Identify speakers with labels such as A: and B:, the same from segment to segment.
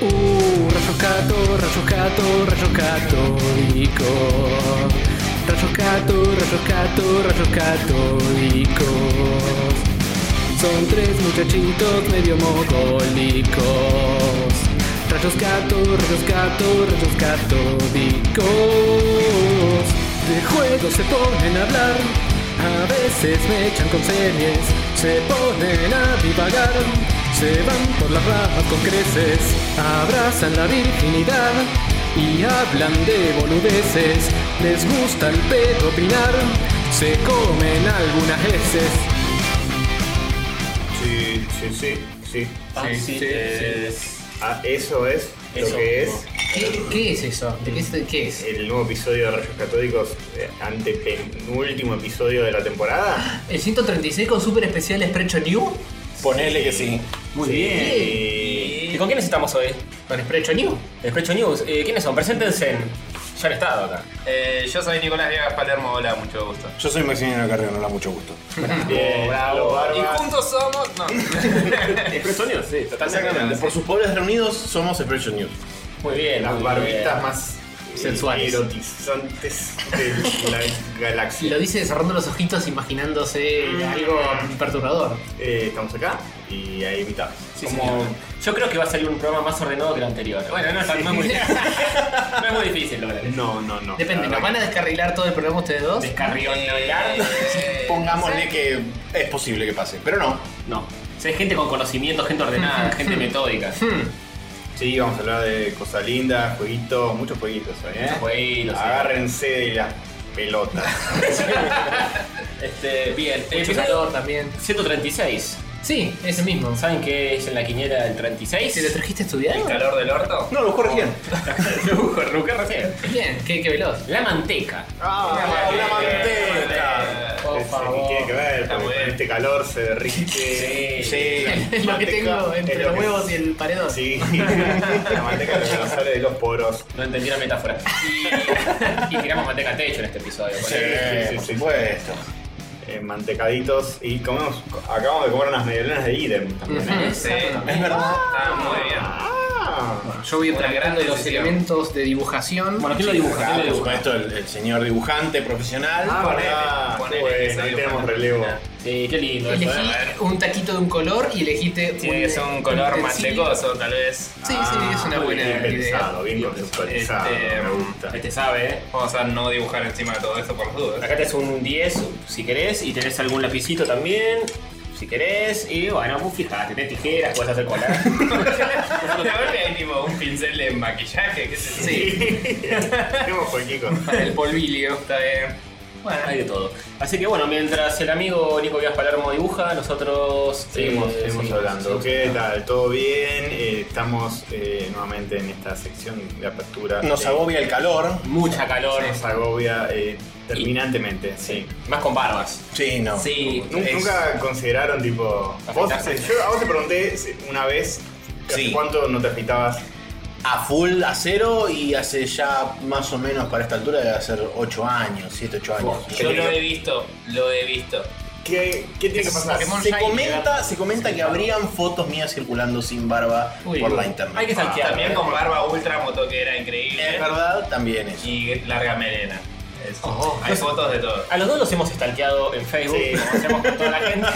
A: Uh, rayoscato, rayoscato, católico. Rayoscato, rayoscato, rayos católicos. Son tres muchachitos medio mogólicos. Rayoscato, rayoscato, rayos católicos. De juego se ponen a hablar. A veces me echan con series. Se ponen a divagar. Se van por las ramas con creces, abrazan la virginidad y hablan de boludeces. Les gusta el pedo opinar, se comen algunas heces.
B: Sí, sí, sí, sí.
C: Ah,
B: sí,
C: sí,
B: sí,
C: es-
B: sí. Ah, eso es
C: Eso
B: lo que
C: mismo.
B: es
D: ¿Qué, qué es eso? ¿De qué, es- este? qué es?
B: el nuevo episodio de Rayos Catódicos, eh, antepenúltimo episodio de la temporada.
D: ¿El 136 con super especiales Precho New?
C: Ponele que sí.
B: Muy bien.
C: ¿Y con quiénes estamos hoy?
D: ¿Con Sprecho New?
C: Despecho News. Eh, ¿Quiénes son? Preséntense. Ya han estado acá.
E: Eh, yo soy Nicolás Viegas Palermo, hola, mucho gusto.
F: Yo soy Maximiliano Carrión, hola, mucho gusto.
B: Bien,
C: Bravo,
B: bravo,
E: Y
B: barba.
E: juntos somos. No.
C: ¿Despecho News? Sí,
F: Exactamente, por sus pobres reunidos somos Expression News.
C: Muy bien.
B: Las
C: muy
B: barbitas
C: bien.
B: más eh,
D: Sensuales.
B: erotizantes de la
D: Y
B: galaxia.
D: lo dice cerrando los ojitos imaginándose
C: Mm.
D: algo perturbador.
B: Eh, estamos acá y hay invitados.
C: Sí, como- Yo creo que va a salir un programa más ordenado que el anterior. Bueno, no, no, no es muy difícil. no es muy difícil lograr eso.
B: No, no, no.
D: Depende,
B: La
D: ¿nos
B: verdad
D: van a descarrilar todo el programa ustedes dos?
C: Descarrión
E: Eh,
C: navegar.
E: eh,
F: Pongámosle
E: sí.
F: que es posible que pase, pero no.
C: No. O sea, es gente con conocimiento, gente ordenada, gente metódica.
D: Hmm,
B: que- Sí, vamos a hablar de cosas lindas, jueguitos, muchos jueguitos hoy, ¿eh?
C: Jueguitos, sí.
B: Agárrense de las pelotas.
C: Este, bien. Eh,
D: Mucho
C: primero,
D: calor también.
C: 136.
D: Sí, ese mismo.
C: ¿Saben qué es en la quiniela del 36?
D: ¿Se lo trajiste estudiado?
E: ¿El calor del orto?
F: No, lo corregían.
C: Lo busco, lo busqué recién.
D: Bien, qué, qué veloz.
C: La manteca.
B: ¡Ah, una
E: manteca.
B: manteca!
D: Por
B: Eso
D: favor.
B: Tiene que ver,
E: Está
B: porque
E: muy
B: con
E: bien.
B: este calor se derrite.
C: Sí.
B: sí.
D: lo que
B: manteca
D: tengo entre
B: es lo
D: los
B: que-
D: huevos y el paredón.
B: Sí, la manteca lo que nos sale de los poros.
C: No entendí la metáfora. Y, y tiramos manteca al techo en este episodio. por
F: Sí,
C: ejemplo.
B: sí,
F: por
B: sí, sí.
F: supuesto.
B: eh, mantecaditos y comemos, acabamos de comer unas medialunas de Idem también. ¿eh?
D: Ujú.
E: Sí.
F: Es verdad.
E: Ah, muy bien.
B: Ah,
D: Yo voy
E: Una
D: entrando
E: gran
D: los
E: decisión.
D: elementos de dibujación.
C: Bueno, ¿quién lo dibuja?
F: Ah,
C: ¿Quién lo
F: por
C: dibuja?
F: supuesto, el, el señor dibujante profesional.
B: ah,
E: Ponele,
B: verdad. Qué
E: ponele que
B: bueno,
E: salió
B: ahí tenemos
E: una-
B: relevo.
C: Sí, qué lindo eso,
D: Elegí
C: ¿eh?
D: un taquito de un color y elegiste
E: Tiene que ser un
D: un
E: color
D: utensilio.
E: mantecoso, tal vez. Ah,
D: Sí, sí,
C: Ah,
D: es una
B: muy
D: buena
B: bien
D: idea.
B: pensado, bien conceptualizado,
E: Este,
B: me gusta.
C: Este sabe, ¿eh?
E: Vamos a no dibujar encima de todo esto por las dudas.
C: Acá tenés un 10 si querés y tenés algún lapicito también. Si querés, y bueno, vos fijate, tenés tijeras, puedes hacer colar.
E: De golpe hay tipo un pincel de maquillaje, qué sé yo.
D: Sí,
B: Tenemos jueguitos.
E: Para el polvilio, está bien. Bueno,
C: Hay de todo. Así que bueno, mientras el amigo Nico Díaz Palermo dibuja, nosotros
B: Seguimos, seguimos
C: eh, seguimos,
B: hablando.
C: seguimos
B: ¿Qué
C: hablando.
B: tal? ¿Todo bien? Eh, estamos eh, nuevamente en esta sección de apertura.
F: Nos
B: Eh,
F: agobia el calor.
C: Mucha calor.
B: Nos agobia eh, terminantemente, sí.
C: Más con barbas.
F: Sí, no.
C: Sí.
B: Nun-
F: Es-
B: Nunca consideraron, tipo. Vos,
C: Afeitarse.
B: yo a vos te pregunté una vez
F: Sí.
B: cuánto no te afeitabas.
F: A full, a cero y hace ya más o menos para esta altura debe hacer 8 años, 7, 8 años.
E: yo lo he visto, lo he visto.
B: ¿Qué, qué tiene que pasar?
D: Pokémon
F: Se
D: Shiny,
F: comenta, se comenta que habrían fotos mías circulando sin barba
D: Uy.
F: por la internet. Ah,
C: Hay que saltear.
E: También con barba ultra motoquera increíble.
F: Es verdad, también eso.
E: y larga melena. Es-
D: Oh,
E: hay fotos de todo.
C: A los dos los hemos stalkeado en Facebook,
B: Sí.
C: como hacemos con toda la gente.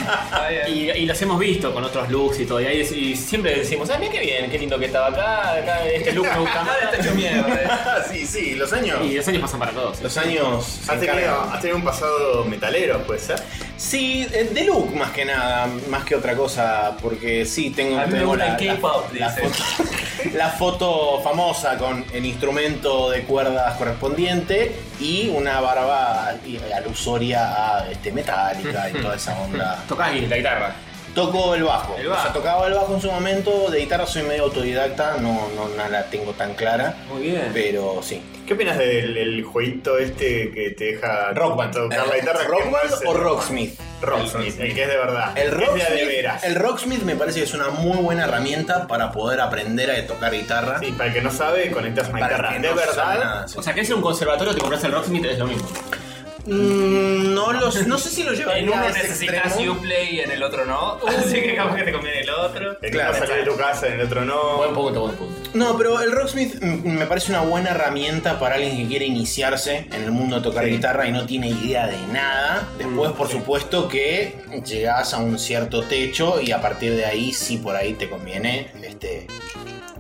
E: bien.
C: y, y los hemos visto con otros looks y todo. Y, ahí dec- y siempre decimos, ah, mira qué bien, qué lindo que estaba acá, acá este look me gusta
E: Nada está
C: más.
E: hecho
F: eh.
E: mierda.
F: sí, sí, los años.
C: Y los años pasan para todos.
F: Los años. se
B: ¿Has tenido,
F: encargan.
B: has tenido un pasado metalero, puede ser?
F: Sí, eh, de look más que nada, más que otra cosa, porque sí, tengo,
E: A mí me
F: tengo
E: gusta el K-pop,
F: la,
E: dice.
F: foto, la foto famosa con el instrumento de cuerdas correspondiente y una barba y- alusoria a este, metálica y toda esa onda.
C: Tocás la guitarra.
F: Toco el bajo.
E: El bajo.
F: O sea, tocaba el bajo en su momento, de guitarra soy medio autodidacta, no, no, no la tengo tan clara,
C: Muy bien.
F: pero sí.
B: ¿Qué opinas del el jueguito este que te deja
F: Rock Band.
B: tocar la guitarra?
F: ¿Rock
B: que no
F: Band
B: es el
F: o Rocksmith?
B: Rocksmith, el que es de verdad.
F: El
B: que es de, a de
F: Rocksmith,
B: veras.
F: el Rocksmith me parece que es una muy buena herramienta para poder aprender a tocar guitarra.
B: Sí, para el que no sabe, conectas una
F: Para
B: guitarra
F: que
B: de
F: no sabe
B: verdad.
F: nada, sí.
C: O sea, querés ser un conservatorio, te compras el Rocksmith, es lo mismo.
F: Mm, No, los, no sé si lo llevaría
G: En uno
F: a ese
G: necesitas
F: extremo.
G: Uplay y en el otro no.
D: Uh.
G: Así que capaz que te conviene el otro.
B: En
F: Claro,
B: una salí de tu casa, en el otro
C: Buen
B: no.
C: punto, buen punto.
F: No, pero el Rocksmith mm, me parece una buena herramienta para alguien que quiere iniciarse en el mundo de tocar guitarra y no tiene idea de nada.
B: Mm,
F: Después, por supuesto, que llegás a un cierto techo y a partir de ahí sí por ahí te conviene este,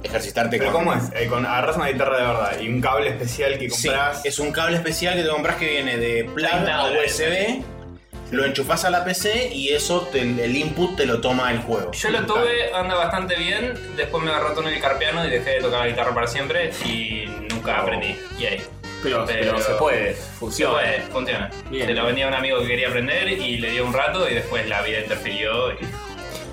F: ejercitarte
B: Pero
F: con...
B: ¿cómo es? Eh, con, agarras una guitarra de verdad y un cable especial que
F: Sí,
B: compras.
F: es un cable especial que te compras que viene de plug a
G: dólares.
F: USB, lo enchufás a la PC y eso, te- el input te lo toma el juego.
G: Yo lo tuve, anda bastante bien. Después me agarró tono el carpiano y dejé de tocar la guitarra para siempre y nunca aprendí. Y ahí.
H: Pero, pero se puede, funciona.
G: Funciona. funciona.
H: Bien.
G: Se lo vendía a un amigo que quería aprender y le dio un rato y después la vida interfirió. Y...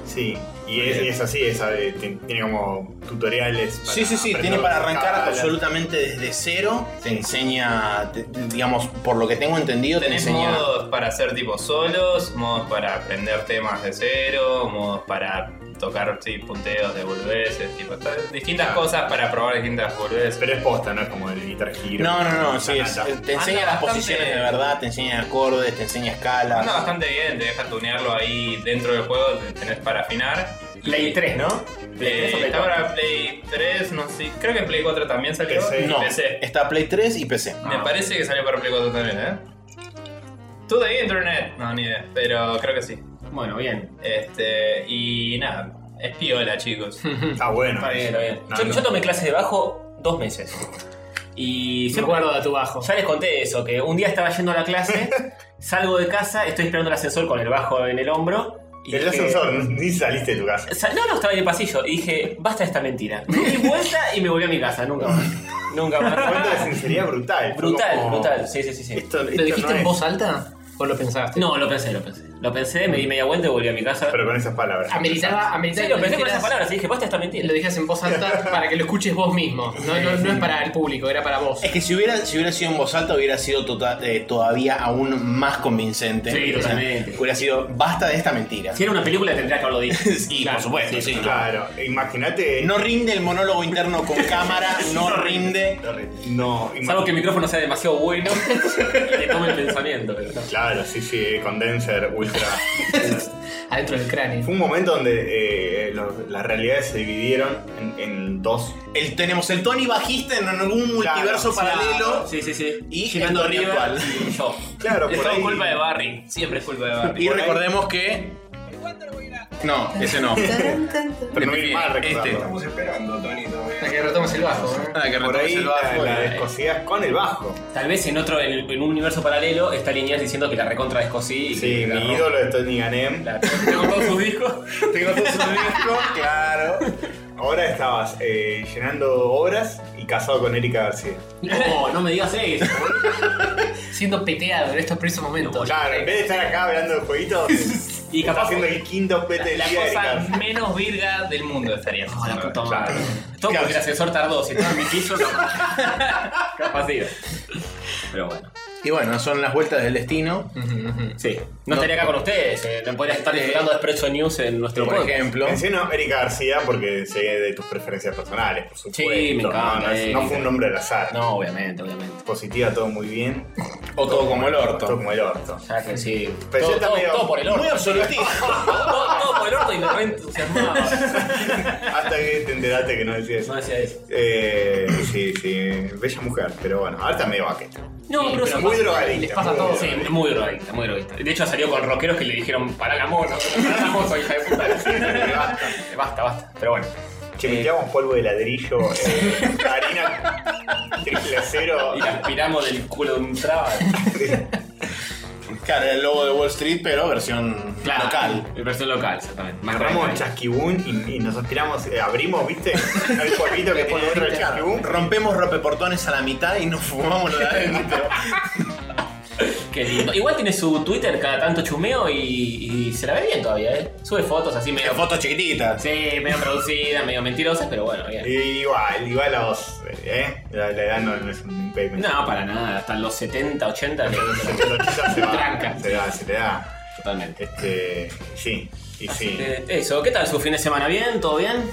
B: Sí. Y es, y es así, es, eh, ti- tiene como tutoriales. para
F: Sí, sí, sí,
B: aprender
F: tiene para
B: las
F: arrancar
B: escalas.
F: absolutamente desde cero. Te enseña, te- digamos, por lo que tengo entendido, te
G: Tenés
F: enseña.
G: modos para hacer tipo solos, modos para aprender temas de cero, modos para tocar sí, punteos de boludeces, tipo, está- distintas cosas para probar distintas boludeces.
B: Pero es posta, no es como el Guitar Hero.
F: No, no, no, sí, es-
B: Nada.
F: te enseña
G: Anda
F: las
G: bastante-
F: posiciones de verdad, te enseña acordes, te enseña
G: Anda
F: escalas.
G: bastante bien, te deja tunearlo ahí dentro del juego, te- tenés para afinar.
H: Play 3, ¿no?
G: Eh,
H: Play 3 o Play
G: está
H: 4.
G: para Play 3, no sé, creo que en Play 4 también salió.
B: PC.
G: y
F: No,
G: PC.
F: está Play 3 y PC.
G: Me
H: Ah.
G: parece que salió para Play 4 también, ¿eh? Tú de internet, no, ni idea, pero creo que sí.
H: Bueno, bien.
G: Este, y nada, es piola, chicos.
F: mm.
B: Está bueno.
C: Está bien, está bien.
B: No,
C: yo,
B: no.
C: yo tomé clase de bajo dos meses. Y
D: Me
C: siempre-
D: acuerdo de tu bajo.
C: Ya les conté eso, que un día estaba yendo a la clase, salgo de casa, estoy esperando el ascensor con el bajo en el hombro. y
B: El
C: dije-
B: ascensor, ni saliste de tu casa.
C: Sa- No, no, estaba en el pasillo. Y dije, basta de esta mentira. Me di vuelta y me volví a mi casa, nunca más. Nunca
B: Cuánto de
C: más.
B: sinceridad brutal. Fue
C: brutal,
B: como,
C: brutal. Sí, sí, sí. sí.
B: Esto, esto
D: ¿Lo dijiste
B: no
D: en
B: es-
D: voz alta o lo pensaste?
C: No, lo pensé, lo pensé. Lo pensé, me di media vuelta y volví a mi casa.
B: Pero con esas palabras.
D: Ameritaba, ameritaba
C: Sí,
D: que
C: lo pensé con
D: dijeras-
C: esas palabras. Y dije, basta de esta mentira.
D: Lo dijeras en voz alta para que lo escuches vos mismo. No, no, no es para el público, era para vos.
F: Es que si hubiera, si hubiera sido en voz alta hubiera sido tota- eh, todavía aún más convincente.
C: Sí, totalmente.
F: Hubiera sido, basta de esta mentira.
C: Si era una película tendría que haberlo dicho.
F: Sí, por supuesto, sí.
B: Eh, Claro, imagínate.
F: No rinde el monólogo interno con cámara, no rinde.
B: No, ima-
C: Salvo que el micrófono sea demasiado bueno y le tome el pensamiento. pero no.
B: Claro, sí, sí, condenser, ultra.
D: Adentro del cráneo.
B: Fue un momento donde eh, lo- las realidades se dividieron en, en dos.
F: El- tenemos el Tony bajista en algún
B: Claro,
F: multiverso
B: sí,
F: paralelo
C: Sí, sí, sí.
F: y
C: Llegando
F: el Tony
C: arriba
F: actual.
C: y yo.
B: Claro,
G: Es
B: por
G: todo
B: ahí-
G: culpa de Barry, siempre es culpa de Barry.
F: Y recordemos que. No, ese no.
B: Pero no viene mal
F: Este.
B: recordarlo.
G: esperando, Tony,
D: Para que retomes el bajo. ¿eh?
F: Nada, que
B: Por
F: retomes
B: ahí
F: el bajo.
B: la, la descosías con el bajo.
C: Tal vez en otro, en, el- en un universo paralelo, está Liniers diciendo que la recontra descosí. y
B: Sí,
C: que la
B: mi
C: rompe.
B: ídolo es Tony Ganem.
C: La- Tengo todos sus discos.
B: Tengo todo su disco, claro. Ahora estabas eh, llenando obras y casado con Erika García.
C: No, no me digas eso.
D: Siendo peteado en estos precisos momentos.
B: Claro, en vez de estar acá hablando de jueguitos,
C: Y
B: está
C: capaz
B: haciendo el quinto pete del
G: La
B: día de Erika García.
G: cosa menos virga del mundo estaría.
C: No, la puta madre.
B: Claro.
C: Todo porque el asesor tardó. Si estaba en mi piso, no. Capaz digo. Pero bueno.
F: Y bueno, son las vueltas del destino.
C: Sí.
F: No.
C: No, estaría acá con ustedes. eh, no podrías estar disfrutando de Expresso News en nuestro
F: Por
C: podcast.
F: ejemplo.
B: Menciono Erika García porque sé de tus preferencias personales, por supuesto.
C: me encanta,
B: No, no, es-
C: eh,
B: no
C: me
B: fue un
C: encanta.
B: nombre al azar.
C: No, obviamente, obviamente.
B: Positiva, todo muy bien.
F: O todo como el
B: Todo
F: orto.
B: como el orto.
C: Ya que sí.
B: Pero yo
C: Todo, todo-
B: también-
C: todo por el orto.
F: Muy absolutista.
C: todo, todo por el orto y me reentusiasmaba.
B: Hasta que te enteraste que no decía eso.
C: No decía eso.
B: Eh, sí, sí, bella mujer, pero bueno, ahora está medio vaqueta.
C: No, pero,
B: muy
C: pasa-
B: drogadicta,
C: Les pasa
B: muy
C: todo. Sí,
B: drogadicta.
C: muy drogadicta, muy drogadicta. De hecho, salió con rockeros que le dijeron: Pará la moto, pará la moto, hija de puta.
B: Basta.
C: basta, basta. Pero bueno.
B: Che,
C: Eh,
B: metíamos polvo de ladrillo, eh, harina triple cero.
C: Y la aspiramos del culo de un traba.
F: Claro, el logo de Wall Street, pero versión local.
C: El versión local, exactamente. Más
B: Agarramos
C: radical.
B: chasquibún y, y nos aspiramos, eh, abrimos, ¿viste? El polvito que tiene dentro el chasquibún.
F: Rompemos ropeportones a la mitad y nos fumamos lo de adentro.
C: Qué lindo. Igual tiene su Twitter cada tanto chumeo y, y se la ve bien todavía, ¿eh? Sube fotos así medio.
F: Pero fotos chiquititas.
C: Sí, medio producidas, medio mentirosas, pero bueno, bien.
B: Igual, igual a vos, eh. La, la edad no, no es un impedimento.
C: No, para nada. Hasta los 70, 80 le-
B: Pero quizás se va,
C: Tranca.
B: Se da, se le da.
C: Totalmente.
B: Este, sí, y sí.
C: Eh, eso, ¿qué tal su fin de semana? ¿Bien? ¿Todo bien?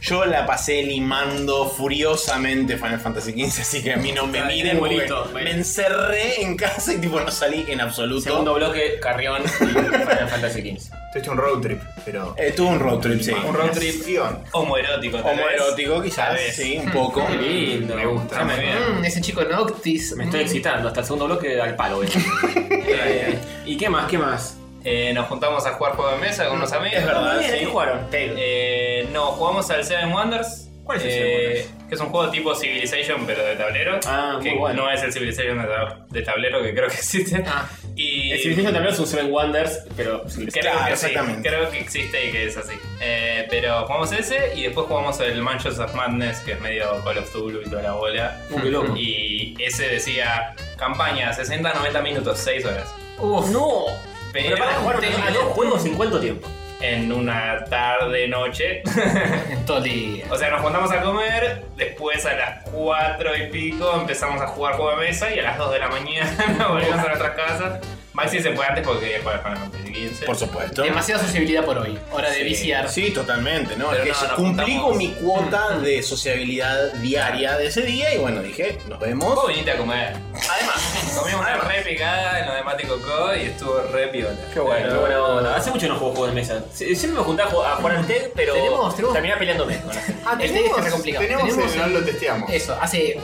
F: Yo la pasé limando furiosamente Final Fantasy XV, así que a mí no me
H: Está bien,
F: miren. porque
H: bonito, bueno.
F: Me encerré en casa y tipo no salí en absoluto.
C: Segundo bloque, Carrión y Final Fantasy XV.
B: Tuviste un road trip, pero.
F: Eh, tuve un road trip, sí.
B: Un road trip. guión.
G: Homoerótico, tal vez.
F: Homoerótico quizás,
G: Tal vez.
F: sí, un poco.
C: Qué lindo.
G: Me gusta, muy bien.
D: Mm, ese chico mm, Noctis.
C: Me estoy excitando, hasta el segundo bloque al palo, eh.
G: Eh,
H: ¿Y qué más? ¿Qué más?
G: eh, nos juntamos a jugar juego de mesa con unos amigos.
F: es verdad,
G: Sí.
C: ¿Qué jugaron? Tale.
G: Eh, no, jugamos al Seven Wonders.
H: ¿Cuál es el
G: eh,
H: Seven Wonders?
G: Que es un juego tipo Civilization, pero de tablero.
C: Ah, muy
G: que
C: bueno.
G: no es el Civilization de tab- de tablero que creo que existe.
D: Ah.
G: Y
C: El Civilization también es un Seven Wonders, pero.
G: creo
F: Claro,
G: que sí,
F: exactamente.
G: creo que existe y que es así. Eh, pero jugamos ese y después jugamos el Mansions of Madness, que es medio Call of Duty y toda la bola.
C: Uh, qué loco.
G: Y ese decía campaña 60, 90 minutos, 6 horas.
D: Uf.
C: ¡No!
G: Pero
C: Pero para jugar a Ah, dos juegos en cuánto tiempo.
G: en una tarde, noche.
D: Todo el día.
G: O sea, nos juntamos a comer, después a las 4 y pico empezamos a jugar juego de mesa y a las 2 de la mañana volvimos a nuestras casas. Maxi se fue antes porque quería jugar Final Fantasy 15.
F: Por supuesto.
D: Demasiada sociabilidad por hoy. Hora de
G: Sí.
D: viciar.
F: Sí, totalmente, ¿no?
G: Pero
F: Es que
G: no, no
F: cumplí
G: juntamos.
F: con mi cuota de sociabilidad diaria de ese día y bueno, dije, nos vemos.
G: Vos viniste a comer. Además, comimos una re picada en lo de Mate Coco y estuvo re piola.
C: Qué bueno, qué buena onda. Hace mucho que no juego juegos de mesa. Sie- Siempre me juntaba a ju- a jugar al TED, pero
D: Tenemos, tenemos-
C: terminaba peleándome con la gente.
D: Ah, el tenis es re complicado.
B: Tenemos,
D: Tenemos
B: el-
D: el-
B: no lo testeamos.
D: Eso, hace.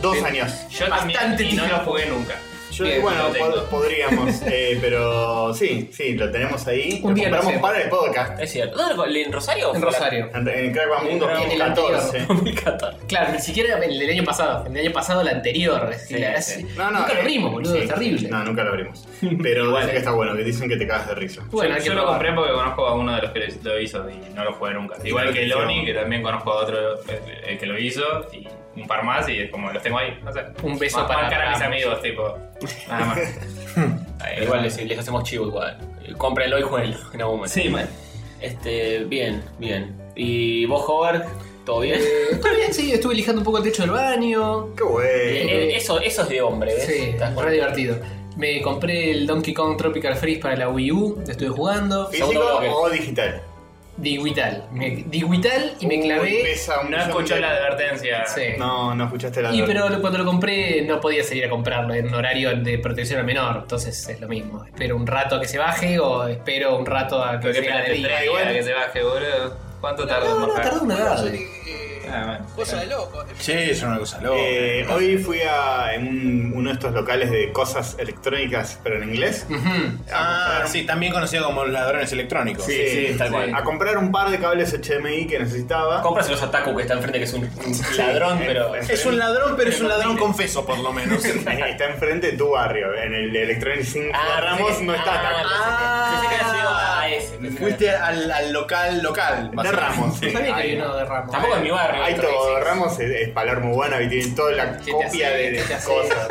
B: Dos años.
G: Yo
D: Bastante
G: también y no
D: tiempo.
G: lo jugué nunca.
B: Yo,
G: Bien,
B: bueno,
G: lo tengo.
B: pod- podríamos, eh, pero sí, sí, lo tenemos ahí.
D: Un
B: lo
D: día lo
B: compramos
D: hacemos.
B: para el podcast.
C: Es cierto. ¿Dónde lo co- ¿En Rosario? o
D: En
C: fue la-
D: Rosario.
B: En, en Crackbamundo
D: En el
B: 14.
D: anterior.
C: 2014.
D: Claro, ni siquiera el del año pasado. El del año pasado, el anterior. Es decir,
G: Sí,
D: la-
G: sí.
B: No, no,
D: Nunca lo
B: eh,
D: abrimos, boludo.
B: sí.
D: Es terrible.
B: No, nunca lo abrimos. Pero dicen que está bueno, que dicen que te cagas de risa.
D: Bueno, hay
G: yo,
D: que
G: yo lo
D: probar.
G: compré porque conozco a uno de los que lo hizo y no lo jugué nunca. Igual que Loni, que también conozco a otro eh, el que lo hizo y un par más y es como los tengo ahí. No sé.
D: Un beso
G: Más-
D: para
G: más cara a mis
D: Ramos.
G: amigos, tipo. Nada más.
C: Ah, Igual les, les hacemos chivo igual. Eh, Cómprenlo y jueguenlo en algún momento.
G: Sí, man.
C: Este, bien, bien. ¿Y vos, Hover? ¿Todo bien?
D: Eh, Todo bien, sí. Estuve lijando un poco el techo del baño.
B: Qué bueno.
C: Eh, eh, eso, eso es de hombre, ¿ves?
D: Sí,
C: ¿Te das cuenta?
D: re divertido. Me compré el Donkey Kong Tropical Freeze para la Wii U. Lo estuve jugando.
B: ¿Físico
C: segundo bloque.
B: o digital?
D: Digital. Me, digital y me
B: Uy,
D: clavé.
B: pesa un
G: No
B: millón
G: escuchó
B: de-
G: la advertencia.
D: Sí.
B: No, no escuchaste la
D: Y pero lo- cuando lo compré no podía salir a comprarlo en un horario de protección al menor, entonces es lo mismo. Espero un rato a que se baje o espero un rato a que
G: Pero
D: se
G: que
D: día.
G: espérate, tres días que se baje, boludo. ¿Cuánto tarda
D: No,
G: en
D: no,
G: bajar?
D: tardó una edad.
G: Ah, bueno.
I: Cosa de loco.
F: Sí, es una cosa loca.
B: Eh, hoy fui a en un- uno de estos locales de cosas electrónicas, pero en inglés.
D: Ujú.
B: a
F: ah,
B: comprar-
F: sí, también conocido como los ladrones electrónicos.
B: Sí, sí,
C: tal cual.
B: A comprar un par de cables HDMI que necesitaba.
C: Compras los Ataku que está enfrente, que es un un ladrón,
B: Sí,
C: pero.
B: eh,
F: Es un ladrón, pero es un ladrón confeso, por lo menos.
B: Está enfrente de tu barrio, en el Electronic 5
C: Ah,
B: Ramos no está
C: ah,
B: tan-
C: pensé que- pensé que había sido a ese. pensé que-
F: Fuiste al, al local local.
B: De Ramos.
D: No sabía que
B: Hay-
D: había uno de Ramos.
C: Tampoco en mi barrio.
B: Hay
C: esto que
B: todo.
C: decís.
B: Ramos es, es Palermo Buena y tienen toda la
D: ¿Qué te
B: copia
D: hace?
B: de, de
D: ¿Qué te hace?
B: cosas.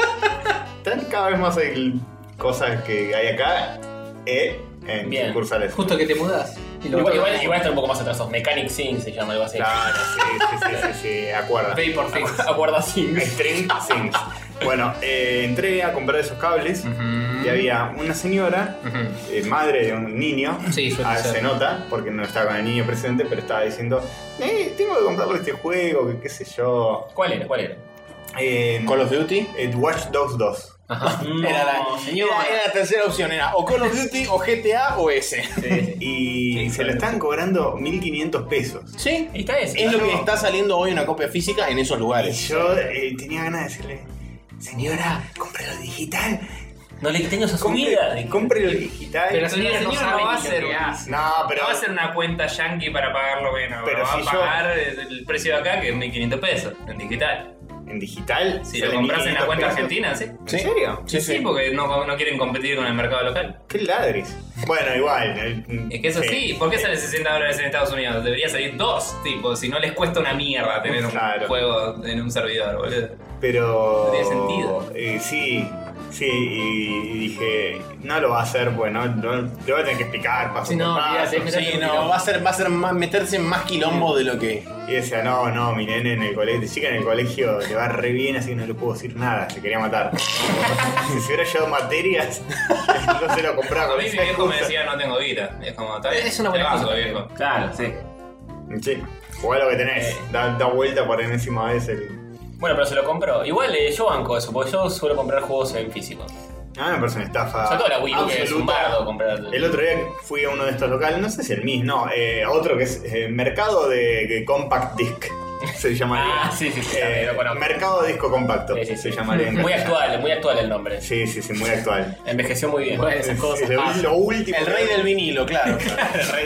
B: Están cada vez más el- cosas que hay acá eh, en
C: Bien.
B: sucursales.
D: Justo que te mudás. Y lo
C: Igual,
D: otro-
C: igual, igual está un poco más atrasados. Mechanic Sync se llama algo así.
B: Claro, sí, sí, sí, sí, sí, acuerda.
D: Vapor Things.
C: Aguarda Sync.
B: String Things. Bueno, eh, entré a comprar esos cables y había una señora, eh, madre de un niño,
D: Sí, suele
B: ah,
D: ser.
B: se nota, porque no estaba con el niño presente, pero estaba diciendo, eh, tengo que comprarle este juego, que qué sé yo.
C: ¿Cuál era? ¿Cuál era?
B: Eh,
F: Call of Duty.
B: eh, Watch Dogs 2.
F: era, la, era- era la tercera opción, era o Call of Duty, o GTA, o ese.
B: Y
C: Sí,
B: se lo
C: claro.
B: están cobrando 1500 pesos.
F: Sí.
C: Ahí está ese.
F: Es lo que está saliendo hoy una copia física en esos
B: Y
F: lugares.
B: yo eh, tenía ganas de decirle, señora, cómprelo digital.
C: No le tengo esa
B: Compre,
C: subida.
B: cómprelo digital.
D: Pero la
G: El
D: señora no
G: señor
D: sabe
G: no va a
D: ni lo
G: ser
D: que
G: un-
D: hace.
B: No, pero
G: No va a ser una cuenta yankee para pagarlo menos.
B: Pero
G: Pero va
B: si
G: a
B: yo-
G: pagar el precio de acá, que es 1500 pesos, en digital.
B: en digital.
G: Si lo
B: sale
G: compras en la
B: 1500
G: cuenta
B: pesos.
G: argentina, ¿sí?
B: ¿En
F: Sí.
B: serio?
G: Sí, sí, porque no, no quieren competir con el mercado local.
B: Qué ladris. Bueno, igual. eh,
G: Es que eso sí, ¿por qué sale 60 dólares en Estados Unidos? Debería salir dos, tipo, si no les cuesta una mierda tener un
B: Claro.
G: juego en un servidor, boludo.
B: Pero.
G: No tiene sentido.
B: eh, sí, sí, y dije, no lo va a hacer, bueno, no, lo voy a tener que explicar paso
D: Sí,
B: por
D: no,
B: paso.
D: olvídate, es meterse
F: Sí,
D: en un
F: no,
D: quilombo.
F: va a ser, va a ser más- meterse en más quilombo de lo que.
B: Y decía, no, no, mi nene en el colegio, chica en el colegio le va re bien, así que no le puedo decir nada, se quería matar. si se hubiera llevado materias, no se lo compraba
G: A
B: con
G: mí mi
B: esa
G: viejo me
B: excusa.
G: decía no tengo guita. Es como, tal
D: Es una
G: te
D: buena
G: banco,
D: cosa.
G: viejo.
C: Claro, sí.
B: Sí, jugá lo que tenés. Da, da vuelta por enésima vez el.
C: Bueno, pero se lo compró. Igual eh, yo banco eso, porque yo suelo comprar juegos en físico.
B: Ah, me parece una estafa.
C: Sobre todo la Wii U, que es un
B: absoluta.
C: bardo comprar.
B: El otro día fui a uno de estos locales, no sé si el mismo, no, eh, a otro que es eh, Mercado de, de Compact Disc, se llamaría.
C: Ah, sí, sí, sí,
B: Eh,
C: lo conozco.
B: mercado Disco Compacto,
C: Sí, sí, sí.
B: se llamaría. en
C: Muy
B: castellano.
C: actual, muy actual el nombre.
B: Sí, sí, sí, muy actual.
C: Envejeció muy bien.
D: Bueno, esas
B: Es-
D: cosas.
B: es lo,
C: Ah.
D: pasan.
B: lo último
F: El rey del vinilo, claro.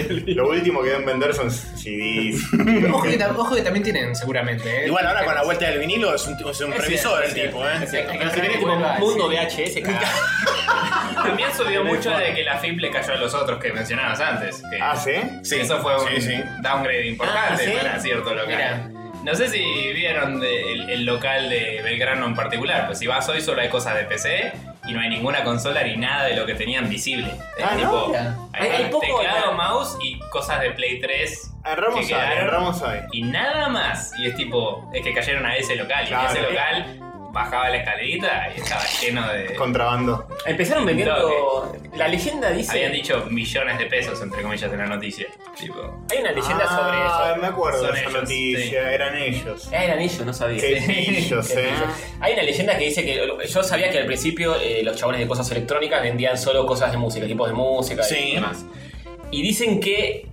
B: Lo último que deben vender son CDs.
D: Ojo que, tam- ojo que también tienen, seguramente. ¿eh?
F: Igual ahora con la vuelta del vinilo es un, es un
C: Es
F: previsor el tipo,
C: cierto, es cierto,
F: ¿eh?
C: es cierto.
D: Hay
C: Pero
D: que
C: se
D: ver que
C: viene tipo
D: vuelva,
C: mundo
D: sí.
C: VHS, cagado.
G: También subió
C: Em,
G: mucho de que la FIP le cayó a los otros que mencionabas antes. que-
B: ah, ¿sí?
F: Sí.
G: Eso fue un
F: Sí, sí.
G: downgrade importante
C: Ah, ¿sí?
G: para cierto local.
D: Mirá.
G: No sé si vieron de- el, el local de Belgrano en particular, pues si vas hoy solo hay cosas de PC y no hay ninguna consola ni nada de lo que tenían visible. Es
B: Ah, ¿no?
G: tipo,
C: Mira.
G: hay,
C: Hay- hay poco,
G: teclado,
C: claro.
G: mouse y cosas de Play 3
B: Agarramos
G: que
B: ahí,
G: quedaron
B: agarramos ahí.
G: y nada más. Y es tipo, es que cayeron a ese local
B: Claro.
G: y en ese local bajaba la escalerita y estaba lleno de...
B: Contrabando.
C: Empezaron vendiendo. La leyenda
G: eh. Habían
C: dice.
G: dicho millones de pesos, entre comillas, en la noticia. Tipo,
C: Hay una leyenda sobre
B: Ah,
C: eso.
B: me acuerdo
G: Son
B: de esa
G: ellos,
B: noticia, eran ellos.
C: Ah, eran ellos, no sabía.
B: Qué pillos,
C: Qué
B: eh.
C: pillos. Hay una leyenda que dice que. Yo sabía que al principio eh, los chabones de cosas electrónicas vendían solo cosas de música, equipos de música
F: Sí.
C: y demás. Y dicen que.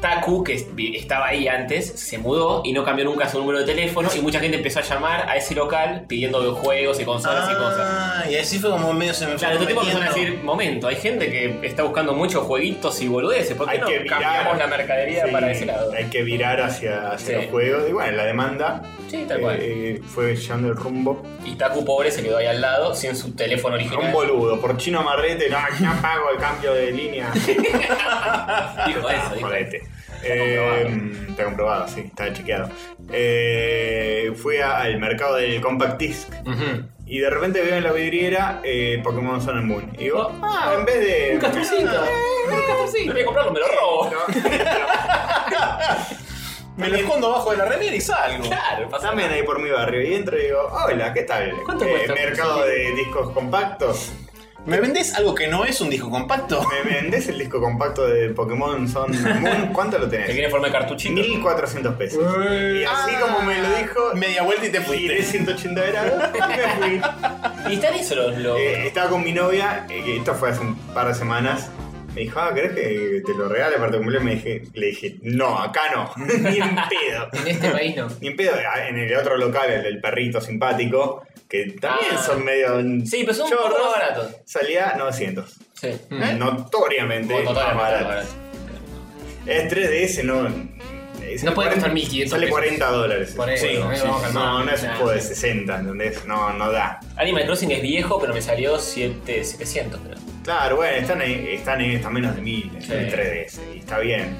C: Taku, que vi- estaba ahí antes, se mudó y no cambió nunca su número de teléfono. Y mucha gente empezó a llamar a ese local pidiendo juegos y consolas y cosas.
F: Ah, y así fue como medio se me fue
C: Claro, estos tipos empezaron a
F: metiendo.
C: decir, momento, hay gente que está buscando muchos jueguitos y boludeces, ¿por qué
B: Hay
C: no
B: que virar.
C: cambiamos la mercadería
B: Sí,
C: para ese lado?
B: Hay que virar hacia, hacia
C: Sí.
B: los juegos. Y bueno, la demanda
C: Sí, tal cual.
B: eh, fue llevando el rumbo.
C: Y Taku pobre se quedó ahí al lado sin su teléfono
B: Un
C: original.
B: boludo, por chino marrete, no, ya pago el cambio de línea.
C: Dijo eso, dijo.
B: Jodete. Eh, Está comprobado, sí, está chequeado. Eh, fui a- al mercado del Compact Disc
D: Ujú.
B: y de repente veo en la vidriera eh, Pokémon Sun and Moon. Y digo,
D: Oh.
B: ah, en vez de.
D: Un castorcito. Un
C: Lo
D: castorcito.
C: voy a comprar, me lo robo.
F: Me lo escondo abajo de la remera y salgo.
C: Claro, pasa.
B: También ahí por mi barrio. Y entro y digo, hola, ¿qué tal?
D: ¿Cuánto
B: Eh,
D: cuesta?
B: mercado de discos compactos.
F: ¿Me vendés algo que no es un disco compacto?
B: ¿Me vendés el disco compacto de Pokémon Sun and Moon? ¿Cuánto lo
C: Que
B: tenés?
C: tiene forma de cartuchito.
B: 1400 pesos. Y así
F: Ah,
B: como me lo dijo,
F: Media vuelta y te
B: giré
F: fuiste.
B: 180 grados y me fui.
C: Y están eso los. los-
B: Eh, estaba con mi novia, eh, que esto fue hace un par de semanas. Me dijo, ah, ¿querés que te lo regale para tu cumpleaños? Me dije, le dije, no, acá no, ni en pedo.
D: En este país no.
B: Ni en pedo, Ah, en el otro local, el del perrito simpático, que también
C: Ah.
B: son medio.
C: Sí, pero son un poco
B: chorros,
C: más baratos.
B: Salía 900.
C: Sí.
B: ¿Eh? Notoriamente.
C: Como total,
B: más barato.
C: barato.
B: Es 3DS, no. es-
D: No puede
B: cuarenta-
D: costar 1500
B: Sale
D: pesos.
B: 40 dólares.
D: Por eso,
B: Sí,
D: ¿no?
B: sí,
D: Vamos a calmar.
B: no, no es un
D: Nah.
B: juego de 60, ¿entendés? No, no da.
C: Animal Crossing es viejo, pero me salió 7, 700, creo.
B: Claro, bueno, están en, están en están menos de 1000 en
C: Sí.
B: 3DS y está bien.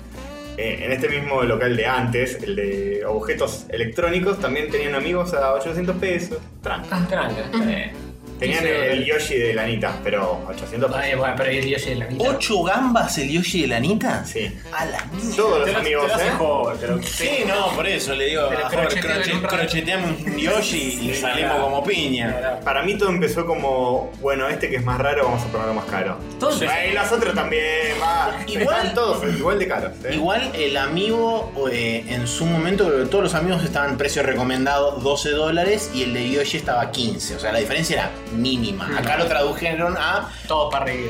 B: Eh, en este mismo local de antes, el de objetos electrónicos, también tenían amigos a 800 pesos. Tranca.
H: Ah,
C: Tranca. Eh.
B: Tenían el, el Yoshi de Lanita, pero 800 pesos.
D: Ay, bueno, pero el Yoshi de la mitad.
F: ¿Ocho gambas el Yoshi de la Anita?
B: Sí.
F: A la
B: Todos
F: mierda.
H: Te
B: los
H: lo- te lo
B: amigos,
H: hace
B: ¿eh?
H: joven, pero-
F: Sí, no, por eso le digo,
D: Pero
F: a Jorge,
D: crocheteo
F: croche-
D: en un rato.
F: crocheteamos un Yoshi y salimos como piña.
B: Para mí todo empezó como, bueno, este que es más raro, vamos a ponerlo más caro.
C: Todo
B: Sí.
C: empezó-
B: Y los otros también, va.
F: Igual-
B: Están todos igual de caros. ¿eh?
F: Igual el amigo eh, en su momento, creo que todos los amigos estaban precio recomendado 12 dólares y el de Yoshi estaba 15. O sea, la diferencia era mínima. Acá lo tradujeron a
D: Todo para arriba.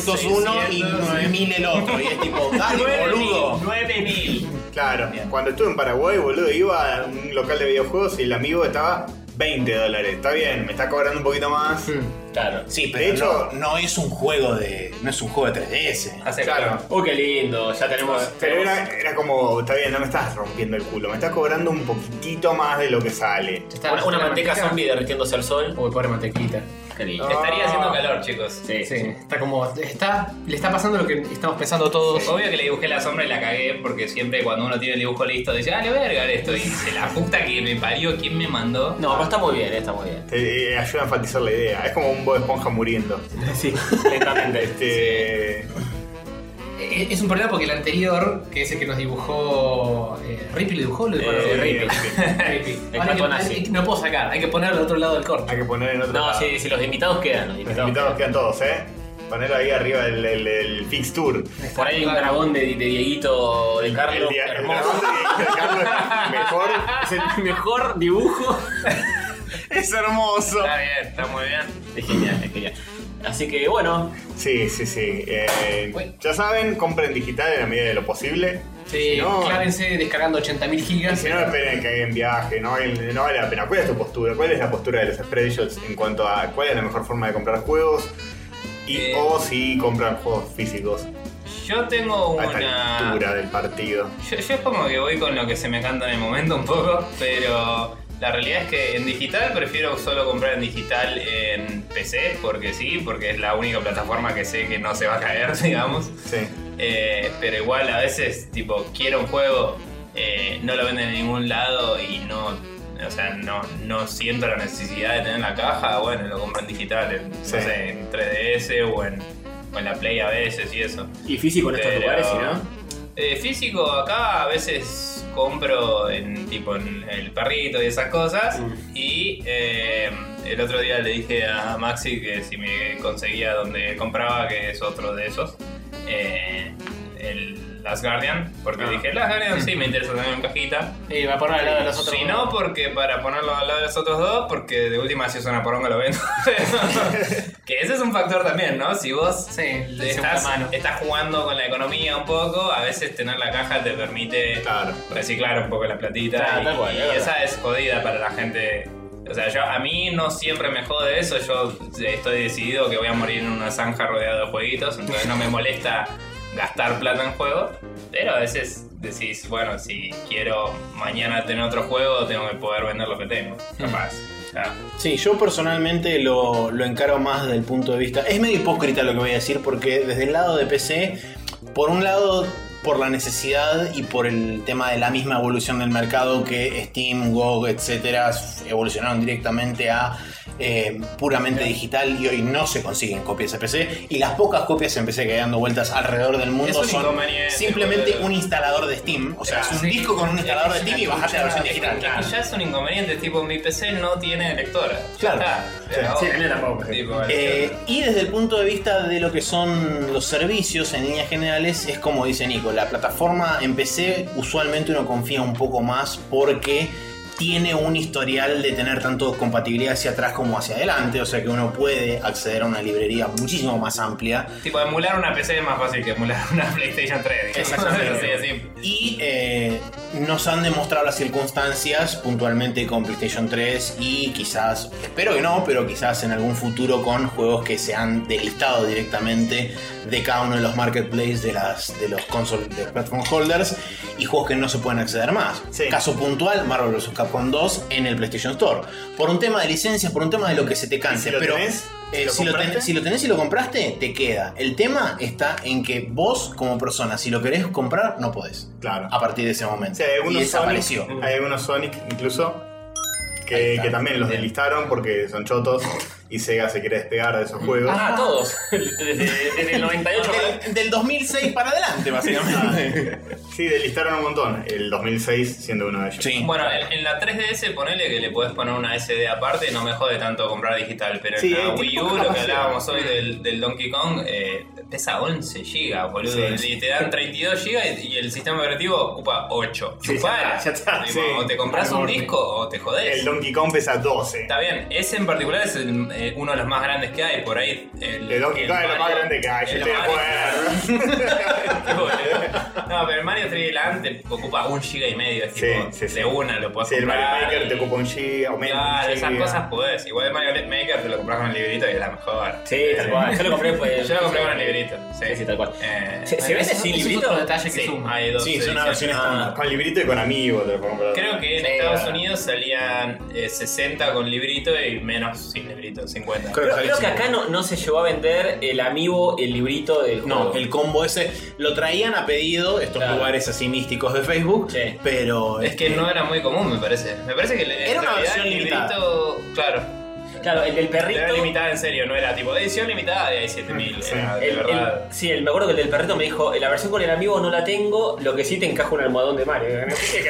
F: 501 y 9000 el otro. Y es tipo, dale, boludo.
G: 9000.
B: Claro,
F: Bien.
B: cuando estuve en Paraguay, boludo, iba a un local de videojuegos y el amigo estaba 20 dólares. Está bien, me está cobrando un poquito más.
C: Hmm.
D: Mm,
C: Claro.
F: Sí,
B: De
F: pero
B: hecho-
F: no, no es un juego de. No es un juego de 3DS.
G: Hace
B: Claro.
C: Uy, qué lindo, ya tenemos.
B: Pero era, era como, está bien, no me estás rompiendo el culo, me estás cobrando un poquitito más de lo que sale.
D: Está-
C: Una, una
D: la
C: manteca
D: manteca-
C: zombie derritiéndose al sol.
D: Uy, pobre mantequita.
C: Qué lindo.
G: Estaría haciendo calor, chicos.
C: Sí,
D: Sí, está como. Está, le está pasando lo que estamos pensando todos.
G: Obvio que le dibujé la sombra y la cagué porque siempre cuando uno tiene el dibujo listo dice, ah, le voy a agregar esto. Y dice, la puta que me parió, ¿quién me mandó?
C: No, pero está muy bien, está muy bien.
B: Te eh, ayuda a enfatizar la idea. Es como un Bob Esponja muriendo.
C: Sí, lentamente.
B: Este.
D: Eh, Es un problema porque el anterior, que es el que nos dibujó. Eh, ¿Rippy lo dibujó? Lo dibujó
C: Eh,
D: Rippy.
C: Rippy.
D: Rippy. Ahora hay que-
C: pato nazi.
D: hay que- no puedo sacar, hay que ponerlo al otro lado del corte.
B: Hay que poner en otro.
C: No,
B: lado.
C: sí, sí, los invitados quedan. Los
B: Los
C: invitados
B: invitados
C: quedan.
B: quedan todos, ¿eh? ponerlo ahí arriba del, del, del fixture.
C: Por ahí hay un dragón de, de Dieguito de
B: El
C: Carlos.
B: día- el
C: hermoso.
B: dragón de- de Carlos, mejor.
C: Es el mejor dibujo.
F: Es hermoso.
G: Está bien, está muy bien.
C: Es genial, es genial. Así que bueno,
B: Sí, sí, sí. Eh,
D: Uy.
B: ya saben, compren digital en la medida de lo posible.
D: Sí,
B: Si no-
D: clávense descargando 80.000
B: Y
D: gigas.
B: Si no esperen que hagan viaje, no, vale- no vale la pena. ¿Cuál es tu postura? ¿Cuál es la postura de los spreadshots en cuanto a cuál es la mejor forma de comprar juegos? Y
G: Eh.
B: o si compran juegos físicos
G: Yo tengo
B: a esta
G: una.
B: altura del partido.
G: Yo, yo es como que voy con lo que se me canta en el momento un poco, pero la realidad es que en digital prefiero solo comprar en digital en PC, porque sí, porque es la única plataforma que sé que no se va a caer, digamos.
B: Sí.
G: Eh, pero igual a veces, tipo, quiero un juego, eh, no lo venden en ningún lado y no, o sea, no, no siento la necesidad de tener la caja, bueno, lo compro en digital, en, no
B: Sí.
G: sé, en 3DS o en, o en la Play a veces y eso.
C: y físico en estos
G: Pero,
C: lugares, si no.
G: eh, físico, acá a veces compro en tipo en el perrito y esas cosas.
C: Mm.
G: Y eh, el otro día le dije a Maxi que si me conseguía donde compraba, que es otro de esos, eh, el Last Guardian. Porque
C: Ah.
G: dije, Last Guardian sí me interesa también en cajita.
D: Eh, va a poner al lado de los otros.
G: Si no, porque para ponerlo al lado de los otros dos, porque de última si es una poronga lo vendo. que ese es un factor también, ¿no? Si vos
D: Sí, el de segunda
G: estás,
D: mano.
G: estás jugando con la economía un poco, a veces tener la caja te permite
B: Claro.
G: reciclar un poco la platita.
C: Claro,
G: y
C: Ah, tal cual,
G: y
C: es verdad.
G: esa es jodida para la gente. O sea, yo, a mí no siempre me jode eso. Yo estoy decidido que voy a morir en una zanja rodeado de jueguitos, entonces no me molesta gastar plata en juegos. Pero a veces decís, bueno, si quiero mañana tener otro juego, tengo que poder vender lo que tengo. Capaz. Claro.
F: Sí, yo personalmente lo, lo encaro más desde el punto de vista. Es medio hipócrita lo que voy a decir, porque desde el lado de PC, por un lado, por la necesidad y por el tema de la misma evolución del mercado que Steam, GOG, etcétera, evolucionaron directamente a eh, puramente digital y hoy no se consiguen copias de PC. Y las pocas copias en PC que hay dando vueltas alrededor del
G: Es
F: mundo
G: un
F: son
G: inconveniente,
F: simplemente
G: boludo.
F: un instalador de Steam. O sea, es un disco con un instalador de Steam y bajate la versión digital.
G: Y ya es un inconveniente, tipo, mi PC no tiene lectora. Ya
F: Claro.
G: está.
C: Sí, la mía tampoco.
G: Tipo,
F: Eh, y desde el punto de vista de lo que son los servicios en líneas generales, es como dice Nico, la plataforma en PC usualmente uno confía un poco más porque tiene un historial de tener tanto compatibilidad hacia atrás como hacia adelante, o sea que uno puede acceder a una librería muchísimo más amplia.
G: eh, Tipo, emular una PC es más fácil que emular una PlayStation 3. digamos.
F: Exactamente.
G: Así de simple.
F: Y eh, nos han demostrado las circunstancias puntualmente con PlayStation 3 y quizás, espero que no, pero quizás en algún futuro con juegos que se han delistado directamente de cada uno de los marketplaces de las de los console de los platform holders y juegos que no se pueden acceder más.
B: Sí.
F: Caso puntual, Marvel vs. Capcom 2 en el PlayStation Store. Por un tema de licencias, por un tema de lo que se te canse.
B: si lo
F: pero
B: tenés?
F: eh,
B: ¿Lo
F: si, lo ten-
B: compraste?
F: si lo tenés y lo compraste, te queda. El tema está en que vos, como persona, si lo querés comprar, no podés.
B: Claro.
F: A partir de ese
B: O
F: momento.
B: sea, hay
F: Ah, y
B: algunos,
F: desapareció.
B: Sonic, hay algunos Sonic incluso
F: Ahí
B: que,
F: está.
B: que también los delistaron porque son chotos y Sega se quiere despegar de esos juegos.
C: Ah, todos. Desde, desde el 98 para-
F: Del, del 2006 para adelante, básicamente.
B: Sí, delistaron un montón. El 2006 siendo uno de ellos.
F: sí.
G: Bueno, en, en la 3DS ponele que le puedes poner una SD aparte, no me jode tanto comprar digital, pero
B: Sí,
G: en la
B: eh,
G: Wii
B: tiene
G: U,
B: poca
G: lo que
B: capacidad. Mm.
G: hablábamos hoy del, del Donkey Kong, eh, pesa 11 GB, boludo,
B: Sí.
G: y te dan 32 GB y, y el sistema operativo ocupa 8.
C: Sí,
G: Chupala.
C: ya está, ya está.
G: Tipo,
B: Sí.
G: O te compras un disco o te jodés.
B: El Donkey Kong pesa 12.
G: Está bien, ese en particular es el, eh, uno de los más grandes que hay, por ahí. El,
B: El Donkey Kong es lo más
G: Mario-
B: grande que hay. Yo
G: el
B: estoy de
G: Mario-
B: acuerdo.
G: Qué boludo. no, pero el Mario 3D Land te ocupa un giga y medio, es
B: Sí,
G: tipo,
B: sí, sí.
G: de una lo podés
B: Sí, el Mario
G: comprar
B: Maker
G: y-
B: te ocupa un giga, aumenta
G: Claro,
B: un
G: esas
B: giga.
G: cosas podés. Igual el Mario Maker te lo compras con el librito y es la mejor.
C: Sí, tal cual. Yo lo compré. pues,
G: Yo lo compré con el librito. Sí,
C: Sí, sí, tal cual.
G: Eh,
C: ¿Se, se vende
D: Eso-
C: sin
D: eso es
C: librito?
D: otro detalle que suma.
G: hay dos
F: Sí, son una
G: ediciones.
F: versión estándar.
B: Ah,
G: Ah.
B: Con librito y con amigos te lo puedo comprar.
G: Creo que en
C: Sí,
G: Estados
C: claro.
G: Unidos salían eh, 60 con librito y menos sin librito, 50.
F: Creo
C: Pero
F: sale
C: creo que
F: así.
C: acá no, no se llevó a vender el amigo, el librito del juego.
F: No, el combo ese lo traían a pedido estos
C: Claro.
F: lugares así místicos de Facebook,
C: Sí.
F: pero eh,
G: Es que no era muy común, me parece. Me parece que en
F: Era una
G: realidad
F: versión
G: el
F: limitada.
G: librito. Claro.
C: Claro, el del perrito.
G: Era limitada en serio, no era tipo edición limitada de 7000,
B: Sí.
G: era de
C: el-
G: verdad.
C: el- sí, el- me acuerdo que el del perrito me dijo, "Eh, la versión con el amigo no la tengo, lo que sí te encaja un almohadón de Mario. No tiene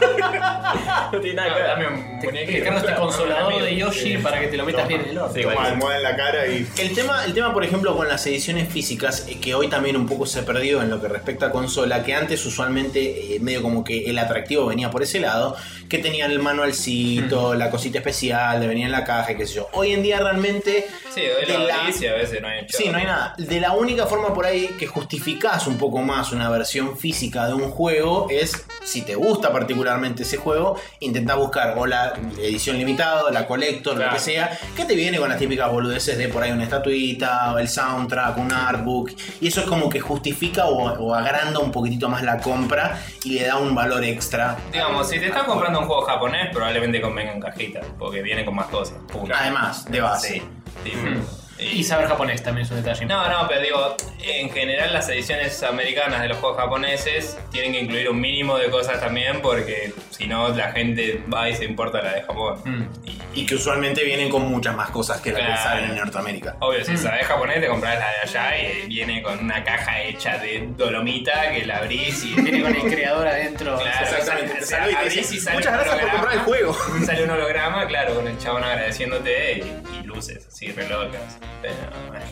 C: que ver. no tiene nada
G: No,
C: que ver.
G: Ah, dame un muñequito.
D: Carlos este
G: Claro,
D: consolador
G: amigo.
D: de Yoshi para que te lo metas bien en el orto.
C: Sí,
B: Como
C: bueno.
B: almohada en la cara y.
F: El tema, el tema, por ejemplo, con las ediciones físicas, eh, que hoy también un poco se ha perdido en lo que respecta a consola, que antes usualmente eh, medio como que el atractivo venía por ese lado, que tenían el manualcito, la cosita especial, de venía en la caja, y qué sé yo. Hoy en día realmente...
G: Sí, doy
F: de la-
G: la noticia, a veces no hay mucho.
F: Sí, no hay nada. De la única forma por ahí que justificás un poco más una versión física de un juego es, si te gusta particularmente ese juego, intentá buscar o la edición limitada, o la collector, lo
G: Claro.
F: que sea, que te viene con las típicas boludeces de por ahí una estatuita, o el soundtrack, un artbook, y eso es como que justifica o, o agranda un poquitito más la compra y le da un valor extra.
G: Digamos, si te estás comprando un juego japonés, probablemente convenga en cajita, porque viene con más cosas. punto.
F: Además, de base.
G: Sí.
F: Mm.
G: Tipo,
D: Y saber japonés también es un detalle.
G: No, no, pero digo, en general las ediciones americanas de los juegos japoneses tienen que incluir un mínimo de cosas también porque si no la gente va y se importa la de Japón.
D: Mm.
F: Mm.
G: Y,
F: Y que usualmente vienen con muchas más cosas que las que
G: Claro.
F: salen en Norteamérica.
G: obvio, si sabes japonés te compras la de allá y viene con una caja hecha de dolomita que la abrís y
D: Viene con el creador adentro.
G: Claro,
F: Exactamente.
G: o sea,
F: Te saluda y te
G: abrís
F: dice,
G: y sale
F: Muchas
G: un
F: gracias por comprar
G: holograma".
F: el juego.
G: Sale un holograma, claro, con el chabón agradeciéndote y, y luces así, re locas. Pero, bueno.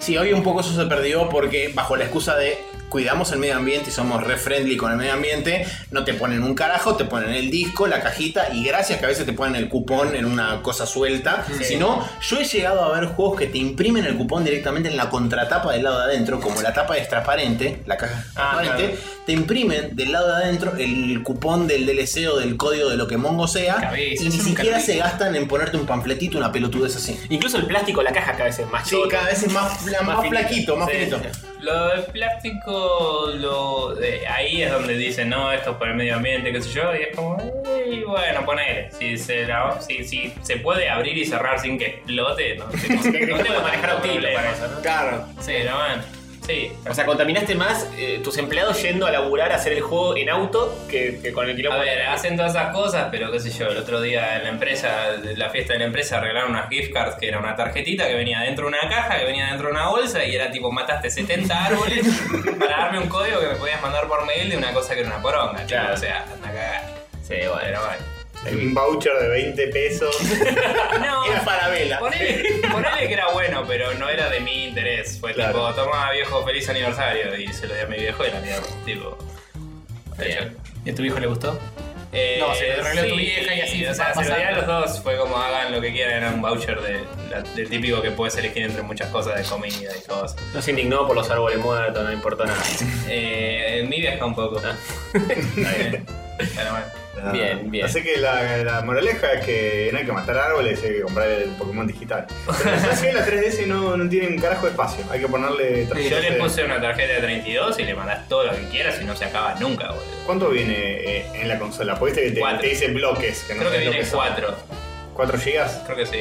F: Sí, hoy un poco eso se perdió porque bajo la excusa de cuidamos el medio ambiente y somos re friendly con el medio ambiente, no te ponen un carajo, te ponen el disco, la cajita y gracias que a veces te ponen el cupón en una cosa suelta. Si no, yo he llegado a ver juegos que te imprimen el cupón directamente en la contratapa del lado de adentro, como la tapa es transparente, la caja es
G: Ah,
F: transparente, te imprimen del lado de adentro el cupón del DLC o del código de lo que mongo sea
D: Cabeza,
F: y ni
D: eso nunca
F: siquiera
D: lo
F: se gastan en ponerte un panfletito, una pelotudez así.
C: Incluso el plástico de la caja cada vez es más
F: Sí,
C: chico.
F: cada vez es más, fla- más,
C: finito.
F: flaquito, más
C: Sí.
F: finito.
G: Lo del plástico, lo de- ahí es donde dicen, no, esto es por el medio ambiente, qué sé yo, y es como, "Ey, bueno, ponele, si se, la- si, si se puede abrir y cerrar sin que explote, no sé, no tengo manejar un problema.
F: Claro.
G: Pero bueno, sí.
C: O sea, contaminaste más eh, tus empleados yendo a laburar a hacer el juego en auto que, que con el
G: A
C: quilombo.
G: ver, hacen todas esas cosas, pero qué sé yo, el otro día en la empresa, de la fiesta de la empresa, regalaron unas gift cards que era una tarjetita que venía dentro de una caja, que venía dentro de una bolsa y era tipo, mataste 70 árboles para darme un código que me podías mandar por mail de una cosa que era una poronga, tipo,
C: Claro.
G: o sea, anda a cagar.
C: Sí, bueno.
G: Pero bueno.
B: Un voucher de 20 pesos.
G: No,
F: Era para vela.
G: Ponele, ponele que era bueno, pero no era de mi interés. Fue
B: Claro.
G: tipo, toma viejo, feliz aniversario. Y se lo di a mi viejo y la mierda. Tipo. Bien.
D: ¿Y a tu hijo le gustó?
G: Eh,
D: No, se lo arregló tu vieja y así
G: O sea,
D: va
G: se lo di a los
D: pasando.
G: dos. Fue como hagan lo que quieran. Era un voucher de, la- del típico que puedes elegir entre muchas cosas de comida y cosas.
C: No se indignó por los árboles muertos, no importó nada.
G: Eh, mi vieja un poco.
D: Ah.
G: Está bien. Pero bueno.
C: Bien, bien.
B: Así que la, la moraleja es que no hay que matar árboles, hay que comprar el Pokémon digital. Pero la situación de la 3DS no, no tiene un carajo de espacio. Hay que ponerle
G: Yo
B: tarjetas
G: le
B: de-
G: puse una tarjeta de 32 y le mandás todo lo que quieras y no se acaba nunca, boludo.
B: ¿Cuánto viene eh, en la consola? Porque viste que te,
G: Cuatro.
B: te dice bloques. Que no
G: Creo que
B: sabes lo
G: viene
B: son.
G: 4.
B: ¿Cuatro gigas?
G: Creo que sí.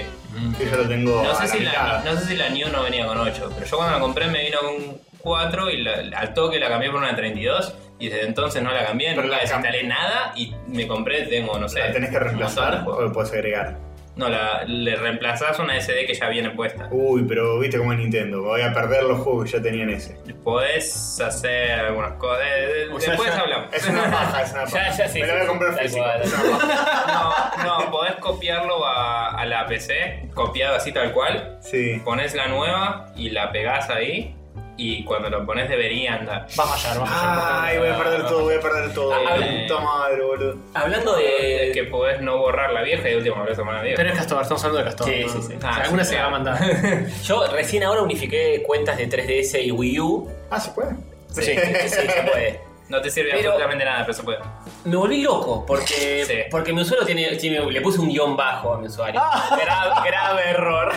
B: Yo ya lo tengo
G: No
B: a
G: sé,
B: la
G: si la,
B: mitad.
G: no sé si la New no venía con 8, pero yo cuando la compré me vino con 4 y la- al toque la cambié por una 32 y desde entonces no la cambié,
B: Pero
G: nunca
B: la
G: desinstalé nada y me compré, tengo, no sé,
B: ¿La tenés que
G: un
B: reemplazar
G: montón
B: o
G: de
B: lo puedes agregar?
G: juegos. No, la, le reemplazás una SD que ya viene puesta.
B: Uy, pero viste cómo es Nintendo. Voy a perder los juegos que ya tenían ese.
G: Podés hacer algunas cosas. de- de-
B: O sea,
G: después
B: ya-
G: hablamos.
B: Es una paja, es una paja.
C: Ya, ya, sí,
B: Me lo voy a
C: sí,
B: comprar
C: tal
B: físico.
C: cual.
B: Es una paja.
G: No, no, podés copiarlo a, a la PC, copiado así tal cual.
B: Sí.
G: Pones la nueva y la pegás ahí y cuando lo pones debería andar.
D: Va a fallar, va a fallar.
B: Ay, voy a perder todo, voy a perder todo.
G: Ah,
B: Puta madre, boludo.
C: Hablando
G: Eh,
C: de.
G: que podés no borrar la vieja y de última volvés a tomar la vieja.
D: Pero es Castor, estamos hablando de Castor.
C: Sí,
D: ¿no?
C: sí, sí.
D: O sea,
G: Ah,
D: alguna
G: sí,
D: se la va a
G: claro.
D: mandar.
C: Yo recién ahora unifiqué cuentas de 3DS y Wii U.
B: Ah, ¿se puede?
C: Sí, sí, sí, se puede.
G: no te sirve
C: Pero-
G: absolutamente nada, pero se puede.
C: Me volví loco porque,
G: Sí.
C: porque mi usuario tiene, tiene- Le puse un guión bajo a mi usuario. Gra- grave error.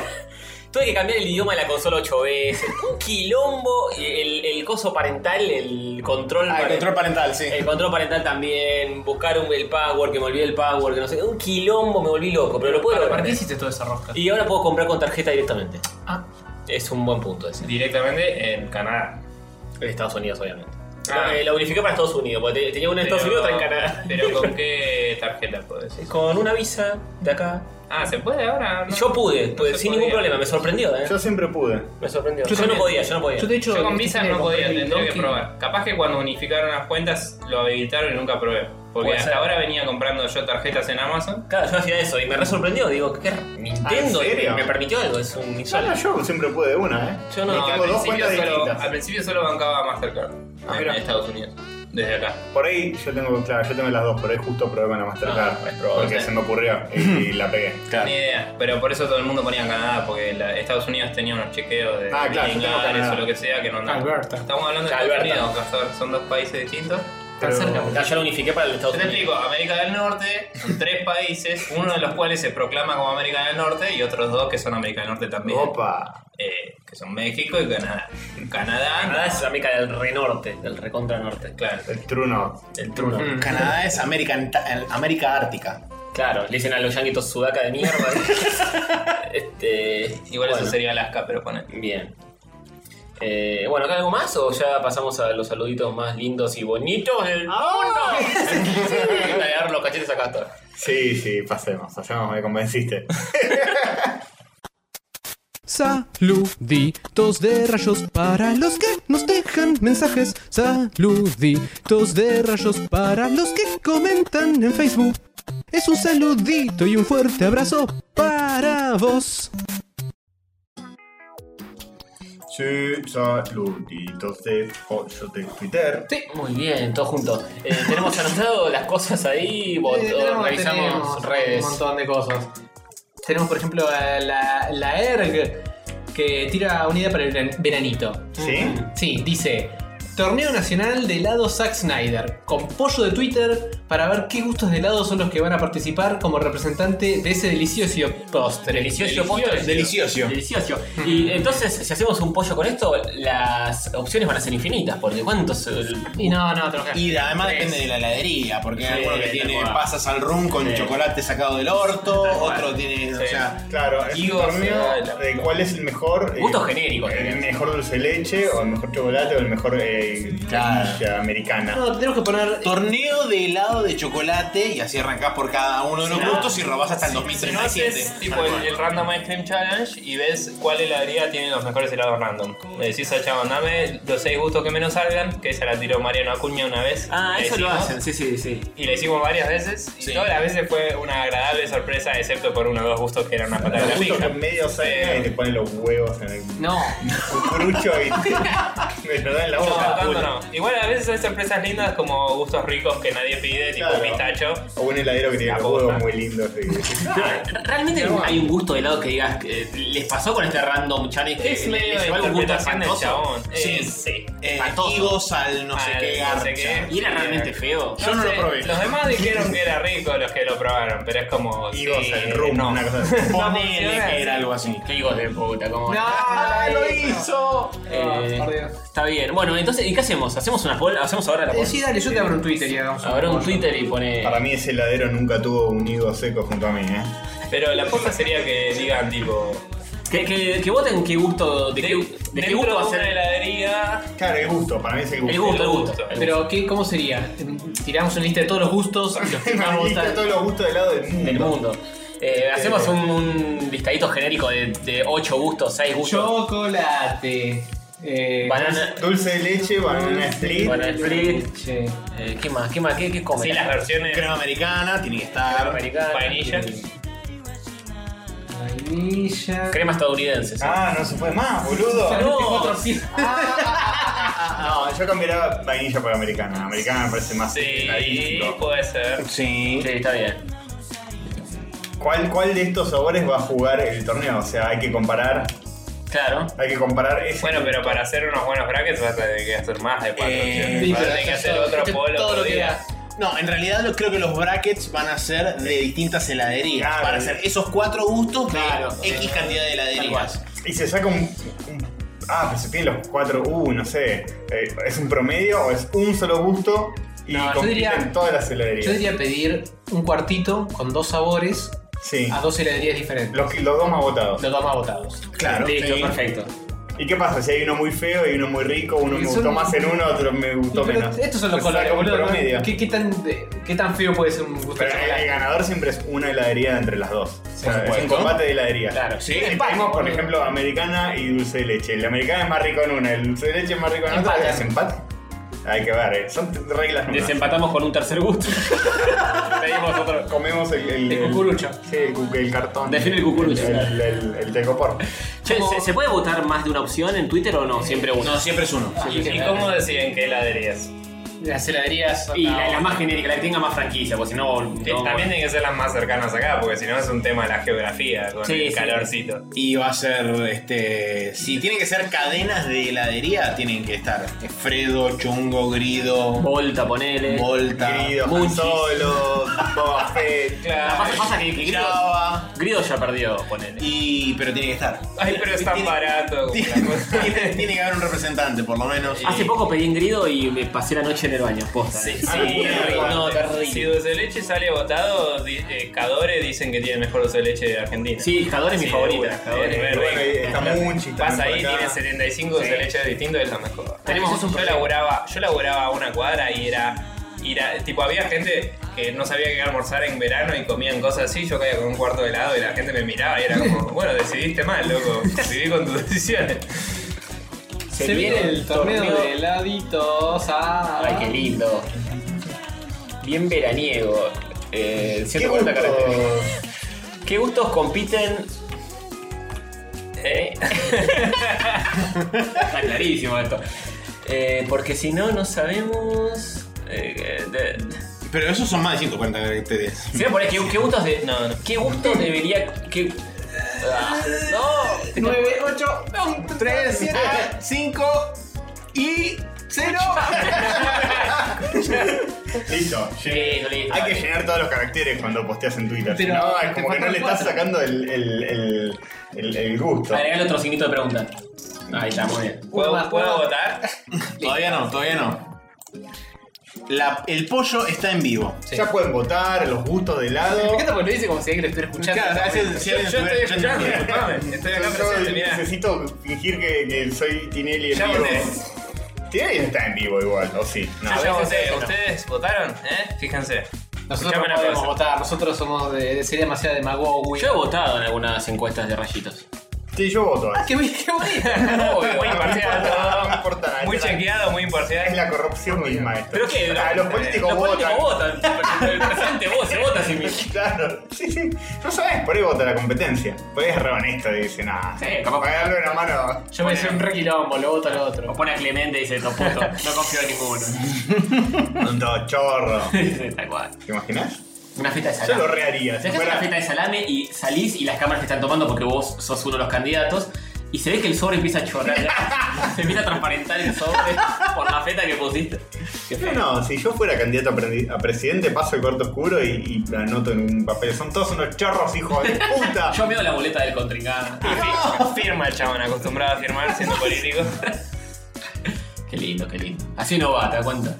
C: Tuve que cambiar el idioma de la consola 8 veces. Un quilombo. y El, el coso parental, el control
F: Ah, el
C: paren-
F: control parental, sí.
C: El control parental también. Buscar un, el password, que me olvidé el password, que no sé. Un quilombo, me volví loco. Pero lo puedo
D: Pero, ¿Para
C: lograr.
D: qué hiciste toda esa rosca?
C: Y ahora puedo comprar con tarjeta directamente.
D: Ah.
C: Es un buen punto ese.
G: Directamente en Canadá.
C: En Estados Unidos, obviamente.
G: Ah.
C: Eh, la unifiqué para Estados Unidos, porque te- tenía una en Estados Unidos, otra en Canadá.
G: Pero con qué tarjeta, puedo decir?
C: Con una visa de acá.
G: Ah, ¿se puede ahora? No.
C: Yo pude,
G: No
C: pude,
G: se
C: sin
G: podía.
C: ningún problema. Me sorprendió, eh.
B: Yo siempre pude.
C: me sorprendió.
D: Yo
C: Yo, no
D: también.
C: podía, yo no podía.
D: Yo, de hecho,
G: Yo con
D: el
G: Visa
D: chiste
G: no
D: de
G: podía,
D: comprar el
G: tendría que
D: Donkey,
G: probar. Capaz que cuando unificaron las cuentas lo habilitaron y nunca probé. Porque
C: Puede
G: hasta
C: ser.
G: ahora venía comprando yo tarjetas en Amazon.
C: Claro, yo hacía eso y me re sorprendió. Digo, ¿qué Nintendo
B: Ah, ¿en serio?
C: me permitió algo? Es un
B: Yo,
C: insólito.
B: yo siempre pude de una, ¿eh?
C: Yo no,
B: Y
G: No, al
B: tengo dos
G: principio,
B: cuentas
G: solo,
B: distintas.
G: al principio solo bancaba Mastercard
B: Ah,
G: en
B: mira.
G: Estados Unidos. Desde acá.
B: Por ahí yo tengo, claro, yo tengo las dos, por ahí justo probé con la Mastercard.
G: Ah, es probable.
B: porque se me ocurrió y, y la pegué.
G: Ni idea. Pero por eso todo el mundo ponía en Canadá, porque la- Estados Unidos tenía unos chequeos de
B: Ah, claro, yo tengo
G: dólares
B: Canadá.
G: o lo que sea que no andaban.
D: Alberta.
G: Estamos hablando de Estados
C: Alberta.
G: Unidos, Castor, son dos países distintos.
D: Tan
B: Pero-
D: cerca, boludo.
C: Ya, yo lo unifiqué para el
G: Yo
C: Estados
G: te
C: Unidos.
G: explico, América del Norte, son tres países, uno de los cuales se proclama como América del Norte y otros dos que son América del Norte también.
B: Opa.
G: Eh, que son México y Canadá. Canadá,
C: Canadá es América del Re Norte, del Recontra Norte.
G: claro,
B: El truno.
C: El truno.
F: Canadá es América, Ant- América Ártica.
C: Claro, le dicen a los yanguitos sudaca de mierda. este.
G: igual
C: bueno,
G: eso sería Alaska, pero ponen.
C: Bien. Eh, bueno, ¿acá algo más o ya pasamos a los saluditos más lindos y bonitos del
D: ¡Ah!
C: mundo? Sí, le voy a agarrar los cachetes a Castor.
B: Sí, sí, pasemos, pasemos, me convenciste.
A: Saluditos de rayos para los que nos dejan mensajes. Saluditos de rayos para los que comentan en Facebook. Es un saludito y un fuerte abrazo para vos.
B: Sí, saluditos de Joyo de Twitter.
C: Sí, muy bien, todos juntos. Eh, ¿Tenemos anotado las cosas ahí? ¿O, o
D: Eh, tenemos-
C: revisamos
D: tenemos
C: redes?
D: Un montón de cosas. Tenemos, por ejemplo, a la, la ERG que tira una idea para el veran- veranito.
B: ¿Sí?
D: Sí, dice: Torneo Nacional de helado Zack Snyder, con pollo de Twitter para ver qué gustos de helado son los que van a participar como representante de ese delicioso postre.
C: Delicioso postre.
F: Delicioso.
C: Delicioso. Y entonces, si hacemos un pollo con esto, las opciones van a ser infinitas, porque ¿cuántos? el-
D: Y no, no, te lo
F: Y de- además depende de la heladería, porque hay
C: Sí,
F: alguno que
C: tal
F: tiene
C: cual.
F: pasas al rum con
C: Sí.
F: chocolate sacado del orto,
C: Tal cual.
F: otro tiene, o
C: Sí.
F: sea,
B: Claro, es un
C: Digo, se da
B: torneo
C: la-
B: de cuál es el mejor. eh,
C: Gustos genéricos,
B: El
C: digamos.
B: mejor dulce de leche, o el mejor chocolate, o el mejor eh,
F: Claro.
B: vainilla americana.
D: No, tenemos que poner.
F: torneo de helado de chocolate y así arrancás por cada uno de los
G: no,
F: gustos y robás hasta el
G: Si no haces
F: 2037.
G: tipo el, el Random Ice Cream Challenge y ves cuál heladería tiene los mejores helados random. Le decís al chabón, dame los seis gustos que menos salgan, que esa la tiró Mariano Acuña una vez.
C: Ah,
G: Le
C: eso lo
G: hicimos,
C: hacen, sí, sí, sí.
G: Y le hicimos varias veces, y
F: Sí.
G: todas las veces fue una agradable sorpresa, excepto por uno o dos gustos que eran una patada de
B: Los
G: la
B: gustos
G: pija.
B: que medio salen y te ponen los huevos en el
D: No,
B: cucurucho y te- me lo dan en la
G: No,
B: boca.
G: tanto no. Igual a veces hay sorpresas lindas como gustos ricos que nadie pide, tipo
B: Claro.
G: pistacho.
B: O un heladero que tiene
G: La
B: los
G: posta.
B: huevos muy lindos. y-
C: Realmente hay un gusto de helado que digas, eh, les pasó con este random challenge que
G: Es
C: les-
G: medio
C: les
G: de
C: llevó algún gusto
G: interpretación del
C: espantoso?
G: chabón.
C: Sí,
G: Eh,
C: sí.
F: Eh,
C: espantoso.
F: higos al no sé
G: Al
F: qué
G: no sé
F: garcha.
G: qué.
C: Y era realmente feo.
F: Yo no lo probé.
G: Los demás dijeron que era rico los que lo probaron, pero es como.
B: Y
G: sí,
B: vos el rum,
G: no.
B: una cosa así.
F: Ponele
G: funciona.
F: que era algo así.
C: Qué hijos de puta, cómo.
D: no, Ah, lo hizo.
C: Eh, está bien. Bueno, entonces, ¿y qué hacemos? ¿Hacemos una bola? ¿Hacemos ahora la bola?
D: Eh, sí, dale, yo te abro un Twitter y hagamos
C: Habrá un Twitter y pone.
B: Para mí ese heladero nunca tuvo un higo seco junto a mí, ¿eh?
G: Pero la cosa sería que digan, tipo.
C: Que, que, que voten qué gusto. De, qué, de qué
G: dentro
C: gusto va a
G: de una
C: ser.
G: heladería.
B: Claro, el gusto, para mí es el gusto.
C: El gusto, el gusto.
G: gusto.
D: Pero, ¿qué, ¿cómo sería? Tiramos una lista de todos los gustos, los que más
B: Una lista de
D: gustan.
B: todos los gustos del lado del mundo.
C: del mundo. Eh, hacemos un, un listadito genérico de, de 8 gustos, 6 gustos.
D: Chocolate. Eh,
C: Banana.
B: Dulce de leche, banana split.
C: Banana split.
D: leche.
C: Eh, ¿Qué más? ¿Qué más? ¿Qué, qué comen?
G: Sí, las versiones.
F: Crema americana tiene que estar.
C: americanas.
G: Vainilla.
C: eh,
D: Vainilla.
C: Crema estadounidense. sí.
B: Ah, no se puede más, boludo. Ah,
D: Solamente
C: no.
D: cuatro opciones.
B: No, yo cambiaría vainilla por americana. Americana me parece más
G: Sí,
B: estadístico.
G: puede ser.
F: Sí.
C: Sí, está bien.
B: ¿Cuál, ¿Cuál de estos sabores va a jugar el torneo? O sea, hay que comparar.
C: Claro.
B: Hay que comparar ese.
G: Bueno, pero para hacer unos buenos brackets vas a tener que hacer más de cuatro
F: Eh,
G: opciones.
D: sí,
G: Vas a
D: pero
G: tener que
D: eso-
G: hacer otro
D: esto es
G: polo
D: todo
G: otro
D: lo que
G: día.
D: da.
F: No, en realidad lo- creo que los brackets van a ser de distintas heladerías.
B: Claro.
F: Para hacer esos cuatro gustos de
C: Claro.
F: X cantidad de heladerías.
B: Y se saca un. un- ah, pero se piden los cuatro. Uh, no sé. Eh, ¿Es un promedio o es un solo gusto? Y
D: No, yo
B: compiten
D: diría-
B: todas las heladerías.
D: Yo diría pedir un cuartito con dos sabores
B: Sí.
D: a dos heladerías diferentes.
B: Los, que- los dos más votados.
D: Los dos más votados.
F: Claro.
C: Listo,
F: sí.
C: perfecto.
B: ¿Y qué pasa? Si hay uno muy feo y uno muy rico, uno
D: Y
B: me
D: son-
B: gustó más en uno, otro me gustó
D: Pero
B: menos.
D: Estos son los
B: O sea,
D: colores,
B: como el
D: boludo, ¿no?
B: promedio.
D: ¿Qué, qué tan, de- qué tan feo puede ser un gusto de
B: Pero el, el
D: chocolate?
B: ganador siempre es una heladería entre las dos.
D: Sí,
B: O sea,
D: por
B: es un
F: supuesto.
B: combate de heladería.
C: Claro,
B: sí. Tenemos, por ejemplo, americana y dulce de leche. La americana es más rico en una, el dulce de leche es más rico en otra.
C: Empatan.
B: Desempate. Hay que ver, eh. son t- reglas nuevas.
C: Desempatamos con un tercer gusto. Pedimos otro.
B: Comemos el, el,
D: El cucurucho.
B: Sí, el, cu- el cartón.
C: Define el cucurucho.
B: El, el, el- el tecopor.
C: Che, ¿se, se puede votar más de una opción en Twitter o no? Siempre uno.
F: No, siempre es uno.
G: ¿Y, y cómo deciden qué heladerías?
D: Las heladerías.
C: y
D: no.
C: la, la más genérica, la que tenga más franquicia, porque si no. no-
G: Que También tienen que ser las más cercanas acá, porque si no es un tema de la geografía, con
C: Sí,
G: el
C: sí.
G: calorcito.
F: Y va a ser, este, si tienen que ser cadenas de heladería, tienen que estar este, Fredo, Chungo, Grido,
C: Volta, ponele.
F: Volta,
B: Querido, Han
C: Munchies.
B: Solo, Boba Fett.
C: La pasa, pasa que, que Grido,
F: Java,
C: Grido ya perdió, ponele.
F: y, pero tiene que estar.
G: Ay, pero es tan
F: Tiene-
G: barato. como la
F: Tiene,
G: cosa.
F: tiene- tiene que haber un representante, por lo menos.
C: Hace
F: Y-
C: poco pedí en Grido y me pasé la noche en el baño, posta.
G: Sí,
C: eh.
G: sí,
B: Ah,
G: terrible.
C: no, terrible.
G: Si dulce de leche sale agotado, di- eh, Cadore dicen que tiene mejor dulce de leche de Argentina.
C: Sí, Cadore es mi
G: Sí,
C: favorita.
G: de una.
C: Cadore.
G: Eh, bueno,
B: Bueno, y está Munchies
G: Pasa ahí,
B: también por acá.
G: tiene 75 dulce de leche distintos, es la mejor.
C: Tenemos-
G: Tenemos, yo, laburaba, yo laburaba a una cuadra y era, ir a- Tipo, había gente que no sabía que almorzar en verano y comían cosas así. Yo caía con un cuarto de helado y la gente me miraba y era como, bueno, decidiste mal, loco. Viví con tus decisiones.
D: Se viene el torneo, de heladitos. Ah,
C: Ay, qué lindo. Bien veraniego. Eh,
B: Qué
C: 140
B: gusto.
C: caracteres. ¿Qué gustos compiten? ¿Eh? Está clarísimo esto. Eh, porque si no, no sabemos. eh, de-
F: Pero esos son más de 140 caracteres.
C: Si voy a poner qué, qué gustos de. No, no. ¿Qué gustos debería. Qué, Ah, no.
D: 9, 8, 3, 7.
C: ah.
F: 5 y 0.
B: Listo.
C: Listo, listo.
B: Hay que llenar todos los caracteres cuando posteas en Twitter. si
D: Pero
B: no, es
D: te
B: como que no
D: faltan
B: le estás
D: cuatro.
B: sacando el, el, el, el- el gusto.
C: Agregale otro signito de pregunta. Ahí está, muy bien.
G: ¿Puedo, ¿puedo votar?
F: todavía no, todavía no. La- el pollo está en vivo.
B: Ya pueden votar, los gustos de
D: Me
B: lado.
D: encanta porque lo dice como si alguien lo estuviera escuchando.
F: Claro, a veces si
G: Yo,
F: alguien
G: yo
F: estuviera- yo
G: estoy
F: no
G: escuchando,
F: estuviera-
G: disculpame. Estoy
B: Yo
G: acá
B: solo
G: presente, mirá.
B: necesito fingir que, que soy Tinelli en
G: Ya
B: vivo.
G: voté.
B: Tinelli no está en vivo igual, o sí. No.
G: Ah,
D: Yo
G: ya
D: voté,
G: voté.
D: no.
G: ¿Ustedes votaron? ¿Eh? Fíjense.
D: Nosotros
G: Escuchame
D: no
G: una
D: podemos
G: cosa.
D: votar, nosotros somos de, de serie demasiada demagogia.
C: Yo he votado en algunas encuestas de rayitos.
B: Sí, yo voto.
D: Ah, qué bien, qué bonito.
G: Muy imparcial todo.
B: No importa nada.
G: Muy
B: Es la-
G: chequeado, muy imparcial.
B: Es la corrupción misma esto.
C: Pero que
B: Ah, los políticos votan.
C: votan. El presidente vota, se vota sin mí.
B: Claro, sí, sí. No sabes, por ahí vota la competencia. Por ahí es re honesto y dice, nada.
C: Sí, capaz-
B: Pagarle una mano.
D: Yo me hice un re quilombo, lo voto al otro.
C: O pone a Clemente y dice, no puto, no confío en ninguno.
B: Un todo chorro.
C: Tal cual.
B: ¿Te imaginas?
C: Una fiesta de
B: Yo lo
C: salame.
B: reharía.
C: Se
B: Si
C: hace una
B: fuera-
C: fiesta de salame y salís y las cámaras te están tomando porque vos sos uno de los candidatos. Y se ve que el sobre empieza a chorrar. se empieza a transparentar el sobre por la feta que pusiste. Qué
B: No,
C: feo.
B: no, si yo fuera candidato a, prendi- a presidente, paso el corto oscuro y, y lo anoto en un papel. Son todos unos chorros, hijo de puta.
C: Yo miedo la boleta del contrincante.
G: Fi- Firma el chabón, acostumbrado a firmar siendo político.
C: Qué lindo, qué lindo. Así no va, te das cuenta.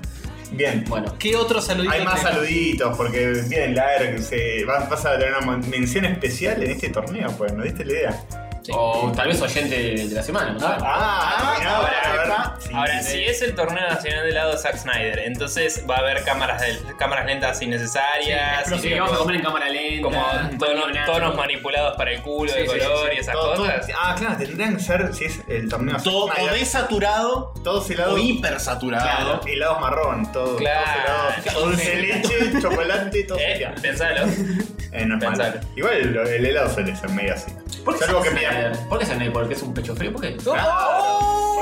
B: Bien.
C: Bueno,
D: ¿Qué otro saludito?
B: Hay más
D: tenemos?
B: saluditos porque vienen la ERC, se- vas, vas a tener una mon- mención especial en este torneo, pues, ¿no diste la idea?
C: o tal vez oyente de, de la semana, ¿no? sabes?
B: Ah, mirá,
G: ahora,
B: a ver. Sí,
G: Ahora,
B: sí,
G: si es el torneo nacional de lado Zack Snyder, entonces va a haber cámaras, del- cámaras lentas innecesarias.
C: Pero
G: y
C: sí, vamos a comer en cámara lenta.
G: como tonos,
C: maniobrando.
G: tonos manipulados para el culo, el color y esas
B: todo- todo-
G: cosas.
B: ah, claro, tendrían que ser si es el torneo.
F: Todo o desaturado
B: todos
F: o
B: helados.
F: hipersaturado.
B: Claro, helados marrón, todo.
G: Claro.
B: todos helados. Dulce de leche, chocolate, todo.
G: Eh,
B: sería.
G: pensalo.
B: Eh, no es malo.
G: Pensalo.
B: Igual el, el helado suele ser medio así.
C: ¿Por qué
B: Salvo
C: se
B: que
C: Snyder?
B: pidan.
C: ¿Por qué Snyder? ¿Porque es un pecho frío? ¿Por qué?
B: Claro.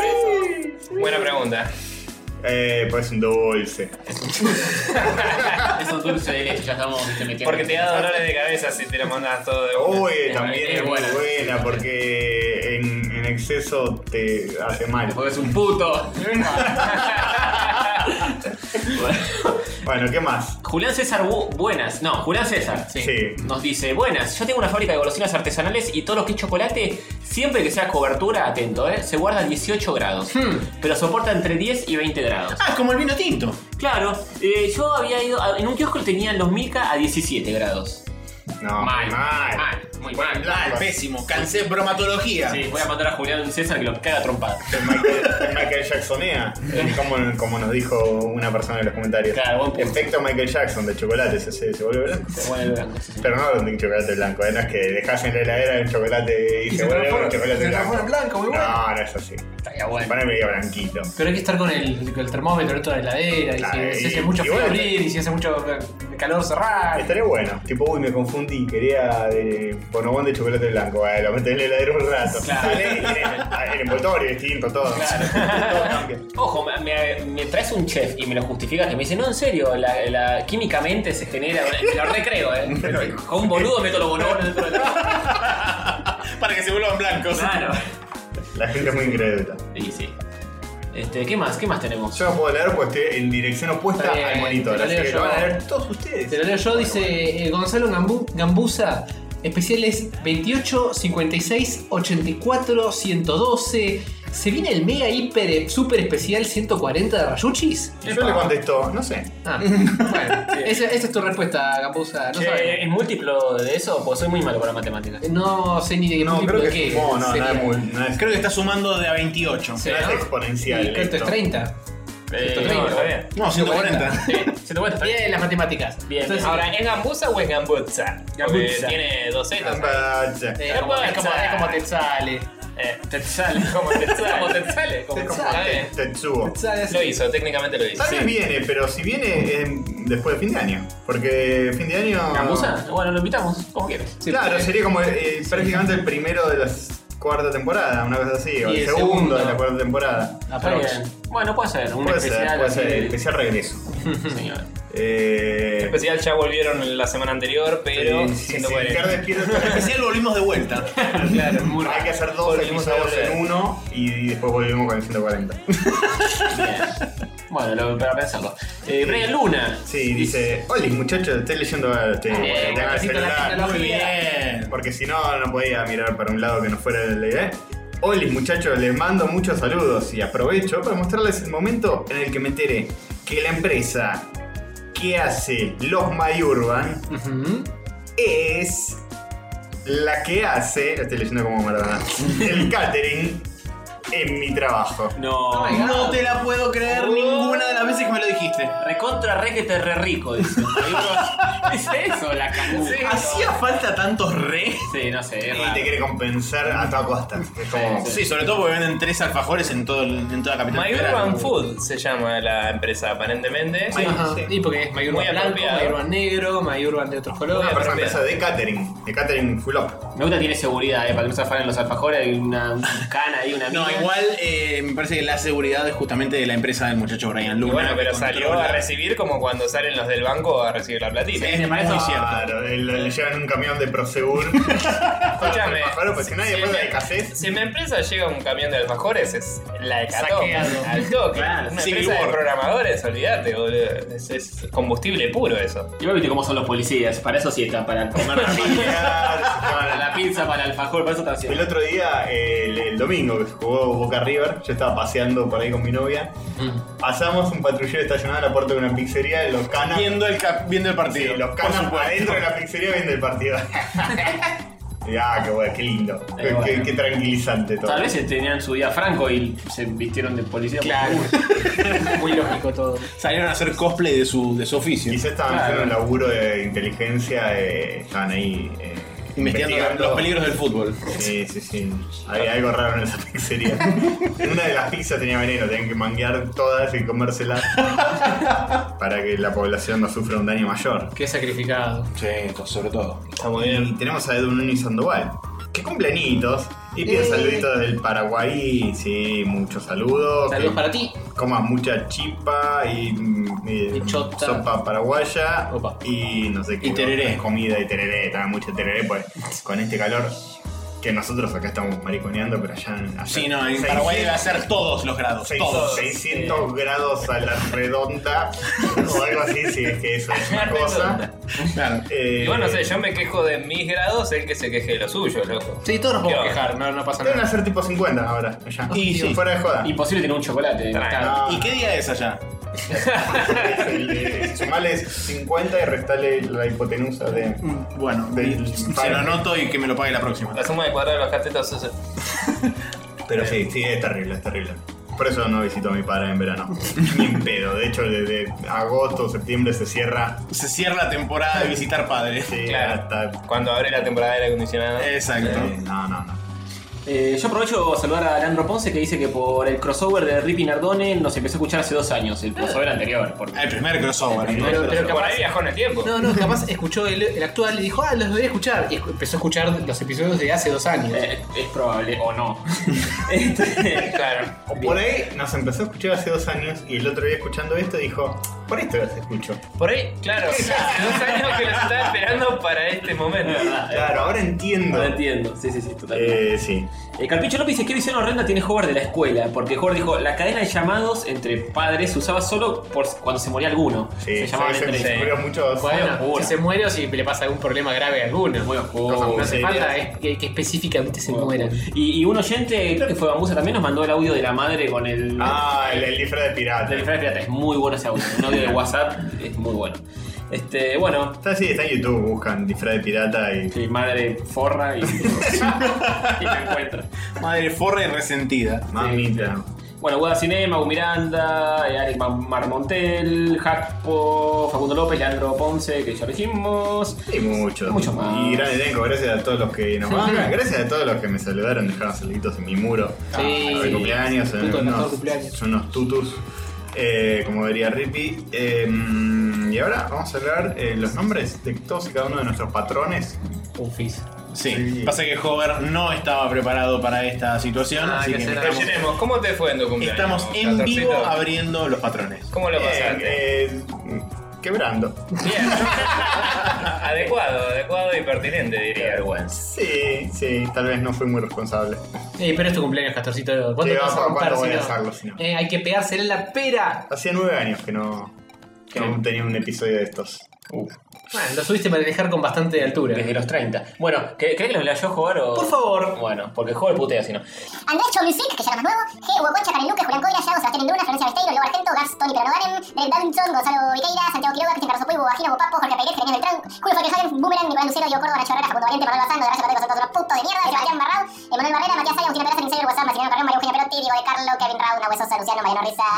G: Buena pregunta.
B: ¿Ah? Eh, pues un dulce.
C: Es un dulce de leche, ya estamos viste, metiendo.
G: Porque te da dolores de cabeza si te lo mandas todo de una.
B: Uy,
G: Es
B: también
C: es
B: es muy
C: buena.
B: buena porque en, en exceso te hace mal.
C: Porque es un puto. Bueno.
B: Bueno, ¿qué más?
C: Julián César, bu- buenas. No, Julián César.
B: Sí.
C: Nos dice, buenas, yo tengo una fábrica de golosinas artesanales y todo lo que es chocolate, siempre que sea cobertura, atento, ¿eh? se guarda a 18 grados, pero soporta entre 10 y 20 grados.
F: Ah, es como el vino tinto.
C: Claro, eh, yo había ido, a- en un kiosco lo tenían los Milka a 17 grados.
B: No,
C: Mal,
B: mal.
C: mal, Ah, muy mal.
F: Mal, pésimo. Cansé bromatología.
C: Sí, voy a mandar a Julián César que lo caga trompada.
B: El Michael, el Michael Jacksonea, como, como nos dijo una persona en los comentarios.
C: Claro, buen punto.
B: Efecto Michael Jackson de chocolate, se, se, se vuelve blanco.
C: Se vuelve blanco, sí, sí.
B: Pero no de un chocolate blanco, ¿eh? no es que dejas en la heladera un chocolate y,
D: se
B: se vuelve
D: transforma-
B: un chocolate
D: se
B: blanco.
D: transforma en blanco, muy bueno.
B: No, no es así.
C: Estaría bueno.
B: Para mí medio blanquito.
D: Pero hay que estar con el, con el termómetro dentro de la heladera. Y
B: Claro,
D: si, si
B: y-
D: hace mucho
B: y
D: frío
B: bueno.
D: abrir, y si hace mucho eh, calor cerrar.
B: Estaría bueno. Tipo, uy, me confundí, quería de bonobón de chocolate blanco. Eh, lo metes en el heladero un rato.
C: Claro.
B: Sale y tiene el, el envoltorio distinto, todo. Todo cambia.
C: Ojo, me, me- me traes un chef y me lo justificas que me dice, no, en serio, la, la- químicamente se genera. Me lo recreo, ¿eh? Con un boludo meto los bonobones dentro de la.
F: Para que se vuelvan blancos.
C: Claro.
B: La gente es muy incrédula.
C: Y sí. Este, ¿Qué más? ¿Qué más tenemos?
B: Yo no puedo leer porque estoy en dirección opuesta
D: Está bien,
B: al
D: te
B: monitor.
D: lo
B: Así
D: leo
B: que
D: yo.
B: lo van a leer todos ustedes.
D: Te lo leo yo, dice eh, Gonzalo Gambu- Gambusa. Especiales 28, 56, 84, 112. ¿Se viene el mega hiper super especial 140 de Rayuchis?
B: Y yo le contesto, no sé.
D: Ah, bueno, esa, esa es tu respuesta, Gambusa. No,
C: Che,
D: sabemos.
C: eh, ¿Es múltiplo de eso? Pues soy muy malo para matemáticas.
D: no sé ni de qué
B: No, creo
D: de
B: que es no, no, no
D: sería.
B: es muy. No es,
F: Creo que está sumando de a 28.
D: Sí,
B: no es
D: ¿no?
B: exponencial.
D: Y esto es
B: esto.
D: 30.
C: Eh,
D: 130.
C: no, está bien.
F: No, 140.
C: ¿Se te cuenta? Está
D: Bien, las matemáticas.
C: Bien.
D: Entonces,
G: Ahora, ¿es Gambusa o es Gambutza? Porque
C: Gambutza.
G: tiene dos zetas.
B: Campacha.
D: eh, es, como, es como- es como te sale.
G: Eh, te sale. Como te sale. Como te sale. Como
B: Es como
G: Está bien.
B: Tetsuo.
D: Te sale así.
G: Lo hizo, técnicamente
C: Eh,
G: lo hizo.
B: Tal vez viene, pero si viene es después de fin de año. Porque fin de año.
C: ¿Gambusa? Bueno, lo invitamos, como quieres.
D: Sí,
B: claro,
D: porque-
B: sería como eh, prácticamente el primero de la cuarta temporada, una cosa así, o el,
D: Y el
B: segundo,
D: segundo.
B: de la cuarta temporada.
C: Está bien. Bueno, puede ser, Ah, un
B: Puede
C: especial.
B: ser, puede
C: así
B: ser,
C: de-
B: el especial regreso.
C: Señor.
B: Eh,
G: especial ya volvieron la semana anterior, pero
B: sí, sí,
G: siendo
B: sí,
G: coherentes.
B: Ricardo despierta-
F: Especial volvimos de vuelta.
G: Claro, muy
B: Hay que hacer dos
G: Volvimos a
B: episodios
G: volver.
B: en uno y después volvemos con el 140.
C: Bueno, lo, para pensarlo. Eh, Brian Luna.
B: Sí, dice, hola muchachos, estoy leyendo a este,
F: Ah,
B: eh, te-
C: bien,
B: tengo el
D: besito a la
B: celular.
D: tecnología.
B: Muy bien. Porque si no, no podía mirar para un lado que no fuera el de ¿eh? Hola muchachos, les mando muchos saludos y aprovecho para mostrarles el momento en el que me enteré que la empresa que hace los Mayurban
D: Ujú.
B: es la que hace, estoy leyendo como Maradona, el catering en mi trabajo.
D: Oh
C: No.
F: No te la puedo creer ninguna de las veces que me lo dijiste.
C: Recontra re que te re rico, dice. es eso, la canción.
F: ¿Hacía falta tantos re?
C: Sí, no sé, es
B: Y te
C: raro.
B: quiere compensar a toda costa. Es como,
F: Sí, sobre todo porque venden tres alfajores en, todo el- en toda la capital.
G: My
F: federal.
G: Urban Food se llama la empresa, aparentemente.
D: Sí, ajá. Y porque es
G: Muy
D: Mayurban blanco,
G: apropiado.
D: Mayurban negro, Mayurban de otros
B: Una
D: colores.
B: persona empresa de catering, de catering full up.
C: Me gusta tiene seguridad, eh, para que no se afanen los alfajores, hay una una cana ahí, una
F: No,
C: mina.
F: igual eh, me parece que la seguridad es justamente de la empresa del muchacho Brian
G: Y
F: Luna.
G: bueno, pero
F: que
G: salió
F: controla-
G: a recibir como cuando salen los del banco a recibir la platita.
F: Es muy cierto.
B: Claro, le, le llevan un camión de Prosegur. Escúchame. Pues si nadie
G: si
B: después
G: me-
B: de casés.
G: Si en mi empresa llega un camión de alfajores, es la de
F: Saqueado.
G: Al toque.
C: Claro,
G: Una
F: Civil
G: empresa de
F: War.
G: programadores, olvídate, boludo. Es, es combustible puro eso.
C: Igual viste cómo son los policías, para eso sí están, para comer la pizza. Para la pizza, para el alfajor, para eso están
B: El
C: haciendo.
B: otro día, el, el domingo que jugó Boca River, yo estaba paseando por ahí con mi novia.
F: Mm.
B: Pasamos un patrullero estacionado a la puerta de una pizzería, los canas.
F: Viendo el, cap- viendo el
B: Sí,
F: partido.
B: los
F: por
B: canas
F: supuesto.
B: adentro de la pizzería viendo el partido. Y, ah, qué bueno, qué lindo. Qué,
C: bueno.
B: qué- qué tranquilizante todo.
C: Tal vez eh, tenían su día franco y se vistieron de policía.
D: Claro. Muy lógico todo.
F: Salieron a hacer cosplay de su, de su oficio.
B: Quizás estaban haciendo un laburo de inteligencia, eh, estaban ahí eh,
F: Investigando, los peligros del fútbol.
B: Sí, sí, sí. Había algo raro en esa pizzería. Una de las pizzas tenía veneno, tenían que manguear todas y comérselas para que la población no sufra un daño mayor.
D: Qué sacrificado.
F: Sí, to- sobre todo.
B: Y tenemos a Edu Nuni Sandoval, que cumple añitos y pide
D: Eh.
B: saluditos del Paraguay. Sí, muchos saludos.
D: Saludos
B: Que
D: para ti.
B: Comas mucha chipa y, mm, eh,
D: Y chota.
B: sopa paraguaya
D: Opa.
B: y no sé qué.
F: Y tereré.
B: Comida y tereré, también mucho tereré, pues con este calor que nosotros acá estamos mariconeando, pero allá en allá-
F: Sí, no, en
B: 600,
F: Paraguay debe hacer todos los grados.
B: seis-
F: Todos.
B: 600 grados a la redonda o algo así, si es que eso es una cosa.
F: Claro.
B: Eh,
G: Y bueno, no sé, yo me quejo de mis grados, el que se queje de los suyos, loco.
D: Sí, todos nos
G: ¿Qué
D: podemos
G: onda?
D: quejar, no, no pasa
B: Deben
D: nada.
B: hacer tipo 50 ahora, allá.
F: Y sí.
B: fuera de joda.
C: Imposible tener un chocolate.
G: Tranca.
B: Ah,
F: ¿Y qué día es allá?
B: Sumales 50 y restale la hipotenusa de.
F: Mm, Bueno,
B: Del-
F: se lo anoto y que me lo pague la próxima.
G: La suma de cuadrado de los catetos es.
B: Pero sí, sí, es terrible, es terrible. Por eso no visito a mi padre en verano. Ni en pedo. De hecho, desde agosto, septiembre se cierra.
F: Se cierra la temporada de visitar padres.
B: Sí,
G: Claro.
B: hasta.
G: Cuando abre la temporada de aire acondicionado.
F: Exacto.
B: eh, no, no, no.
C: Eh, yo aprovecho a saludar a Leandro Ponce que dice que por el crossover de Rippy Nardone nos empezó a escuchar hace dos años, el crossover anterior. Porque...
F: El primer crossover.
C: El
F: ¿no?
D: Pero,
C: primero.
D: pero
G: Por
D: capaz-
G: ahí viajó en el tiempo.
D: No, no, capaz escuchó el, el actual y dijo, ah, los debería escuchar. Y escu- empezó a escuchar los episodios de hace dos años.
C: Eh, es probable, o no. Este,
G: Claro.
B: O por ahí nos empezó a escuchar hace dos años y el otro día escuchando esto dijo: Por esto los escucho.
G: Por ahí, claro. Dos años que los estaba esperando para este momento.
B: Claro, ahora entiendo.
C: no entiendo. Sí, sí, sí, totalmente.
B: Eh, sí.
C: Eh, Carpicho López dice, ¿qué visión horrenda tiene Howard de la escuela? Porque Howard dijo, la cadena de llamados entre padres se usaba solo por cuando se moría alguno.
B: Sí,
C: se llamaban
B: se,
C: entre
B: se descubrió muchos.
D: bueno,
C: oscuro.
D: si se muere o si le pasa algún problema grave a alguno.
C: Muy oscuro.
D: no
B: sí,
D: hace falta
B: bien.
D: es que, que específicamente se mueran.
C: Y, y un oyente, creo que fue Bambusa también, nos mandó el audio de la madre con el...
B: Ah, el, el disfraz de pirata.
C: del disfraz de pirata. Es muy bueno ese audio. Un audio de WhatsApp es muy bueno. Este, bueno,
B: Está sí, está en YouTube, buscan disfraz de pirata y.
C: mi madre forra y, y la encuentra.
F: Madre forra y resentida.
B: Mamita.
C: Bueno, Guada Cinema, Hugo Miranda, eh, Alex Ma- Marmontel, Jacpo, Facundo López, Leandro Ponce, que ya lo dijimos.
B: Y muchos.
C: Mucho más.
B: Y gran elenco, gracias a todos los que nos van. Gracias a todos los que me saludaron, dejaron saluditos en mi muro.
D: Sí.
B: Feliz cumpleaños,
D: Tuto, el
B: son
D: mejor
B: unos,
D: cumpleaños.
B: son unos tutus, eh, como diría Rippy. Eh, y ahora vamos a hablar eh, los nombres de todos y cada uno de nuestros patrones.
D: Ufis.
F: Sí.
B: Sí.
F: Pasa que Hover no estaba preparado para esta situación,
D: Ah,
F: así
D: que
F: que
D: será.
F: estamos,
G: Rellenemos, ¿cómo te fue en tu cumpleaños?
F: estamos en vivo
G: Castorcito?
F: abriendo los patrones.
G: ¿Cómo lo pasaste?
B: Bien, eh, quebrando.
G: Bien. adecuado, adecuado y pertinente, diría.
B: Sí, sí, tal vez no fui muy responsable.
D: Eh, pero es tu cumpleaños, Castorcito. ¿Cuándo
B: Sí,
D: te vas a
B: ¿cuándo
D: juntar?
B: voy
D: si
B: a
D: no?
B: hacerlo, si no?
D: Eh, hay que pegársela en la pera.
B: Hacía nueve años que no, que no tenía un episodio de estos.
D: Bueno, lo subiste para dejar con bastante altura.
C: Desde los 30. Bueno, ¿cree que los lea yo jugar o.?
D: Por favor.
C: Bueno, porque el juego putea, si no.
I: Andrés Chomusic, que ya era más nuevo, G, Hugo Concha, Karen Luque, Julián Coira, Yago, Sebastián Indurna, Florencia Besteiro, Lobo Argento, Gars, Tony Perano Garen, Derek Davinson, Gonzalo Viqueira, Santiago Quiroga, Cristian Carlos Puy, Bobagina, Bopapo, Jorge Pérez, Jeremías Beltrán, Julio Falkenhagen, Boomerang, Nicolás Lucero, Diego Córdoba, Nacho Barrera, Facundo Valiente, Manuel Bazán, Doracio Patrick, son todos unos putos de mierda, Sebastián Barrao, Emanuel Barrera, Matías Saya, Agustina Peraza, Linceiro, Guasán, Maximiliano Carrión, María Eugenia Perotti, Diego de Carlo, Kevin Raúl, Nahuel Sosa, Luciano, Mariano Risa,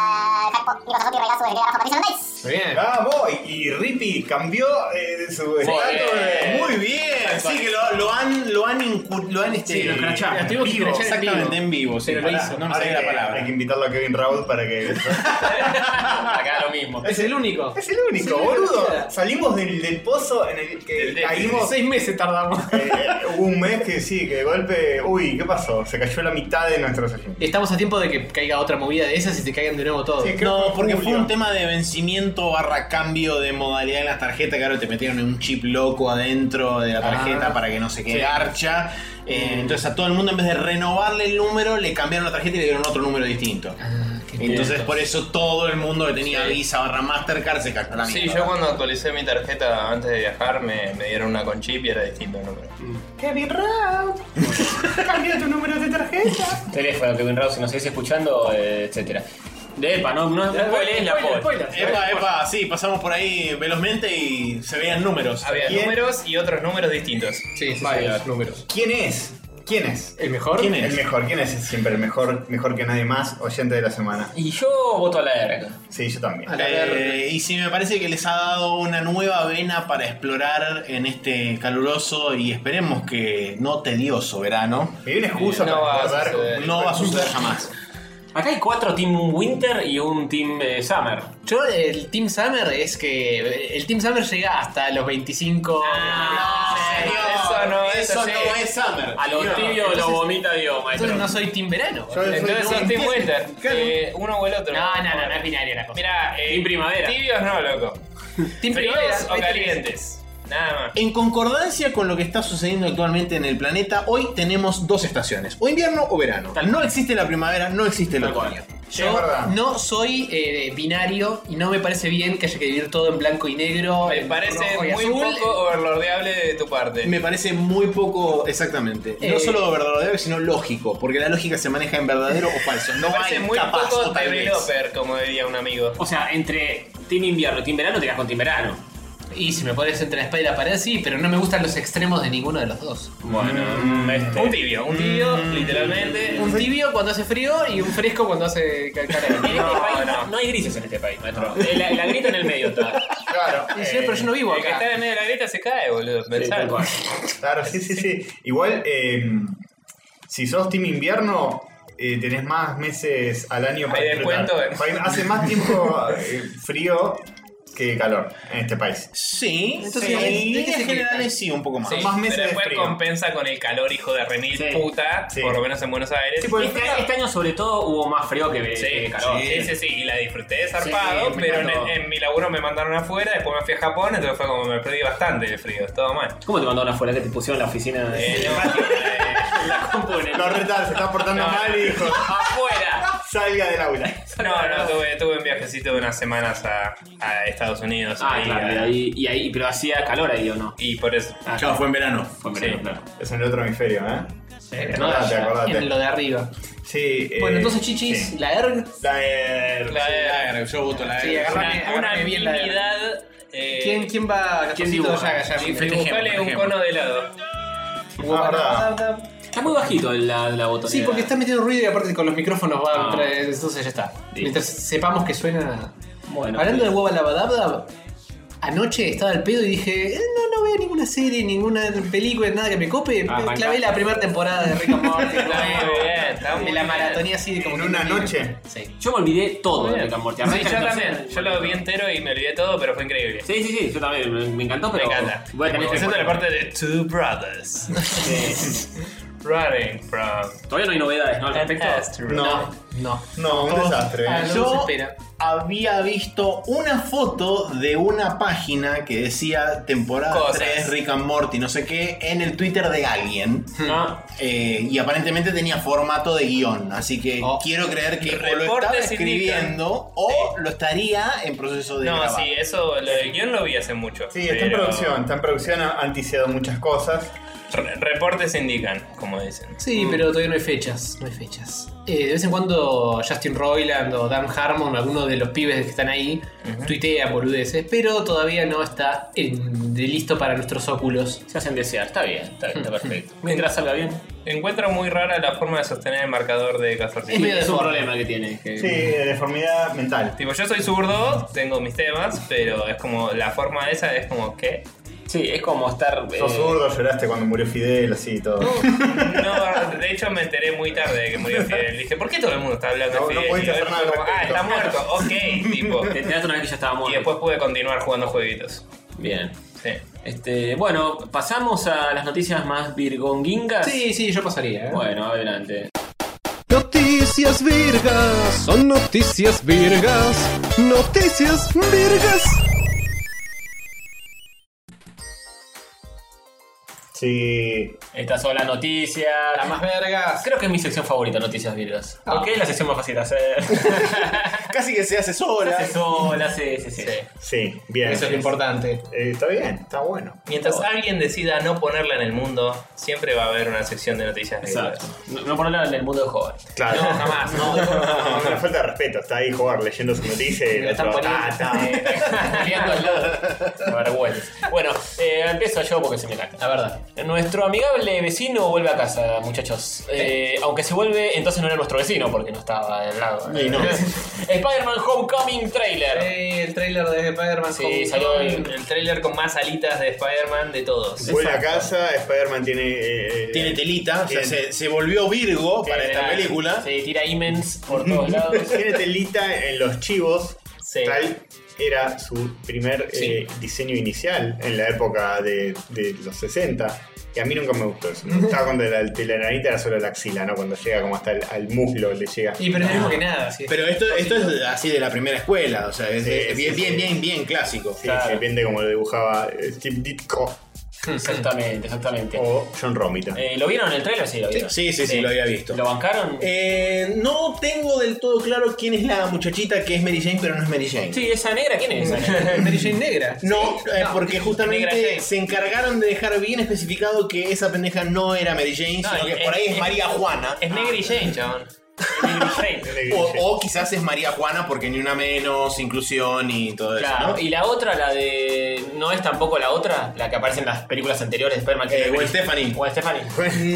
I: Jacpo, Nico Sajotti, Regazo, Desde Garrafa, Patricio Hernández.
D: Muy bien.
B: ¡Vamos! Ah, Y Rippy cambió eh, su estatus de-
F: Muy bien, así que lo, lo han, lo han, incu- lo han este,
D: Sí, lo escrachamos. Lo tuvimos que
F: vivo,
D: escrachar en
F: exactamente
D: vivo.
F: en vivo. sí,
D: Pero lo
F: pará,
D: hizo.
F: No me
B: Ahora hay
F: salía la
B: que- Hay que
F: palabra.
B: invitarlo a Kevin Raúl para que.
G: Ah,
C: Acá lo mismo.
D: Es el único.
B: es el único,
D: Sí,
B: boludo.
D: mira.
B: Salimos del, del pozo en el que
G: Del déficit.
B: caímos.
D: Seis meses tardamos.
B: eh, hubo un mes que sí, que de golpe. Uy, ¿qué pasó? Se cayó la mitad de nuestros oyentes.
D: Estamos a tiempo de que caiga otra movida de esas y te caigan de nuevo todos.
B: Sí, creo que
F: No,
B: en
F: porque fue
B: julio.
F: un tema de vencimiento barra cambio de modalidad en las tarjetas, que ahora te metieron en un chip loco adentro de la tarjeta
D: Ah.
F: para que no se quede garcha. Eh, entonces a todo el mundo en vez de renovarle el número, le cambiaron la tarjeta y le dieron otro número distinto.
D: Ah, qué
F: Entonces
D: miedo.
F: por eso todo el mundo que tenía
G: Sí.
F: Visa barra Mastercard se cagó la
G: Sí,
F: mierda.
G: yo cuando actualicé mi tarjeta antes de viajar me, me dieron una con chip y era distinto el número.
B: Kevin Raúl. Cambió tu número de tarjeta.
C: Teléfono, Kevin Rao, si nos seguís escuchando, eh, etcétera. Depa, no, no, no spoilees la
D: Spoiler,
C: pobre.
D: spoiler.
F: Epa, epa, sí, pasamos por ahí velozmente y se veían números.
G: Había
B: Bien.
G: números y otros números distintos.
D: Sí, sí, sí,
C: Vaya.
D: los números.
B: ¿Quién es? ¿Quién es?
D: ¿El mejor?
F: ¿Quién es?
B: El mejor, ¿quién es siempre el mejor, mejor que nadie más, oyente de la semana?
C: Y yo voto a la R.
B: Sí, yo también.
D: A la verga.
F: Eh, y sí, me parece que les ha dado una nueva vena para explorar en este caluroso y esperemos que no tedioso verano.
B: Me dio una excusa
G: No
B: para
G: va a
B: acordar
G: suceder.
F: No va a suceder jamás.
C: Acá hay cuatro Team Winter y un Team eh, Summer.
D: Yo, el Team Summer es que. El Team Summer llega hasta los 25.
G: Ah,
C: no,
F: Señor,
G: eso no es
F: eso
G: así.
F: no es summer.
C: A los
F: Señor.
C: tibios lo vomita Dios, maestro.
D: Entonces no soy Team Verano.
B: Yo-
G: Entonces
B: soy
G: son Team
B: Team
G: Winter,
B: Claro.
G: eh, uno o el otro.
D: No, no, no, no es binaria la cosa.
G: Mira, eh,
C: Team primavera.
G: Tibios no, loco.
D: Team
G: ¿Fríos
D: Primavera,
G: o
D: ahí tenés.
G: calientes? Nada más.
F: En concordancia con lo que está sucediendo actualmente en el planeta, hoy tenemos dos estaciones, o invierno o verano. No existe la primavera, no existe el otoño.
B: Es
D: Yo
B: verdad.
D: no soy eh, binario y no me parece bien que haya que vivir todo en blanco y negro.
G: Me
D: en
G: parece
D: rojo y
G: muy
D: azul.
G: poco overlordeable de tu parte.
F: Eh, Me parece muy poco exactamente.
D: Eh,
F: no solo verdadero, sino lógico, porque la lógica se maneja en verdadero o falso. No
G: Me
F: va
G: parece
F: en
G: muy
F: capaz o
G: poco
F: tal vez.
G: developer, como diría un amigo.
C: O sea, entre Team Invierno y Team Verano te quedas con Team Verano.
D: Y si me pones entre la espada y la pared, sí, pero no me gustan los extremos de ninguno de los dos.
G: Bueno,
F: Mm,
G: este- un tibio, un tibio, literalmente.
D: Un tibio cuando hace frío y un fresco cuando hace ca- cara.
C: En este
G: No,
C: país
G: no.
C: no. hay grises en este país, maestro. Eh, La, la grita en el medio está.
B: Claro. eh,
D: Y sí, pero yo no vivo
G: El que
D: acá.
G: está en el medio de la grieta se cae, boludo. Pensá.
C: tal cual.
B: Claro, sí, sí, sí. Igual, eh, si sos Team Invierno, eh, tenés más meses al año para
G: Hay
B: disfrutar.
G: descuento, eh.
B: Hay- Hace más tiempo eh, frío que calor en este país.
F: Sí,
D: Entonces,
F: sí,
D: ¿de qué
F: en
D: se
F: líneas
D: quejan?
F: generales sí, un poco más.
G: Sí,
B: más meses
G: pero
B: de
G: después
B: frío.
G: compensa con el calor, hijo de remil
C: Sí.
G: puta,
B: Sí.
G: por lo menos en Buenos Aires.
B: Sí, porque-
C: Este, este año, sobre todo, hubo más frío que,
G: Sí,
C: que calor.
G: sí, sí, sí, y la disfruté de
C: Sí,
G: zarpado,
C: me
G: pero en,
C: encantó.
G: en mi laburo me mandaron afuera, después me fui a Japón, entonces fue como me perdí bastante el frío, todo mal.
C: ¿Cómo te mandaron afuera que te pusieron en la oficina?
G: Eh,
C: de
G: no, eh,
C: la compu en el-
B: Lo retar, se está portando
G: No.
B: mal y dijo,
G: ¡Afuera!
B: salga del aula.
G: No, no, tuve, tuve un viajecito de unas semanas a, a Estados Unidos.
C: Ah,
G: y,
C: claro, y
G: a-
C: ahí, y ahí, pero hacía calor ahí o no.
G: y por eso.
C: Ah,
F: Chao, fue en verano.
C: Fue en verano,
G: Sí.
C: claro.
B: Es en el otro hemisferio, ¿eh? acordate,
C: ya.
D: En lo
B: acordate.
D: de arriba.
B: Sí, eh,
D: Bueno, entonces, chichis,
B: sí.
D: la ERG.
B: La Ah, ERG.
G: La ERG.
F: Yo voto la
D: Sí,
F: R.
D: agarrame,
G: Eh, Una, una
D: agarrame bien la ERG.
G: unidad. eh,
D: ¿Quién, ¿Quién va a
C: ¿Quién
D: Castorcito
C: dibuja?
D: Yaga, ya,
G: y
D: festejemos,
G: buscale un
D: festejemos.
G: cono de helado.
B: Ah, verdad.
C: Está muy bajito la, la botonera.
D: Sí, porque está metiendo ruido y aparte con los micrófonos va a
C: Ah.
D: entrar, entonces ya está.
C: Sí.
D: Mientras sepamos que suena.
C: Bueno,
D: Hablando de Guava Labadabda, anoche estaba al pedo y dije, "Eh, no, no veo ninguna serie, ninguna película, nada que me cope.
C: Ah, arrancá.
D: Clavé la primera temporada de Rick and Morty,
G: Está muy bien, está
D: me
G: muy
D: la
G: bien.
D: maratonía así de como
B: ¿En
D: que-
B: una noche?
D: Sí.
C: Yo me olvidé todo de Rick and Morty. Arranca
G: Sí, yo
C: la
G: también.
C: tercera.
G: Yo lo vi entero y me olvidé todo, pero fue increíble.
C: Sí, sí, sí, yo también. Me, me encantó,
G: Me
C: pero.
G: encanta.
C: Oh, Voy a tener que
G: Excepto la parte de Two Brothers. Running from
C: Todavía no hay novedades, ¿no? Al
G: an
C: respecto.
G: asteroid.
B: No,
D: No.
B: no, un desastre. ¿eh?
D: Ah, no
F: Yo-
D: se espera.
F: Había visto una foto de una página que decía temporada
G: Cosas.
F: 3 Rick and Morty, no sé qué, en el Twitter de alguien.
C: Ah,
F: Eh, y aparentemente tenía formato de guión, así que
D: Oh.
F: quiero creer que o lo
G: Reportes
F: estaba
G: indican.
F: escribiendo o lo estaría en proceso de
G: No,
F: grabar.
G: sí, eso, lo del guión lo vi hace mucho.
B: Sí, está en
G: pero
B: producción, está en producción, ha anticipado muchas cosas.
G: re- reportes indican, como dicen.
D: Sí, pero todavía no hay fechas, no hay fechas. Eh, de vez en cuando Justin Roiland o Dan Harmon, alguno de los pibes que están ahí, tuitea boludeces, pero todavía no está en- de listo para nuestros óculos.
C: se hacen desear. Está bien, está bien, está perfecto. Mientras salga bien.
G: Encuentro muy rara la forma de sostener el marcador de
D: Es
G: Castorcito.
D: medio
C: Es un
D: deforme.
C: problema que tiene. que-
B: Sí, de deformidad mental.
G: Tipo, yo soy zurdo, tengo mis temas, pero es como la forma esa es como que
C: Sí, es como estar. eh,
B: Sos zurdo, lloraste cuando murió Fidel, así y todo.
G: No, de hecho me enteré muy tarde de que murió Fidel. Dije, ¿por qué todo el mundo está hablando
B: No,
G: de
B: no
G: Fidel?
B: pudiste
G: Y yo
B: hacer nada al
G: como, ah,
B: respecto".
G: está muerto, ok, tipo.
C: Te enteraste una vez que ya estaba
G: Y
C: muerto.
G: después pude continuar jugando jueguitos.
C: Bien.
G: Sí.
C: Este, bueno, pasamos a las noticias más virgonguingas.
D: Sí, sí, yo pasaría. ¿eh?
C: Bueno, adelante.
A: Noticias virgas, son noticias virgas, noticias virgas.
B: Sí.
C: Estas son las noticias.
D: Las más vergas.
C: Creo que es mi sección favorita, Noticias Virgas.
D: Ah.
C: Porque es la sección más fácil de hacer.
F: Casi que se hace
C: Se
F: sola.
C: hace sola, sí, sí, sí.
B: Sí, bien.
D: Eso es lo importante.
B: Eh, está bien, está bueno.
G: Mientras alguien decida no ponerla en el mundo, siempre va a haber una sección de noticias
C: Exacto.
G: negras.
C: No, no por hablar del mundo de joven.
B: Claro.
G: No, jamás, no.
B: No, una falta de respeto. Está ahí jugar leyendo su noticia y
D: Me lo están
B: otro,
D: poniendo.
B: ta, ta.
C: Peleando al lado. Me avergüenza. Bueno, eh, empiezo yo porque se me cae.
D: La verdad.
C: Nuestro amigable vecino vuelve a casa, muchachos. Eh, aunque se vuelve, entonces no era nuestro vecino porque no estaba al lado.
F: Y no.
C: Spider-Man Homecoming Trailer.
D: Eh, el trailer de Spider-Man.
C: Sí,
D: Homecoming.
C: salió el-
G: El trailer con más alitas de Spider-Man de todos.
B: Vuelve a casa, Spider-man tiene. eh, eh,
F: Tiene telita, o sea,
B: tiene-
F: se, se volvió Virgo para
C: General.
F: esta película.
C: Se tira imens por todos lados.
B: Tiene telita en los chivos.
C: Sí.
B: Tal era su primer
G: Sí.
B: eh, diseño inicial en la época de, de los 60. Y a mí nunca me gustó eso. Me gustaba cuando la telarañita era solo la axila, ¿no? Cuando llega como hasta el al muslo le llega.
D: Y pero es mismo que nada, sí.
F: Pero esto, esto es así de la primera escuela, o sea, es
B: Sí,
F: de-
B: sí,
F: bien,
B: sí.
F: bien, bien, bien clásico.
B: Sí, se depende como lo dibujaba eh, Steve Ditko
D: Mm,
C: Exactamente, exactamente.
B: o John Romita.
C: Eh, ¿Lo vieron en el trailer? Sí, lo vieron.
F: Sí, sí, sí, lo había visto.
C: ¿Lo bancaron?
F: Eh, no tengo del todo claro quién es la muchachita que es Mary Jane, pero no es Mary Jane.
C: Sí, esa negra, ¿quién es esa negra?
D: Mary Jane negra.
F: No, eh,
D: no,
F: porque
G: Negra
F: justamente
G: Jane.
F: se encargaron de dejar bien especificado que esa pendeja no era Mary Jane,
G: No,
F: sino que
G: es-
F: por ahí es,
G: es-
F: María Juana.
G: Es Negri Jane, chabón.
C: Negra Shane.
B: Negri
F: O,
B: Jane.
F: o quizás es María Juana porque ni una menos, inclusión y todo eso,
C: Claro,
F: ¿no?
C: y la otra, la de. ¿No es tampoco la otra? La que aparece en las películas anteriores de Spider-Man. que
F: Eh,
C: era
F: Gwen
C: Mary-
F: Stephanie.
C: Gwen Stephanie.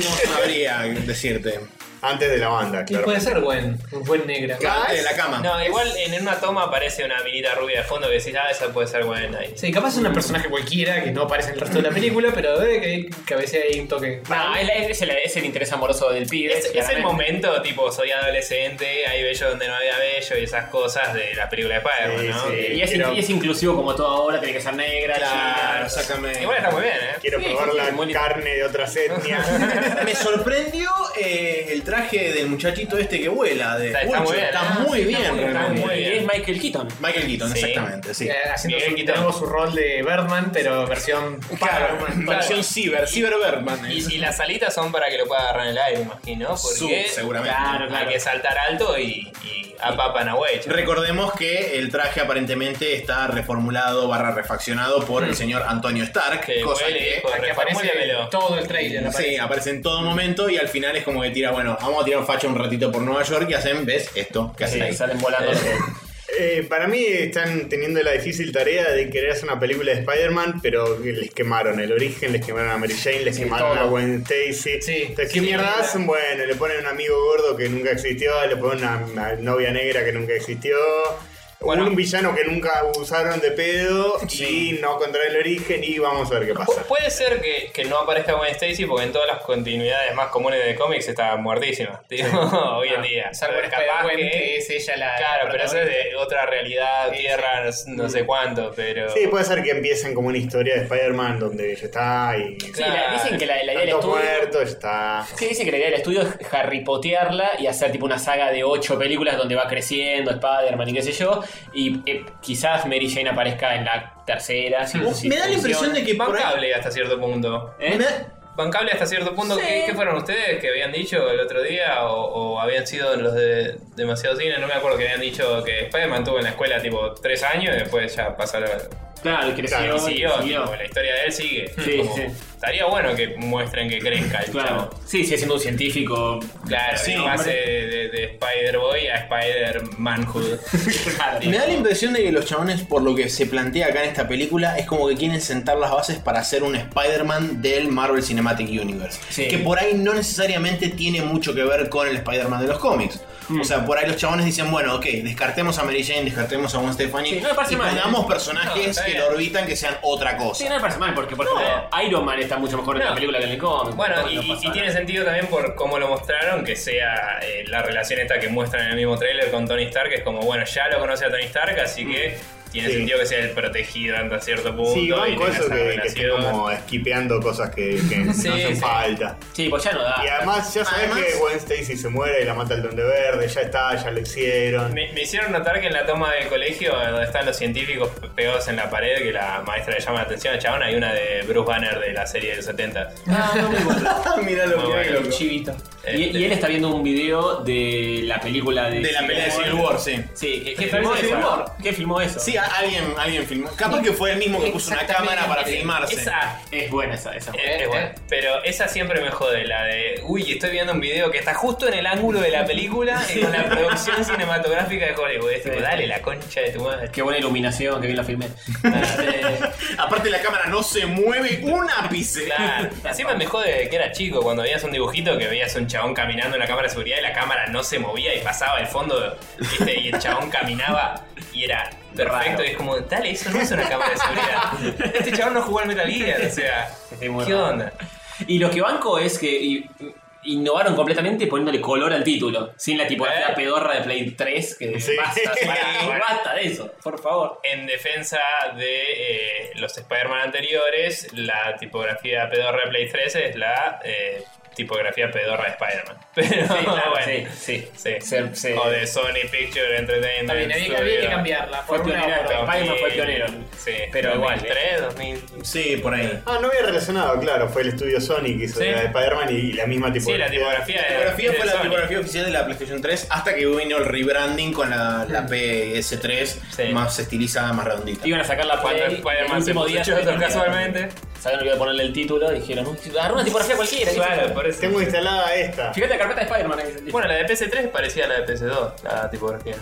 F: No sabría decirte.
B: Antes de la banda,
D: Y
B: claro.
D: puede ser buen, buen negra.
F: Cagate de la cama.
G: No, igual en una toma aparece una minita rubia de fondo que decís, ah, esa puede ser buena ahí.
D: Sí, capaz es un personaje cualquiera que no aparece en el resto de la película, pero debe que hay cabecea ahí un toque.
C: No, es, la- es el, es el interés amoroso del pibe.
G: Es, es el
C: claramente.
G: momento, tipo, soy adolescente, hay bello donde no había bello y esas cosas de la película de Spider-Man,
B: Sí,
G: ¿no?
B: sí.
C: Y es,
B: Quiero-
C: y es inclusivo como todo ahora, tiene que ser negra,
F: Claro,
C: chica.
F: exactamente.
G: Igual está muy bien, ¿eh?
B: Quiero
C: Sí,
B: probar
C: sí,
B: la
C: sí, muy lindo.
B: carne de otras etnias.
F: Me sorprendió eh, el traje del muchachito este que vuela. De
G: Está- está
F: Vulture.
G: muy bien.
F: Está
G: Ah,
F: muy bien,
G: está
F: realmente.
G: muy
C: Y
G: bien.
C: es Michael Keaton.
F: Michael Keaton,
G: Sí.
F: exactamente, sí.
D: Eh, haciendo
G: Miguel
D: su,
G: Quintana.
D: tenemos su rol de Birdman, pero versión
F: Claro,
D: Batman.
F: versión ciber, ciber Birdman. eh.
G: Y, y las alitas son para que lo pueda agarrar en el aire, imagino. Porque
F: Sub, seguramente.
G: Claro, claro. Hay que saltar alto y, y apapan a wey.
F: Recordemos que el traje aparentemente está reformulado barra refaccionado por el señor Antonio Stark,
G: Que
F: cosa
G: huele,
F: que
G: hijo.
D: Que aparece
G: Reformúlamelo.
D: todo el trailer.
F: sí,
D: aparece.
F: aparece en todo momento y al final es como que tira, bueno, vamos a tirar un facho un ratito por Nueva York y hacen, ¿ves? Esto que hacen
C: Sí,
F: ahí.
C: salen volando.
B: Eh, para mí están teniendo la difícil tarea de querer hacer una película de Spider-Man, pero les quemaron el origen, les quemaron a Mary Jane, les quemaron a Gwen Stacy.
D: Sí.
B: Entonces, ¿qué
D: Sí,
B: mierda
D: claro.
B: hacen? Bueno, le ponen un amigo gordo que nunca existió, le ponen una, una novia negra que nunca existió.
G: Bueno.
B: Un villano que nunca usaron de pedo y no contra el origen y vamos a ver qué pasa.
G: Pu- Puede ser que, que no aparezca Gwen Stacy porque en todas las continuidades más comunes de cómics está muertísima. digo, hoy en día.
D: Ah, Salvo
G: Pero
D: el Spider-Gwen, que es ella la-
G: Claro,
D: la
G: pero eso es de otra realidad, tierra, no
D: Mm.
G: sé cuánto, pero.
B: Sí,
F: pues,
B: puede ser que empiecen como una historia de Spider-Man donde ya está y...
C: Sí, la- dicen que la, la idea del
B: Tanto
C: estudio.
B: muerto, ya está.
C: Sí, dicen que la idea del estudio es harripotearla y hacer tipo una saga de ocho películas donde va creciendo Spider-Man y qué sé yo. Y eh, quizás Mary Jane aparezca en la tercera. si-
F: Me-
C: si
F: me da la impresión
C: funciona.
F: de que por ahí-
G: Bancable hasta cierto punto.
C: ¿Eh?
F: Me da-
G: Bancable hasta cierto punto.
C: Sí.
G: ¿Qué, qué fueron ustedes que habían dicho el otro día? O, o habían sido los de demasiado cine? No me acuerdo que habían dicho que Spider-Man tuvo en la escuela tipo tres años y después ya pasaron.
C: Claro, creció
G: Y
B: Claro,
C: y
G: siguió,
C: siguió.
G: tipo, la historia de él sigue.
C: Sí,
G: Como,
C: sí.
G: Estaría bueno que muestren que crezca el
C: Claro.
G: chavo.
C: Sí, sigue siendo un científico.
G: Claro,
F: Sí,
G: y
F: hombre.
G: pase de, de Spider-Boy a Spider-Manhood.
C: Claro.
F: me da la impresión de que los chabones, por lo que se plantea acá en esta película, es como que quieren sentar las bases para hacer un Spider-Man del Marvel Cinematic Universe.
C: Sí.
F: Que por ahí no necesariamente tiene mucho que ver con el Spider-Man de los cómics. O sea, por ahí los chabones dicen, bueno, ok, descartemos a Mary Jane, descartemos a Gwen Stefani.
C: Sí, no me parece
F: y
C: mal,
F: pongamos
C: ¿eh?
G: No,
F: personajes
G: está
F: que
G: bien.
F: lo orbitan que sean otra cosa.
C: Sí, no me parece mal, porque por ejemplo, Iron Man está mucho mejor en la
G: No.
C: película que en el cómic.
G: Bueno,
C: No,
G: y,
C: no
G: y
C: pasa nada.
G: tiene sentido también por cómo lo mostraron, que sea eh, la relación esta que muestran en el mismo tráiler con Tony Stark, que es como, bueno, ya lo conoce a Tony Stark, así que tiene
B: Sí.
G: sentido que sea el protegido hasta cierto punto.
B: Sí,
G: y
B: banco
G: tenga
B: eso
G: esa
B: que, que esté
G: relación.
B: como esquipeando cosas que, que
G: Sí,
B: no hacen
G: sí.
B: falta.
C: Sí, pues ya no da.
D: Ah,
B: Y además, ya sabes
F: Además-
B: que Gwen Stacy se muere y la mata el Duende Verde, ya está, ya lo hicieron.
G: Me, me hicieron notar que en la toma del colegio, eh, donde están los científicos pegados en la pared, que la maestra le llama la atención a Chabón, hay una de Bruce Banner de la serie de los 70.
F: Mira Ah, lo
G: Muy
F: que hay,
G: bueno.
F: loco.
D: Chivito.
C: Y,
F: Este,
C: y él está viendo un video de la película de.
F: De la pelea de Civil War, sí.
C: Sí, ¿qué, qué
G: ¿Qué
C: filmó
G: tal
C: eso?
G: Civil War?
C: ¿Qué filmó eso?
F: Sí, a- alguien, alguien filmó. Capaz que fue el mismo que puso una
D: Exactamente.
F: cámara para filmarse.
G: Esa
C: Es buena esa, esa.
G: Eh,
F: Este.
G: es buena. Pero esa siempre me jode, la de, uy, estoy viendo un video que está justo en el ángulo de la película y con la producción cinematográfica de Hollywood. Es tipo,
C: Sí.
G: dale la concha de tu madre.
C: Qué buena iluminación, qué bien la filmé.
F: Aparte la cámara no se mueve un ápice.
G: Claro. Encima me jode que era chico cuando veías un dibujito que veías un chabón caminando en la cámara de seguridad y la cámara no se movía y pasaba el fondo ¿viste? y el chabón caminaba y era perfecto. Y es como, dale, eso no es una cámara de seguridad. Este chabón no jugó al Metal Gear, o sea,
C: Sí, muy
G: ¿qué
C: raro.
G: onda?
C: Y lo que banco es que. y- innovaron completamente poniéndole color al título. Sin la
F: Eh.
C: tipografía pedorra de Play 3, que
B: Sí.
C: basta, basta, basta de eso, por favor.
G: En defensa de eh, los Spider-Man anteriores, la tipografía pedorra de Play 3 es la eh, tipografía pedorra de Spider-Man. Pero
C: Sí, claro,
G: bueno,
C: sí, sí.
G: sí.
C: Se- se-
G: O de Sony Picture Entertainment.
D: Está bien, había, había que
G: Studio.
D: cambiarla.
C: Fue
D: por una
C: pionera,
D: hora.
C: Spider-Man fue pionero.
G: Sí,
C: Pero igual,
G: 2003, 2000.
F: Sí, por ahí.
B: Ah, no había relacionado, claro, fue el estudio Sony que hizo
G: Sí.
B: la de Spider-Man y, y la misma
G: Sí,
B: tipografía.
G: la tipografía,
F: La
G: de-
F: tipografía
G: de
F: fue la
G: Sony.
F: tipografía oficial de la PlayStation 3 hasta que vino el rebranding con la, la
B: Mm.
F: PS3
G: Sí.
F: más estilizada, más redondita.
C: Iban a sacar la
G: Cuando
C: Play, el
G: Spider-Man se
C: último
G: puso
C: día
G: choto casualmente.
C: Sabían que iba a ponerle el título, dijeron, "Uh, "Uy, agarró una tipografía cualquiera. ¿qué sé
G: Claro,
C: yo?".
G: por eso.
B: Tengo instalada esta.
C: Fíjate la carpeta de Spider-Man.
D: eh,
C: ahí.
G: Bueno, la de PS3 parecía a la de PS2, la tipografía.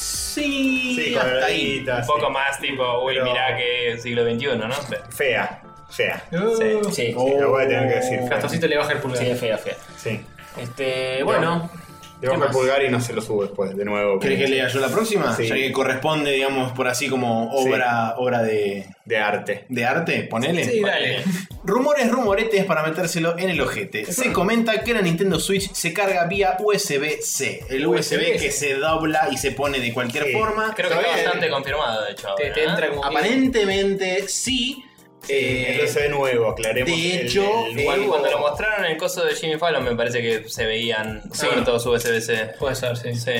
F: Sí,
B: Sí,
F: hasta ahí.
B: cuadradita.
G: Un poco más tipo, uy,
B: Pero-
G: mirá que siglo XXI, ¿no? Pero-
B: Fea, fea.
D: Uh,
C: Sí,
B: Sí, lo voy a tener que decir. fea.
D: Castorcito le baja el
C: sí,
D: pulgar.
C: es fea, fea.
B: Sí.
C: Este, bueno,
B: Le bajo
C: ¿Qué
B: el
C: más?
B: pulgar y no se lo subo después, de nuevo.
F: ¿Querés que lea yo la próxima?
B: Sí.
F: Ya que corresponde, digamos, por así como obra, obra de,
B: De arte.
F: de arte, ponele.
D: Sí, dale.
F: Rumores, rumoretes para metérselo en el ojete. Se comenta que la Nintendo Switch se carga vía USB-C. El USB que se dobla y se pone de cualquier
B: Sí.
F: forma.
G: Creo que
B: Está
G: está
B: bien.
G: bastante confirmado, de hecho.
D: Te,
G: ahora,
D: te
G: ¿eh?
D: entra como.
F: Aparentemente sí. Eh,
B: Entonces, de nuevo, aclaremos.
F: de
B: el-
F: hecho,
B: el-
G: Igual
F: eh,
G: cuando lo mostraron en el coso de Jimmy Fallon me parece que se veían sueltos USB-C.
D: Puede ser, sí.
G: Sí.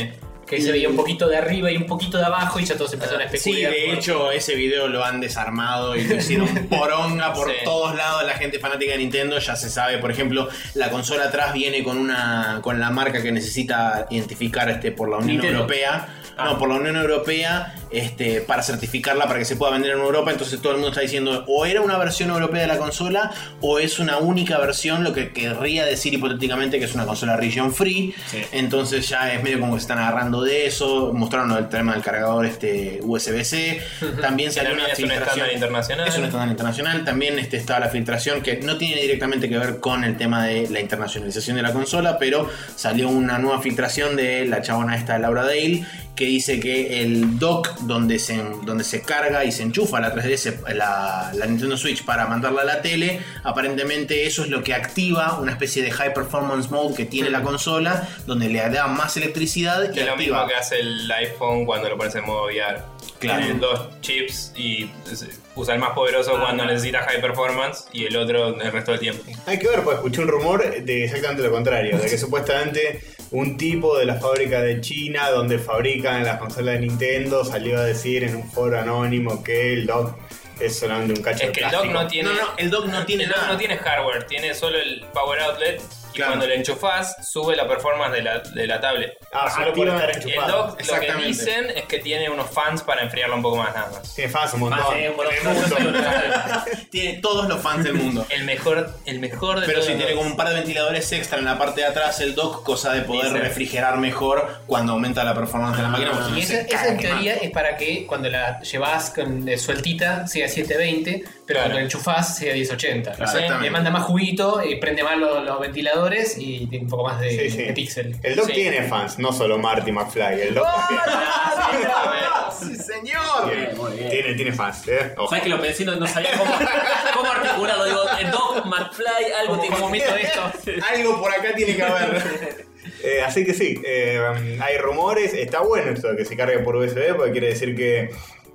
D: Que ahí se veía un poquito de arriba y un poquito de abajo y ya todos empezaron a
F: Sí,
D: especular.
F: de
D: por-
F: hecho ese video lo han desarmado y lo hicieron poronga por
G: Sí.
F: todos lados. La gente fanática de Nintendo ya se sabe, por ejemplo, la consola atrás viene con una con la marca que necesita identificar este por la Unión
D: Nintendo.
F: Europea.
G: Ah.
F: No, por la Unión Europea, este, para certificarla para que se pueda vender en Europa. Entonces todo el mundo está diciendo o era una versión europea de la consola o es una única versión, lo que querría decir hipotéticamente que es una consola region free. Entonces ya es medio como que se están agarrando de eso. Mostraron el tema del cargador este USB-C. También salió una
G: También es un
F: filtración.
G: estándar internacional.
F: Es un estándar internacional. También este, estaba la filtración que no tiene directamente que ver con el tema de la internacionalización de la consola, pero salió una nueva filtración de la chabona esta Laura Dale que dice que el dock donde se, donde se carga y se enchufa la 3DS, la, la Nintendo Switch para mandarla a la tele, aparentemente eso es lo que activa una especie de high performance mode que tiene la consola, donde le da más electricidad y
G: Que es lo
F: activa.
G: mismo que hace el iPhone cuando lo pones en modo VR.
F: Claro.
G: Tiene dos chips y es- usa el más poderoso
F: Ah.
G: cuando necesita high performance y el otro el resto del tiempo.
B: Hay que ver, pues escuché un rumor de exactamente lo contrario, de que supuestamente un tipo de la fábrica de China donde fabrican las consolas de Nintendo salió a decir en un foro anónimo que el dock es solamente un cacho
G: Es
B: de
G: que el dock
B: plástico.
G: no tiene.
F: No, no, el dock no tiene
G: el dock
F: nada.
G: no tiene hardware, tiene solo el power outlet y
F: Claro.
G: cuando lo enchufás sube la performance de la, de la tablet.
B: Ah, solo por
G: Activa-
B: estar
G: El
B: enchufado.
G: dock lo que
F: Exactamente.
G: dicen es que tiene unos fans para enfriarlo un poco más nada más.
B: Tiene fans un
C: más
B: montón.
C: eh, un
B: En el
C: boludo.
B: mundo.
F: Tiene todos los fans del mundo.
G: El mejor, el mejor de
F: Pero
G: todos
F: si tiene
G: los-
F: como un par de ventiladores extra en la parte de atrás el dock, cosa de poder
G: Dice.
F: refrigerar mejor cuando aumenta la performance
B: Ah,
F: de la máquina. porque si Ah, no
D: Y
F: se
D: esa, esa
F: caga
D: en
F: quemada.
D: teoría es para que cuando la llevas con, eh, sueltita sea 720, pero cuando la enchufás sea 1080.
F: Claro, exactamente.
D: Le manda más juguito, eh, prende más los, los ventiladores y tiene un poco más de,
B: Sí, sí.
D: de píxel.
B: El dock
G: Sí.
B: tiene fans, no solo Marty McFly. El dock
F: ¡Sí, señor!
B: también.
C: Muy bien.
B: Tiene, tiene fans, ¿eh? Ojo.
C: ¿Sabes que lo pensé? No, no sabía cómo, cómo articularlo. Digo, eh, Doc, McFly, algo te como meto esto.
F: Algo por acá tiene que haber.
B: Eh, así que sí, eh, hay rumores. Está bueno esto de que se cargue por USB, porque quiere decir que,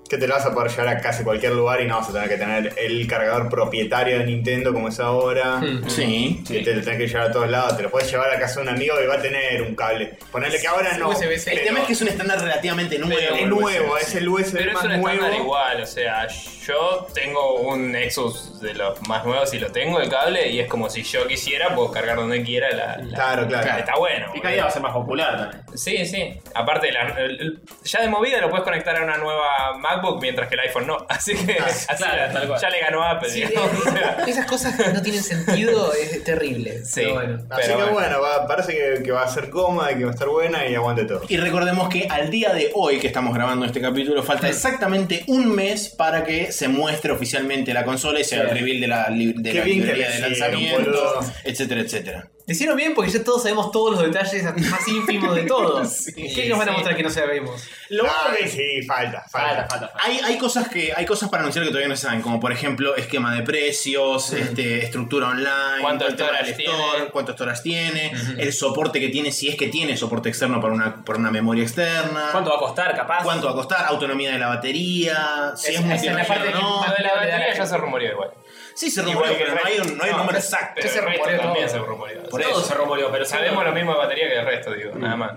B: que te lo vas a poder llevar a casi cualquier lugar y no vas a tener que tener el cargador propietario de Nintendo como es ahora.
G: Mm.
F: Sí.
B: Que Te lo tenés que llevar a todos lados, te lo puedes llevar a casa de un amigo y va a tener un cable. Ponerle que ahora no.
D: USB-C.
F: El
B: pero
F: tema es que es un estándar relativamente nuevo.
B: es nuevo, es el USB
G: Pero es
B: más
G: un
B: nuevo.
G: estándar igual, o sea, yo tengo un Nexus de los más nuevos y lo tengo el cable y es como si yo quisiera, puedo cargar donde quiera la... la-
B: Claro, claro.
G: Está bueno.
C: Y
G: boludo.
C: cada día va a ser más popular también.
G: Sí, sí. Aparte, la- el- el- ya de movida lo puedes conectar a una nueva MacBook mientras que el iPhone no. Así que así
C: claro,
G: la-
C: tal cual.
G: ya le ganó Apple.
D: Sí,
G: digamos, o sea.
D: eh, esas cosas que no tienen sentido es terrible.
G: Sí.
D: Pero bueno.
B: Así
G: Pero
B: que
G: bueno.
B: bueno, va- parece que, que va a ser cómoda, que va a estar buena y aguante todo.
F: Y recordemos que al día de hoy que estamos grabando este capítulo falta exactamente un mes para que se muestre oficialmente la consola y sea el reveal de la, li- de
B: Qué
F: la
B: bien que
F: librería
B: le
F: de
B: hicieron,
F: lanzamiento,
B: boludo.
F: etcétera, etcétera.
D: Le hicieron bien porque ya todos sabemos todos los detalles más ínfimos de todo. ¿Qué nos van a
C: sí.
D: mostrar que no sabemos?
F: Lo bueno
B: Ah,
F: que-
B: sí, falta,
C: Falta,
B: falta.
C: falta, falta.
F: Hay, hay cosas que hay cosas para anunciar que todavía no se saben, como por ejemplo esquema de precios, este, estructura online,
G: ¿Cuánto
F: el tema del
G: storage tiene?
F: cuántos storage tiene, el soporte que tiene, si es que tiene soporte externo para una, para una memoria externa,
C: ¿Cuánto va a costar, capaz?
F: cuánto va a costar, autonomía de la batería, si es,
G: Esa es la
F: multiplayer
G: parte
F: o
G: que
F: no.
G: lo de la batería ya se rumoreó igual.
F: Sí, se
G: Igual
F: rumoreó,
G: que
F: pero
G: el
F: no hay
G: resto.
F: un, no hay un
G: No,
F: nombre
G: pero-
F: exacto.
G: pero el resto
D: rumoreó
G: también
D: todo.
G: se rumoreó.
F: Por
C: Todo
F: eso.
C: se rumoreó, pero
G: Sabemos
C: seguro-
G: lo mismo de batería que el resto, digo, nada más.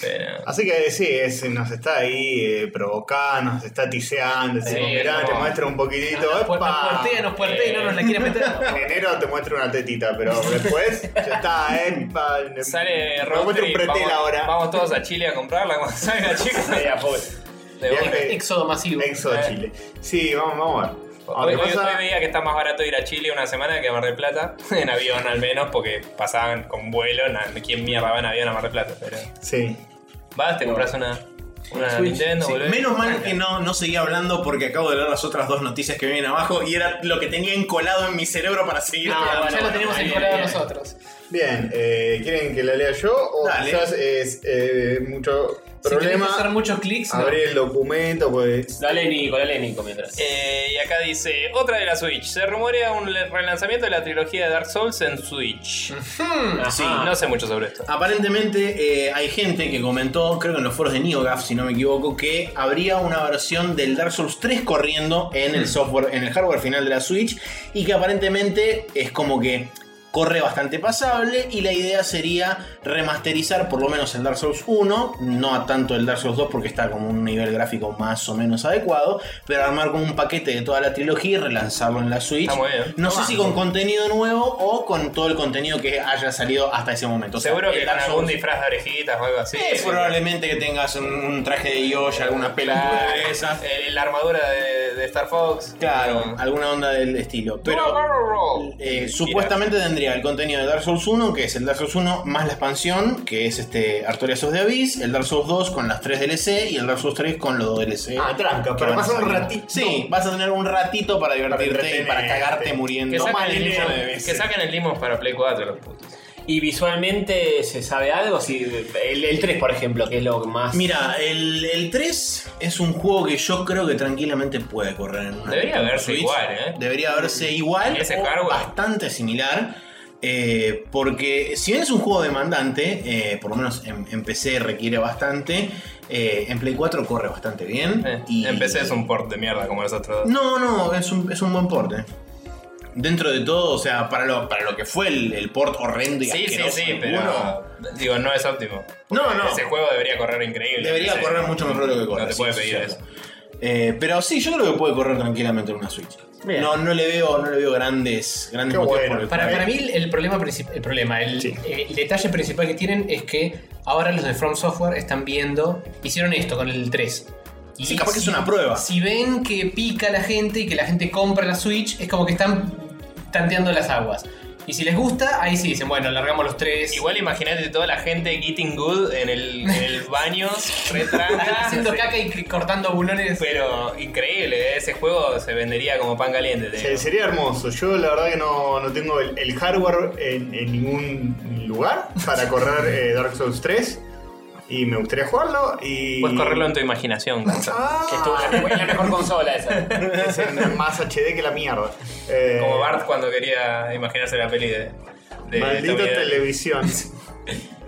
G: Pero-
B: Así que sí, es- nos está ahí eh, provocando, nos está tiseando.
G: Sí,
B: decimos, mirá,
G: no.
B: te muestra un poquitito.
D: Nos puer-
B: ¡epa!
D: nos puertea, nos puertea y no nos la quieren meter.
B: En enero te muestra una tetita, pero después ya está, ¿eh? Pa-
G: Sale
B: Me
G: road
B: muestra un
G: trip,
B: pretel
G: vamos,
B: ahora.
G: vamos todos a Chile a comprarla cuando salga, chicos. De
B: Viaje
G: una.
D: Éxodo masivo.
B: Exo Chile. Sí, vamos, vamos a ver.
G: Hoy,
B: Aunque
G: hoy-
B: pasa-
G: hoy veía que está más barato ir a Chile una semana que a Mar del Plata, en avión al menos, porque pasaban con vuelo, na- ¿quién mierda va en avión a Mar del Plata? Pero
B: Sí.
G: vas, te compras una, una Nintendo,
F: Sí,
G: volvés.
F: menos mal que no, no seguí hablando porque acabo de leer las otras dos noticias que vienen abajo y era lo que tenía encolado en mi cerebro para
G: Ah,
F: seguir hablando.
D: ya lo tenemos
G: ahí
D: encolado
G: viene.
D: nosotros.
B: Bien, eh, ¿quieren que la lea yo? O
F: Dale.
B: quizás es eh, mucho
D: Si tenés que hacer
B: problema.
D: muchos clics, no.
B: Abrir el documento, pues.
C: Dale Nico, dale Nico mientras.
G: Eh, y acá dice, otra de la Switch. Se rumorea un le- relanzamiento de la trilogía de Dark Souls en Switch. Sí, no sé mucho sobre esto.
F: Aparentemente eh, hay gente que comentó, creo que en los foros de NeoGAF, si no me equivoco, que habría una versión del Dark Souls 3 corriendo en
G: Mm.
F: el software, en el hardware final de la Switch, y que aparentemente es como que corre bastante pasable y la idea sería remasterizar por lo menos el Dark Souls 1, no a tanto el Dark Souls 2 porque está como un nivel gráfico más o menos adecuado, pero armar como un paquete de toda la trilogía y relanzarlo en la Switch.
G: Está muy bien.
F: No sé si con contenido nuevo o con todo el contenido que haya salido hasta ese momento. O sea,
G: Seguro
F: el
G: que con
F: Dark
G: algún
F: Souls-
G: disfraz de orejitas o algo así.
F: Eh, probablemente que tengas un, un traje de Yoshi, alguna peladura de esas.
G: Eh, La armadura de, de Star Fox.
F: Claro, alguna onda del estilo. Pero eh, supuestamente tendría el contenido de Dark Souls 1, que es el Dark Souls 1 más la expansión, que es este Artoria Sos de Abyss, el Dark Souls 2 con las 3 DLC y el Dark Souls 3 con los 2 DLC.
B: Ah, tranca,
F: que
B: pero
F: van a
B: pasa un
F: salir.
B: ratito.
F: Sí, vas a tener un ratito para divertirte y para
B: entretenerte.
F: cagarte muriendo.
G: Que,
B: No
G: saquen
B: mal
G: el
B: leo
G: limo,
B: de
G: que
B: veces.
G: saquen el limo para Play 4 los putos.
C: ¿Y visualmente se sabe algo? Si, el, el 3, por ejemplo, que es lo más.
F: Mira, el, el 3 es un juego que yo creo que tranquilamente puede correr en una
G: Debería verse
F: Switch.
G: igual, ¿eh?
F: Debería verse igual
G: Ese
F: o
G: hardware.
F: bastante similar. eh, porque si bien es un juego demandante, eh, por lo menos en, en PC requiere bastante, eh, en Play 4 corre bastante bien.
G: Eh,
F: y-
G: Empecé es un port de mierda como los otros dos.
F: No, no, es un, es un buen porte. Dentro de todo, o sea, para lo, para lo que fue el, el port horrendo y
G: sí, sí,
F: asqueroso
G: sí,
F: del
G: pero.
F: uno,
G: Digo, no es óptimo.
F: No, no.
G: Ese juego debería correr increíble.
F: Debería
G: Sí.
F: correr mucho mejor de lo que corre.
G: No te
F: sí,
G: puede
F: sí,
G: pedir
F: cierto.
G: eso.
F: Eh, pero sí, yo creo que puede correr tranquilamente en una Switch.
C: Bien.
F: No, no le veo, no le veo grandes, grandes
B: Qué
F: motivos
B: bueno.
F: por el
D: Para,
F: cual-
D: para mí el- el problema, princip- el, problema el, eh, el detalle principal que tienen es que ahora los de From Software están viendo, hicieron esto con el 3. Y
F: Sí, capaz que es
D: si-
F: una prueba.
D: Si ven que pica la gente y que la gente compra la Switch, es como que están tanteando las aguas. Y si les gusta, ahí sí dicen, bueno, largamos los tres.
G: Igual imagínate toda la gente eating good en el, en el baño, retranca.
D: haciendo caca y c- cortando bulones.
G: ah, Pero increíble, ¿eh? ese juego se vendería como pan caliente. te
B: Sí,
G: digo.
B: sería hermoso. Yo la verdad que no, no tengo el, el hardware en, en ningún lugar para correr eh, Dark Souls 3. Y me gustaría jugarlo y...
G: Puedes correrlo en tu imaginación, Gonzalo.
B: Ah,
C: Que estuvo en la, en la mejor consola esa.
B: es en más HD que la mierda. Eh,
G: Como Bart cuando quería imaginarse la peli de. de
B: Maldito
G: Tommy Daly.
B: televisión.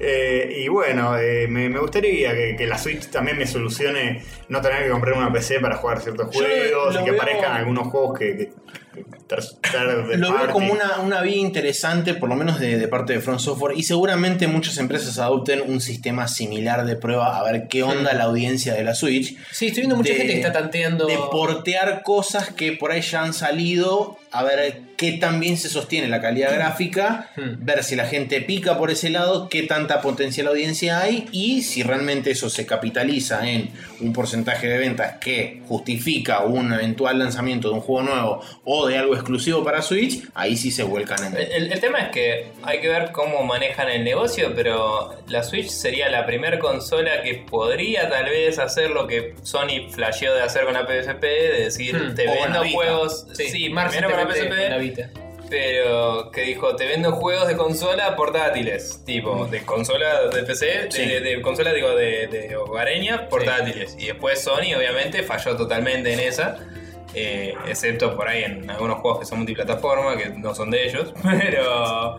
B: Eh, y bueno, eh, me, me gustaría que, que la Switch también me solucione no tener que comprar una PC para jugar ciertos
F: Yo
B: juegos
F: lo
B: y que
F: veo-
B: aparezcan algunos juegos que. que- que ter- third
F: Lo veo
B: party.
F: como una, una vía interesante, por lo menos de, de parte de Front Software, y seguramente muchas empresas adopten un sistema similar de prueba a ver qué onda la audiencia de la Switch.
D: Sí, estoy viendo mucha
F: de-
D: gente que está tanteando.
F: De portear cosas que por ahí ya han salido, a ver qué tan bien se sostiene la calidad gráfica, ver si la gente pica por ese lado, qué tanta potencial audiencia hay y si realmente eso se capitaliza en un porcentaje de ventas que justifica un eventual lanzamiento de un juego nuevo o de algo exclusivo para Switch, ahí sí se vuelcan en
G: El, el tema es que hay que ver cómo manejan el negocio, pero la Switch sería la primer consola que podría tal vez hacer lo que Sony flasheó de hacer con la PSP, de decir,
D: Hmm,
G: te
F: o con
G: vendo
F: la Vita.
G: juegos, sí,
D: Sí, Marcel
G: primero con la
D: te mete con la
G: PSP
D: Vita.
G: pero que dijo, te vendo juegos de consola portátiles, tipo, de consola de PC, de-
F: Sí.
G: de, de consola, digo, de, de hogareña, portátiles. Y después Sony, obviamente, falló totalmente en esa, eh, excepto por ahí en algunos juegos que son multiplataforma, que no son de ellos, pero...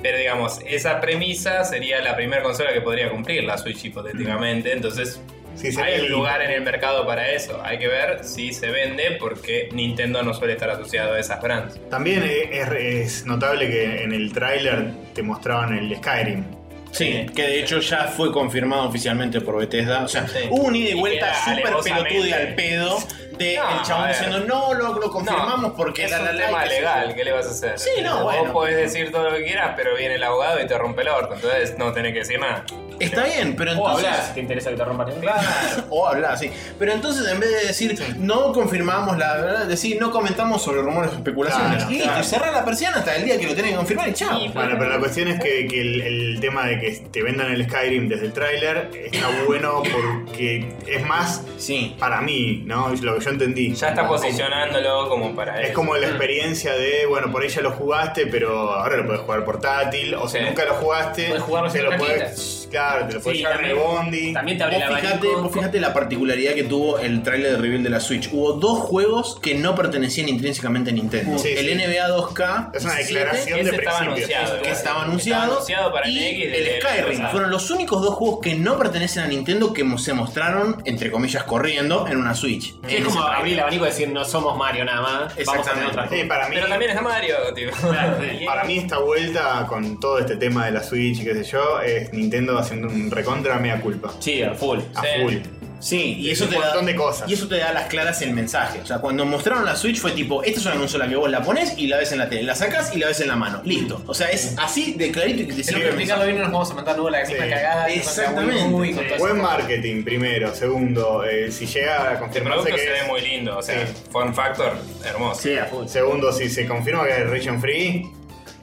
G: Pero digamos, esa premisa sería la primera consola que podría cumplir la Switch hipotéticamente, entonces
B: Sí, se
G: hay
B: ve
G: un lugar en el mercado para eso. Hay que ver si se vende porque Nintendo no suele estar asociado a esas brands.
B: También es, es notable que en el tráiler te mostraban el Skyrim.
F: Sí, Eh, que de hecho ya fue confirmado oficialmente por Bethesda. O sea,
G: Sí.
F: hubo un ida y vuelta
G: era
F: súper
G: alevosamente.
F: pelotude al pedo de
G: No,
F: el
G: a
F: chabón
G: ver.
F: diciendo, no, lo, lo confirmamos
G: No,
F: porque
G: es
F: la, la,
G: un
F: la,
G: tema
F: y que-
G: legal, ¿qué le vas a hacer?
F: Sí, no,
G: Vos
F: bueno.
G: podés decir todo lo que quieras, pero viene el abogado y te rompe el orto, entonces no tenés que decir nada.
F: Está bien, pero
C: O
F: entonces...
C: hablar, si te interesa que te rompan el
F: O hablar, sí. Pero entonces en vez de decir no confirmamos la verdad, decir no comentamos sobre rumores o especulaciones.
B: Claro,
F: y listo,
B: claro.
F: y cerrar la persiana hasta el día que lo tienen que confirmar y chao.
B: Bueno, pero la cuestión es que, que el, el tema de que te vendan el Skyrim desde el tráiler está bueno porque es más
F: Sí.
B: para mí, ¿no? Es Lo que yo entendí.
G: Ya está Mm. posicionándolo como para
B: Es
G: eso.
B: como la experiencia de, bueno, por ahí ya lo jugaste, pero ahora lo puedes jugar portátil, o si
G: Sí.
B: nunca lo jugaste,
C: Podés jugarlo
B: te
C: sin
B: lo
C: tarjeta.
B: podés, claro, te lo podés
C: Sí,
B: llevar en el
C: también.
B: bondi.
C: También te
F: Vos
C: abre la
F: fijate, vos
C: abanico.
F: fijate la particularidad que tuvo el tráiler de reveal de la Switch. Hubo dos juegos que no pertenecían intrínsecamente a Nintendo.
B: Sí,
F: el
B: sí.
F: NBA 2K
B: Es una
F: 17,
B: declaración de
G: Ese estaba
B: principio.
G: anunciado.
F: que
G: igual.
F: estaba anunciado,
G: anunciado para
F: y
G: NX desde
F: el
G: el
F: Skyrim
G: pasado.
F: fueron los únicos dos juegos que no pertenecen a Nintendo que mo- se mostraron entre comillas corriendo en una Switch. Eh,
C: Sí, es como abrir el abanico y decir, no somos Mario nada más. Vamos a hacer
F: Exactamente.
C: otra cosa.
B: Sí, para mí,
G: Pero también está Mario, tipo. este
B: para mí esta vuelta con todo este tema de la Switch y qué sé yo, es Nintendo haciendo un recontra mea culpa.
C: Sí, a full.
B: A
G: Sí.
B: full.
F: Sí, y eso
B: un
F: te
B: montón
F: da,
B: de cosas.
F: Y eso te da a las claras el mensaje. O sea, cuando mostraron la Switch fue tipo, esta es una consola que vos la pones y la ves en la tele, la sacás y la ves en la mano. Listo. O sea, es así de clarito y que te
D: Si no
F: sirve el
D: explicarlo
F: mensaje.
D: bien, no nos vamos a mandar luego la misma
B: Sí.
D: cagada. que nos manda
F: Exactamente.
D: Wii U y con
G: Sí.
D: todo eso.
B: Buen marketing, primero. Segundo, eh, si llega a
G: El
B: confirmarse
G: producto
B: que
G: se ve
B: es-
G: muy lindo, o sea,
B: Sí.
G: fun factor, hermoso.
F: Sí, a full.
B: Segundo, si se confirma que es region free,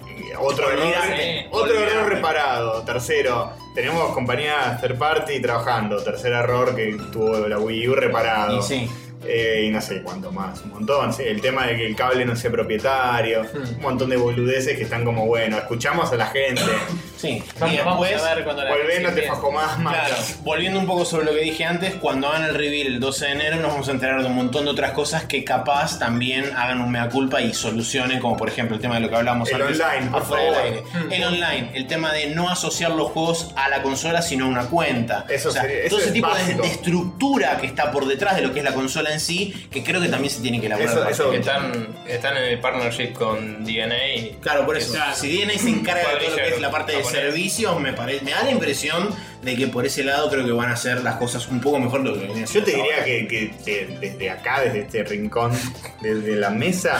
B: eh, otro error,
G: Olvidate,
B: otro
G: olvidate.
B: error reparado. Tercero, tenemos compañías third party trabajando. Tercer error que tuvo la Wii U reparado.
F: Y sí.
B: Eh, y no sé cuánto más, un montón. sí. El tema de que el cable no sea propietario,
F: Hmm.
B: un montón de boludeces que están como, bueno, escuchamos a la gente,
F: Sí.
D: Vamos,
F: Y
D: vamos
F: después-
D: a ver cuando la
B: volvé, no te
D: bien.
B: fajo más, más.
F: Claro, volviendo un poco sobre lo que dije antes, cuando hagan el reveal el 12 de enero nos vamos a enterar de un montón de otras cosas que capaz también hagan un mea culpa y solucionen, como por ejemplo el tema de lo que hablábamos
B: El
F: antes.
B: online, por
F: afuera del
B: favor. Mm.
F: aire. El online, el tema de no asociar los juegos a la consola sino a una cuenta.
B: Eso
F: o sea,
B: sería- eso
F: todo ese
B: es
F: tipo de,
B: básico.
F: de estructura que está por detrás de lo que es la consola en sí, que creo que también se tiene que elaborar.
B: Eso-
F: aparte.
B: eso-
G: Que están, están en el partnership con DNA.
F: Claro, por eso.
G: Exacto.
F: Si DNA se encarga de todo lo que es la parte de
G: Japonés.
F: servicios, me, pare- me da la impresión de que por ese lado creo que van a hacer las cosas un poco mejor de lo que venía
B: Yo
F: haciendo
B: te
F: hasta
B: diría que,
F: ahora.
B: que te- desde acá, desde este rincón, desde la mesa,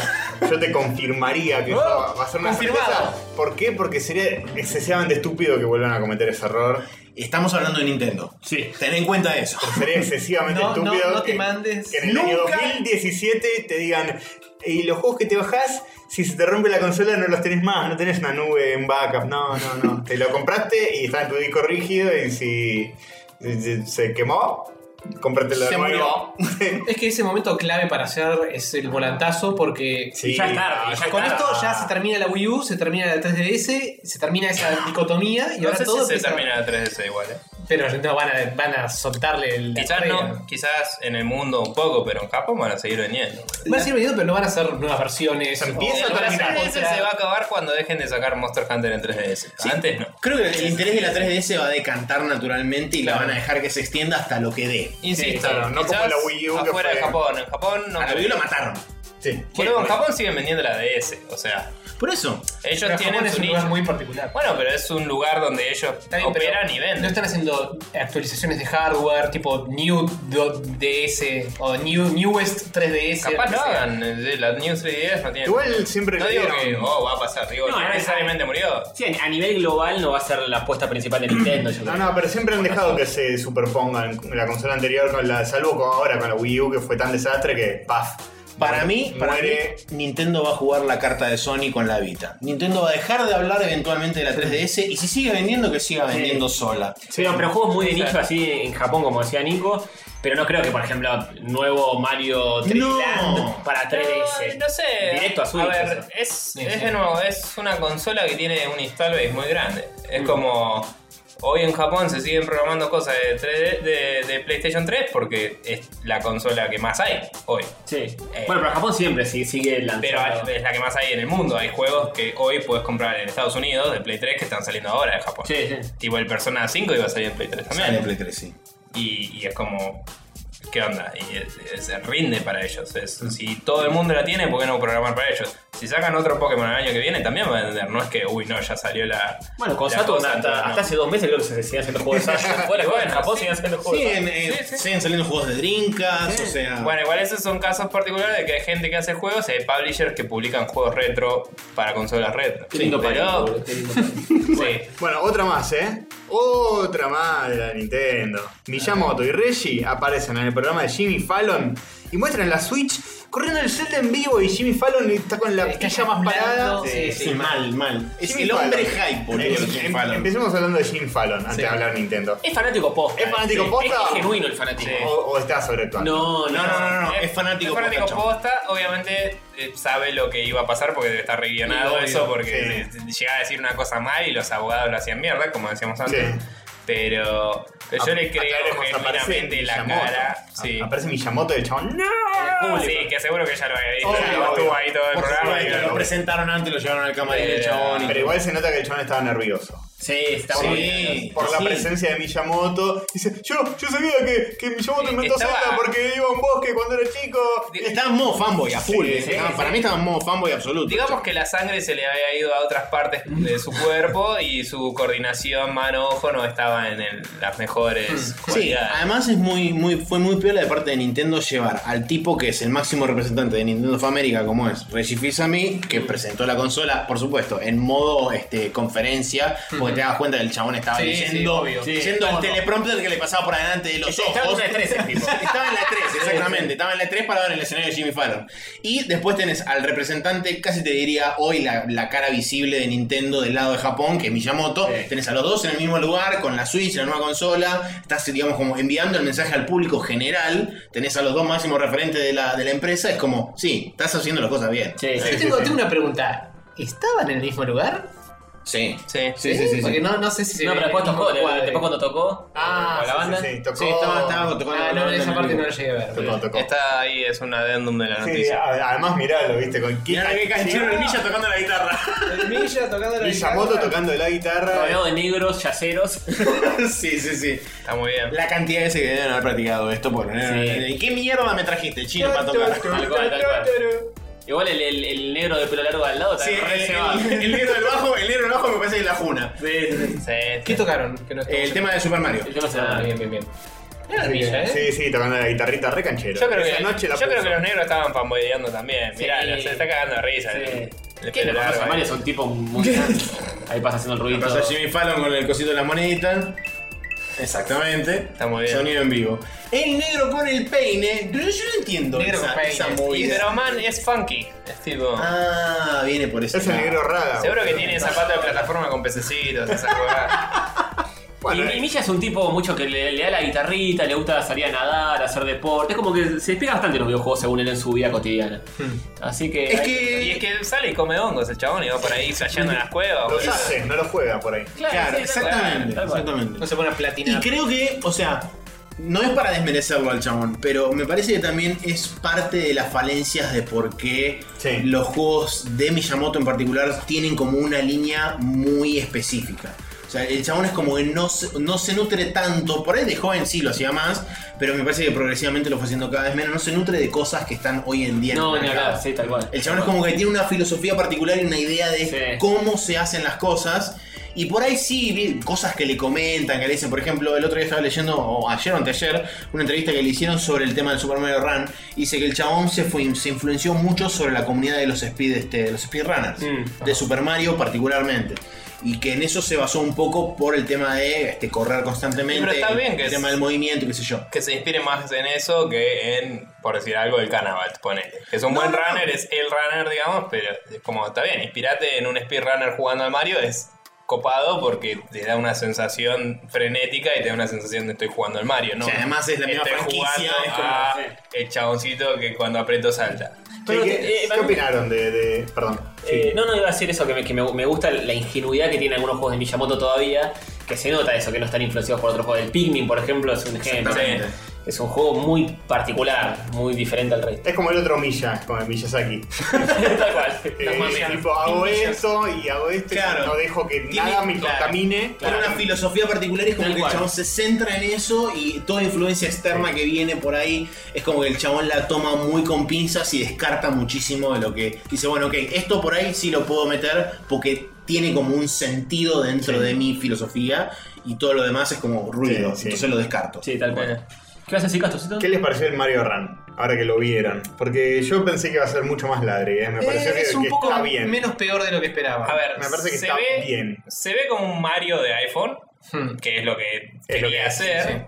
B: yo te confirmaría que eso va a ser una
D: Oh, confirmado.
B: sorpresa. ¿Por qué? Porque sería excesivamente estúpido que vuelvan a cometer ese error.
F: Estamos hablando de Nintendo.
C: Sí.
F: Ten en cuenta eso.
B: Sería excesivamente
D: No, no,
B: estúpido
D: no
B: que,
D: te mandes.
B: que en el año
F: Nunca.
B: 2017 te digan, y los juegos que te bajás, si se te rompe la consola no los tenés más, no tenés una nube en backup, no, no, no. te lo compraste y está en tu disco rígido y si si- si se quemó, cómpratelo de
F: Se
B: nuevo.
D: Es que ese momento clave para hacer es el volantazo porque
B: Sí,
C: Ya es tarde, ya
D: con
C: está.
D: esto ya se termina la Wii U, se termina la 3DS, se termina esa dicotomía y
G: No
D: ahora
G: sé
D: todo
G: si se
D: empieza-
G: termina la 3DS igual, eh.
D: Pero no, van a, van a soltarle el.
G: Quizás no, quizás en el mundo un poco, pero en Japón van a seguir vendiendo.
D: Van a seguir vendiendo, pero no van a hacer nuevas versiones.
B: Empieza
D: o-
B: con
D: van a
G: la
D: hacer
G: 3DS se
D: otra-
G: va a acabar cuando dejen de sacar Monster Hunter en 3DS. Antes no.
F: Creo que el interés de la 3DS va a decantar naturalmente y la van a dejar que se extienda hasta lo que dé.
G: Insisto,
B: claro, no como
G: quizás
B: la Wii U que
G: afuera
B: fue-
G: de Japón. En Japón no.
F: A la Wii U la mataron.
B: sí.
G: Boludo, en Japón siguen vendiendo la DS. O sea,
F: Por eso.
G: ellos
D: Pero Japón
G: tienen
D: es
G: su
D: un
G: nicho.
D: lugar muy particular.
G: Bueno, pero es un lugar donde ellos
D: Está bien, pero
G: operan y
D: No
G: venden.
D: están haciendo actualizaciones de hardware tipo New do- DS o new, Newest 3DS.
G: Capaz
D: lo
G: lo
D: que sea.
G: hagan. eh, La New 3DS no
F: eh,
G: tiene.
B: Igual siempre
G: No
B: le
G: digo
B: dieron-
G: que oh, va a pasar. Digo,
C: No,
G: no,
C: no,
G: necesariamente murió.
C: Sí, a nivel global no va a ser la apuesta principal de Nintendo. yo
B: No,
C: creo.
B: no, pero siempre han dejado que se superpongan la consola anterior con la salvo con ahora con la Wii U que fue tan desastre que paf.
F: Para mí, para mí,
B: Muere.
F: Nintendo va a jugar la carta de Sony con la Vita. Nintendo va a dejar de hablar eventualmente de la 3DS y si sigue vendiendo, que siga vendiendo sola.
C: Pero, pero juegos muy de nicho así en Japón, como decía Nico. Pero no creo que, por ejemplo, nuevo Mario 3
F: No.
C: Land para 3DS.
G: eh, No, no sé.
C: Directo a Switch,
G: A ver,
C: eso.
G: es,
D: Sí,
G: es
D: sí.
G: de nuevo, es una consola que tiene un install base muy grande. Es como. Hoy en Japón se siguen programando cosas de, 3D de- de PlayStation 3 porque es la consola que más hay hoy.
C: Sí. bueno, pero Japón siempre sigue, sigue
G: Pero
C: lanzando.
G: hay- es la que más hay en el mundo. Hay juegos que hoy puedes comprar en Estados Unidos de Play 3 que están saliendo ahora de Japón.
C: Sí, sí.
G: Tipo el Persona 5 iba a salir en Play 3 también.
F: Sale Play 3, sí.
G: y, y es como, ¿qué onda? Y es- es- se rinde para ellos. Es- si todo el mundo la tiene, ¿por qué no programar para ellos? Si sacan otro Pokémon el año que viene, también va a vender. No es que, uy, no, ya salió la.
C: Bueno, con
G: la
C: Saturn
G: cosa,
C: hasta,
G: no.
C: hasta hace dos meses creo que se seguían haciendo juegos de Saturn. Fuera, igual, en Japón siguen haciendo juegos
F: Sí,
C: de
F: en, en- siguen saliendo juegos de drinkas, o sea.
G: Bueno, igual esos son casos particulares de que hay gente que hace juegos, hay publishers que publican juegos retro para consolas retro.
C: Qué lindo
G: Pero-
C: país, boludo, qué lindo país.
G: sí.
B: Bueno, otra más, ¿eh? Otra más de la Nintendo. Miyamoto y Reggie aparecen en el programa de Jimmy Fallon y muestran la Switch corriendo el set en vivo y Jimmy Fallon está con la
D: Está
B: pija más parada.
D: temblando, sí,
F: sí, mal, mal. Es
B: Jimmy
F: el hombre
B: Fallon.
F: hype, boludo.
B: Em-
F: Jimmy
B: em-
F: Fallon.
B: Empecemos hablando de Jimmy Fallon antes de hablar de Nintendo.
C: Es fanático posta.
B: ¿Es fanático
C: sí.
B: posta?
C: Es, es genuino el fanático.
B: O, o está sobreactuando.
C: No,
F: No, no, no, no, es fanático.
G: Eh, Es fanático
F: posta, chabón.
G: posta, obviamente eh, sabe lo que iba a pasar porque debe estar reguionado eso, porque llegaba a decir una cosa mal y los abogados lo hacían mierda, como decíamos antes.
B: Sí.
G: Pero, pero yo
B: A-
G: le creo
B: aclaremos, aparece
G: genuinamente la
B: Miyamoto.
G: cara.
B: A-
G: Sí.
B: Aparece Miyamoto y el chabón. ¡No!
G: Sí, que seguro que ya lo había visto.
B: Obvio,
G: ya
B: obvio.
G: estuvo ahí todo el
F: Por
G: programa.
F: supuesto,
G: y
F: lo
G: lo-
F: presentaron antes, lo llevaron al camarín del
G: Eh,
F: chabón. y-
B: Pero igual se nota que el chabón estaba nervioso.
C: Sí, está
F: Sí.
C: muy bien.
B: Por la
F: Sí.
B: presencia de Miyamoto. Dice, yo, yo sabía que, que Miyamoto inventó
G: Estaba-
B: Zelda porque iba a un bosque cuando era chico.
F: Estaba en modo fanboy, a full.
B: Sí,
F: eh.
B: sí,
F: Estaba-
G: sí.
F: Para mí estaba en modo fanboy absoluto.
G: Digamos que la sangre se le había ido a otras partes de su cuerpo y su coordinación mano-ojo no estaba en el- las mejores
B: Hmm.
F: Sí,
G: cualidades.
F: además es muy, muy, fue muy piola de parte de Nintendo llevar al tipo que es el máximo representante de Nintendo of America, como es Reggie Fils-Aimé, que presentó la consola, por supuesto, en modo este, conferencia, porque te das cuenta que el chabón estaba
D: Sí,
F: leyendo,
D: sí, obvio.
F: leyendo
D: Sí.
F: el teleprompter que le pasaba por adelante de los ojos.
C: Estaba en una 13, tipo.
F: Estaba en la 3, exactamente. Estaba en la 3 para ver el escenario de Jimmy Fallon. Y después tenés al representante, casi te diría hoy la, la cara visible de Nintendo del lado de Japón, que es Miyamoto. Tenés a los dos en el mismo lugar, con la Switch, la nueva consola. Estás, digamos, como enviando el mensaje al público general. Tenés a los dos máximos referentes de la, de la empresa. Es como, sí, estás haciendo las cosas bien.
C: Sí, sí.
D: Yo tengo, tengo una pregunta. ¿Estaban en el mismo lugar?
F: Sí.
G: Sí.
F: Sí, sí, sí.
D: Porque no, no sé si se
C: No,
D: ve
C: pero después
D: el mismo
C: tocó,
D: cuadro.
C: después cuando tocó
D: Ah,
C: con la
D: sí,
C: banda.
B: Sí, tocó.
F: Sí, estaba, estaba tocando
D: Ah,
F: la
D: no,
F: banda
D: esa
F: en
D: parte
F: el-
D: no la llegué a ver.
B: Tocó, tocó.
G: Está ahí, es un adendum de la
B: Sí,
G: noticia.
B: a- además miralo, viste, con qué
F: Mirá que canchero el Milla tocando la guitarra.
D: El Milla tocando la
B: Miyamoto
D: guitarra.
B: tocando la guitarra.
C: Rodeado de negros, yaceros.
F: sí, sí, sí.
G: Está muy bien.
F: La cantidad de veces que deben haber practicado esto por
C: Sí.
F: ¿Qué mierda me trajiste, chino, para tocar?
C: Tal cual, tal cual. Igual el, el, el negro de pelo largo al lado
F: Sí,
C: también
F: el,
C: se va.
F: el- el negro del bajo, el negro del bajo me parece que es la juna.
C: Sí, sí, sí.
G: Sí.
D: ¿Qué tocaron? Que no estamos
F: El tema de Super Mario.
C: El tema se
D: Ah,
C: va.
D: bien, bien, bien. Era el Milla, ¿eh?
B: Sí, sí, tocando la guitarrita re canchero.
G: Yo creo,
B: Esa
G: que,
B: noche la
G: yo creo
B: puso.
G: que los negros estaban fanboyeando también.
C: Sí.
G: Mirá, se está cagando de risa. eh. el- el
C: ¿Qué
G: pelo
C: le pasa
G: largo.
C: a
F: eh.
C: Mario? Son tipo muy. Ahí pasa haciendo el ruidito.
F: Pasó Jimmy Fallon con el cosito de la monedita. Exactamente.
G: Está muy bien.
F: Sonido en vivo. El negro con el peine. Pero yo no entiendo
D: Negro
F: esa,
D: con peine.
F: esa
G: Y
F: movida.
G: pero man es funky. Es tipo.
F: Ah, viene por eso.
B: Es el negro rada.
G: seguro que tiene zapatos de plataforma con pececitos, esa jugada.
B: Bueno, eh,
C: y, y Milla es un tipo mucho que le, le da la guitarrita, le gusta salir a nadar, hacer deporte. Es como que se despega bastante de los videojuegos según él en su vida cotidiana. Así que.
F: Hmm. Es
C: hay-
G: Y es
F: que.
G: que sale y come hongos el chabón y va por ahí flasheando en las cuevas.
B: los
G: boludo.
B: hace, no los juega por ahí.
F: Claro,
C: sí, tal cual,
F: exactamente.
C: tal cual.
F: Exactamente.
D: No se pone a platinar.
F: Y creo que, o sea, no es para desmerecerlo al chabón, pero me parece que también es parte de las falencias de por qué
B: Sí.
F: los juegos de Miyamoto en particular tienen como una línea muy específica. O sea, el chabón es como que no se, no se nutre tanto, por ahí de joven sí lo hacía más, pero me parece que progresivamente lo fue haciendo cada vez menos, no se nutre de cosas que están hoy en día. en
C: No,
F: el
C: ni
F: mercado.
C: hablar, sí, tal cual.
F: El chabón es como que tiene una filosofía particular y una idea de
C: Sí.
F: cómo se hacen las cosas. Y por ahí sí, vi cosas que le comentan, que le dicen, por ejemplo, el otro día estaba leyendo, o ayer o anteayer, una entrevista que le hicieron sobre el tema del Super Mario Run. Y Dice que el chabón se, fue, se influenció mucho sobre la comunidad de los, speed, este, de los speedrunners,
G: Mm.
F: de Super Mario particularmente. Y que en eso se basó un poco por el tema de este, correr constantemente,
G: Pero está bien
F: el
G: que es-
F: tema del movimiento y qué sé yo.
G: Que se inspire más en eso que en, por decir algo, el Canabat, ponele. Que es un buen runner, es el runner, digamos, pero es como, está bien, inspirate en un speedrunner jugando al Mario, es copado porque te da una sensación frenética y te da una sensación de estoy jugando al Mario, ¿no?
F: Sí, además es la misma
G: estoy
F: franquicia,
G: jugando
F: es como-
G: a
F: sí.
G: el chaboncito que cuando aprieto salta.
B: Che,
C: Pero,
B: ¿Qué,
C: eh,
B: qué
C: para mí-
B: opinaron de, de- Perdón. Sí.
C: Eh, no, no iba a decir eso, que, me, que me, me gusta la ingenuidad que tienen algunos juegos de Miyamoto todavía, que se nota eso, que no están influenciados por otros juegos. El Pikmin, por ejemplo, es un ejemplo.
F: Exactamente.
C: Es un juego muy particular, muy diferente al resto.
B: Es como el otro Milla, con el Miyazaki.
C: Tal cual.
B: Eh,
G: Millas.
B: tipo, hago
G: Millas.
B: esto y hago esto y
F: Claro.
B: no dejo que
F: Tiene-
B: nada me
G: claro.
B: contamine.
F: Tiene una filosofía particular y es como
C: Tal
F: que
C: cual.
F: el chabón se centra en eso y toda influencia externa que viene por ahí es como que el chabón la toma muy con pinzas y descarta muchísimo de lo que dice, bueno, ok, esto por ahí sí lo puedo meter porque tiene como un sentido dentro de mi filosofía y todo lo demás es como ruido,
B: Sí, sí.
F: entonces lo descarto.
C: Sí, tal cual. ¿Qué vas a decir, Castorcito?
B: ¿Qué les pareció el Mario Run? Ahora que lo vieron. Porque yo pensé que iba a ser mucho más ladre, ¿eh? me pareció
D: Eh,
B: que,
D: es un
B: que
D: poco
B: está bien.
D: menos peor de lo que esperaba.
G: A ver,
B: Me parece que
G: se
B: está
G: ve,
B: bien.
G: Se ve como un Mario de iPhone,
D: Hmm.
G: Mm, que es lo que
B: Es lo
G: quería
B: que es,
G: hacer.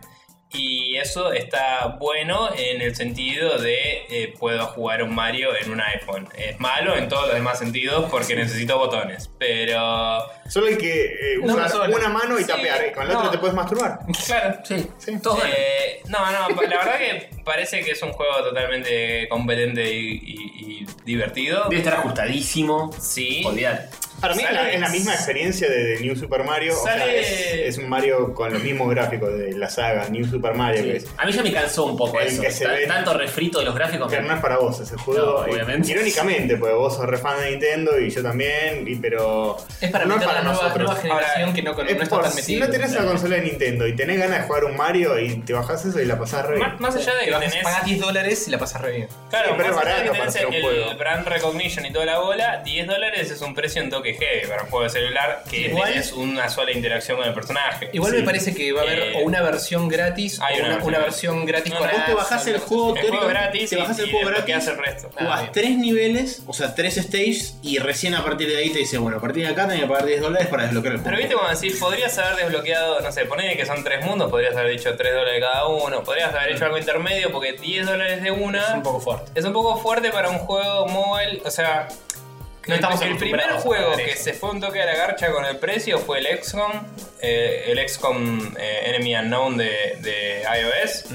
G: Y eso está bueno en el sentido de eh, puedo jugar un Mario en un iPhone. Es malo en todos los demás sentidos porque necesito botones. Pero
B: Solo hay que eh,
D: No,
B: usar
D: solo.
B: una mano y
G: Sí,
B: tapear. eh. Con la
G: no.
B: otra te puedes masturbar.
G: Claro.
D: Sí.
B: Sí.
D: Todo mal.
G: Eh, no, no, pa- la verdad que parece que es un juego totalmente competente y, y- y divertido.
C: Debe estar ajustadísimo.
G: Sí.
C: Olvidar.
B: Para mí es la-
G: Sale-
B: es la misma experiencia de, de New Super Mario. o sea,
G: Sale-
B: es, es un Mario con los mismos gráficos de la saga New Super Mario. Que, es-
C: A mí ya me cansó un poco
B: El
C: eso.
B: que se
C: Tan-
B: ve-
C: Tanto refrito de los gráficos.
B: que no es para vos ese juego.
C: No,
B: eh,
C: obviamente.
B: Irónicamente, porque vos sos re fan de Nintendo y yo también, y- pero.
D: Es para
B: no es
D: meter
B: para
D: la nueva,
B: nosotros.
D: nueva generación
G: Ahora,
D: que no, con-
B: Es
D: no está
B: por
D: tan
B: si
D: metida.
B: no tenés la consola de Nintendo y tenés ganas de jugar un Mario y te bajás eso y la pasás re bien.
G: Más, más allá de que tenés.
D: Pagás 10 dólares y la pasas re bien.
G: Claro,
B: Sí, pero
G: más
B: es
G: allá de que
B: barato para
G: tenés
B: hacer un
G: el,
B: juego.
G: brand recognition y toda la bola, 10 dólares es un precio en toque heavy para un juego de celular que
D: Igual-
G: tenés una sola interacción con el personaje.
D: Igual me parece que va a haber
G: Eh,
D: o una versión gratis
G: hay
D: o
G: una
D: una,
G: versión
D: una versión gratis
G: gratis. No,
D: con
G: vos
F: Vos te bajás el juego
G: el juego
F: teóricamente,
G: gratis
F: te bajás
G: y-
F: el
G: y
F: juego
G: desbloqueás
F: gratis,
G: el resto.
F: jugás
D: bien.
F: tres niveles, o sea, tres stages y recién a partir de ahí te dice, bueno, a partir de acá tenés que pagar 10 dólares para desbloquear el juego.
G: Pero viste cuando decís, podrías haber desbloqueado, no sé, poné que son tres mundos, podrías haber dicho 3 dólares cada uno, podrías haber hecho algo intermedio porque 10 dólares de una
D: Es un poco fuerte.
G: es un poco fuerte para un juego móvil, o sea...
C: No
G: el-
C: estamos
G: el primer
C: acostumbrados a
G: juego
C: ver
G: que
C: eso.
G: se fue un toque a la garcha con el precio fue el XCOM, eh, el XCOM eh, Enemy Unknown de, de iOS,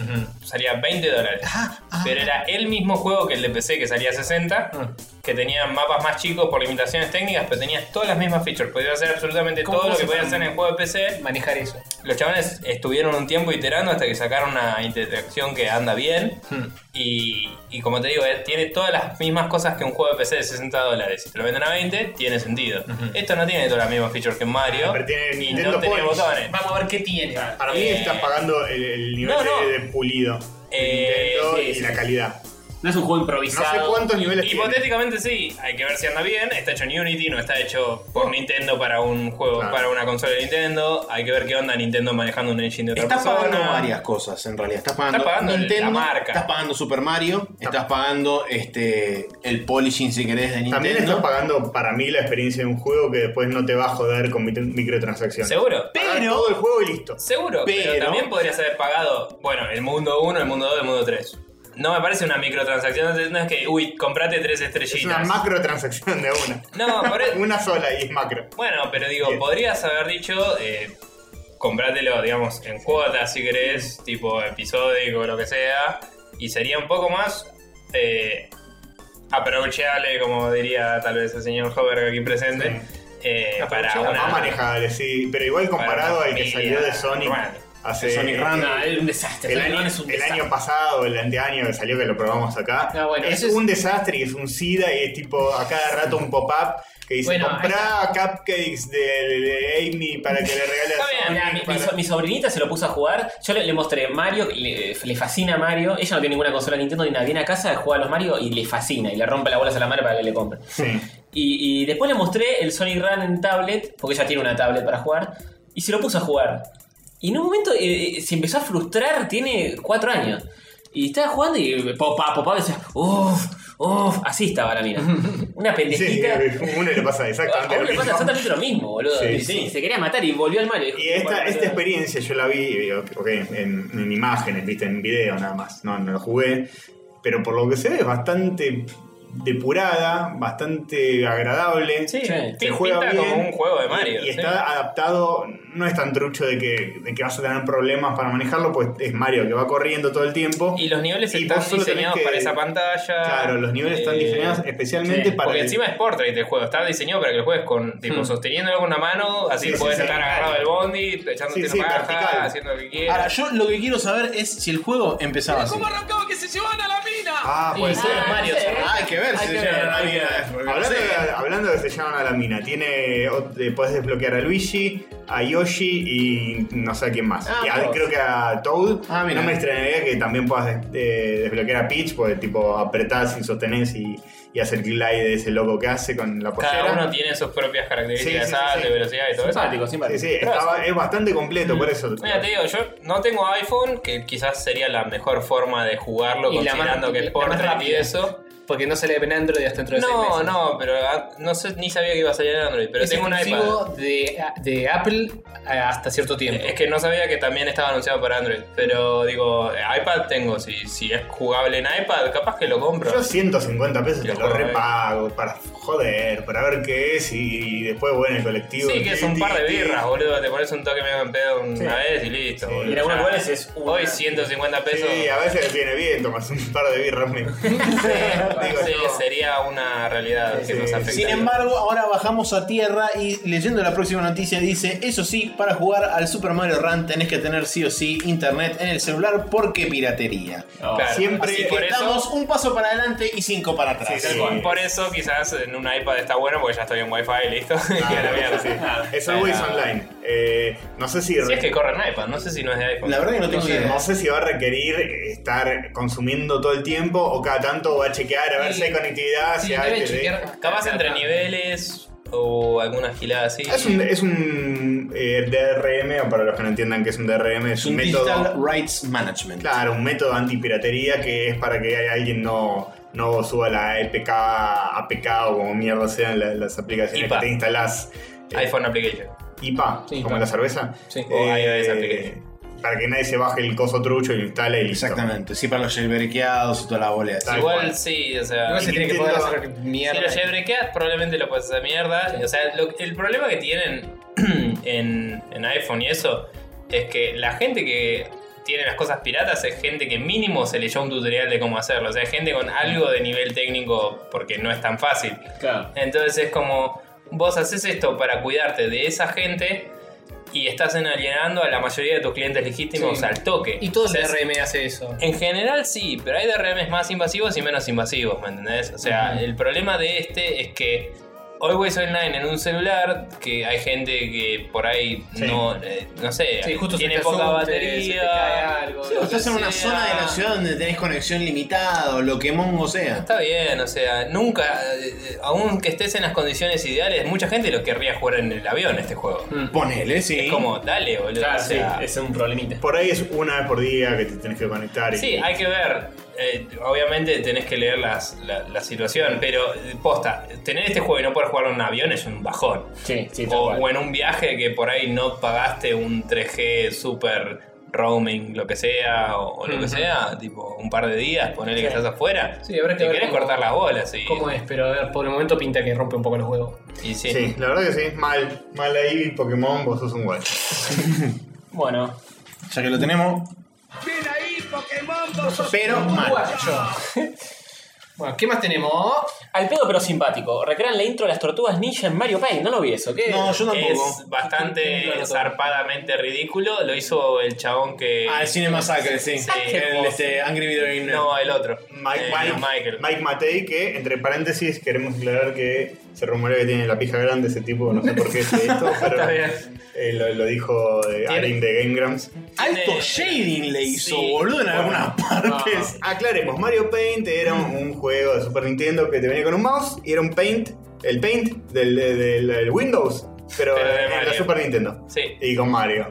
G: salía 20 dólares.
C: Ah,
G: Pero era el mismo juego que el de PC que salía 60,
C: Ah.
G: que tenía mapas más chicos por limitaciones técnicas, pero tenías todas las mismas features. Podías hacer absolutamente
D: ¿Cómo-
G: todo lo
D: cómo se
G: que podías
D: llama?
G: hacer en el juego de PC.
D: Manejar eso.
G: Los chavales estuvieron un tiempo iterando hasta que sacaron una interacción que anda bien.
F: Hmm.
G: Y, y como te digo, eh, tiene todas las mismas cosas que un juego de PC de 60 dólares. Si te lo venden a 20, tiene sentido. Esto no tiene todas las mismas features que Mario.
B: Pero tiene
G: y
B: Nintendo
G: no tiene
B: Points.
G: botones.
D: Vamos a ver qué tiene.
B: Para mí
G: Eh,
B: estás pagando el, el nivel
G: no, no.
B: De, de pulido
G: Eh,
B: de Nintendo
G: sí,
B: y
G: sí.
B: la calidad.
C: No es un juego
B: No sé
C: improvisado.
B: cuántos niveles tiene.
G: Hipotéticamente sí, hay que ver si anda bien. Está hecho en Unity, no está hecho por Nintendo para un juego,
B: Oh. Claro.
G: para una consola de Nintendo. Hay que ver qué onda Nintendo manejando un engine de otra
F: Estás
G: persona.
F: pagando varias cosas en realidad. Estás pagando,
G: Estás pagando la marca.
F: Estás pagando Super Mario. Estás pagando este el polishing si querés de Nintendo.
B: También estás pagando para mí la experiencia de un juego que después no te va a joder con mit- microtransacciones.
G: Seguro.
B: Pagar todo el juego y listo.
G: Seguro, pero,
F: Pero-
G: también podrías haber pagado, bueno, el mundo 1, el mundo 2, el mundo 3. No me parece una microtransacción, no es que, uy, comprate tres
B: Es una
G: estrellitas.
B: macrotransacción de una.
G: no, por eso-
B: Una sola y es macro.
G: Bueno, pero digo,
B: Bien.
G: podrías haber dicho, eh, comprátelo, digamos, en cuotas si querés, tipo episódico o lo que sea, y sería un poco más eh, aprovechable, como diría tal vez el señor Hover aquí presente, eh, para
B: Más
G: una...
B: manejable, sí. Pero igual comparado
G: para
B: al que
G: familia,
B: salió de Sonic
G: normal.
B: hace.
F: Sonic Run.
C: Nah, es un desastre.
B: El
C: Sonic
B: año,
C: Run es un
B: el
C: desastre.
B: año pasado, el anteaño que salió, que lo probamos acá,
D: Ah, bueno,
B: es
D: eso es-
B: un desastre y es un SIDA y es tipo a cada rato un pop-up que dice
D: Bueno,
B: comprá cupcakes de, de Amy para que le regales a
G: Está bien,
C: Mirá,
B: Sonic
C: mi, mi
B: para-
C: so- mi sobrinita se lo puso a jugar. Yo le, le mostré Mario, le, le fascina Mario. Ella no tiene ninguna consola Nintendo ni nada. Viene a casa, juega a los Mario y le fascina. Y le rompe las bolas a la madre para que le compre.
B: Sí.
C: Y, y después le mostré el Sonic Run en tablet, porque ella tiene una tablet para jugar. Y se lo puso a jugar. Y en un momento eh, eh, se empezó a frustrar, tiene cuatro años. Y estaba jugando y eh, popá, popá, decía, uff, uff, así estaba la mina. Una
B: Sí,
C: pendejita.
B: a uno le pasa
C: A
B: exactamente lo
C: uno le pasa
B: mismo.
C: exactamente lo mismo, boludo.
B: Sí,
C: Y
B: sí.
C: Se quería matar y volvió al Mario. Dijo,
B: Y esta,
C: "Bueno,
B: esta
C: boludo".
B: experiencia yo la vi y digo, ok, en, en imágenes, viste, en video nada más, no, no lo jugué, pero por lo que se ve es bastante depurada, bastante agradable.
G: Sí,
D: Sí.
G: pi-
B: Se juega
G: pinta como
B: bien
G: un juego de Mario.
B: Y
G: sí.
B: está adaptado, no es tan trucho de que, de que vas a tener problemas para manejarlo, pues es Mario que va corriendo todo el tiempo.
G: Y los niveles
B: Y
G: están
B: vos solo tenés
G: diseñados
B: que-
G: para esa pantalla.
B: Claro, los niveles están
G: Eh,
B: diseñados especialmente para.
G: Porque
B: el- Hmm.
G: encima es portrait el juego, está diseñado para que lo juegues con, tipo, sosteniéndolo con una mano, así
B: Sí, sí,
G: puedes
B: sí.
G: estar agarrado del bondi,
B: Sí,
G: echándote una
B: sí,
G: paja,
B: vertical.
G: haciendo lo que
F: Ahora,
G: quieras.
F: yo lo que quiero saber es si el juego empezaba así.
G: arrancaba que se llevan a la mina?
B: Ah, puede ser.
G: Mario,
F: Ah, hay que ver si se llevan a la mina.
B: Hablando, de, hablando de que se llaman a la mina, tiene ot- eh, podés desbloquear a Luigi, a Yoshi y no sé a quién más.
F: Ah,
B: Y a-
F: todos.
B: creo que a Toad.
F: Ah, mira.
B: no me extrañaría que también puedas eh, desbloquear a Peach, porque tipo apretás y sostenés y, y hacer glide de ese loco que hace con la pollera.
G: Cada uno tiene sus propias características,
B: Sí, sí, sí,
G: alta,
B: sí.
G: velocidad y todo eso.
C: Simpático, simpático.
B: Sí, sí, estaba- es bastante completo, por eso.
G: Mira, te digo, yo no tengo iPhone, que quizás sería la mejor forma de jugarlo,
D: Y la
G: considerando
D: más-
G: que es
D: la más
G: portrait y
D: rápida.
G: eso.
D: Porque no sale en Android hasta dentro de seis
G: No,
D: meses.
G: no, pero ah, no sé, ni sabía que iba a salir en Android, pero
D: es
G: tengo un iPad.
D: exclusivo de, de Apple eh, hasta cierto tiempo.
G: Es que no sabía que también estaba anunciado para Android, pero digo, iPad tengo, si, si es jugable en iPad, capaz que lo compro.
B: Yo 150 pesos te
G: Yo
B: lo
G: juego, eh.
B: repago para joder, para ver qué es y, y después voy en el colectivo.
G: Sí, que es un
B: Ti,
G: par de
B: ti, ti.
G: birras, boludo, te pones un toque medio en pedo una vez y listo.
B: Sí.
G: boludo.
B: Y en
C: algunos
G: Ya.
C: lugares es una.
G: Hoy 150 pesos.
B: Sí, a veces viene bien tomarse un par de birras menos. Digo,
G: Sí,
B: yo,
G: sería una realidad
B: Sí,
G: que nos
B: sí.
G: afecta.
F: Sin embargo, ahora bajamos a tierra y leyendo la próxima noticia dice, eso sí, para jugar al Super Mario Run tenés que tener sí o sí internet en el celular porque piratería.
G: Claro,
B: siempre-
G: así
F: Así
G: que
F: que
G: Ah, por
F: estamos
G: eso,
F: un paso para adelante y cinco para atrás.
B: Sí, tal
G: Sí, por eso quizás en un iPad está bueno porque ya estoy en Wi-Fi, listo. Y a la mierda.
B: sí. Es always
G: Pero-
B: online. Eh, no sé si.
G: Si es que corre en iPad, no sé si no es de iPhone.
F: La verdad que no tengo idea.
B: No sé si va a requerir estar consumiendo todo el tiempo o cada tanto va a chequear a ver
D: Sí.
B: si hay conectividad,
D: Sí,
B: si hay
D: debe
B: que-
D: chequear.
G: Capaz entre niveles o alguna gilada así.
B: Es un, es un eh, DRM, o para los que no entiendan qué es un DRM, es
F: Es
B: un
F: un
B: método.
F: Digital Rights Management.
B: Claro, un método antipiratería que es para que alguien no, no suba la E EPK, APK o como mierda sean la- las, aplicaciones
G: IPA.
B: que te instalás. eh,
G: iPhone Application.
B: IPA,
D: Sí,
B: como
D: claro.
B: la cerveza. Eh,
D: Sí.
G: O iOS application.
B: Para que nadie se baje el coso trucho y lo instale y listo.
F: Exactamente, sí, para los jailbreakeados y toda la bola.
B: Tal
G: Igual
B: cual.
G: sí, o sea.
D: Igual
G: Si
D: se tiene que poder
B: Nintendo-
D: hacer mierda.
G: lo jailbreakeas, probablemente lo puedes hacer mierda. O sea, lo- el problema que tienen en, en iPhone y eso es que la gente que tiene las cosas piratas es gente que mínimo se leyó un tutorial de cómo hacerlo. O sea, es gente con algo de nivel técnico porque no es tan fácil.
C: Claro.
G: Entonces es como, vos haces esto para cuidarte de esa gente y estás alienando a la mayoría de tus clientes legítimos
D: Sí.
G: al toque.
D: Y todo
G: O sea,
D: el
G: es-
D: DRM hace eso.
G: En general sí, pero hay DRMs más invasivos y menos invasivos, ¿me entendés? O sea, el problema de este es que Always Online en un celular, que hay gente que por ahí no, eh, no sé,
D: Sí, justo se
G: tiene
D: te
G: poca
D: asunte, se te cae
G: batería.
D: algo.
G: Sí, ah.
F: O estás en una
G: sea.
F: zona de la ciudad donde tenés conexión limitada o lo que mongo sea.
G: Está bien, o sea, nunca, eh, eh, aunque estés en las condiciones ideales, mucha gente lo querría jugar en el avión este juego.
D: Mm.
F: Ponele, sí.
G: Es como, dale, boludo.
C: Claro,
G: o
C: sí,
G: sea,
C: es un problemita.
B: Por ahí es una vez por día que te tenés que conectar. y-
G: sí, hay que ver. eh, obviamente tenés que leer las- la, la situación, pero eh, posta, tener este juego y no poder jugarlo en un avión es un bajón.
C: Sí, sí, tal
G: o,
C: cual.
G: o en un viaje que por ahí no pagaste un 3G super roaming, lo que sea, o, o lo que sea, tipo un par de días, ponerle que estás afuera.
D: Sí, habrá que
G: te
D: ver
G: querés
D: cómo-
G: cortar las bolas, y,
D: ¿Cómo es? Pero a ver, por el momento pinta que rompe un poco los huevos.
G: y sí.
B: Sí, la verdad que sí. Mal. Mal ahí, Pokémon, vos sos un guay.
C: Bueno,
F: Ya que lo tenemos. Pero mal.
D: Bueno, ¿qué más tenemos?
C: al pedo pero simpático. Recrean la intro de las tortugas ninja en Mario Paint. No lo vi eso. ¿Qué?
F: No, yo tampoco.
G: Es bastante
D: Claro.
G: zarpadamente ridículo. Lo hizo el chabón que.
F: Ah, el Cine Masacre, sí.
G: Sí.
F: El este, Angry Video Game Nerd.
G: No, el otro.
B: Mike,
G: Eh,
B: Mike,
G: Michael.
B: Mike Matei, que entre paréntesis queremos aclarar que se rumorea que tiene la pija grande ese tipo, no sé por qué es esto, pero
G: Está bien.
B: eh, lo, lo dijo eh,
G: Tiene-
B: Arin de Game Grumps.
F: Alto shading le hizo,
G: Sí.
F: boludo, en algunas partes.
B: Entonces,
G: Ah.
B: aclaremos, Mario Paint era un, un juego de Super Nintendo que te venía con un mouse y era un Paint, el Paint del, del- del- del Windows, pero,
G: Pero de
B: en la
G: Mario.
B: Super Nintendo.
G: Sí.
B: Y con Mario.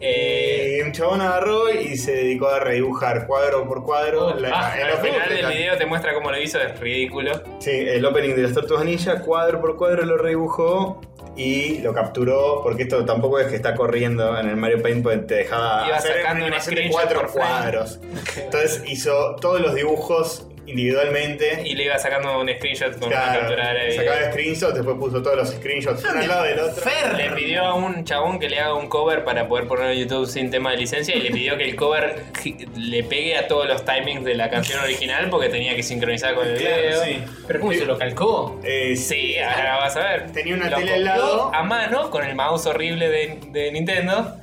G: Eh,
B: y un chabón agarró y se dedicó a redibujar cuadro por cuadro. la-
G: ah,
B: el
G: al
B: opening
G: final
B: de
G: del
B: la-
G: video te muestra cómo lo hizo, es ridículo.
B: Sí, el opening de las Tortugas Ninja, cuadro por cuadro lo redibujó y lo capturó, porque esto tampoco es que está corriendo en el Mario Paint, porque te dejaba
G: Iba
B: hacer
G: sacando
B: una
G: un
B: animación de
G: screenshot
B: cuatro
G: por frame.
B: cuadros. Entonces hizo todos los dibujos individualmente.
G: Y le iba sacando un screenshot con una
B: Claro,
G: captura de video.
B: sacaba screenshots, después puso todos los screenshots uno al lado del otro.
G: Le pidió a un chabón que le haga un cover para poder ponerlo en YouTube sin tema de licencia y le pidió que el cover gi- le pegue a todos los timings de la canción original porque tenía que sincronizar con el
B: Claro,
G: video.
B: sí.
D: Pero ¿cómo se lo calcó?
B: Eh,
G: Sí, ahora vas a ver.
B: Tenía una
G: Lo
B: tele al
G: copió
B: lado.
G: A mano, con el mouse horrible de, de Nintendo,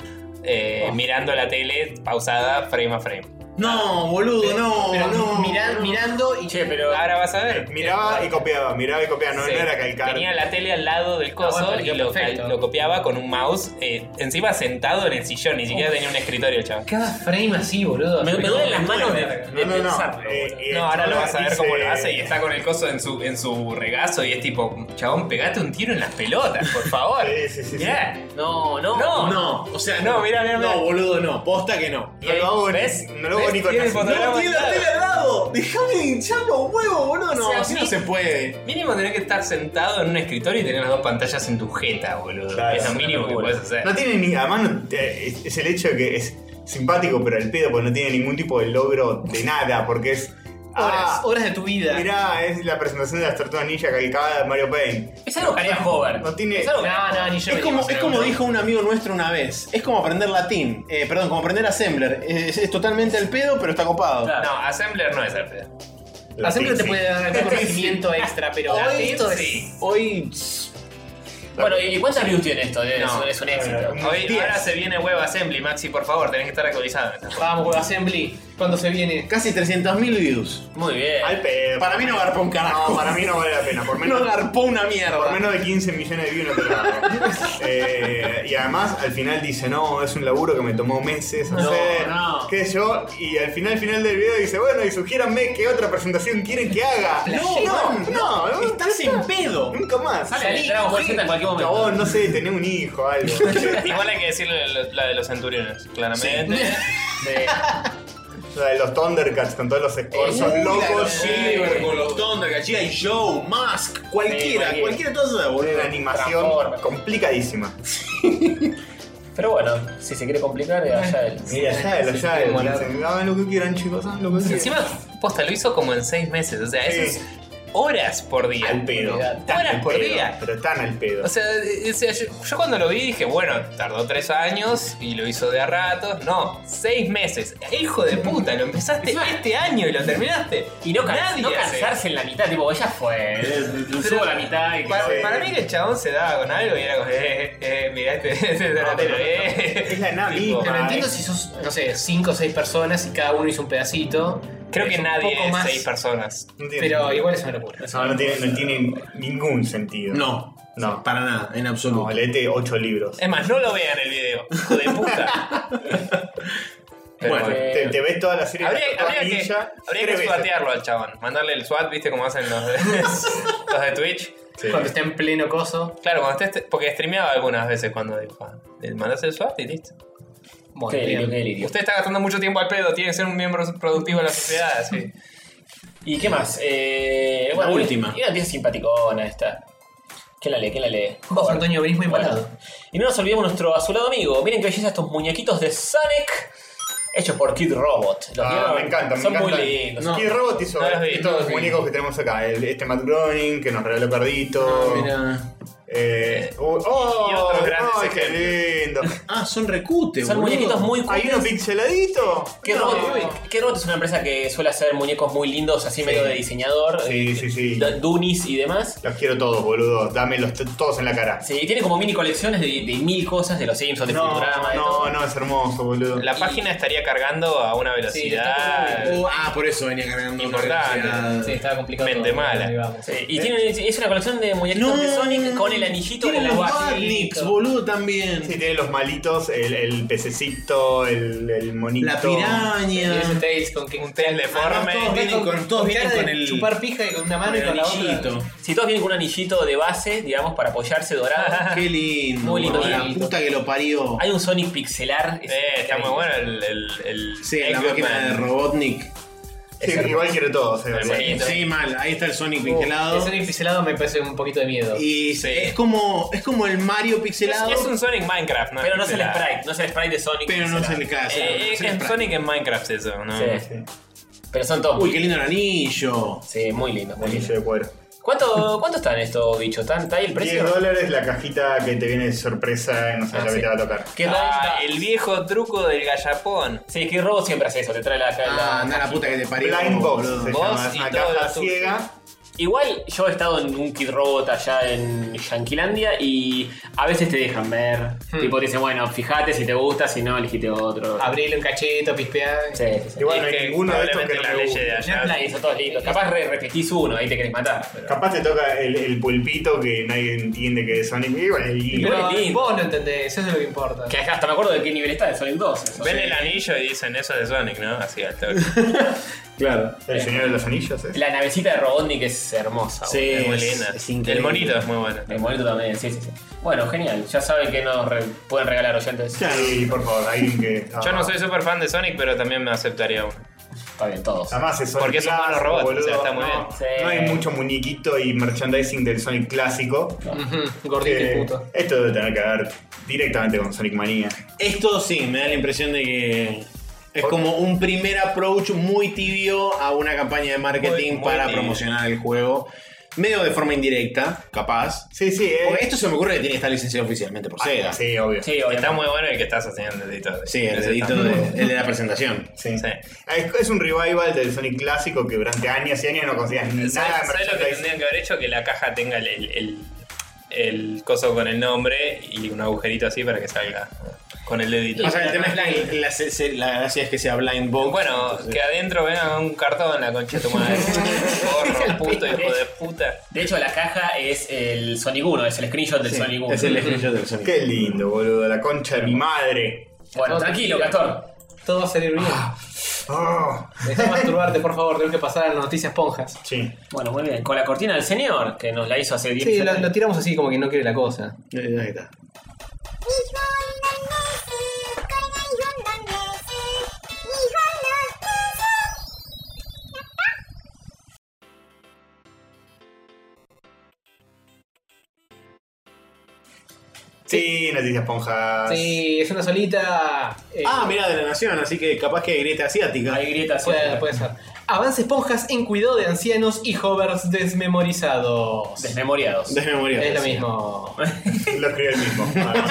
G: eh,
B: Oh.
G: mirando la tele pausada frame a frame.
F: No, boludo, no,
D: Pero
F: no.
D: mira- mirando y
G: Che, pero ahora vas a ver.
B: Miraba y copiaba, miraba y copiaba, no,
G: Sí.
B: no era calcar.
G: Tenía la tele al lado del coso
D: Ah, bueno, pero
G: y lo,
D: perfecto.
G: cal- lo copiaba con un mouse eh, encima sentado en el sillón, ni siquiera tenía un escritorio el chaval.
D: cada frame así, boludo.
C: Me, me duelen las manos de, de
B: No, no, no.
C: pensarlo.
B: Eh,
C: boludo.
B: y el
G: No, ahora lo
B: chabón
G: vas a ver
B: dice-
G: cómo lo hace y está con el coso en su, en su regazo y es tipo, chabón, pegate un tiro en las pelotas, por favor.
B: Sí, sí, sí, sí.
G: Mirá.
C: No, no.
G: No,
F: No, o sea,
G: No, mirá, mirá, mirá.
F: No, boludo, no. Posta que no.
B: No lo hago ni- no lo hago
G: ¿Ves?
B: ni con
G: Tiene el
B: Nazi.
G: fotograma al lado.
F: lado! ¡Dejame de hinchar los huevos, boludo! No,
G: O sea,
F: así no
G: mi-
F: se puede.
G: Mínimo tenés que estar sentado en un escritorio y tener las dos pantallas en tu jeta, boludo.
B: Claro,
G: es lo
B: es una
G: mínimo que
B: locura.
G: puedes hacer.
B: No tiene ni. Además, no- eh, es, es el hecho de que es simpático, pero al pedo, porque no tiene ningún tipo de logro de nada, porque es.
D: horas,
B: Ah,
D: horas de tu vida.
B: mirá, es la presentación de las tortugas ninja calcada de Mario Payne.
C: Es algo que haría Hover.
B: No tiene.
C: Es algo que
D: No, no, ni yo.
F: Es
D: me
F: como,
D: digo,
F: es
D: no,
F: como
D: no.
F: dijo un amigo nuestro una vez. Es como aprender latín. Eh, perdón, como aprender assembler. Es, es totalmente al pedo, pero está copado.
C: Claro.
G: No, Assembler no es Alfred.
B: La
D: Siempre te
B: Pixie.
D: puede dar algún conocimiento extra, pero esto es-
G: sí.
F: Hoy. tss,
C: Bueno, ¿y cuántas reviews tiene esto? Es,
G: No.
C: es un éxito.
G: Hoy,
B: Diez.
G: ahora se viene Web Assembly, Maxi, por favor, tenés que estar actualizado.
D: Vamos con Assembly. Cuando se viene.
F: Casi 300.000 views.
C: Muy bien.
B: Al pedo.
F: Para mí no garpó un carajo.
B: No, para mí no vale la pena. Por menos,
F: No garpó una
B: por
F: mierda.
B: menos de 15 millones de views no te la hago. Eh, y además, al final dice: No, es un laburo que me tomó meses hacer.
D: no.
B: Qué sé yo. Y al final, final del video dice: Bueno, y sugiéranme qué otra presentación quieren que haga. No, no, no.
F: Estás en pedo.
B: Nunca más.
C: Sale el Dragon Ball Z en cualquier momento.
B: Chabón, no sé, tenés un hijo, algo.
G: Igual hay que decirle lo- la de los centuriones, claramente. De-
B: La de los Thundercats con todos los escorzos
F: Uy, la de
B: locos.
F: Silver con los Thundercats, G.I. Joe, Mask, cualquiera,
C: Sí,
F: cualquiera de todas esas, boludo.
B: La animación complicadísima.
C: Pero bueno, si se quiere complicar, eh, allá él.
B: Mira, ya, ya, ya. Dicen, Hagan lo que quieran, chicos, hagan lo que quieran.
G: Encima, posta, lo hizo como en seis meses. O sea, eso
B: Sí.
G: es horas por día.
B: al pedo. Tan
G: Horas
B: al
G: por
B: pedo,
G: día.
B: Pero tan al pedo.
G: O sea, eh, o sea, yo, yo cuando lo vi dije, bueno, tardó tres años y lo hizo de a ratos. No, seis meses. Hijo de puta, lo empezaste este año y lo terminaste.
C: Y no, can-
G: Nadie
C: no
G: hace
C: cansarse en la mitad, tipo, ya fue. Subo la mitad y
G: Para,
B: Sí.
G: para mí que el chabón se daba con algo y era como, eh, eh, eh, mirá este, este es la
B: No,
G: tele,
B: no, no,
G: eh.
B: no. Es la nave.
G: Tipo,
D: Pero
B: Ah,
D: entiendo
B: eh.
D: si sos, no sé, 5 o 6 personas y cada uno hizo un pedacito.
G: Creo
D: Es
G: que
D: un
G: nadie
D: poco
G: es
D: más,
G: seis personas.
B: no tiene
D: Pero
B: sentido.
D: igual es una locura.
B: No, no tiene, no tiene ningún sentido.
F: No,
B: No.
F: para nada, en absoluto.
B: No, leete ocho libros.
G: Es más, no lo vean el video, hijo de puta. Pero
F: Bueno,
G: bueno.
B: Te, te ves toda la serie
G: Habría,
B: de la
G: habría que,
B: Ninja
G: habría que
B: tres veces.
G: suatearlo al chabón, mandarle el SWAT, viste como hacen los de, los de Twitch.
B: Sí.
D: Cuando está en pleno coso.
G: Claro, cuando estés, porque streameaba algunas veces cuando dibujaba. Le mandás el SWAT y listo.
D: Bueno,
C: Qué
D: bien.
C: delirio, qué delirio.
G: Usted está gastando mucho tiempo al pedo, tiene que ser un miembro productivo de la sociedad, sí.
C: ¿Y qué más? Eh,
F: La última.
C: Era tía simpaticona esta. ¿Quién la lee? ¿Quién la lee?
D: José Antonio Brismo y Malado.
C: Y no nos olvidemos nuestro azulado amigo. Miren qué belleza estos muñequitos de Sonic. Hechos por Kid Robot. ¿Los
B: Ah,
C: vieron?
B: me encanta, me
C: Son
B: encanta.
C: muy lindos.
B: Kid Robot hizo
G: No los vi,
B: estos
G: no los vi.
B: muñecos que tenemos acá. el- este Matt Groening que nos regaló Cardito.
F: Mira.
B: Eh, uy, ¡Oh!
G: Ah, Y otros
B: ¡Ay,
G: grandes
B: qué lindo!
F: Ah, son recute,
C: Son
F: boludo.
C: muñequitos muy
B: ¿Hay
C: cool.
B: uno pixeladito?
C: Kid,
B: No.
C: Robot, Kid Robot es una empresa que suele hacer muñecos muy lindos, así medio de diseñador.
B: Sí, sí, sí.
C: eh, Dunis y demás.
B: Los quiero todos, boludo. Dámelos t- todos en la cara.
C: Sí, y tiene como mini colecciones de, de mil cosas de los Simpsons, de
B: No,
C: Futurama, de todo.
B: no, no, es hermoso, boludo.
G: La página estaría cargando a una velocidad
F: Oh, ah, por eso venía cargando una
G: Importante.
F: velocidad.
D: Sí, estaba complicado.
G: mente
D: todo.
G: mala.
D: Ahí vamos.
C: Sí, y tiene, es una colección de muñequitos
F: No,
C: de Sonic con el anillito de
F: tiene
C: la
F: los
C: guasa.
F: Badniks, boludo, también.
B: Sí, tiene los malitos, el, el pececito, el, el monito.
F: La
D: Y ese
F: piraña.
D: Tails con que
G: un test
F: Además, todos
G: deforme.
F: vienen con, todos
D: con
F: vienen
D: cara
F: con
D: de
F: el.
D: Chupar pija y con una mano
F: con
D: y
F: el
D: con la otra.
F: anillito.
C: Si todos vienen con un anillito de base, digamos, para apoyarse dorado.
F: Qué lindo.
C: Muy lindo,
F: boludo, La
C: lindo.
F: puta que lo parió.
C: Hay un Sonic pixelar. es
G: Eh, está muy
C: increíble.
G: bueno el... el, el
F: Sí, la
G: Eggman.
F: máquina de Robotnik.
B: Sí, igual quiero todos. eh,
G: Sí.
B: boludo.
F: Sí, mal. Ahí está el Sonic
D: El
F: pixelado.
D: Sonic pixelado me parece un poquito de miedo.
F: Y
G: Sí.
F: es como es como el Mario
G: Es,
F: pixelado,
G: es un Sonic Minecraft, ¿no? Eh,
C: Pero no es el
G: Pixelado.
C: sprite, no es el sprite de Sonic.
F: pero no se
C: pixelado.
F: le cae.
G: Eh, es, es Sonic en Minecraft eso, ¿no?
C: Sí. Pero son todos.
F: Uy, qué lindo el anillo.
C: Sí, muy lindos, muy lindos.
B: Anillo de cuero.
C: ¿Cuánto, ¿Cuánto están estos bichos? ¿Tan, ¿Está ahí el
B: 10
C: precio?
B: dólares la cajita que te viene de sorpresa y no sabes
C: Ah,
B: la que
C: sí.
B: te va a tocar.
C: ¿Qué
G: Ah,
C: tal?
G: el viejo truco del gallapón.
C: Sí, que robo siempre hace eso, te trae la. la-
F: Ah, anda la puta que te parió.
B: Blind box
F: boludo.
B: se
G: Vos
B: llama, es
G: y
B: una
G: todo
B: caja
G: lo tuyo.
B: ciega.
C: Igual yo he estado en un kit robot allá en Yanquilandia y a veces te dejan ver.
D: Hmm.
C: Tipo, te dicen, bueno, fíjate si te gusta, si no, elegiste otro.
D: Abrirle un cachito, pispear.
C: Sí, sí, sí.
B: Igual no
G: Es
B: hay
G: que
B: ninguno de estos que
G: probablemente
B: no
G: la
B: me
G: ley
B: guste.
G: de allá.
C: Ay, son todos lindos. Capaz re- repetís uno, ahí te querés matar. pero-
B: Capaz te toca el, el pulpito que nadie entiende que es Sonic. Igual es lindo.
D: Pero
C: es lindo.
D: vos no entendés, eso es lo que importa.
C: Que hasta me acuerdo de qué nivel está en Sonic 2. eso
G: Ven
C: sí.
G: el anillo y dicen eso de Sonic, ¿no? Así al toque.
B: Claro. El señor de los anillos. ¿eh?
C: La navecita de Robotnik es hermosa.
F: Sí,
C: boludo.
G: es muy
F: es-
G: linda.
F: es increíble.
G: El monito es muy bueno.
C: El momento también, sí, sí, sí. Bueno, genial. Ya saben que nos re- pueden regalar oyentes.
B: Sí, por favor, alguien que.
G: Yo no soy súper fan de Sonic, pero también me aceptaría uno.
C: Está bien, todos.
B: Además es Sonic
G: Porque son
B: clásico,
G: buenos robots,
B: boludo.
G: o sea, está muy
B: no,
G: bien.
C: Sí.
B: no hay mucho muñequito y merchandising del Sonic clásico.
D: Ujú, Gordito
B: Eh,
D: y este puto.
B: esto debe tener que ver directamente con Sonic Manía.
F: Esto sí, me da la impresión de que es como un primer approach muy tibio a una campaña de marketing
G: Muy- muy
F: para
G: tibio.
F: promocionar el juego. Medio de forma indirecta, capaz.
B: Sí, sí, eh. Ah,
F: Porque esto se me ocurre que tiene que estar licenciado oficialmente por Sega. Sí,
B: Sí, obvio.
C: Sí,
G: Está
C: obviamente.
G: muy bueno el que estás haciendo el dedito.
F: el
G: Ese
F: dedito
G: está muy
F: de,
G: bueno.
F: el de la presentación.
B: Sí.
G: Sí.
B: Es, es un revival del Sonic clásico que durante años y años no conseguías ni nada
G: ¿Sabes
B: de
G: sabes lo que
B: merchandising.
G: tendrían que haber hecho? Que la caja tenga el, el, el- el coso con el nombre y un agujerito así para que salga con el dedito.
F: O sea, el tema es la, la- se- se- la gracia es que sea blind box.
G: Bueno,
F: entonces-
G: que adentro venga un cartón la concha de tu madre. Porro, puto hijo de puta.
C: De hecho, la caja es el Sonic 1, es el screenshot del Sonic 1.
F: es el screenshot del Sonic.
B: Qué lindo, boludo. La concha de mi madre.
C: Bueno, tranquilo, Ah. Castor.
D: Todo va a salir bien.
B: Oh,
D: Deja masturbarte, por favor, tengo que pasar a las noticias ponjas.
B: sí.
C: Bueno, muy bien. Con la cortina del señor, que nos la hizo hace 10
D: Sí, lo, lo tiramos así como que no quiere la cosa.
F: Eh, ahí está.
B: Sí, noticias ponjas.
D: Sí, es una solita. eh,
F: Ah, mirá, de la nación, así que capaz que hay grieta asiática.
C: Hay grietas.
D: puede, puede ser. Avances ponjas en cuidado de ancianos y hovers desmemorizados.
C: Desmemoriados.
F: Desmemoriado.
D: es lo mismo.
B: Lo escribió el mismo.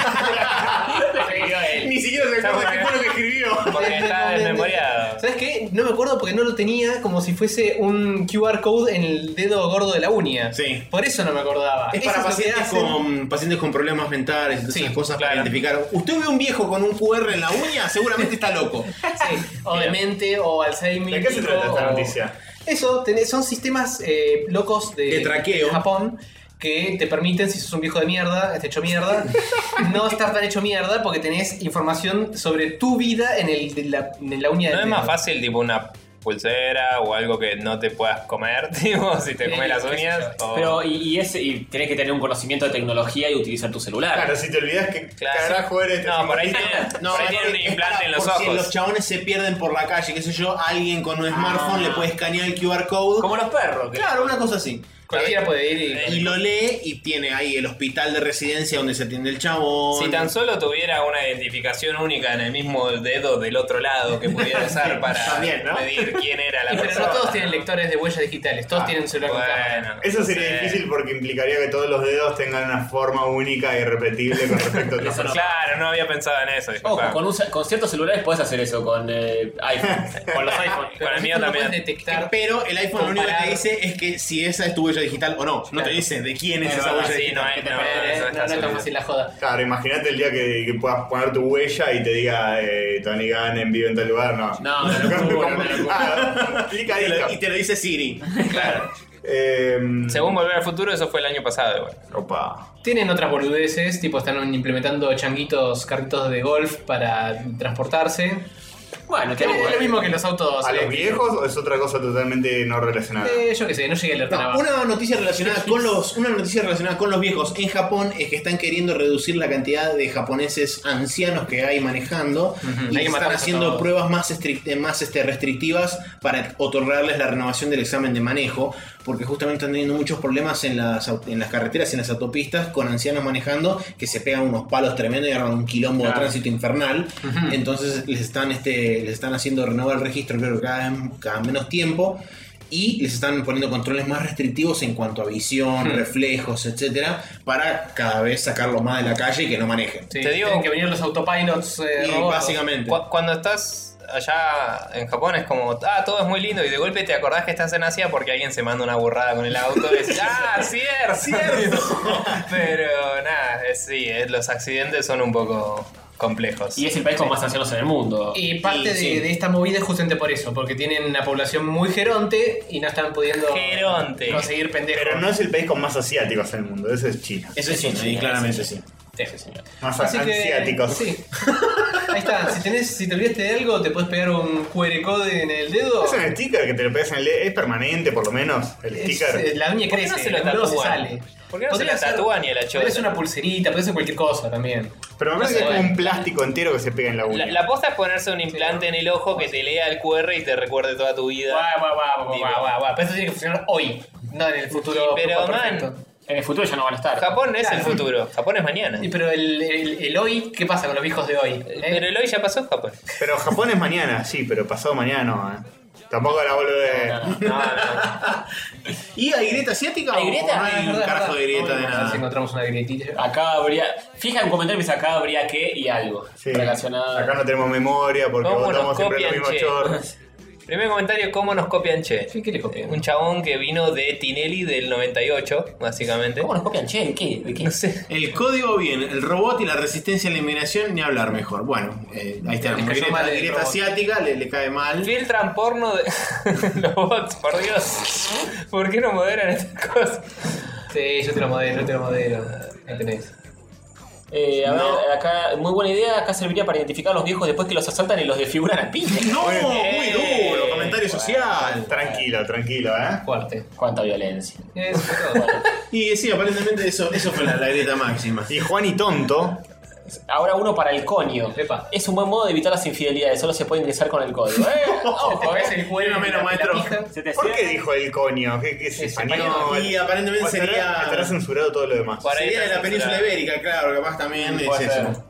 B: Ah,
F: Ni siquiera se acuerda qué fue lo que escribió.
G: Porque está desmemoriado.
D: ¿Sabes qué? No me acuerdo porque no lo tenía como si fuese un QR code en el dedo gordo de la uña.
F: Sí.
D: Por eso no me acordaba.
F: Es
D: Eso
F: para
D: lo que
F: pacientes
D: hacen.
F: con, pacientes con problemas mentales y todas
D: Sí,
F: esas cosas para
G: claro.
F: identificar. Usted ve un viejo con un QR en la uña, seguramente está loco.
D: Sí, o demente, o Alzheimer.
B: ¿De qué se trata
G: Oh.
B: esta
D: o-
B: noticia?
D: Eso, tenés- son sistemas eh, locos de,
F: De traqueo.
D: Japón que te permiten, si sos un viejo de mierda, este hecho mierda, no estar tan hecho mierda porque tenés información sobre tu vida en, el, de la, en la uña
G: ¿No
D: del
G: es
D: dedo.
G: más fácil tipo una pulsera o algo que no te puedas comer, tipo, si te comes las
D: qué sé
G: uñas?
D: yo.
G: O-
C: Pero, y, y es, y tenés que tener un conocimiento de tecnología y utilizar tu celular.
B: Claro, si te olvidas que
G: Claro.
B: carajo eres. este
G: No, por ahí tienen, por ahí tienen
F: es-
G: un
F: es
G: implante
F: para-
G: en los
F: por Si los
G: ojos.
F: chabones se pierden por la calle, qué sé yo, alguien con un smartphone le puede escanear el QR code.
C: Como los perros. que-
F: Claro, una cosa así.
D: Cualquiera puede ir y...
G: Eh,
F: Y lo lee y tiene ahí el hospital de residencia donde se atiende el chabón.
G: Si tan solo tuviera una identificación única en el mismo dedo del otro lado que pudiera usar para
B: También, ¿no?
G: medir quién era la
D: y- pero
G: persona.
D: no todos tienen lectores de huellas digitales, todos tienen un celular con cámara.
G: Ah, Bueno,
B: Eso sería
G: sí.
B: difícil porque implicaría que todos los dedos tengan una forma única y repetible con respecto a otros.
G: Claro, no había pensado en eso. disculpa.
C: Ojo, con, un ce- con ciertos celulares puedes hacer eso con eh, iPhone. con los iPhone.
G: Con el
D: Así
G: mío
D: tú no
G: también.
D: puedes detectar
F: Pero el iPhone lo único que
D: Comparar.
F: te dice es que si esa es tu huella digital o no. No te
D: Claro.
F: dice de quién es
G: Es
F: esa
G: verdad,
F: huella
G: sí,
F: digital.
G: no, eh, no, eso
D: Eh, No,
G: está
D: no es tan
G: subido.
D: fácil la joda.
B: Claro, imagínate el día que, que puedas poner tu huella y te diga eh, Tony Gunn en vivo en tal lugar, no.
C: No, una locura, una locura.
B: Ah,
F: Y te
B: complicadito.
F: lo- Y te lo dice Siri.
G: Claro.
B: Em,
G: Según Volver al Futuro, eso fue el año pasado. igual.
B: Opa.
D: Tienen otras boludeces, tipo están implementando changuitos, carritos de golf para transportarse.
C: Bueno,
D: Que
C: tenemos-
D: es lo mismo que los autos. eh,
B: ¿A los
D: eléctricos.
B: viejos o es otra cosa totalmente no relacionada?
D: Eh, yo qué sé, no llegué a la
F: No, una noticia relacionada con los una noticia relacionada con los viejos en Japón es que están queriendo reducir la cantidad de japoneses ancianos que hay manejando y
D: Hay que
F: están
D: matarlos a
F: haciendo
D: todos.
F: pruebas más estric- eh, más este, restrictivas para otorgarles la renovación del examen de manejo porque justamente están teniendo muchos problemas en las au- en las carreteras y en las autopistas con ancianos manejando que se pegan unos palos tremendos y agarran un quilombo de tránsito infernal entonces les están este que les están haciendo renovar el registro, creo que cada, cada menos tiempo. Y les están poniendo controles más restrictivos en cuanto a visión, reflejos, etcétera, para cada vez sacarlo más de la calle y que no manejen.
G: Sí,
D: Te digo
G: tienen
D: que venían los autopilots eh,
F: Y
D: robots.
F: básicamente.
G: Cu- Cuando estás allá en Japón es como, ah, todo es muy lindo y de golpe te acordás que estás en Asia porque alguien se manda una burrada con el auto y decís, ah, cierto, cierto. Pero nada, es- sí, es- los accidentes son un poco complejos.
C: Y es el país con más ancianos en el mundo.
D: Y parte de,
C: sí.
D: de esta movida es justamente por eso, porque tienen una población muy geronte y no están pudiendo
G: Geronte.
D: conseguir pendejos.
B: Pero no es el país con más asiáticos en el mundo, eso es China.
F: Eso sí, sí, claramente sí.
B: Más
D: Así que,
B: asiáticos.
D: sí. Ahí está, si, tenés, si te olvidaste de algo, te puedes pegar un QR code en el dedo.
B: Es un sticker que te lo pegas en el dedo, es permanente por lo menos, el
D: Es-
B: sticker.
D: eh, la uña
G: ¿Por qué
D: crece,
G: no se lo
D: el dedo se
G: tatúan?
D: sale.
G: ¿Por qué no se
D: Podría
G: la
D: ser-
G: tatúan y a la chota?
D: podría ser una pulserita, podría ser cualquier cosa también.
B: Pero me parece que es
G: no sé,
B: como
G: bueno.
B: un plástico entero que se pega en la uña.
G: La, la posta es ponerse un implante en el ojo que te lea el QR y te recuerde toda tu vida.
D: Guau, guau, guau, guau,
G: Digo.
D: guau, guau, guau. Pero eso tiene que funcionar hoy, no en el futuro.
G: pero,
D: perfecto.
G: man.
C: En el futuro ya no van a estar.
G: Japón no es el
D: Claro.
G: futuro, Japón es mañana.
D: Y pero el, el- el hoy, ¿qué pasa con los viejos de hoy? eh?
G: Pero el hoy ya pasó Japón.
B: Pero Japón es mañana, sí, pero pasado mañana no, eh. Tampoco la vuelvo de.
F: ¿Y hay grieta asiática?
C: ¿Hay
F: o
C: grieta?
F: No
D: Ah, es
F: hay un
D: verdad,
F: carajo de
D: es verdad. Vamos a
F: grieta de
D: ver Si
F: nada.
D: encontramos una grietita. Ah,
C: Acá habría. Fija en un comentario que dice acá habría que y algo.
B: Sí.
C: Relacionado.
B: Acá no tenemos memoria porque
G: ¿Cómo
B: votamos
G: nos
B: siempre los
G: copian,
B: mismos
G: che?
B: chorros.
G: Primer comentario, ¿cómo nos copian Che?
D: Sí, ¿qué le copian?
G: Un chabón que vino de Tinelli del 98, básicamente.
C: ¿Cómo nos copian? Che, ¿de qué? ¿De qué?
G: No sé.
F: El código bien, el robot y la resistencia a la inmigración, ni hablar mejor. Bueno, eh, ahí está.
D: Les cayó
F: Grieta,
D: mal el
F: grieta
D: robot.
F: asiática le, le cae mal.
G: Filtran porno de los bots, por Dios. ¿Por qué no moderan estas cosas?
D: Sí, yo te lo modelo, yo te lo modelo. Ahí tenés.
C: Eh, a ver, acá, muy buena idea. Acá serviría para identificar a los viejos después que los asaltan y los desfiguran a piña.
F: No, muy
G: Eh,
F: duro, comentario social.
B: Tranquilo, tranquilo, ¿eh?
D: Fuerte.
C: Cuánta violencia.
D: Eso fue todo. Bueno,
F: Y sí, aparentemente eso, eso fue la, la grieta máxima.
B: Y Juan y Tonto,
C: Ahora uno para el coño.
D: Epa.
C: Es un buen modo de evitar las infidelidades. Solo se puede ingresar con el código. ¡Eh!
D: ¿Te
C: Ojo,
D: parece
C: ¿eh?
D: el juego?
F: Fenómeno,
D: la- la
F: maestro.
D: pija?
C: Se te
B: ¿por qué
C: cierra.
B: dijo el coño? ¿Qué, qué es español?
F: Y aparentemente
B: ¿O estará-
F: sería-
B: Estará censurado todo lo demás.
G: Para
F: Sería de la península ibérica, claro, capaz
D: Mm,
F: también es
C: Puede ser.
F: eso.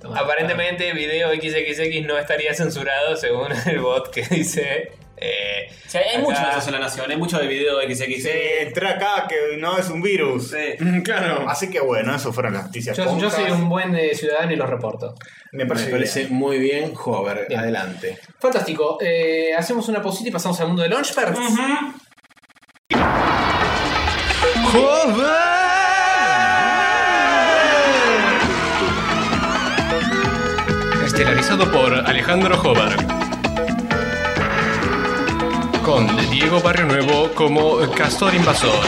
D: Toma.
G: Aparentemente, video XXX no estaría censurado según el bot que dice. eh,
C: O sea, hay
G: acá-
C: mucho de eso en la nación. Hay mucho de video XXX.
B: Eh, entra acá que no es un virus.
F: Claro.
B: Así que bueno, eso fueron las noticias.
D: Yo, yo
B: poncas.
D: soy un buen eh, ciudadano y lo reporto.
B: Me
F: Me
B: parece,
F: parece muy bien, Hover.
D: Bien.
F: Adelante.
D: Fantástico. Eh, hacemos una pausita y pasamos al mundo de Launchpad.
A: Estelarizado por Alejandro Jobar. Con Diego Barrio Nuevo como Castor Invasor.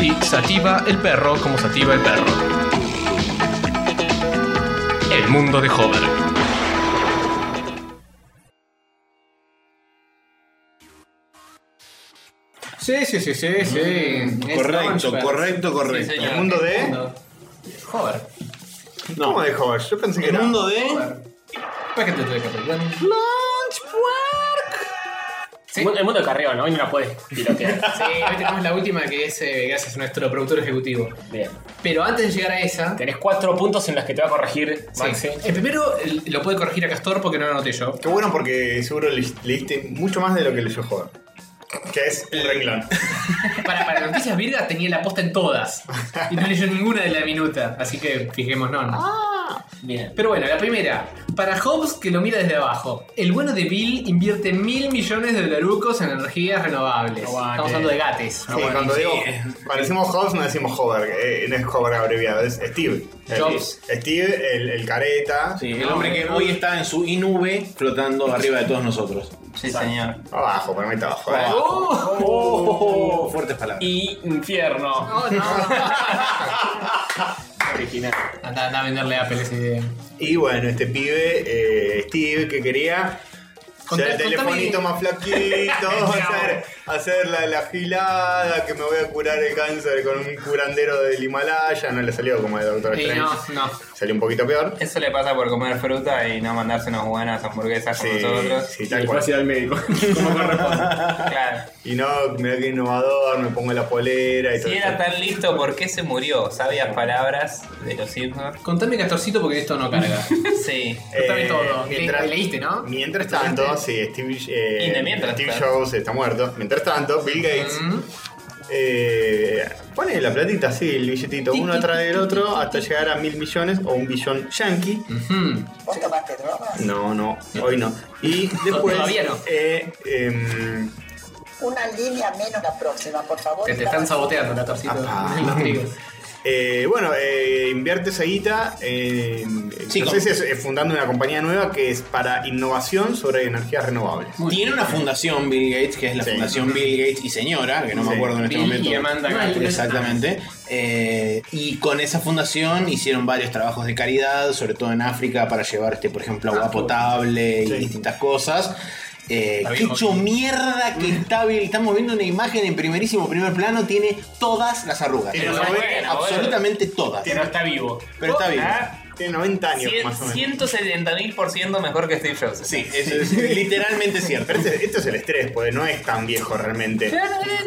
A: Y Sativa el Perro como Sativa el Perro. El mundo de Jobar.
D: Sí, sí, sí, sí, sí. Es
F: Correcto,
D: Launchpad.
F: correcto, correcto.
D: Sí,
B: bien. Mm,
D: señor.
B: ¿El mundo de?
D: Joder.
B: ¿Cómo de Hover? Yo pensé que
F: El
B: era.
F: mundo de.
D: Joder. Págate tú de capellán. Sí.
C: El mundo- El mundo de carrión, ¿no? Hoy no la puedes pilotear.
D: Sí, hoy tenemos la última que es eh, gracias a nuestro productor ejecutivo.
C: Bien.
D: Pero antes de llegar a esa,
C: Tenés cuatro puntos en los que te va a corregir
D: sí,
C: Maxi.
D: el primero el- lo puede corregir a Castor porque no lo anoté yo.
B: Qué bueno porque seguro le- leíste mucho más de lo que leyó Hover. Que es un renglón.
D: Para, para Noticias Virgas tenía la posta en todas y no leyó ninguna de la minuta, así que fijémonos.
C: Ah. Bien.
D: Pero bueno, la primera. Para Hobbes, que lo mira desde abajo, el bueno de Bill invierte mil millones de dolarucos en energías renovables.
C: Aguante.
D: Estamos hablando de gates.
B: Sí, cuando digo, cuando decimos Hobbes no decimos Hover, eh, no es Hover abreviado, es Steve. El-
D: Jobs.
B: Steve, el, el careta.
F: Sí, el hombre que hoy está en su inube flotando arriba de todos nosotros.
G: Sí, señor.
B: Abajo, pero meta abajo. eh.
D: ¡Oh!
F: Oh, fuertes palabras.
C: Y infierno.
D: No, no.
C: Original.
D: Anda, anda a venderle a Apple esa idea.
B: Y bueno, este pibe, eh, Steve, que quería O sea, el
D: Contá-
B: telefonito
D: contame-
B: más flaquito, hacer, hacer la, la gilada, que me voy a curar el cáncer con un curandero del Himalaya. No le salió como el Doctor
G: Y
F: Pues
B: Strange.
G: no, no.
B: Salió un poquito peor.
G: Eso le pasa por comer fruta y no mandarse unas buenas hamburguesas
B: Sí,
G: con nosotros.
B: sí, tal
A: Y
B: cual.
A: fácil al médico. Como corresponde.
G: Claro.
B: Y no, mira que innovador, me pongo la polera y todo
G: Si
B: eso.
G: era tan listo, ¿por qué se murió? Sabias palabras de los Simpsons.
D: Contame, Castorcito, porque esto no carga.
G: Sí.
D: Contame todo. Le- leíste, ¿no?
B: Eh, Mientras tanto, sí, Steve, eh,
G: Y de mientras
B: Steve
G: tanto.
B: Jobs está muerto. Mientras tanto, Bill Gates eh, pone la platita así, el billetito, uno atrás del otro, hasta llegar a mil millones o un billón yankee.
D: Ujú.
J: ¿Vos tomaste drogas?
B: No, no, hoy no. Y después.
D: Todavía no.
B: eh, em,
J: Una línea menos la próxima, por favor.
D: Que te están saboteando, Castorcito.
F: Ah.
B: Apá.
D: Los trigos.
B: eh, bueno, eh, invierte esa guita eh, en-
F: Sí,
B: entonces es, es fundando una compañía nueva que es para innovación sobre energías renovables.
F: Tiene una fundación Bill Gates, que es la
B: Sí.
F: Fundación Bill Gates y Señora, que no
B: Sí.
F: me acuerdo en este
G: Bill
F: momento.
G: y Amanda
D: No,
G: Gates.
D: el-
F: Exactamente. Eh, y con esa fundación hicieron varios trabajos de caridad, sobre todo en África, para llevar, este, por ejemplo, agua potable y
B: Sí.
F: distintas cosas. Eh,
D: Está
F: qué
D: bien,
F: hecho mierda que está Bill. Estamos viendo una imagen en primerísimo primer plano, tiene todas las arrugas.
B: Tiene
F: Pero
B: noventa-
F: bueno, absolutamente todas.
C: Que no está vivo.
F: Pero está bien.
B: Tiene 90 años más o menos.
G: 170 mil por ciento mejor que Steve Jobs.
F: Sí, eso es literalmente cierto.
B: Pero este- esto es el estrés, porque no es tan viejo realmente.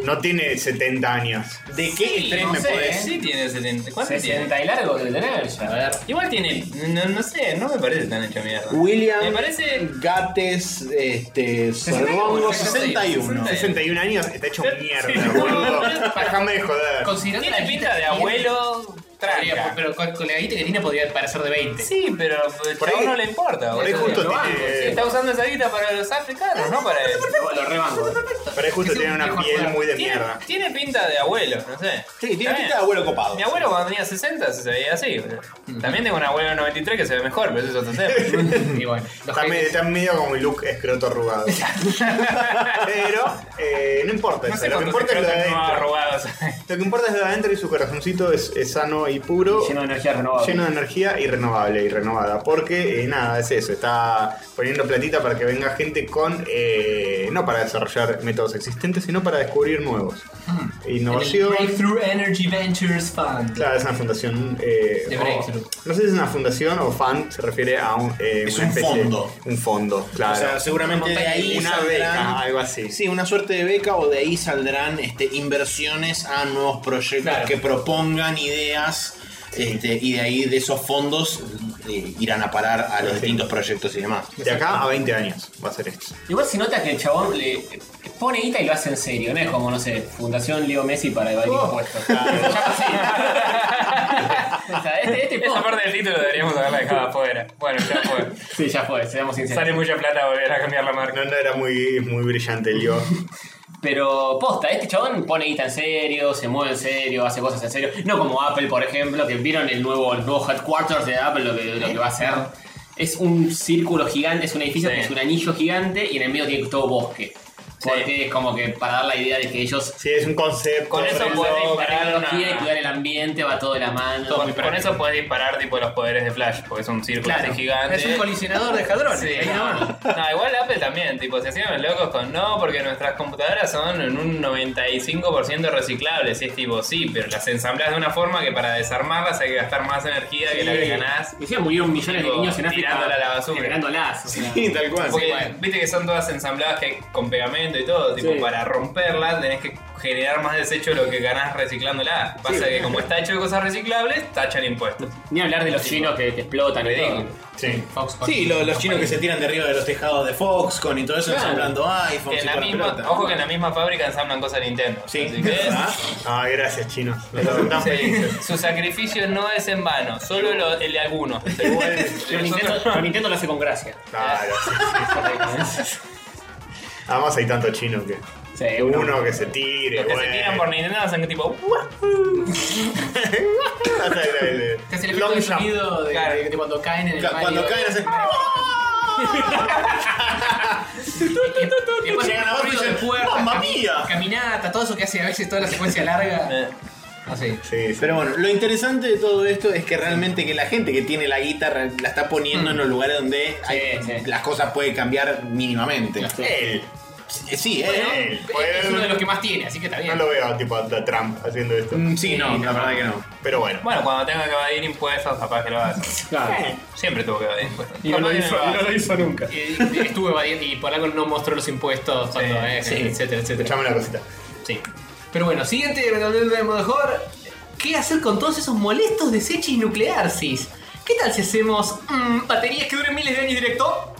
B: No tiene 70 años.
F: ¿De qué estrés
G: no
F: me
G: sé,
F: podés?
G: Sí, tiene 70. ¿Cuánto tiene?
C: 60 y largo de tener ya. A ver.
G: Igual tiene. No, no sé, no me parece tan hecho mierda.
B: Uh,
F: William
G: Me parece.
F: Gates, este, Sorbongo, 61.
B: 61 años, está hecho mierda,
G: Sí.
B: boludo. Déjame de joder.
D: Considerando
G: Tiene
D: la
G: pinta de
D: que tiene,
G: abuelo.
D: podría-
G: Tranca.
D: Pero con, con la guita que tiene podría parecer de 20.
G: Sí, pero
B: Por
G: por
B: ahí-
G: ahí no le importa.
B: Por ahí
G: boludo.
B: justo eh,
G: Lo banco.
B: tiene-
G: Sí, Está usando esa guita para los africanos, no para él.
C: Lo rebanco.
B: Pero es justo
D: Es un
B: tiene una
D: viejo
B: piel
D: joder.
B: muy de
G: Tiene,
B: mierda.
G: tiene pinta de abuelo, no sé.
F: Sí, tiene
G: Está bien.
F: pinta de abuelo copado.
G: Mi abuelo cuando tenía 60 se veía así. boludo. También tengo un abuelo de 93 que se ve mejor, pero eso es otro tema.
D: Y bueno, los
B: Está medio,
D: genes.
B: está medio como el look escroto arrugado. Pero eh, no importa
G: No
B: eso.
G: sé
B: lo que
G: cuántos
B: importa es lo de
G: escrotas no
B: adentro.
G: arrugados.
B: Lo que importa es lo de adentro y su corazoncito es, es sano y puro.
C: Lleno de energía renovable.
B: lleno de energía y renovable y renovada. Porque eh, nada, es eso, está poniendo platita para que venga gente con, eh, no para desarrollar métodos existentes, sino para descubrir nuevos. Innovación.
D: El Breakthrough Energy Ventures Fund.
B: Claro, es una fundación. eh,
D: De
B: o-
D: Breakthrough.
B: no sé si es una fundación o fan, se refiere a un, eh,
F: Es
B: una
F: un
B: especie-
F: fondo.
B: Un fondo, claro.
F: O sea, seguramente de ahí
B: una
F: saldrán-
B: beca, algo así.
F: Sí, una suerte de beca o de ahí saldrán este, inversiones a nuevos proyectos
D: Claro.
F: que propongan ideas este, y de ahí de esos fondos eh, irán a parar a los distintos proyectos y demás.
B: De acá a 20 años va a ser esto.
C: Igual se nota que el chabón le pone guita y lo hace en serio, no es como, no sé, Fundación Leo Messi para evadir impuestos. Ya sí. O sea, este, este
G: Esa
C: po-
G: parte del título deberíamos haberla dejado afuera. Bueno, ya fue.
C: Sí, ya fue, seamos sinceros.
G: Sale mucha plata volver a cambiar la marca.
B: No, no era muy, muy brillante el yo.
C: Pero posta, este chabón pone guita en serio, se mueve en serio, hace cosas en serio. No como Apple, por ejemplo, que vieron el nuevo, el nuevo headquarters de Apple, lo que, lo que va a hacer. Es un círculo gigante, es un edificio
G: Sí.
C: que es un anillo gigante y en el medio tiene todo bosque. Porque es como que para dar la idea de que ellos
B: Sí, es un concepto.
G: Con eso
B: reloj,
G: puede
C: la
G: disparar
C: tecnología y cuidar
G: una...
C: el ambiente va todo de la mano.
G: Con, con eso puedes disparar tipo los poderes de Flash, porque es un círculo
D: Claro.
G: así gigante.
D: Es un colisionador de jadrones.
G: Sí,
D: ahí
G: no.
D: nomás.
G: No, igual Apple también, tipo, se hacían locos con no, porque nuestras computadoras son en un 95% reciclables. Y es tipo, sí, pero las ensamblas de una forma que para desarmarlas hay que gastar más energía que la que ganás.
C: Me decían murieron millones de
G: Tipo,
C: niños en África
G: tirándola a la basura.
C: generándolas, o sea.
F: Sí, tal cual.
G: Porque viste que son todas ensambladas que con pegamento y todo, tipo,
C: Sí.
G: para romperlas tenés que generar más desecho de lo que ganás reciclándola. Pasa que como está hecho de cosas reciclables, tachan impuestos.
C: Ni hablar de los chinos que te explotan y todo.
G: Ridículo.
B: Sí.
D: Fox, Fox.
F: Sí, lo- los chinos que se tiran de arriba de los tejados de Foxconn y todo eso,
C: Claro.
F: ensamblando
G: Que
F: iPhones y
G: en la
F: toda la
G: misma,
F: pelota.
G: ojo que en la misma fábrica ensamblan cosas de Nintendo.
F: Sí.
G: Así que-
F: Ah,
B: Ah, gracias, chinos. Nos hacen tan
G: Sí,
B: felices.
G: su sacrificio no es en vano, solo lo- el de algunos.
B: Igual,
C: Pero Nintendo, pero Nintendo lo hace con gracia.
B: Claro, sí, sí. Además hay tanto chino que
C: Sí,
B: uno que se tire,
G: Los que se
B: bueno.
G: tiran por Nintendo hacen tipo. "Uah".
B: Hasta el- el-
D: Que es el
B: long
D: efecto de
B: jump.
D: sonido de,
G: Claro.
D: de- de cuando caen en el
F: Ca-
D: mar
F: Cuando
D: y-
F: caen hacen...
D: y después
F: llegan
D: el
F: abajo y
D: ruido
F: dicen,
D: de puertas,
F: "Mamma
D: cami-
F: mía".
D: Caminata, todo eso que hace a veces toda la secuencia larga.
G: Eh,
D: Así.
B: Sí, sí.
F: Pero bueno, lo interesante de todo esto es que realmente que la gente que tiene la guitarra la está poniendo en los lugares donde hay-
C: sí.
F: las cosas pueden cambiar mínimamente.
B: él,
F: Sí, sí, ¿eh?
B: él,
C: Es
B: poder-
C: uno de los que más tiene, así que está
B: No
C: bien.
B: lo veo tipo a a Trump haciendo esto.
F: Mm, Sí, no, la verdad que no.
B: Pero bueno.
G: Bueno, cuando tenga que evadir impuestos, capaz que lo haga. Siempre tuvo que evadir impuestos.
C: Y no lo
G: Capaz que
C: hizo-
G: haga.
C: y no
H: nunca.
C: Y- y Estuvo evadiendo y por algo no mostró los impuestos, cuando, eh,
G: sí.
C: etcétera, etcétera.
B: Escuchame una cosita.
C: Sí.
D: Pero bueno, siguiente mejor. ¿Qué hacer con todos esos molestos desechos nuclearsis? ¿Qué tal si hacemos mm, baterías que duren miles de años directo?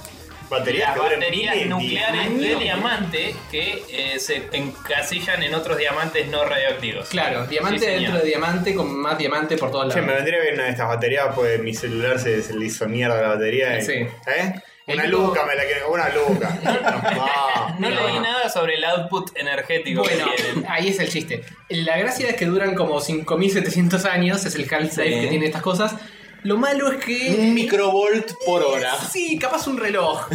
B: Baterías
G: Las
B: que duran
G: baterías
B: miles,
G: nucleares
B: diez
G: de
B: años.
G: diamante que eh, se encasillan en otros diamantes no radioactivos.
D: Claro, diamante
G: Sí, señor.
D: dentro de diamante con más diamante por todos
B: Che, me
D: lados.
B: vendría bien una de estas baterías, pues mi celular se, se le hizo mierda la batería. y-
D: Sí.
B: ¿Eh?
D: El
B: Una
D: único-
B: luca me la quieren. Una luca. Ah,
G: No leí nada sobre el output energético
D: Bueno,
G: que tienen.
D: ahí es el chiste. La gracia es que duran como 5700 años, es el half-life
G: Sí.
D: que tiene estas cosas. Lo malo es que.
F: Un microvolt por hora.
D: Sí, capaz un reloj.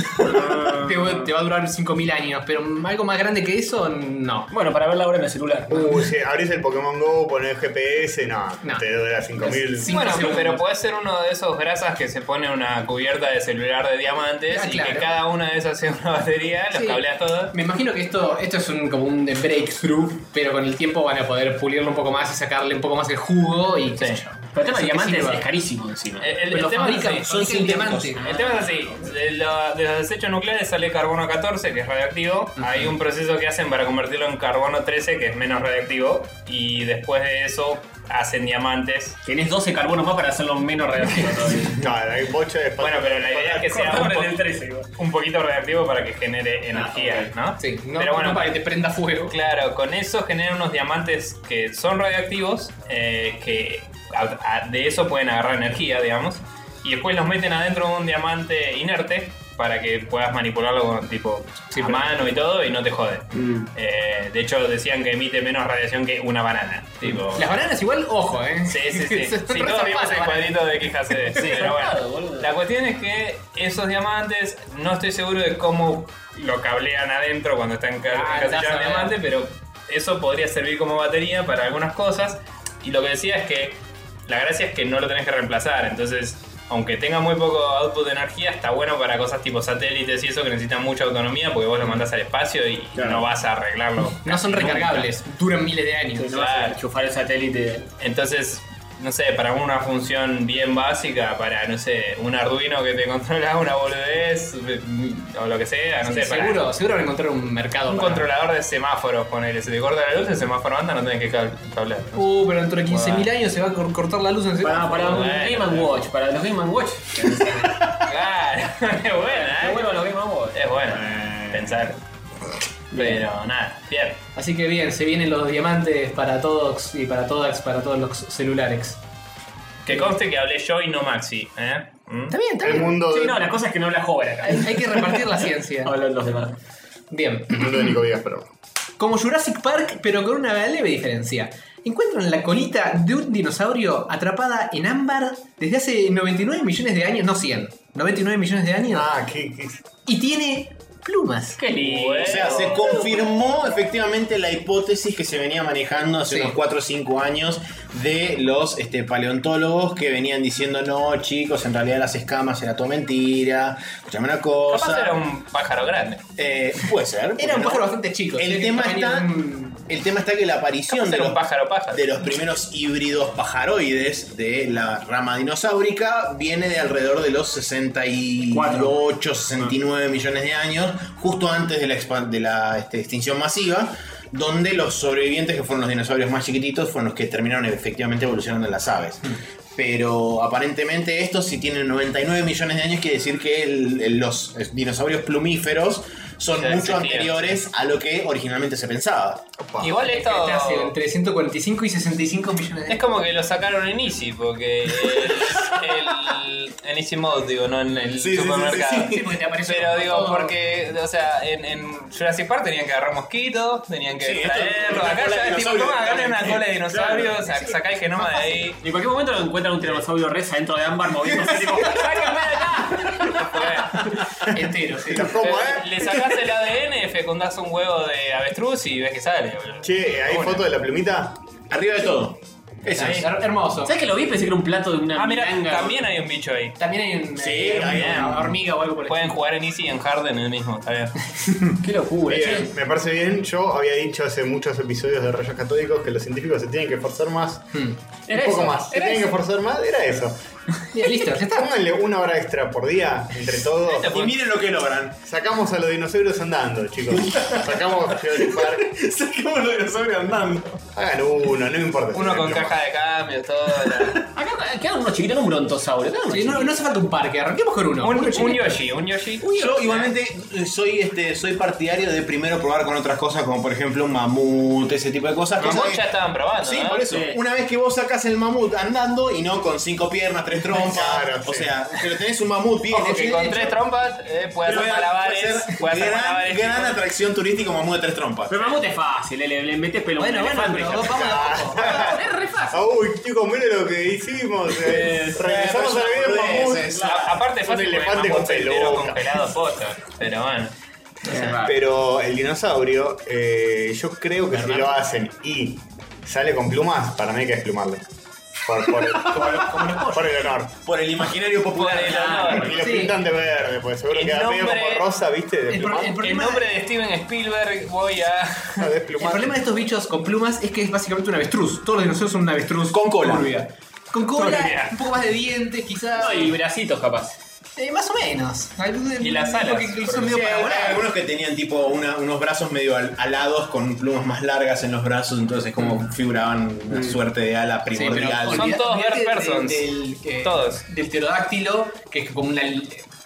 D: te, va- te va a durar 5000 años, pero algo más grande que eso, no.
C: Bueno, para ver la hora en el celular.
B: Uh, si abrís el Pokémon Go, ponés GPS, no,
D: No.
B: te dura 5000.
D: Sí.
G: Bueno,
D: segundos.
G: pero puede ser uno de esos grasas que se pone una cubierta de celular de diamantes
D: Ah,
G: y
D: claro.
G: que cada una de esas sea una batería, los
D: Sí.
G: cableas todos.
D: Me imagino que esto, esto es un, como un breakthrough, pero con el tiempo van a poder pulirlo un poco más y sacarle un poco más el jugo y qué sé yo.
C: Pero el
D: Eso
C: tema de
D: que Eh,
C: diamantes
D: sirva.
C: es carísimo encima.
G: El, el-
D: Pero
G: el
D: lo
G: tema, es
D: fabrican,
G: así.
D: son sin diamante.
G: el tema es así, de, la- de los desechos nucleares sale carbono 14, que es radioactivo, hay un proceso que hacen para convertirlo en carbono 13, que es menos radioactivo, y después de eso hacen diamantes.
C: Tenés 12 carbonos más para hacerlo menos radioactivo todavía.
B: No, hay bocha de
G: Bueno, pero la idea es que sea un,
C: Cortamos
G: po-
C: en el 13 igual.
G: un poquito radioactivo para que genere energía, ¿no?
D: Sí, no,
G: pero bueno,
D: no para que te prenda fuego.
G: Claro, con eso generan unos diamantes que son radioactivos, eh, que a- a- de eso pueden agarrar energía, digamos, y después los meten adentro de un diamante inerte para que puedas manipularlo con, tipo
D: Sí,
G: a
D: pero-
G: mano y todo y no te jode.
C: Mm.
G: Eh, de hecho, decían que emite menos radiación que una banana. Tipo,
D: Las bananas igual, ojo, eh.
G: Sí, sí,
D: Se-
G: sí. Si
D: se
G: todos
D: rezapan
G: vimos el
D: las bananas.
G: cuadrito de quejas de- sí, pero
C: zarpado,
G: bueno.
C: boludo.
G: La cuestión es que esos diamantes, no estoy seguro de cómo lo cablean adentro cuando están ca-
D: Ah, andás a
G: encasillados en
D: ver.
G: diamante, pero eso podría servir como batería para algunas cosas. Y lo que decía es que la gracia es que no lo tenés que reemplazar, entonces. Aunque tenga muy poco output de energía, está bueno para cosas tipo satélites y eso que necesitan mucha autonomía porque vos lo mandás al espacio y no vas a arreglarlo.
D: No son
G: casi nunca.
D: recargables, duran miles de años.
C: No vas a enchufar el satélite.
G: Entonces, no sé, para una función bien básica, para, no sé, un Arduino que te controla una boludez o lo que sea, no
D: Sí,
G: sé, para
D: seguro, seguro van a encontrar un mercado.
G: un
D: para-
G: controlador de semáforos, ponele, se te corta la luz, el semáforo anda, no tenés que cab- cablear. ¿no?
D: Uh, pero dentro de 15.000 años se va a cor- cortar la luz en
C: Para, para un
G: Bueno,
C: Game
G: bueno.
C: Watch, para los Game Watch.
G: Claro, es
C: Qué
G: buena,
C: bueno
G: ¿eh?
C: los Game Watch.
G: Es buena, pensar. Pero nada, bien.
D: Así que bien, se vienen los diamantes para todos y para todas, para todos los celulares.
G: Que conste que hablé yo y no Maxi, ¿eh? ¿Mm?
D: Está bien, está
B: El
D: bien.
B: mundo,
C: Sí,
B: de-
C: no, la cosa es que no habla joven acá.
D: Hay, hay que repartir la ciencia.
C: Hablan los demás.
D: Bien.
B: el mundo de Nico Vigas, pero.
D: Como Jurassic Park, pero con una leve diferencia. Encuentran la colita de un dinosaurio atrapada en ámbar desde hace 99 millones de años, no 100, 99 millones de años,
B: Ah, qué. qué-
D: y tiene plumas.
C: Qué lindo.
F: O sea, se confirmó efectivamente la hipótesis que se venía manejando hace
D: Sí.
F: unos 4 o 5 años de los este, paleontólogos que venían diciendo, no, chicos, en realidad las escamas era todo mentira, escuchame una
G: Capaz era
F: cosa.
G: un pájaro grande.
F: Eh, puede ser. ¿por
D: Era
F: qué
D: un
F: no?
D: pájaro bastante chico.
F: El
D: tenía
F: tema
D: que tamaño
F: está-
D: de un-
F: El tema está que la aparición
G: Capaz
F: de
G: era
F: los,
G: un pájaro pájaro.
F: de los primeros híbridos pajaroides de la rama dinosáurica viene de alrededor de los 68, 69 millones de años, justo antes de la, expan- de la este, extinción masiva, donde los sobrevivientes, que fueron los dinosaurios más chiquititos, fueron los que terminaron efectivamente evolucionando en las aves. Pero aparentemente estos, si tienen 99 millones de años, quiere decir que el- el- los dinosaurios plumíferos son
G: Ya
F: mucho
G: existían,
F: anteriores a lo que originalmente se pensaba.
G: Igual
D: que
G: esto...
D: te hace entre 145 y 65 millones de
G: Es como que lo sacaron en Easy, porque es el, en Easy Mode, digo, no en el
F: Sí, sí, sí,
G: supermercado.
F: sí, sí.
D: Sí, porque te aparece
G: Pero
D: como
G: digo,
D: todo.
G: porque, o sea, en, en Jurassic Park tenían que agarrar mosquitos, tenían que
F: Sí, esto
G: extraerlo.
F: es una
G: Acá
F: cola
G: ya
F: de
G: es tipo,
F: dinosaurio,
G: toma, agarré una
F: claramente.
G: cola de dinosaurio, sa- sacá el genoma de ahí.
C: En cualquier momento encuentran un tiranosaurio res adentro de ámbar moviéndose tipo.
G: ¡Sácame de acá!
D: entero. sí.
B: ¿Cómo, eh?
G: Le sacás el ADN, fecundás un huevo de avestruz y ves que sale, boludo.
B: Che, ¿hay
G: Una.
B: foto de la plumita?
F: Arriba de todo. Eso es.
D: Her- hermoso.
C: ¿Sabes que lo vi? Pensé que era un plato de una.
G: Ah, mira,
C: milanga.
G: también hay un bicho ahí.
D: También hay un,
G: Sí,
D: eh,
G: hay
D: una
G: un-
D: hormiga o algo por el
G: Pueden jugar en Easy y en Hard en el mismo, está bien.
D: Qué locura.
B: Bien, me parece bien. Yo había dicho hace muchos episodios de Rayos Catódicos que los científicos se tienen que esforzar más. Un
D: Era
B: poco
D: eso,
B: más. Se
D: era
B: tienen que
D: eso.
B: esforzar más. Era eso.
D: Bien, listo, ya está.
B: Pónganle una hora extra por día entre todos.
F: Y miren lo que logran.
B: Sacamos a los dinosaurios andando, chicos. Sacamos a Jurassic Park.
F: Sacamos los dinosaurios andando.
B: Hagan uno, no importa. si
G: Uno
B: no
G: con
B: hay
G: caja de cambio, todo. la-
C: Acá quedaron unos chiquitos, un brontosaurio. quedaron unos
D: Sí, no, no hace falta un parque, arranquemos con uno.
G: Un,
D: Uno
G: un
D: chiquito.
G: Yoshi, un Yoshi.
F: Yo igualmente eh, soy este soy partidario de primero probar con otras cosas, como por ejemplo un mamut, ese tipo de cosas.
G: Los
F: cosas
G: dos
F: que-
G: ya estaban probando.
F: Sí,
G: ¿no?
F: por eso.
G: Sí.
F: Una vez que vos sacás el mamut andando y no con cinco piernas, tres trompas.
B: Claro,
F: o
B: sí.
F: sea, pero tenés un mamut bien
G: Ojo,
F: hecho,
G: que
F: bien
G: con
F: hecho,
G: tres trompas eh, puede
F: pero puede
G: hacer malabares.
F: hacer
G: Puede hacer
F: gran,
G: malabares.
F: gran atracción turística un mamut de tres trompas.
C: Pero el mamut es fácil, le, le, le metes pelo
D: Bueno,
C: a un
D: bueno,
C: elefante.
D: pero
C: ya.
D: vamos a poco.
C: es re fácil.
B: problema. Uy, chicos, miren lo que hicimos. eh. Regresamos
F: Eh,
B: al video
F: boludeces.
B: mamut.
G: A- aparte es
B: Un
G: fácil porque
B: elefante
G: el mamut
B: con
G: se entero
B: peluca.
G: congelado posta. Pero bueno.
B: Pero el dinosaurio, eh, yo creo que si lo hacen y sale con plumas, para mí hay que desplumarlo. Por, por, el, por el honor.
F: Por el imaginario popular. Ah,
G: Por el honor.
B: Y lo
D: Sí.
B: pintan de verde, pues seguro
G: El
B: que queda medio
G: nombre-
B: como rosa, ¿viste? De
D: El pro-
B: plumar.
D: el
G: En
D: problema-
G: nombre de Steven Spielberg voy a.
B: Ah, desplumar.
D: El problema de estos bichos con plumas es que es básicamente un avestruz. Todos los dinosaurios son un avestruz.
F: Con cola.
D: turbia. Con cola,
G: Turbia.
D: un poco más de dientes, quizás.
C: No, y bracitos capaz.
D: Eh, más o menos.
G: Y las alas,
D: Porque son
G: porque
D: medio
F: Sí,
D: para
F: hay-
D: volar.
F: hay algunos que tenían tipo una- unos brazos medio al- alados con plumas más largas en los brazos, entonces como figuraban una suerte de ala
D: Sí, pero
F: primordial.
G: Son
D: olvida-
G: todos
D: olvidate
G: bird
D: de-
G: persons.
D: Del, eh,
G: Todos.
D: Del pterodáctilo, que es como una.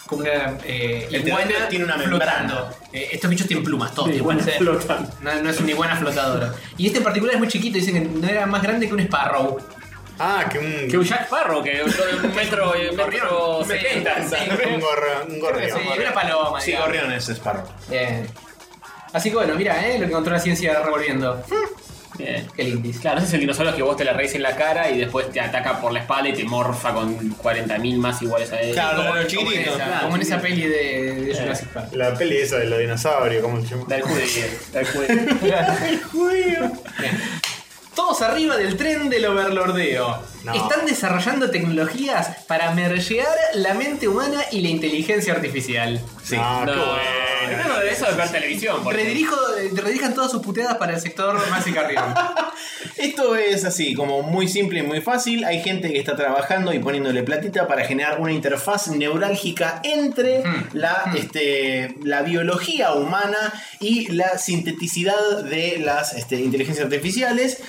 D: Como una eh,
F: El
D: iguana
F: pterodáctilo tiene una
D: flotando. Eh, estos bichos tienen plumas, todos. iguanas.
C: flotan.
D: No, no es una iguana flotadora. Y este en particular es muy chiquito, dicen que no era más grande que un Sparrow.
B: Ah, que un,
C: Que un Jack Sparrow, que un un metro, un metro
D: Gorrión.
C: setenta.
D: Sí,
B: un, gorra- un gorrión.
D: sí, una paloma.
F: Sí,
D: digamos.
F: gorrión es Sparrow.
D: Bien. Así que bueno, mira, ¿eh? lo que encontró la ciencia revolviendo.
C: Bien.
D: Qué lindis.
C: Claro, ese es el dinosaurio que vos te la reís en la cara y después te ataca por la espalda y te morfa con 40.000 más iguales a él.
F: Claro,
C: Como-
F: los
D: Como en
F: chiquititos.
D: esa, como en esa peli de, de Jurassic Park.
B: La peli esa de los dinosaurios, ¿cómo se llama?
C: Del judío, del judío.
D: Bien. Todos arriba del tren del overlordeo.
B: No.
D: Están desarrollando tecnologías para mergear la mente humana y la inteligencia artificial.
F: Sí.
B: Ah, qué bueno.
C: No, no, eso es ver televisión. porque-
D: Redirijo, eh, redirijan todas sus puteadas para el sector más y carrión.
F: Esto es así, como muy simple y muy fácil. Hay gente que está trabajando y poniéndole platita para generar una interfaz neurálgica entre la, este, la biología humana y la sinteticidad de las este, inteligencias artificiales.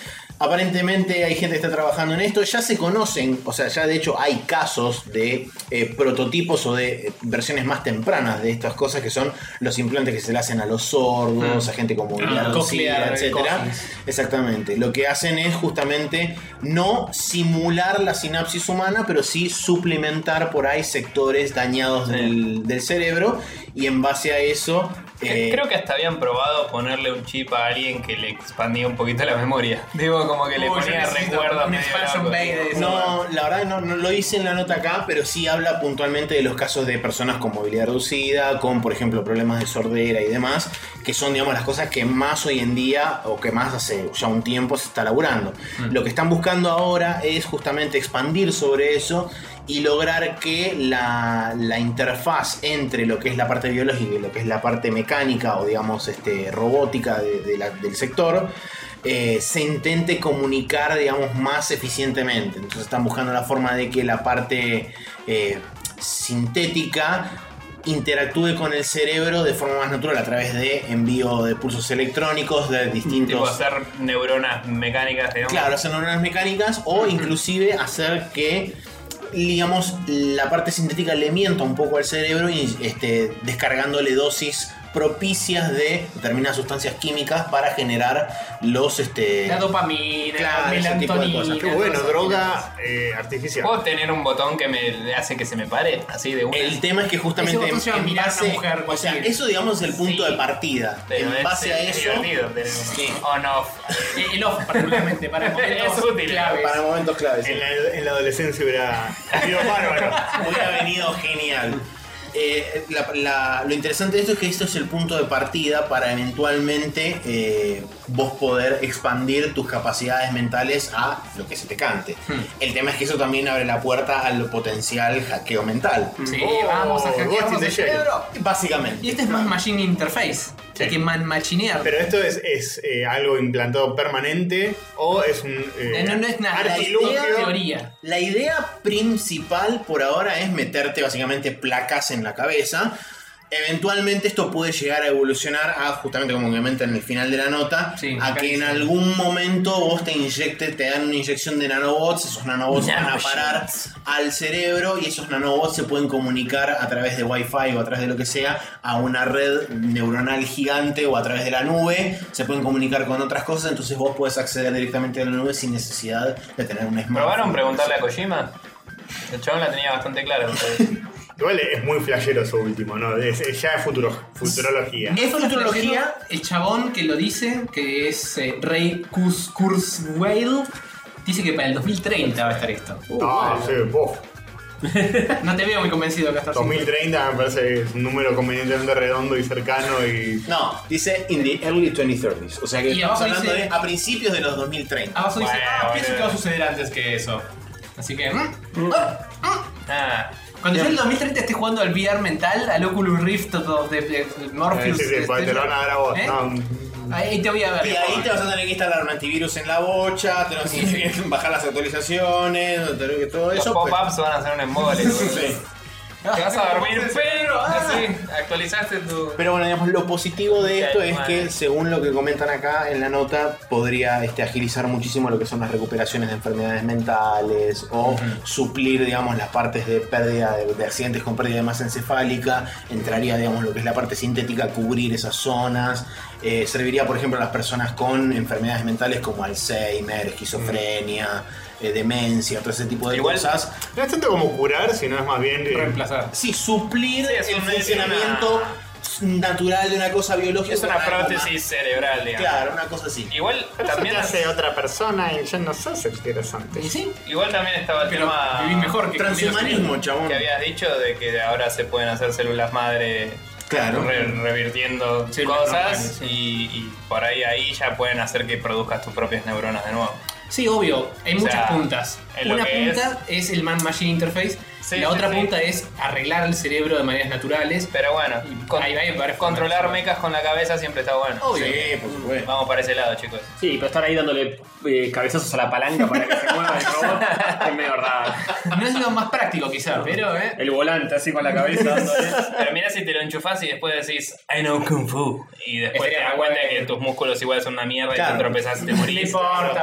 F: Aparentemente hay gente que está trabajando en esto, ya se conocen, o sea, ya de hecho hay casos de eh, prototipos o de eh, versiones más tempranas de estas cosas que son los implantes que se le hacen a los sordos, a gente con movilidad reducida,
D: coclear,
F: etcétera.
D: cosas.
F: Exactamente. Lo que hacen es justamente no simular la sinapsis humana, pero sí suplementar por ahí sectores dañados del, del cerebro. Y en base a eso. eh,
G: Creo que hasta habían probado ponerle un chip a alguien que le expandía un poquito la memoria. Digo, como que le
D: Uy, yo
G: ponía
D: necesito
G: recuerdos
D: un
G: medio
D: expansion
G: locos.
D: bay de-
F: No, la verdad no, no lo hice en la nota acá, pero sí habla puntualmente de los casos de personas con movilidad reducida, con por ejemplo problemas de sordera y demás, que son digamos las cosas que más hoy en día o que más hace ya un tiempo se está laburando. Lo que están buscando ahora es justamente expandir sobre eso y lograr que la, la interfaz entre lo que es la parte biológica y lo que es la parte mecánica o digamos este, robótica de- de la- del sector eh, se intente comunicar, digamos, más eficientemente. Entonces están buscando la forma de que la parte eh, sintética interactúe con el cerebro de forma más natural a través de envío de pulsos electrónicos de
G: Tipo
F: distintos...
G: hacer neuronas mecánicas, digamos.
F: Claro, hacer neuronas mecánicas o inclusive hacer que, digamos, la parte sintética le mienta un poco al cerebro y este, descargándole dosis propicias de determinadas sustancias químicas para generar los... Este,
D: La dopamina,
F: Claro,
D: la
F: ese tipo de
D: melatonina.
F: cosas.
B: Qué bueno,
D: todas esas cosas.
B: droga eh, artificial.
G: ¿Puedo tener un botón que me hace que se me pare? Así de una.
F: El tema es que justamente
D: Ese botón se va a mirar a una mujer,
F: o sea,
D: cualquier.
F: eso digamos es el punto de partida.
G: Pero
F: en
G: es-
F: base a
G: es
F: eso,
G: divertido Oh, tener un
F: Sí.
G: on off.
D: Eh, El off, particularmente, para momentos
G: Es útil,
D: claves.
F: para momentos claves,
B: En la, en la adolescencia hubiera sido bárbaro.
F: hubiera venido genial. eh, la- la- lo interesante de esto es que esto es el punto de partida para eventualmente eh, vos poder expandir tus capacidades mentales a lo que se te cante.
B: Hmm.
F: El tema es que eso también abre la puerta al potencial hackeo mental.
D: Sí,
B: Oh,
D: vamos a
B: Ghost in
D: hackearnos
B: the
D: el
B: Shell.
D: cerebro.
F: Básicamente.
D: Y este es más machine interface. Hay que man machinear.
B: Pero esto es, es, eh, algo implantado permanente o es un eh,
D: no, no es nada. la
B: artilugio.
D: idea, teoría.
F: La idea principal por ahora es meterte básicamente placas en la cabeza. Eventualmente esto puede llegar a evolucionar a, justamente como comentan en el final de la nota,
D: Sí,
F: a que en
D: clarísimo.
F: algún momento vos te inyectes, te dan una inyección de nanobots, esos nanobots van a parar al cerebro y esos nanobots se pueden comunicar a través de wifi o a través de lo que sea a una red neuronal gigante o a través de la nube, se pueden comunicar con otras cosas, entonces vos puedes acceder directamente a la nube sin necesidad de tener un smartphone.
G: ¿Probaron preguntarle a Kojima? El chabón la tenía bastante clara. entonces.
B: Igual es muy flashero eso último, ¿no? Es- es- ya es futuro, futurología.
D: Es
F: futurología.
D: El chabón que lo dice, que es eh, Ray Kus- Kurzweil, dice que para el 2030 va a estar esto.
B: Ah, sí, bof.
D: No te veo muy convencido que estás.
B: 2030 me parece que es un número convenientemente redondo y cercano y...
F: No, dice in the early 2030s. O sea que
D: Y
F: estamos
D: abajo
F: hablando
D: dice-
F: de a principios de los 2030.
D: Abajo dice,
G: Bueno,
D: ah, pienso
G: boludo.
D: que va a suceder antes que eso. Así que, mm, ah, mm.
G: Ah,
D: cuando yo en el 2030 esté jugando al VR mental, al Oculus Rift o de, de- de
B: Sí,
D: Morpheus.
B: sí, sí,
D: este,
B: pues te lo van a dar a vos.
D: ¿eh?
B: No.
D: Ahí te voy a ver.
F: Y ahí te vas a tener que instalar un antivirus en la bocha, te vas a tener que bajar las actualizaciones, tener que todo
G: los
F: eso. pues,
G: pop-ups van a ser un embole.
F: pero-
G: boludo.
F: Sí.
G: Te vas a dormir, pero
D: Ah.
G: así actualizaste tu.
F: Pero bueno, digamos, lo positivo de esto es que, según lo que comentan acá en la nota, podría este, agilizar muchísimo lo que son las recuperaciones de enfermedades mentales o suplir, digamos, las partes de pérdida de, de accidentes con pérdida de masa encefálica. Entraría, digamos, lo que es la parte sintética, cubrir esas zonas. Eh, serviría, por ejemplo, a las personas con enfermedades mentales como Alzheimer, esquizofrenia, eh, demencia, todo ese tipo de
G: Igual-
F: cosas.
B: No es tanto como curar, sino es más bien... eh,
G: Reemplazar.
F: Sí, suplir
G: Sí, es
F: el
G: una-
F: funcionamiento natural de una cosa biológica.
G: Es una
F: con algo más.
G: prótesis cerebral, digamos.
F: Claro, una cosa así.
G: Igual
B: pero eso
G: también,
B: te hace otra persona y ya no sos el que eras antes.
D: ¿Y sí?
G: igual también estaba el
D: Pero
G: tema
D: vivís mejor que
F: Transhumanismo, chabón.
G: que habías dicho de que ahora se pueden hacer células madre
F: Claro.
G: re- revirtiendo
D: Células normales,
G: cosas y, y por ahí ahí ya pueden hacer que produzcas tus propias neuronas de nuevo.
D: Sí, obvio, hay
G: O
D: muchas
G: sea,
D: puntas.
G: en lo
D: Una
G: que
D: punta es, el man-machine interface,
G: Sí,
D: la
G: sí,
D: otra
G: sí.
D: punta es arreglar el cerebro de maneras naturales.
G: Pero bueno, con-
D: Ahí va, ahí va.
G: controlar mecas con la cabeza siempre está bueno.
D: Obvio.
F: Sí, por supuesto.
G: Vamos para ese lado, chicos.
C: Sí, pero estar ahí dándole eh, cabezazos a la palanca para que se mueva el robot es medio raro.
D: No es lo más práctico quizás, pero eh,
C: El volante así con la cabeza dándole.
G: Pero mira si te lo enchufás y después decís, I know Kung Fu. Y después te das cuenta que tus músculos igual son una mierda y
F: Claro.
G: te tropezás y te morís.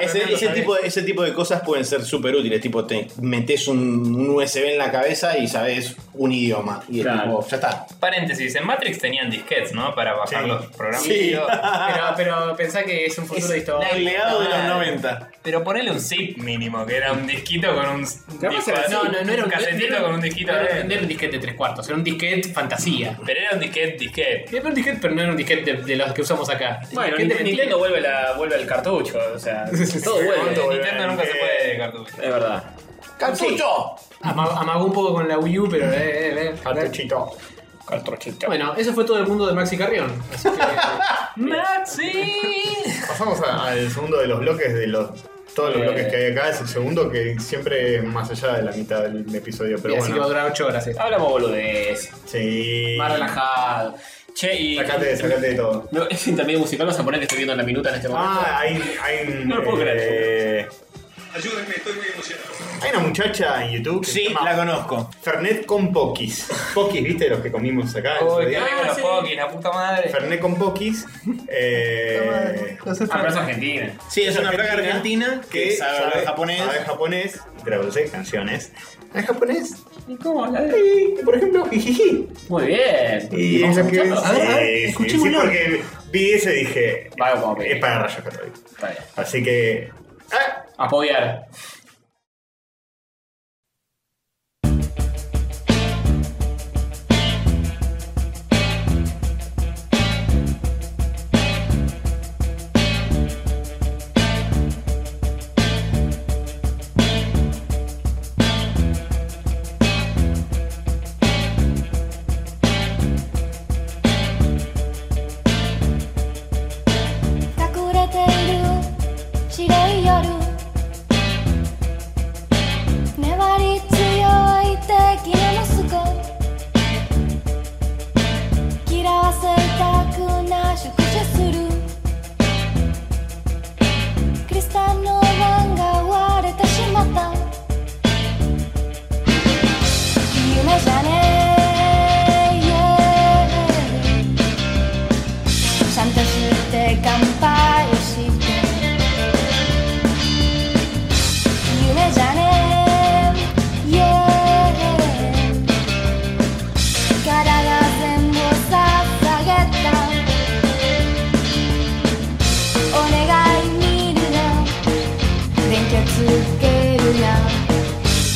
F: Ese, ese tipo de, ese tipo de cosas pueden ser súper útiles. Tipo, te metes un, un USB en la cabeza y sabes un idioma. Y es
C: Claro.
F: tipo, ya está.
G: Paréntesis, en Matrix tenían disquets, ¿no? Para bajar los programas.
F: Sí.
D: pero, pero pensá que es un futuro distópico.
F: El legado de los 90.
G: Pero ponele un zip mínimo, que era un disquito con un. disco así,
D: No, no, no era un
G: un casetito
D: no era
G: con un disquito
D: No era,
G: adentro.
D: no era un disquete de tres cuartos, era un disquete fantasía.
G: Pero era un disquete, disquete.
D: Era un disquete, pero no era un disquete de, de los que usamos acá.
C: Bueno,
D: Disquete de
C: Nintendo, Nintendo vuelve, la, vuelve el cartucho, o sea, todo
G: Nintendo
C: vuelve.
G: nunca se puede dedicar tu-
C: Es verdad.
F: ¡Cartucho!
D: Ama- Amagó un poco con la Wii U, pero eh, eh, eh.
B: Cartuchito.
C: Cartuchito.
D: Bueno, eso fue todo el mundo de Maxi Carrión. Así que,
B: Pasamos a- al segundo de los bloques de los. Todos los
C: Eh.
B: bloques que hay acá es el segundo que siempre es más allá de la mitad del episodio, pero
D: y así que va
B: bueno.
D: a durar 8 horas. esto.
C: Hablamos boludez.
B: Sí.
C: Más relajado. Che, y.
B: Sacate, sacate de todo.
C: No, ese intermedio musical vas a poner que estoy viendo en la minuta en este momento.
B: Ah, hay. hay eh,
C: No lo puedo creer.
B: Ayúdenme, estoy muy emocionado. Hay una muchacha en YouTube que se
F: Sí,
B: llama
F: la conozco.
B: Fernet con Pokis. Pokis, ¿viste? Los que comimos acá. el otro
G: Uy, qué
B: día.
G: rico los pokis, la puta madre.
B: Fernet con Pokis. Eh,
C: Ah, pero es argentina.
F: Sí, es una placa argentina que sabe hablar
B: Sabe
F: japonés.
B: japonés. Traduce canciones. ¿Es japonés? ¿Y cómo? Por ejemplo, jijiji.
C: Muy bien.
B: Y es
C: Vamos
B: lo que
C: escucharlo. A ver, a ver.
B: sí, sí, sí, porque vi ese y dije,
C: Va, vamos, ok.
B: es para Rayo Católico.
C: Está bien.
B: Así que... ¡Ah!
C: Apoyar.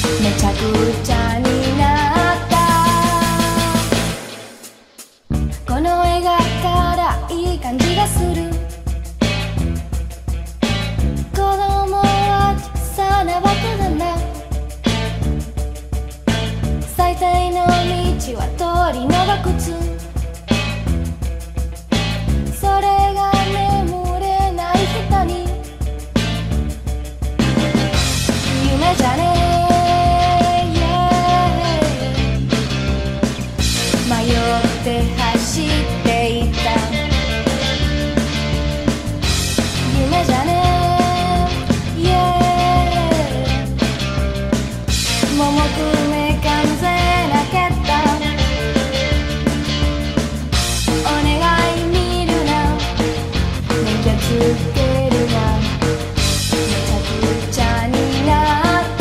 K: 歌になったこの映画からいい感じがする子供は小さなバカなんだ最低の道は通りの洞窟それが眠れない人に夢じゃねえ迷って走っていた夢じゃねえももくめ完全なけったお願い見るなめちゃつけるなめちゃくちゃになった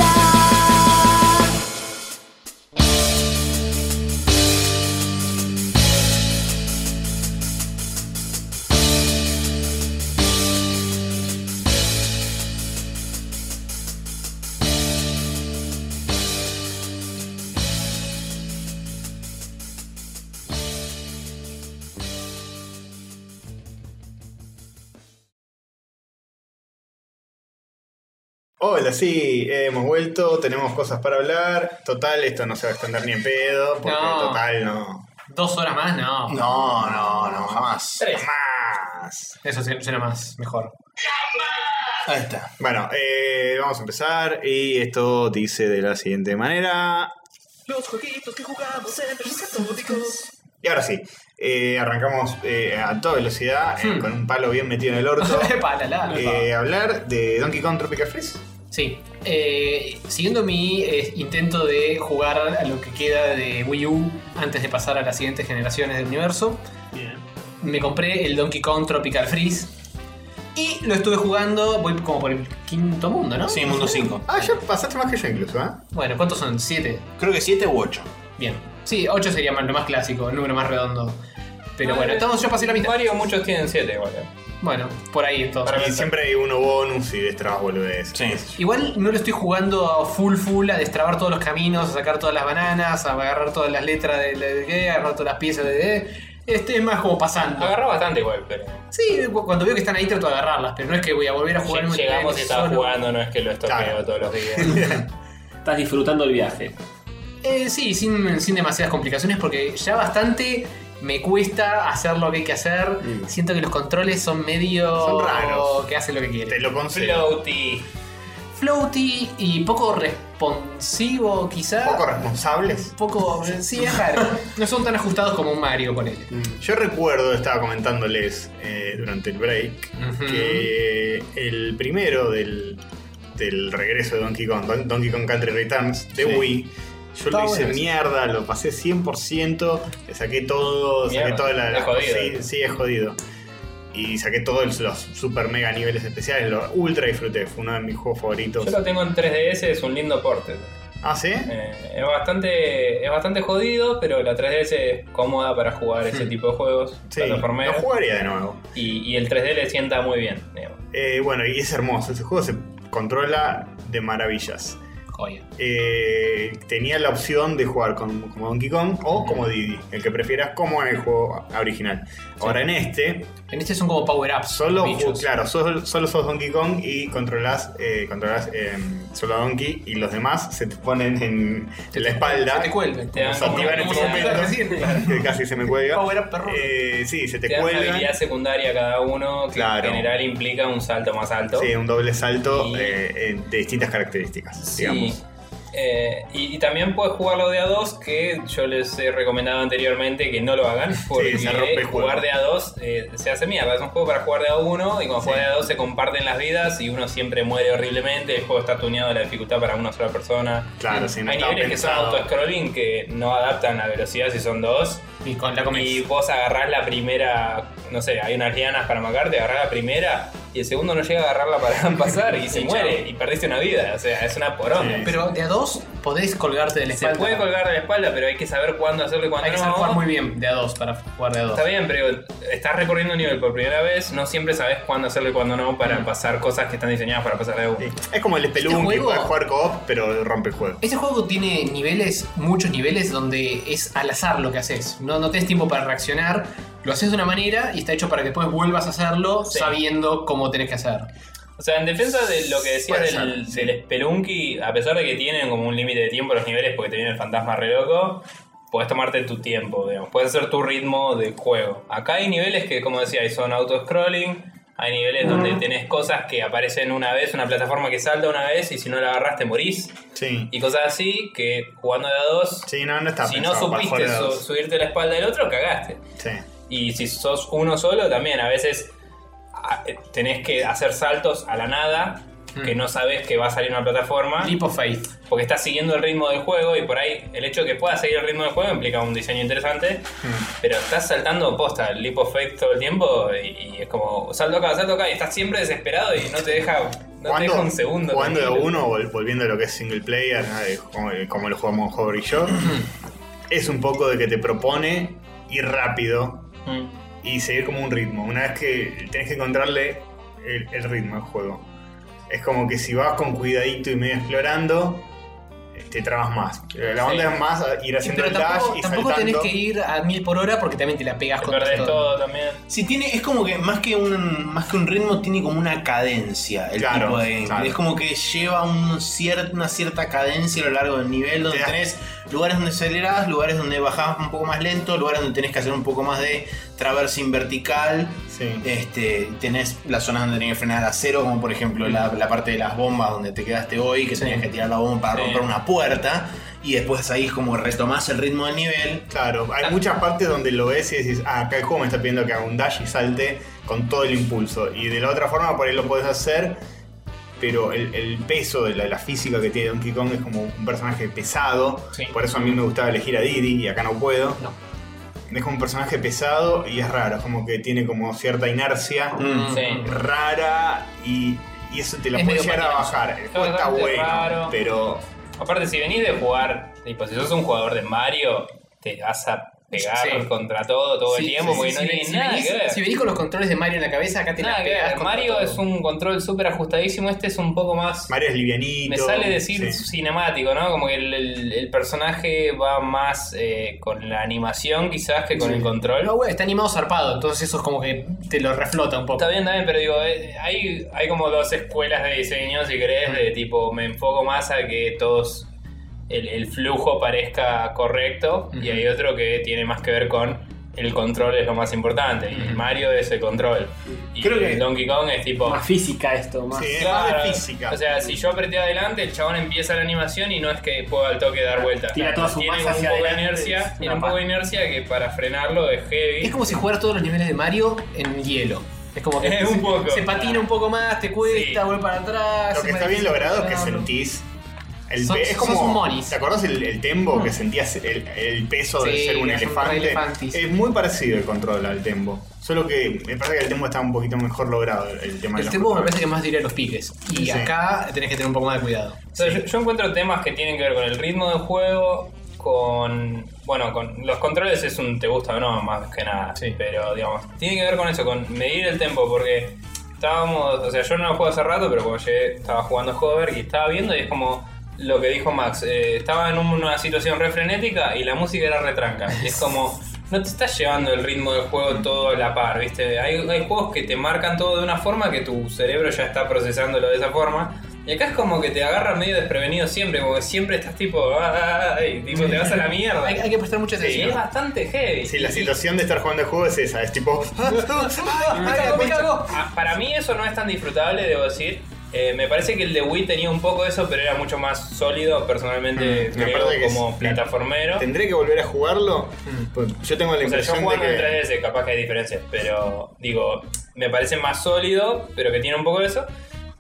B: Hola, sí, hemos vuelto, tenemos cosas para hablar. Total, esto no se va a extender ni en pedo, porque
D: No.
B: total no.
D: Dos horas más, no.
F: No, no, no, jamás.
B: Más.
D: Eso se- suena más, mejor.
F: Ahí está.
B: Bueno, eh, vamos a empezar y esto dice de la siguiente manera.
A: Los jueguitos que jugamos en Rescatóticos.
B: Y ahora sí, eh, arrancamos eh, a toda velocidad,
F: Hmm.
B: eh, con un palo bien metido en el orto.
D: Epa, la, la.
B: eh, hablar de Donkey Kong Tropical Freeze.
D: Sí. Eh, siguiendo mi eh, intento de jugar a lo que queda de Wii U antes de pasar a las siguientes generaciones del universo, me compré el Donkey Kong Tropical Freeze. Y lo estuve jugando, voy como por el quinto mundo, ¿no?
F: Sí, mundo 5.
B: Ah, ya pasaste más que yo incluso, ¿eh?
D: Bueno, ¿cuántos son? ¿Siete?
F: Creo que 7 u 8.
D: Bien. Sí, ocho sería más- lo más clásico, el número más redondo. Pero
G: Ah,
D: bueno, entonces yo pasé la mitad.
G: Varios, muchos tienen 7 igual. eh.
D: Bueno, por ahí entonces.
B: Para mí siempre hay uno bonus y destrabas boludeces.
F: Sí.
D: Igual no lo estoy jugando a full full, a destrabar todos los caminos, a sacar todas las bananas, a agarrar todas las letras de la de qué, a agarrar todas las piezas de- de este es más como pasando.
G: Agarró bastante igual, pero.
D: Sí, cu- cuando veo que están ahí trato de agarrarlas, pero no es que voy a volver a jugar un
G: Llegamos y
D: nivel
G: estaba
D: solo.
G: jugando, no es que lo estoqueo
B: Claro.
G: todos los días.
C: Estás disfrutando el viaje.
D: Eh, sí, sin, sin demasiadas complicaciones porque ya bastante me cuesta hacer lo que hay que hacer. Siento que los controles son medio
B: Mm. Son raros.
D: que hacen lo que quieren.
B: Te lo concedo.
G: Floaty.
D: Floaty y poco responsivo quizá.
B: Poco responsables.
D: poco. Sí, es raro. No son tan ajustados como un Mario, ponele.
B: Yo recuerdo, estaba comentándoles eh, durante el break,
D: Ujú.
B: que el primero del, del regreso de Donkey Kong, Don- Donkey Kong Country Returns de
F: Sí.
B: Wii, yo
D: Está
B: lo hice
D: bueno.
B: mierda, lo pasé 100%, le saqué todo, saqué
G: Mierda,
B: toda la...
G: es jodido.
B: Sí, sí, es jodido. Y saqué todos los super mega niveles especiales, los ultra disfruté, fue uno de mis juegos favoritos.
G: Yo lo tengo en 3DS, es un lindo porte.
B: Ah, ¿sí?
G: Eh, es bastante es bastante jodido, pero la 3DS es cómoda para jugar ese tipo de juegos.
B: Sí, lo
G: plataformeros,
B: jugaría de nuevo.
G: y, y el 3D le sienta muy bien. digamos.
B: Eh, bueno, y es hermoso, ese juego se controla de maravillas.
D: Joya.
B: eh, tenía la opción de jugar con, como Donkey Kong o como Didi, el que prefieras como en el juego original. Ahora en este,
D: En este son como power-ups.
B: solo,
D: bichos.
B: ju- claro, solo, solo sos Donkey Kong y controlás, eh, controlás eh, solo a Donkey y los demás se te ponen en la espalda.
D: Se te cuelgan.
G: Te dan
B: Se
G: como
B: activan en
G: una-
B: tu momento. Claro, que Casi se me cuelga.
D: Power up, perro.
B: Eh, sí, se te
G: Oh, Te da una
B: cuelga.
G: habilidad secundaria cada uno que
B: Claro.
G: en general implica un salto más alto.
B: Sí, un doble salto
G: Y-
B: eh, eh, de distintas características,
G: Sí.
B: digamos.
G: Eh, y, y también puedes jugarlo de A2, que yo les he recomendado anteriormente que no lo hagan, porque
B: se rompe el juego.
G: jugar de A2 eh, se hace mierda. Es un juego para jugar de A1 y cuando juegas de A2 se comparten las vidas y uno siempre muere horriblemente. El juego está tuneado a la dificultad para una sola persona.
B: Claro, sí, no
G: Hay
B: estaba
G: niveles que son
B: pensado.
G: auto-scrolling que no adaptan la velocidad si son dos.
D: Y con la
G: Y
D: comida.
G: vos agarrás la primera, no sé, hay unas lianas para macarte, agarrás la primera
D: y el segundo no llega a agarrarla para pasar y se muere y perdiste una vida. O sea, es una poronga.
C: Pero de a dos podés colgarte de la
D: Se
C: espalda.
D: puede colgar de la espalda, pero hay que saber cuándo hacerlo y cuándo
C: Hay que
D: no.
C: saber jugar muy bien de a dos para jugar de a dos.
D: Está bien, pero estás recorriendo un nivel por primera vez, no siempre sabes cuándo hacerlo y cuándo no
B: Mm.
D: para pasar cosas que están diseñadas para pasar de uno.
B: Sí. Es como el Spelunk que
C: juego- Eh,
B: puedes jugar co-op, pero rompe el juego.
C: Ese juego tiene niveles, muchos niveles, donde es al azar lo que haces. No, no tenés tiempo para reaccionar, lo haces de una manera y está hecho para que después vuelvas a hacerlo
D: Sí.
C: sabiendo cómo tenés que hacer.
D: O sea, en defensa de lo que decía
B: Puede
D: del, del Spelunky, a pesar de que tienen como un límite de tiempo los niveles porque te viene el fantasma re loco, puedes tomarte tu tiempo, digamos. Puede ser tu ritmo de juego. Acá hay niveles que, como decía, son auto-scrolling. Hay niveles donde tenés cosas que aparecen una vez, una plataforma que salta una vez y si no la agarraste morís.
B: Sí.
D: Y cosas así que jugando de a dos,
B: Sí, no, no está
D: si no
B: pensado para
D: supiste
B: jugar de
D: su-
B: dos.
D: subirte la espalda del otro, cagaste.
B: Sí.
D: Y si sos uno solo, también a veces a- tenés que hacer saltos a la nada, que no sabes que va a salir una plataforma,
C: Hmm. Leap of Faith.
D: porque estás siguiendo el ritmo del juego y por ahí el hecho de que puedas seguir el ritmo del juego implica un diseño interesante,
C: Hmm.
D: pero estás saltando posta, el leap of faith todo el tiempo y, y es como salto acá, salto acá, y estás siempre desesperado y no te deja, no te
B: Jugando-
D: deja un segundo.
B: Jugando de
D: tranquilo.
B: uno, vol- volviendo a lo que es single player, ¿no? De como, como lo jugamos Hover y yo, es un poco de que te propone ir rápido
D: Mm.
B: y seguir como un ritmo. Una vez que tenés que encontrarle el, el ritmo al juego. Es como que si vas con cuidadito y medio explorando, eh, te trabas más. La onda es más a- ir
C: Sí,
B: haciendo
C: pero
B: el dash
C: tampoco,
B: y
C: tampoco
B: saltando.
C: tenés que ir a mil por hora porque también te la pegas
D: Te
C: con
D: perdés todo también.
F: Sí, tiene, es como que más que un más que un ritmo, tiene como una cadencia el
B: Claro,
F: tipo de gameplay.
B: claro.
F: Es como que lleva un cier- una cierta cadencia a lo largo del nivel, donde
B: Te da-
F: tenés lugares donde acelerás, lugares donde bajás un poco más lento, lugares donde tenés que hacer un poco más de traversing vertical.
B: Sí.
F: Este, tenés las zonas donde tenés que frenar a cero, como por ejemplo la, la parte de las bombas donde te quedaste hoy, que tenías que tirar la bomba para
D: Sí.
F: romper una puerta. Y después ahí es como retomás el ritmo del nivel.
B: Claro, hay muchas partes donde lo ves y decís, ah, acá el juego me está pidiendo que haga un dash y salte con todo el impulso. Y de la otra forma, por ahí lo podés hacer, pero el, el peso de la, la física que tiene Donkey Kong es como un personaje pesado.
D: Sí.
B: Por eso a mí me gustaba elegir a Diddy y acá no puedo.
C: No.
B: Es como un personaje pesado y es raro, es como que tiene como cierta inercia
D: Sí.
B: rara y, y eso te la
C: Es
B: puede
C: medio
B: llegar a
C: patinoso.
B: bajar. El juego está
D: bastante
B: bueno,
D: raro.
B: pero
D: Aparte, si venís de jugar, tipo, si sos un jugador de Mario, te vas a pegar
C: Sí.
D: contra todo todo el tiempo porque no tiene nada
C: venís,
D: que ver.
C: si venís con los controles de Mario en la cabeza, acá te
D: nada
C: la
D: que
C: pegas
D: ver. Mario es un control súper ajustadísimo, este es un poco más.
B: Mario es livianito.
D: me sale decir
B: sí.
D: cinemático, ¿no? Como que el, el- el personaje va más eh, con la animación quizás que con el control.
C: No, güey, está animado zarpado, entonces eso es como que te lo reflota un poco.
D: Está bien, está bien, pero digo, eh, hay, hay como dos escuelas de diseño, si querés, de tipo, me enfoco más a que todos el, el flujo parezca correcto, y hay otro que tiene más que ver con el control es lo más importante, y el Mario es el control. Y
B: Creo que-
D: el Donkey Kong es tipo...
L: Más física esto, más.
B: Sí, es más de
D: claro,
B: física.
D: O sea, si yo apreté adelante, el chabón empieza la animación y no es que pueda al toque dar vueltas.
L: Tira toda su
D: tiene
L: masa
D: un
L: hacia
D: poco de
L: adelante, es
D: inercia,
L: una
D: tiene un poco de
L: paja.
D: inercia que para frenarlo es heavy.
C: Es como si jugaras todos los niveles de Mario en hielo. Es como que
D: Es un
C: se,
D: poco,
C: se patina
D: claro.
C: un poco más, te cuesta,
D: Sí.
C: vuelve para atrás.
B: Lo
C: es
B: que
C: más
B: está bien
C: difícil
B: logrado es que
C: controlarlo.
B: sentís. El
C: Sos-
B: pe- es como.
C: sos un moris.
B: ¿Te acordás el, el tembo que sentías el, el peso de
C: Sí,
B: ser un
C: es un
B: elefante?
C: re elefantis.
B: es muy parecido el control al tembo. Solo que me parece que el tembo está un poquito mejor logrado. El, el tema de
C: El
B: los
C: tempo este me
B: controles.
C: parece que más diría los piques. Y
B: Sí.
C: acá tenés que tener un poco más de cuidado.
D: O sea, yo, yo encuentro temas que tienen que ver con el ritmo del juego, con. Bueno, con los controles es un te gusta o no, más que nada.
C: Sí.
D: Pero, digamos, tiene que ver con eso, con medir el tempo, porque estábamos. O sea, yo no lo juego hace rato, pero cuando llegué estaba jugando Hover y estaba viendo, y es como lo que dijo Max. eh, estaba en una situación re frenética y la música era retranca. Y es como. No te estás llevando el ritmo del juego todo a la par, ¿viste? Hay, hay juegos que te marcan todo de una forma que tu cerebro ya está procesándolo de esa forma. Y acá es como que te agarra medio desprevenido siempre, como que siempre estás tipo, "Ah, ah, ah", y tipo te vas a la mierda.
C: Hay, hay que prestar mucha
D: Sí,
C: atención.
D: es bastante heavy.
B: Sí, la
D: Y-
B: situación de estar jugando el juego es esa. Es tipo. "Ah, ah, ah,
C: Me
B: ah,
C: cago, me
B: concha".
C: cago.
D: Ah, Para mí eso no es tan disfrutable, debo decir. Eh, me parece que el de Wii tenía un poco eso, pero era mucho más sólido, personalmente,
B: Mm, me
D: creo,
B: parece que
D: como
B: sí.
D: plataformero. O
B: Tendré que volver a jugarlo. Pues Yo tengo la
D: sea, yo
B: impresión de
D: jugando en
B: que.
D: 3DS, eh, capaz que hay diferencias, pero digo, me parece más sólido, pero que tiene un poco de eso.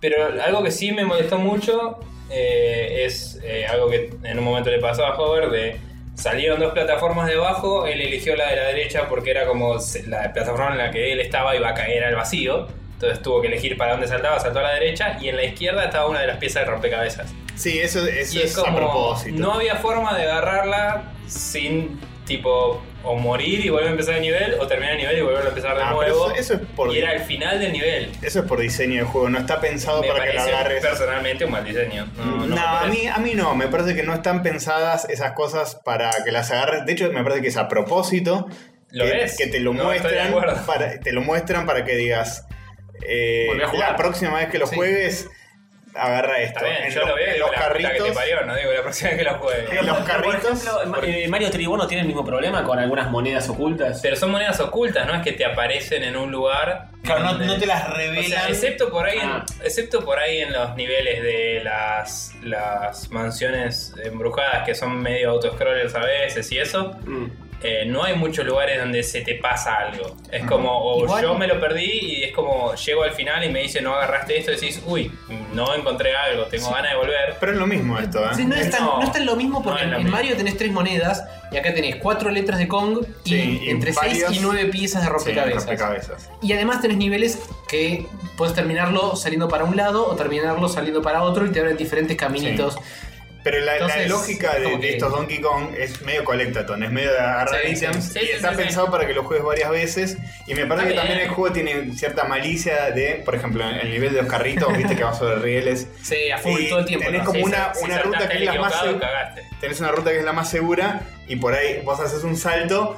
D: Pero algo que sí me molestó mucho eh, es eh, algo que en un momento le pasó a Hover de salieron dos plataformas debajo, él eligió la de la derecha porque era como se- la plataforma en la que él estaba iba a caer al vacío.
G: Entonces tuvo que elegir para dónde saltaba, saltó a la derecha y en la izquierda estaba una de las piezas de rompecabezas.
B: Sí, eso, eso
G: Y
B: es,
G: es como,
B: a propósito.
G: no había forma de agarrarla sin tipo o morir y volver a empezar el nivel o terminar el nivel y volver a empezar de
B: Ah, pero
G: nuevo.
B: eso- eso es por-
G: y era el final del nivel.
B: Eso es por diseño de juego, no está pensado
G: Me
B: para que la
G: parece
B: agarres.
G: personalmente un mal diseño. No, no
B: No,
G: me
B: a,
G: parece.
B: mí, a mí no, me parece que no están pensadas esas cosas para que las agarres. De hecho, me parece que es a propósito
G: ¿Lo
B: que,
G: ves?
B: que te lo
G: No, estoy de
B: muestran
G: acuerdo.
B: para, te lo muestran para que digas eh,
G: Volví a jugar.
B: la próxima vez que lo juegues agarra esto.
G: Está bien,
B: en
G: yo
B: los,
G: lo veo y
B: en
G: digo,
B: los
G: la puta que te
B: carritos,
G: parió, no digo la próxima vez que lo juegue.
B: en los
C: Por
B: carritos.
C: ejemplo, Ma- eh, Mario Tribuno tiene el mismo problema con algunas monedas ocultas.
G: Pero son monedas ocultas, no es que te aparecen en un lugar.
F: Claro, no,
G: donde-
F: no te las
G: O sea,
F: revelan.
G: excepto por ahí, en,
C: Ah.
G: excepto por ahí en los niveles de las, las mansiones embrujadas que son medio autoscrollers a veces y eso,
C: Mm.
G: eh, no hay muchos lugares donde se te pasa algo. Es como, o
F: Igual-
G: yo me lo perdí y es como, llego al final y me dice no agarraste esto y decís, uy, no encontré algo, tengo ganas de volver.
B: Pero es lo mismo esto, ¿eh?
D: Sí, no, es tan,
G: No.
D: no es tan lo mismo porque
G: No es lo
D: en
G: mismo.
D: Mario tenés tres monedas y acá tenés cuatro letras de Kong y
B: Sí, y
D: entre seis
B: varios-
D: y nueve piezas de
B: Sí,
D: rompecabezas.
B: rompecabezas.
D: Y además tenés niveles que puedes terminarlo saliendo para un lado o terminarlo saliendo para otro y te abren diferentes caminitos.
B: Pero la, la
D: Entonces,
B: lógica de,
D: como
B: de
D: que-
B: estos Donkey Kong es medio collectathon, es medio de agarrar
G: Sí, sí,
B: ítems
G: sí,
B: y
G: sí,
B: está
G: sí,
B: pensado para que lo juegues varias veces. Y me parece
G: Está
B: que también
G: bien.
B: el juego tiene cierta malicia de, por ejemplo, el nivel de los carritos, viste que vas sobre rieles.
D: Sí, a full
B: Y
D: todo el tiempo.
B: tenés
D: ¿no?
B: como
G: Si
B: una-
G: sa- si
B: una
G: saltaste
B: ruta que es la más
G: equivocado,
B: seg-
G: cagaste.
B: Tenés una ruta que es la más segura y por ahí vos haces un salto.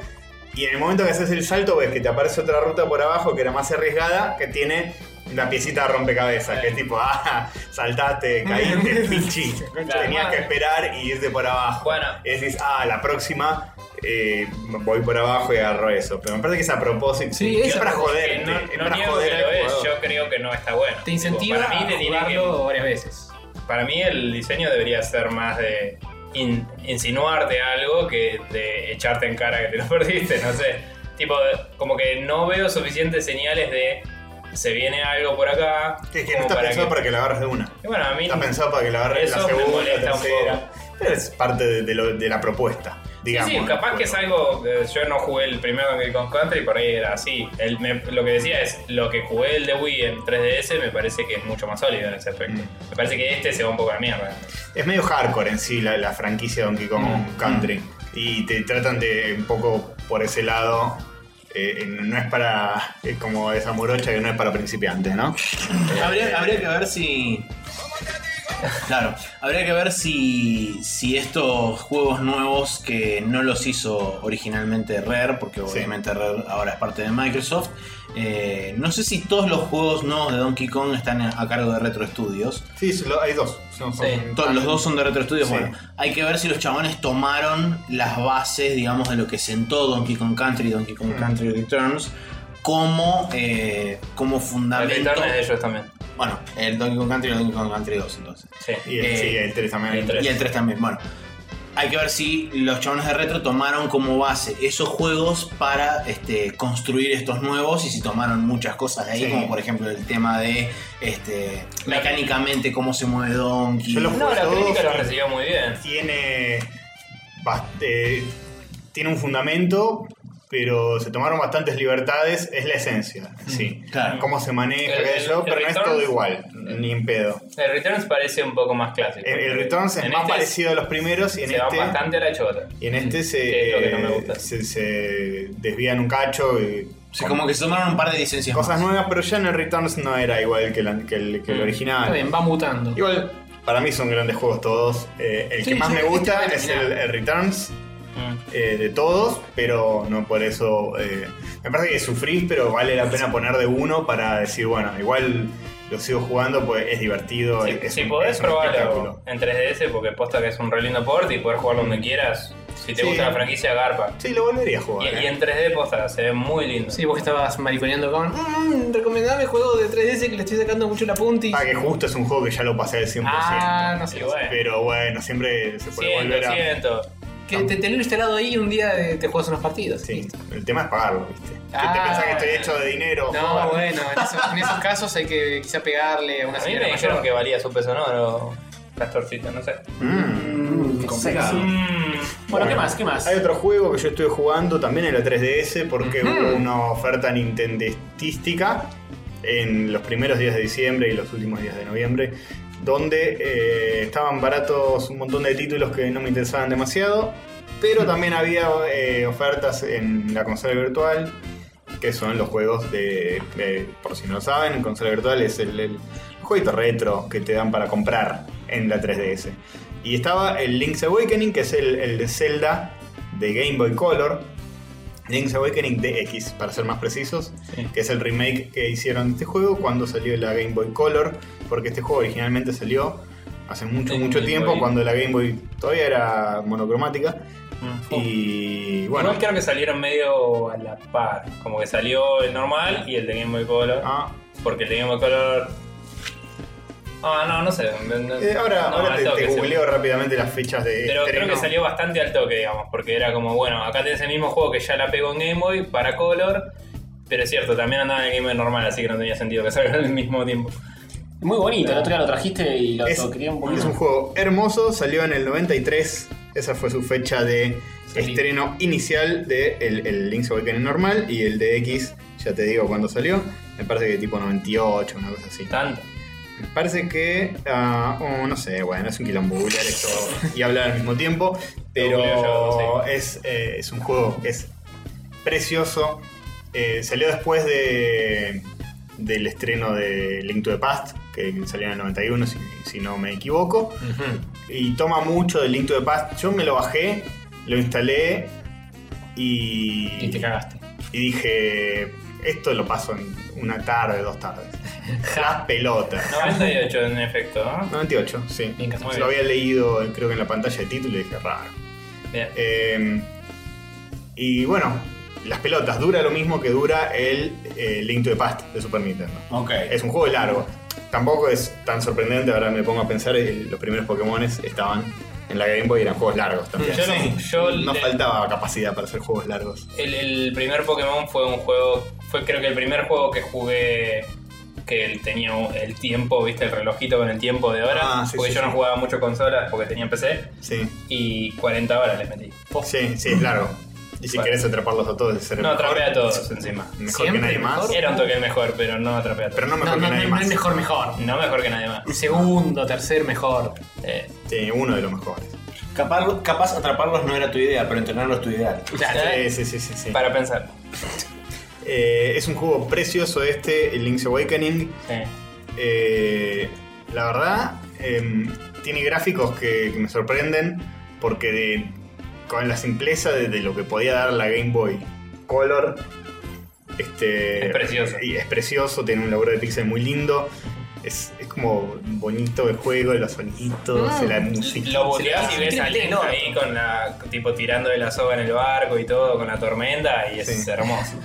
B: Y en el momento que haces el salto, ves que te aparece otra ruta por abajo que era más arriesgada, que tiene la piecita de rompecabezas, que es tipo, ah, saltaste, caíste, pichi. Tenías que esperar y irte por abajo.
G: Bueno.
B: Y decís, ah, la próxima eh, voy por abajo y agarro eso. Pero me parece que es a propósito.
D: Sí,
B: es,
D: es a
B: para
D: propósito.
G: Eh,
B: joderte.
G: no
B: es
G: no
B: para
G: niego
B: joder
G: que
B: al
G: lo es,
B: jugador.
G: yo creo que no está bueno.
D: Te
G: Tipo,
D: incentiva
G: para mí
D: a
G: te tiene que-
D: jugarlo varias veces.
G: Para mí el diseño debería ser más de in- insinuarte algo que de echarte en cara que te lo perdiste, no sé. Tipo, como que no veo suficientes señales de se viene algo por acá.
B: Es que no
G: como
B: está
G: para
B: pensado
G: que-
B: para que la agarres de una.
G: Y bueno, a mí
B: Está pensado para que la agarres la
G: Eso me
B: segunda, la
G: molesta un
B: tercera.
G: poco.
B: Pero es parte de, de lo- de la propuesta,
G: Sí,
B: digamos.
G: sí, capaz
B: del
G: que es
B: juego.
G: algo. eh, Yo no jugué el primero Donkey Kong Country, por ahí era así. El- me- lo que decía es: lo que jugué el de Wii en 3DS me parece que es mucho más sólido en ese aspecto.
B: Mm.
G: Me parece que este se va un poco a la mierda.
B: Es medio hardcore en sí la, la franquicia Donkey Kong
G: Mm.
B: Country. Y te tratan de un poco por ese lado. eh, eh, no es para. Es como esa morocha que no es para principiantes, ¿no?
F: Habría, habría que ver si. Claro, habría que ver si, si estos juegos nuevos que no los hizo originalmente Rare, porque obviamente Rare ahora es parte de Microsoft, eh, no sé si todos los juegos nuevos de Donkey Kong están a a cargo de Retro Studios.
B: Sí, lo- hay dos. Son- son-
F: To- los dos son de Retro Studios.
B: Sí.
F: Bueno, hay que ver si los chabones tomaron las bases, digamos, de lo que sentó Donkey Kong Country, Donkey Kong Country Returns, como, eh, como
G: El
F: fundamento.
G: internet de ellos también.
F: Bueno, el Donkey Kong Country y el Donkey Kong Country 2, entonces.
G: Sí.
B: Y el,
F: Eh,
B: sí, el 3 también.
G: el tres.
F: Y el 3 también, bueno. Hay que ver si los chabones de retro tomaron como base esos juegos para este, construir estos nuevos y si tomaron muchas cosas de ahí,
B: Sí.
F: como por ejemplo el tema de este, mecánicamente cómo se mueve Donkey.
B: Yo los
G: No, la
B: Todos
G: crítica lo
B: son-
G: recibió muy bien.
B: tiene bast- eh, tiene un fundamento pero se tomaron bastantes libertades es la esencia sí
F: Mm, claro.
B: cómo se maneja
G: El-
B: qué sé yo,
G: el-
B: pero
G: el
B: no es
G: Returns-
B: todo igual ni en pedo
G: El Returns parece un poco más clásico.
B: el, el Returns es
G: En
B: más
G: este
B: parecido a los primeros y en
G: se va
B: este
G: bastante a la chota.
B: y en
F: Mm.
B: este
G: que es lo que no me gusta.
B: se, se, se desvían un cacho y
F: O sea, como que se tomaron un par de licencias.
B: cosas
F: más.
B: nuevas pero ya en el Returns no era igual que, la- que el, que el
G: Mm.
B: original
D: Está bien, va mutando.
B: igual para mí son grandes juegos todos Eh, el
D: Sí,
B: que más
D: sí,
B: me
D: este
B: gusta
D: va a
B: es
D: terminar.
B: el- el Returns
G: Mm.
B: eh, de todos, pero no por eso. eh, me parece que sufrís, pero vale la pena poner de uno para decir, bueno, igual lo sigo jugando, pues es divertido.
G: Si,
B: es, es
G: si
B: un-
G: podés
B: es un
G: probarlo
B: espectáculo.
G: en 3DS, porque posta que es un re lindo port y poder jugarlo donde quieras. Si te
B: Sí.
G: gusta la franquicia, garpa.
B: Sí, lo volvería a
G: Y,
B: jugar.
G: y
B: eh.
G: en 3D, posta, se ve muy lindo.
D: Sí, vos que estabas mariconeando con. Mmm, recomendame juego de 3DS que le estoy sacando mucho la punta y.
B: Ah, que justo es un juego que ya lo pasé al 100%.
D: Ah, no sé.
G: Y bueno,
B: Pero bueno, siempre se puede
G: siento,
B: volver a.
G: siento.
D: Que te, te lo he instalado ahí y un día eh, te juegas unos partidos.
B: Sí,
D: Listo.
B: el tema es pagarlo, ¿viste?
D: Ah,
B: ¿Te pensás que estoy
D: bueno.
B: hecho de dinero?
D: No,
B: Joder.
D: bueno, en esos, en esos casos hay que quizá pegarle a una
G: A mí
D: señora
G: me dijeron
D: mayor.
G: que valía su peso oro, Castorcito, no sé.
B: Mm, complicado. Mm.
D: Bueno, ¿qué más? ¿Qué más?
B: Hay otro juego que yo estuve jugando también en la 3DS porque hubo una oferta nintendestística en los primeros días de diciembre y los últimos días de noviembre, donde eh, estaban baratos un montón de títulos que no me interesaban demasiado, pero también había eh, ofertas en la consola virtual, que son los juegos de, de- por si no lo saben, consola virtual es el, el jueguito retro que te dan para comprar en la 3DS. Y estaba el Link's Awakening, que es el, el de Zelda de Game Boy Color. Link's Awakening DX, para ser más precisos, que es el remake que hicieron de este juego cuando salió la Game Boy Color, porque este juego originalmente salió hace mucho,
G: En
B: mucho
G: Game
B: tiempo,
G: Boy.
B: cuando la Game Boy todavía era monocromática. Mm. Y bueno,
G: Igual creo que salieron medio a la par. Como que salió el normal y el de Game Boy Color.
B: ah,
G: Porque el de Game Boy Color. Ah, no, no sé. No- no-
B: eh, ahora,
G: no,
B: ahora
G: al
B: te, te
G: toque, seguro.
B: googleo rápidamente las fechas de
G: Pero creo
B: estreno.
G: que salió bastante al toque, digamos, porque era como, bueno, acá tenés el mismo juego que ya la pegó en Game Boy para Color, pero es cierto, también andaba en el Game Boy normal, así que no tenía sentido que salga al mismo tiempo.
C: Muy bonito, el otro día lo trajiste y lo
B: Es,
C: toqué un
B: es
C: poquito.
B: un juego hermoso, salió en el 93. Esa fue su fecha de
G: Salí.
B: estreno inicial de el, el Link's Awakening normal y el DX, ya te digo cuándo salió. Me parece que tipo 98, una cosa así.
G: Tanto.
B: Me parece que. ah, oh, no sé, bueno, es un quilombo googlear esto y hablar al mismo tiempo.
G: googleo
B: Pero
G: yo,
B: es, eh, es un juego, es precioso. Eh, salió después de del estreno de Link to the Past, que salió en el 91, si, si no me equivoco. Y toma mucho de Link to the Past. Yo me lo bajé, lo instalé y.
G: Y te cagaste.
B: Y dije, esto lo paso en una tarde, dos tardes. Las pelotas.
G: 98 en efecto, ¿no?
B: 98, sí.
G: Bien, muy
B: Lo
G: bien.
B: había leído, creo que en la pantalla de título y dije, raro.
G: Bien.
B: Eh, y bueno, las pelotas. Dura lo mismo que dura el eh, Link to the Past de Super Nintendo.
F: Ok.
B: Es un juego largo. Tampoco es tan sorprendente, ahora me pongo a pensar, el- los primeros Pokémon estaban en la Game Boy y eran juegos largos también.
G: Yo no- yo
B: no
G: le-
B: faltaba capacidad para hacer juegos largos.
G: El, el primer Pokémon fue un juego, fue creo que el primer juego que jugué que él tenía un- el tiempo, viste, el relojito con el tiempo de horas,
B: Ah, sí,
G: porque
B: sí,
G: yo
B: sí.
G: no jugaba mucho consolas porque tenía PC
B: Sí,
G: y 40 horas le metí.
B: sí, sí, es largo. Y si
G: Oh. Bueno.
B: querés atraparlos a todos, ser el
G: No,
B: mejor,
G: atrapé a todos encima.
B: Mejor
D: Siempre
B: que nadie más.
D: mejor.
G: Era un toque mejor, pero no atrapé a todos.
B: Pero no
D: No,
B: mejor
D: no,
B: que
D: no,
B: nadie
D: no
B: más.
D: es mejor, mejor.
G: No mejor que nadie más.
D: Segundo, tercer, mejor.
G: Eh,
B: Sí, uno de los mejores.
F: Capaz, capaz atraparlos no era tu idea, pero entrenarlos tu ideal.
G: eh,
B: Sí, sí, sí, sí. sí.
G: para pensar.
B: Eh, es un juego precioso este, el Link's Awakening.
G: Eh,
B: Eh, la verdad, em, tiene gráficos que, que me sorprenden porque de- con la simpleza de, de lo que podía dar la Game Boy Color, este,
G: Es precioso.
B: y es precioso, tiene un laburo de pixel muy lindo. Es, es como bonito el juego, los soniditos, la música.
G: Lo boteás
D: Sí,
G: y ves
D: sí,
G: a Link
D: no.
G: ahí con la. tipo tirando de la soga en el barco y todo, con la tormenta, y es
B: Sí.
G: hermoso.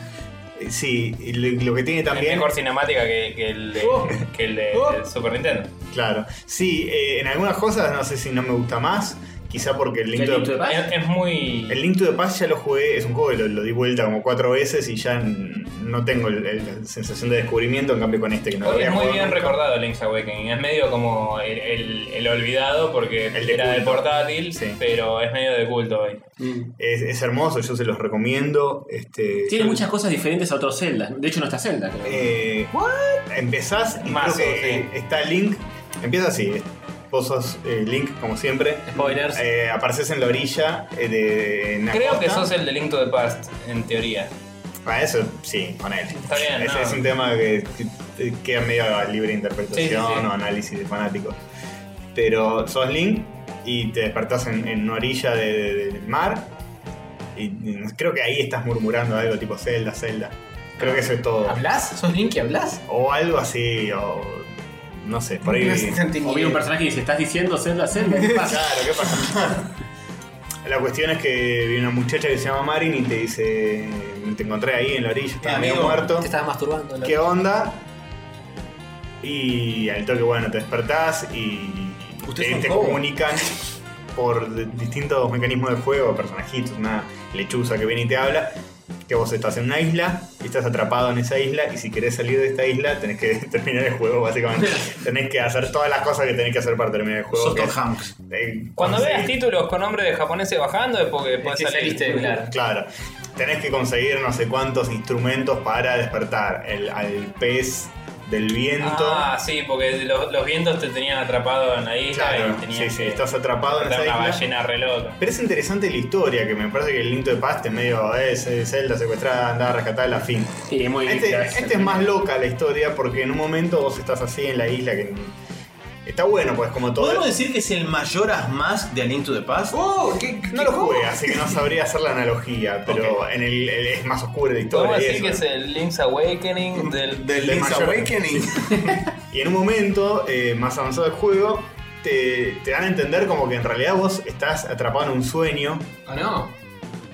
B: Sí, y lo, lo que tiene
G: Es
B: también.
G: mejor cinemática que, que el de,
D: Oh.
G: que el de
D: Oh.
G: del Super Nintendo.
B: Claro. Sí, eh, en algunas cosas no sé si no me gusta más. Quizá porque el Link,
C: ¿El
B: to-
C: Link to the
D: Ah.
C: Past?
G: Es, es muy.
B: el Link to the Past ya lo jugué, es un juego que lo, lo di vuelta como cuatro veces y ya n- no tengo el- el- la sensación de descubrimiento, en cambio con este que no lo
G: Hoy
B: había
G: es muy
B: jugado
G: bien
B: nunca.
G: recordado Link's Awakening. Es medio como el, el- el olvidado porque
B: El de
G: era del
B: culto.
G: portátil,
B: Sí.
G: pero es medio de culto hoy.
B: Es, es hermoso, yo se los recomiendo. Este,
C: Mm. Tiene muchas cosas diferentes a otros Zelda. De hecho, no está Zelda, creo.
B: Eh, empezás y
G: Mazo,
B: creo que está Link. Empieza así. Vos sos eh, Link, como siempre.
D: Spoilers.
B: Eh, apareces en la orilla eh, de. en la
G: Creo que
B: costa.
G: sos el de Link to the Past, en teoría.
B: Para eso, sí, con él.
G: Está bien,
B: Ese
G: no.
B: es un tema que, que queda medio a libre interpretación
G: Sí, sí, sí.
B: o análisis de fanáticos. Pero sos Link y te despertás en, en una orilla de- de- del mar. Y mm, creo que ahí estás murmurando algo tipo Zelda, Zelda. Creo que eso es todo.
D: ¿Hablas? ¿Sos Link y hablas?
B: O algo así, o. No sé, por ahí.
D: No sé,
B: Claro,
D: sentí
C: O
D: ni
C: vi un
D: idea.
C: personaje que dice, ¿estás diciendo Zelda, Zelda? ¿Qué pasa?
B: ¿qué pasa? La cuestión es que viene una muchacha que se llama Marin y te dice. Te encontré ahí en la orilla, estaba medio
F: amigo,
B: muerto.
D: Te estabas masturbando. loco.
B: ¿Qué onda? Y al toque, bueno, te despertás y
F: Ustedes
B: te,
F: son
B: te
F: Hobo.
B: comunican por de- distintos mecanismos de juego, personajitos, una lechuza que viene y te habla, que vos estás en una isla y estás atrapado en esa isla y si querés salir de esta isla tenés que terminar el juego, básicamente. tenés que hacer todas las cosas que tenés que hacer para terminar el juego.
F: Sos
B: que
F: Tom
B: es,
F: Hanks.
B: eh,
G: Cuando
B: conseguir-
G: veas títulos con nombres de japoneses bajando es porque este. después
B: que sí,
G: saliste. claro.
B: Claro. Tenés que conseguir no sé cuántos instrumentos para despertar el, al pez del viento.
G: Ah, sí, porque los, los vientos te tenían atrapado en la isla
B: Claro,
G: y tenías
B: sí, sí,
G: que
B: estás atrapado en
G: matar
B: esa
G: una
B: isla.
G: ballena re loca.
B: Pero es interesante la historia, que me parece que el Linto de Paz te medio es eh, Zelda secuestrada, andaba a rescatar la fin.
H: Sí, es muy
B: Este,
H: claro,
B: este es más loca la historia porque en un momento vos estás así en la isla que está bueno, pues como todo. Oh,
F: ¿Podemos decir que es el mayor Mask de Alien to the Past?
D: Oh,
B: No lo jugué, así que no sabría hacer la analogía, pero en el, el- es más oscura la historia.
G: Podemos
B: y
G: decir
B: eso.
G: que es el Link's Awakening
F: Del
G: del.
B: Del
F: Link's
B: mayor.
F: Awakening.
B: Y en un momento eh, más avanzado del juego, te, te dan a entender como que en realidad vos estás atrapado en un sueño
D: ¿O Ah, no?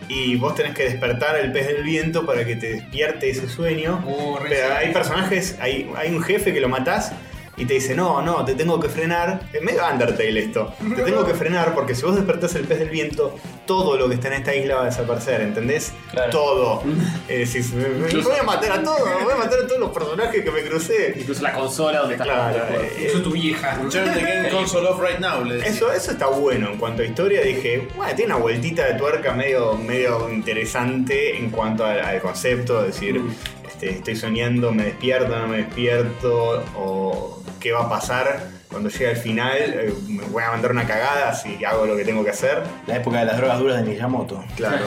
B: y vos tenés que despertar al pez del viento para que te despierte ese sueño.
D: Uh, re
B: Pero hay
D: sí.
B: personajes, hay, hay un jefe que lo matás y te dice, no, no, te tengo que frenar. Es medio Undertale esto. Te tengo que frenar porque si vos despertás el pez del viento, todo lo que está en esta isla va a desaparecer, ¿entendés?
G: Claro.
B: Todo. Eh, decís, "Me- me- voy a matar a todos, voy a matar a todos los personajes que me crucé.
H: Incluso la consola donde estás
B: Claro,
H: jugando el juego.
B: eh,
D: Yo tu vieja.
F: Turn the game console off right now, le decía.
B: Eso, eso está bueno en cuanto a historia. Dije, bueno, tiene una vueltita de tuerca medio, medio interesante en cuanto al, al concepto. Es decir, este, estoy soñando, me despierto, no me despierto, o qué va a pasar cuando llegue al final. Eh, me voy a mandar una cagada si hago lo que tengo que hacer.
F: La época de las drogas duras de Miyamoto.
B: Claro.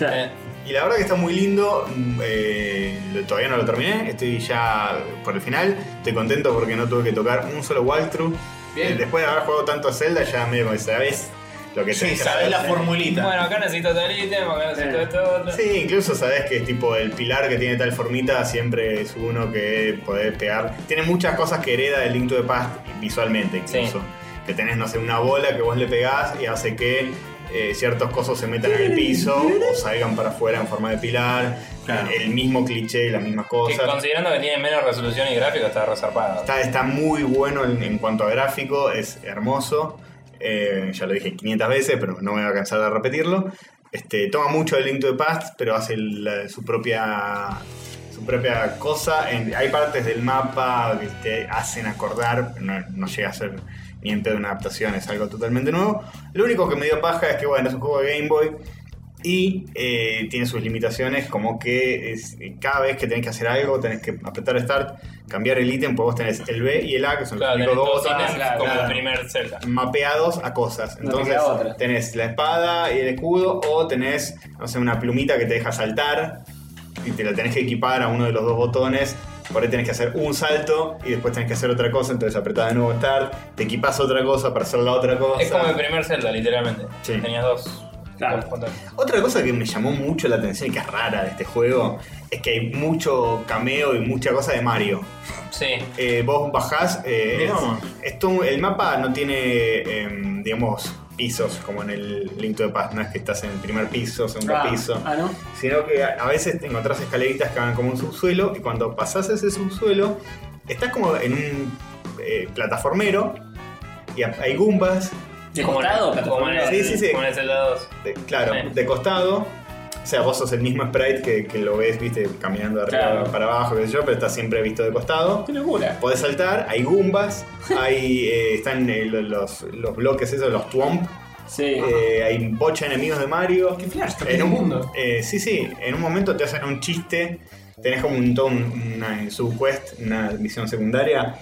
G: Eh,
B: Y la verdad que está muy lindo. mm, eh, lo- todavía no lo terminé. Estoy ya por el final. Estoy contento porque no tuve que tocar un solo walkthrough.
D: Bien.
B: Eh, después de haber jugado tanto a Zelda, ya medio como que sabes lo que
F: Sí,
B: tenés que
F: sabés
B: hacer.
F: la formulita.
G: Bueno, acá necesito tal ítem, acá necesito
H: Eh.
G: esto otro.
B: Sí, incluso sabes que es tipo el pilar que tiene tal formita, siempre es uno que podés pegar. Tiene muchas cosas que hereda del Link to the Past visualmente, incluso.
G: Sí.
B: Que tenés, no sé, una bola que vos le pegás y hace que eh, ciertos cosas se metan en el piso o salgan para afuera en forma de pilar.
F: Claro.
B: El mismo cliché, las mismas
G: Que
B: cosas.
G: considerando que tiene menos resolución y gráfico, está resarpado.
B: Está, está muy bueno en, en cuanto a gráfico, es hermoso. Eh, ya lo dije 500 veces, pero no me voy a cansar de repetirlo. Este, toma mucho del Link to the Past, pero hace la- su propia su propia cosa. En- hay partes del mapa que te hacen acordar, pero no, no llega a ser ni en pedo una adaptación, es algo totalmente nuevo. Lo único que me dio paja es que, bueno, es un juego de Game Boy y eh, tiene sus limitaciones, como que es- cada vez que tenés que hacer algo, tenés que apretar Start, cambiar el ítem, pues vos tenés el B y el A, que son
G: Claro,
B: los
G: tenés
B: únicos dos
G: dos
B: botones
G: ítems como
B: claro,
G: el primer Zelda.
B: mapeados a cosas. Entonces
H: queda otra.
B: tenés la espada y el escudo, o tenés, no sé, una plumita que te deja saltar y te la tenés que equipar a uno de los dos botones. Por ahí tenés que hacer un salto y después tenés que hacer otra cosa, entonces apretás de nuevo Start, te equipás otra cosa para hacer la otra cosa.
G: Es como el primer Zelda, literalmente.
B: Sí.
G: Tenías dos.
H: Claro.
G: dos botones.
B: Otra cosa que me llamó mucho la atención y que es rara de este juego es que hay mucho cameo y mucha cosa de Mario.
G: Sí.
B: Eh, vos bajás, eh,
F: Mirá vos.
B: es- es todo- el mapa no tiene, em, digamos, pisos como en el Link to the Past, no es que estás en el primer piso, segundo
H: Ah,
B: piso,
H: Ah, ¿no?
B: sino que a a veces te encontrás escaleritas que van como un subsuelo y cuando pasás ese subsuelo estás como en un eh, plataformero y a- hay Goombas
H: ¿De
G: Como en el-
H: costado?
G: Como en el,
B: Sí, sí, sí.
G: Como en el Zelda 2.
B: de- claro,
G: Sí.
B: de costado. O sea, vos sos el mismo sprite que, que lo ves, viste, caminando de arriba
G: Claro.
B: para abajo, qué sé yo, pero está siempre visto de costado.
H: ¡Qué locura!
B: Podés saltar, hay goombas, hay, eh, están eh, lo- los, los bloques esos, los twomp,
H: Sí.
B: eh, hay bocha de enemigos de Mario.
D: Qué flash, está
B: En
D: en
B: un
D: el mundo.
B: eh, sí, sí, en un momento te hacen un chiste, tenés como un, todo un- una eh, subquest, una misión secundaria,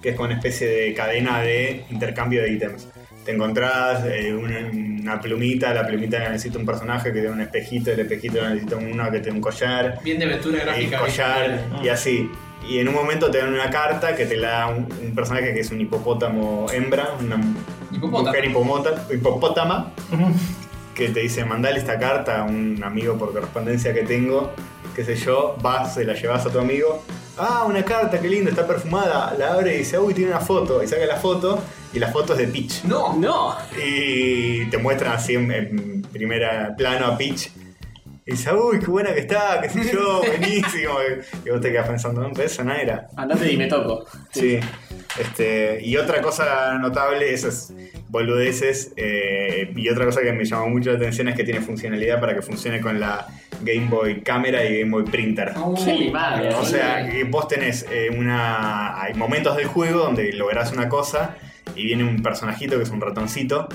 B: que es con una especie de cadena de intercambio de ítems. Te encontrás eh, una, una plumita, la plumita la necesita un personaje que tiene un espejito, el espejito la necesita uno que tiene un collar,
D: Bien de aventura
B: el
D: gráfica.
B: collar y así. Y en un momento te dan una carta que te la da un, un personaje que es un hipopótamo hembra, una
D: Hipopótamo.
B: mujer hipomota- hipopótama que te dice mandale esta carta a un amigo por correspondencia que tengo, qué sé yo, vas, se la llevas a tu amigo. Ah, una carta, qué lindo, está perfumada. La abre y dice, uy, tiene una foto. Y saca la foto y la foto es de Peach.
D: No,
H: ¡No!
B: Y te muestran así en, en primera plano a Peach. Y dice, uy, qué buena que está, qué sé yo, buenísimo. Y vos te quedas pensando, no, pero esa no era.
H: Andate y me toco.
B: Sí. Este, y otra cosa notable, esas boludeces, eh, y otra cosa que me llamó mucho la atención es que tiene funcionalidad para que funcione con la Game Boy Cámara y Game Boy Printer.
H: ¡Qué limado!
B: O sea, que vos tenés eh, una. Hay momentos del juego donde lográs una cosa y viene un personajito que es un ratoncito,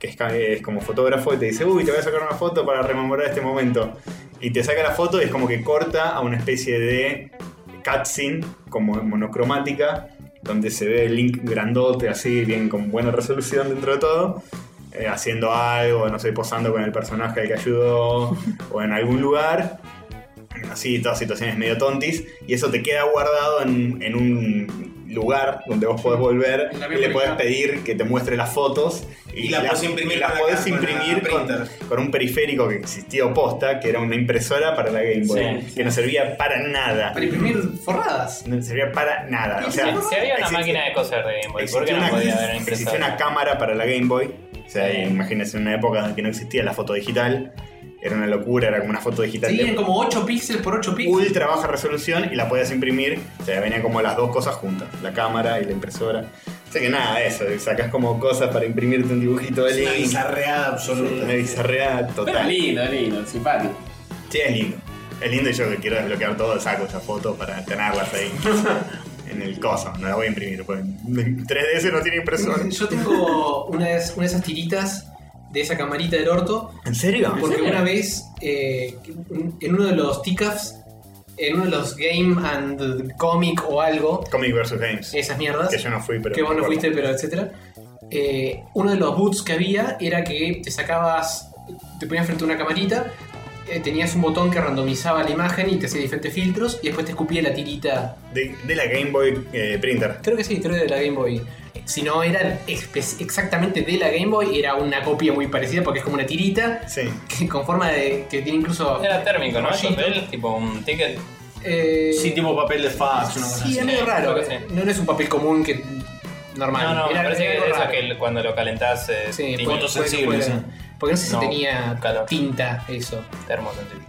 B: que es, ca- es como fotógrafo y te dice, uy, te voy a sacar una foto para rememorar este momento. Y te saca la foto y es como que corta a una especie de cutscene como monocromática, donde se ve el Link grandote, así, bien con buena resolución dentro de todo, eh, haciendo algo, no sé, posando con el personaje al que ayudó, o en algún lugar. Así, todas situaciones medio tontis, y eso te queda guardado en, en un lugar donde vos podés volver
M: En la
B: y le podés
M: biblioteca.
B: pedir que te muestre las fotos
F: Y la podés imprimir
B: y la
F: con la
B: podés
F: ca- con
B: imprimir
F: la
B: con,
F: printer.
B: con un periférico que existió posta, que era una impresora para la Game Boy,
C: Sí,
B: que no servía para nada.
M: Para imprimir forradas.
B: No servía para nada. O sea,
G: Si había una
B: existe-
G: máquina de coser de Game Boy, ¿por
B: existió
G: qué no
B: una,
G: podía haber
B: existió
G: empezado?
B: una cámara para la Game Boy. O sea, imagínense en una época en que no existía la foto digital. Era una locura, era como una foto digital de
M: Seguían como 8 píxeles por 8 píxeles.
B: ultra baja resolución y la podías imprimir. O sea, venían como las dos cosas juntas, la cámara y la impresora. O sea que nada, eso, sacás como cosas para imprimirte un dibujito de
F: Es una
B: Link.
F: bizarreada absoluta.
B: Una bizarreada
C: Pero
B: total.
C: lindo, lindo, simpático.
B: Sí, es lindo. Es lindo y yo que quiero desbloquear todo, saco esa foto para tenerlas ahí. en el coso, no la voy a imprimir, pues, porque 3DS no tiene impresora.
D: Yo tengo unas, una de esas tiritas de esa camarita del orto.
B: ¿En serio?
D: Porque una vez, eh, en uno de los TICAFs, en uno de los Game and Comic o algo,
B: Comic vs. Games.
D: esas mierdas,
B: Que yo no fui, pero.
D: que vos
B: me
D: no
B: acuerdo.
D: fuiste, pero etcétera, eh, uno de los boots que había era que te sacabas, te ponías frente a una camarita, eh, tenías un botón que randomizaba la imagen y te hacía diferentes filtros y después te escupía la tirita.
B: De, de la Game Boy eh, Printer.
D: Creo que sí, creo que de la Game Boy. Si no era espe- exactamente de la Game Boy, era una copia muy parecida porque es como una tirita
B: Sí.
D: que con forma de. que tiene incluso.
G: Era térmico, ¿no?
D: Rollito.
G: Papel, tipo un ticket.
D: Eh,
F: Sí, tipo papel de fax, una cosa
D: sí, es
F: así.
D: medio raro.
G: creo que sí.
D: No no es un papel común que. normal.
G: No, no,
D: Era-
G: me parece
D: era
G: que
D: algo
G: es eso
D: raro.
G: que cuando lo calentás eh,
D: Sí,
G: tiene
D: puede- puede que
F: sensible,
D: fuera.
F: sí.
D: Porque no sé si
G: No,
D: tenía
G: calor.
D: tinta eso.
G: termosensible.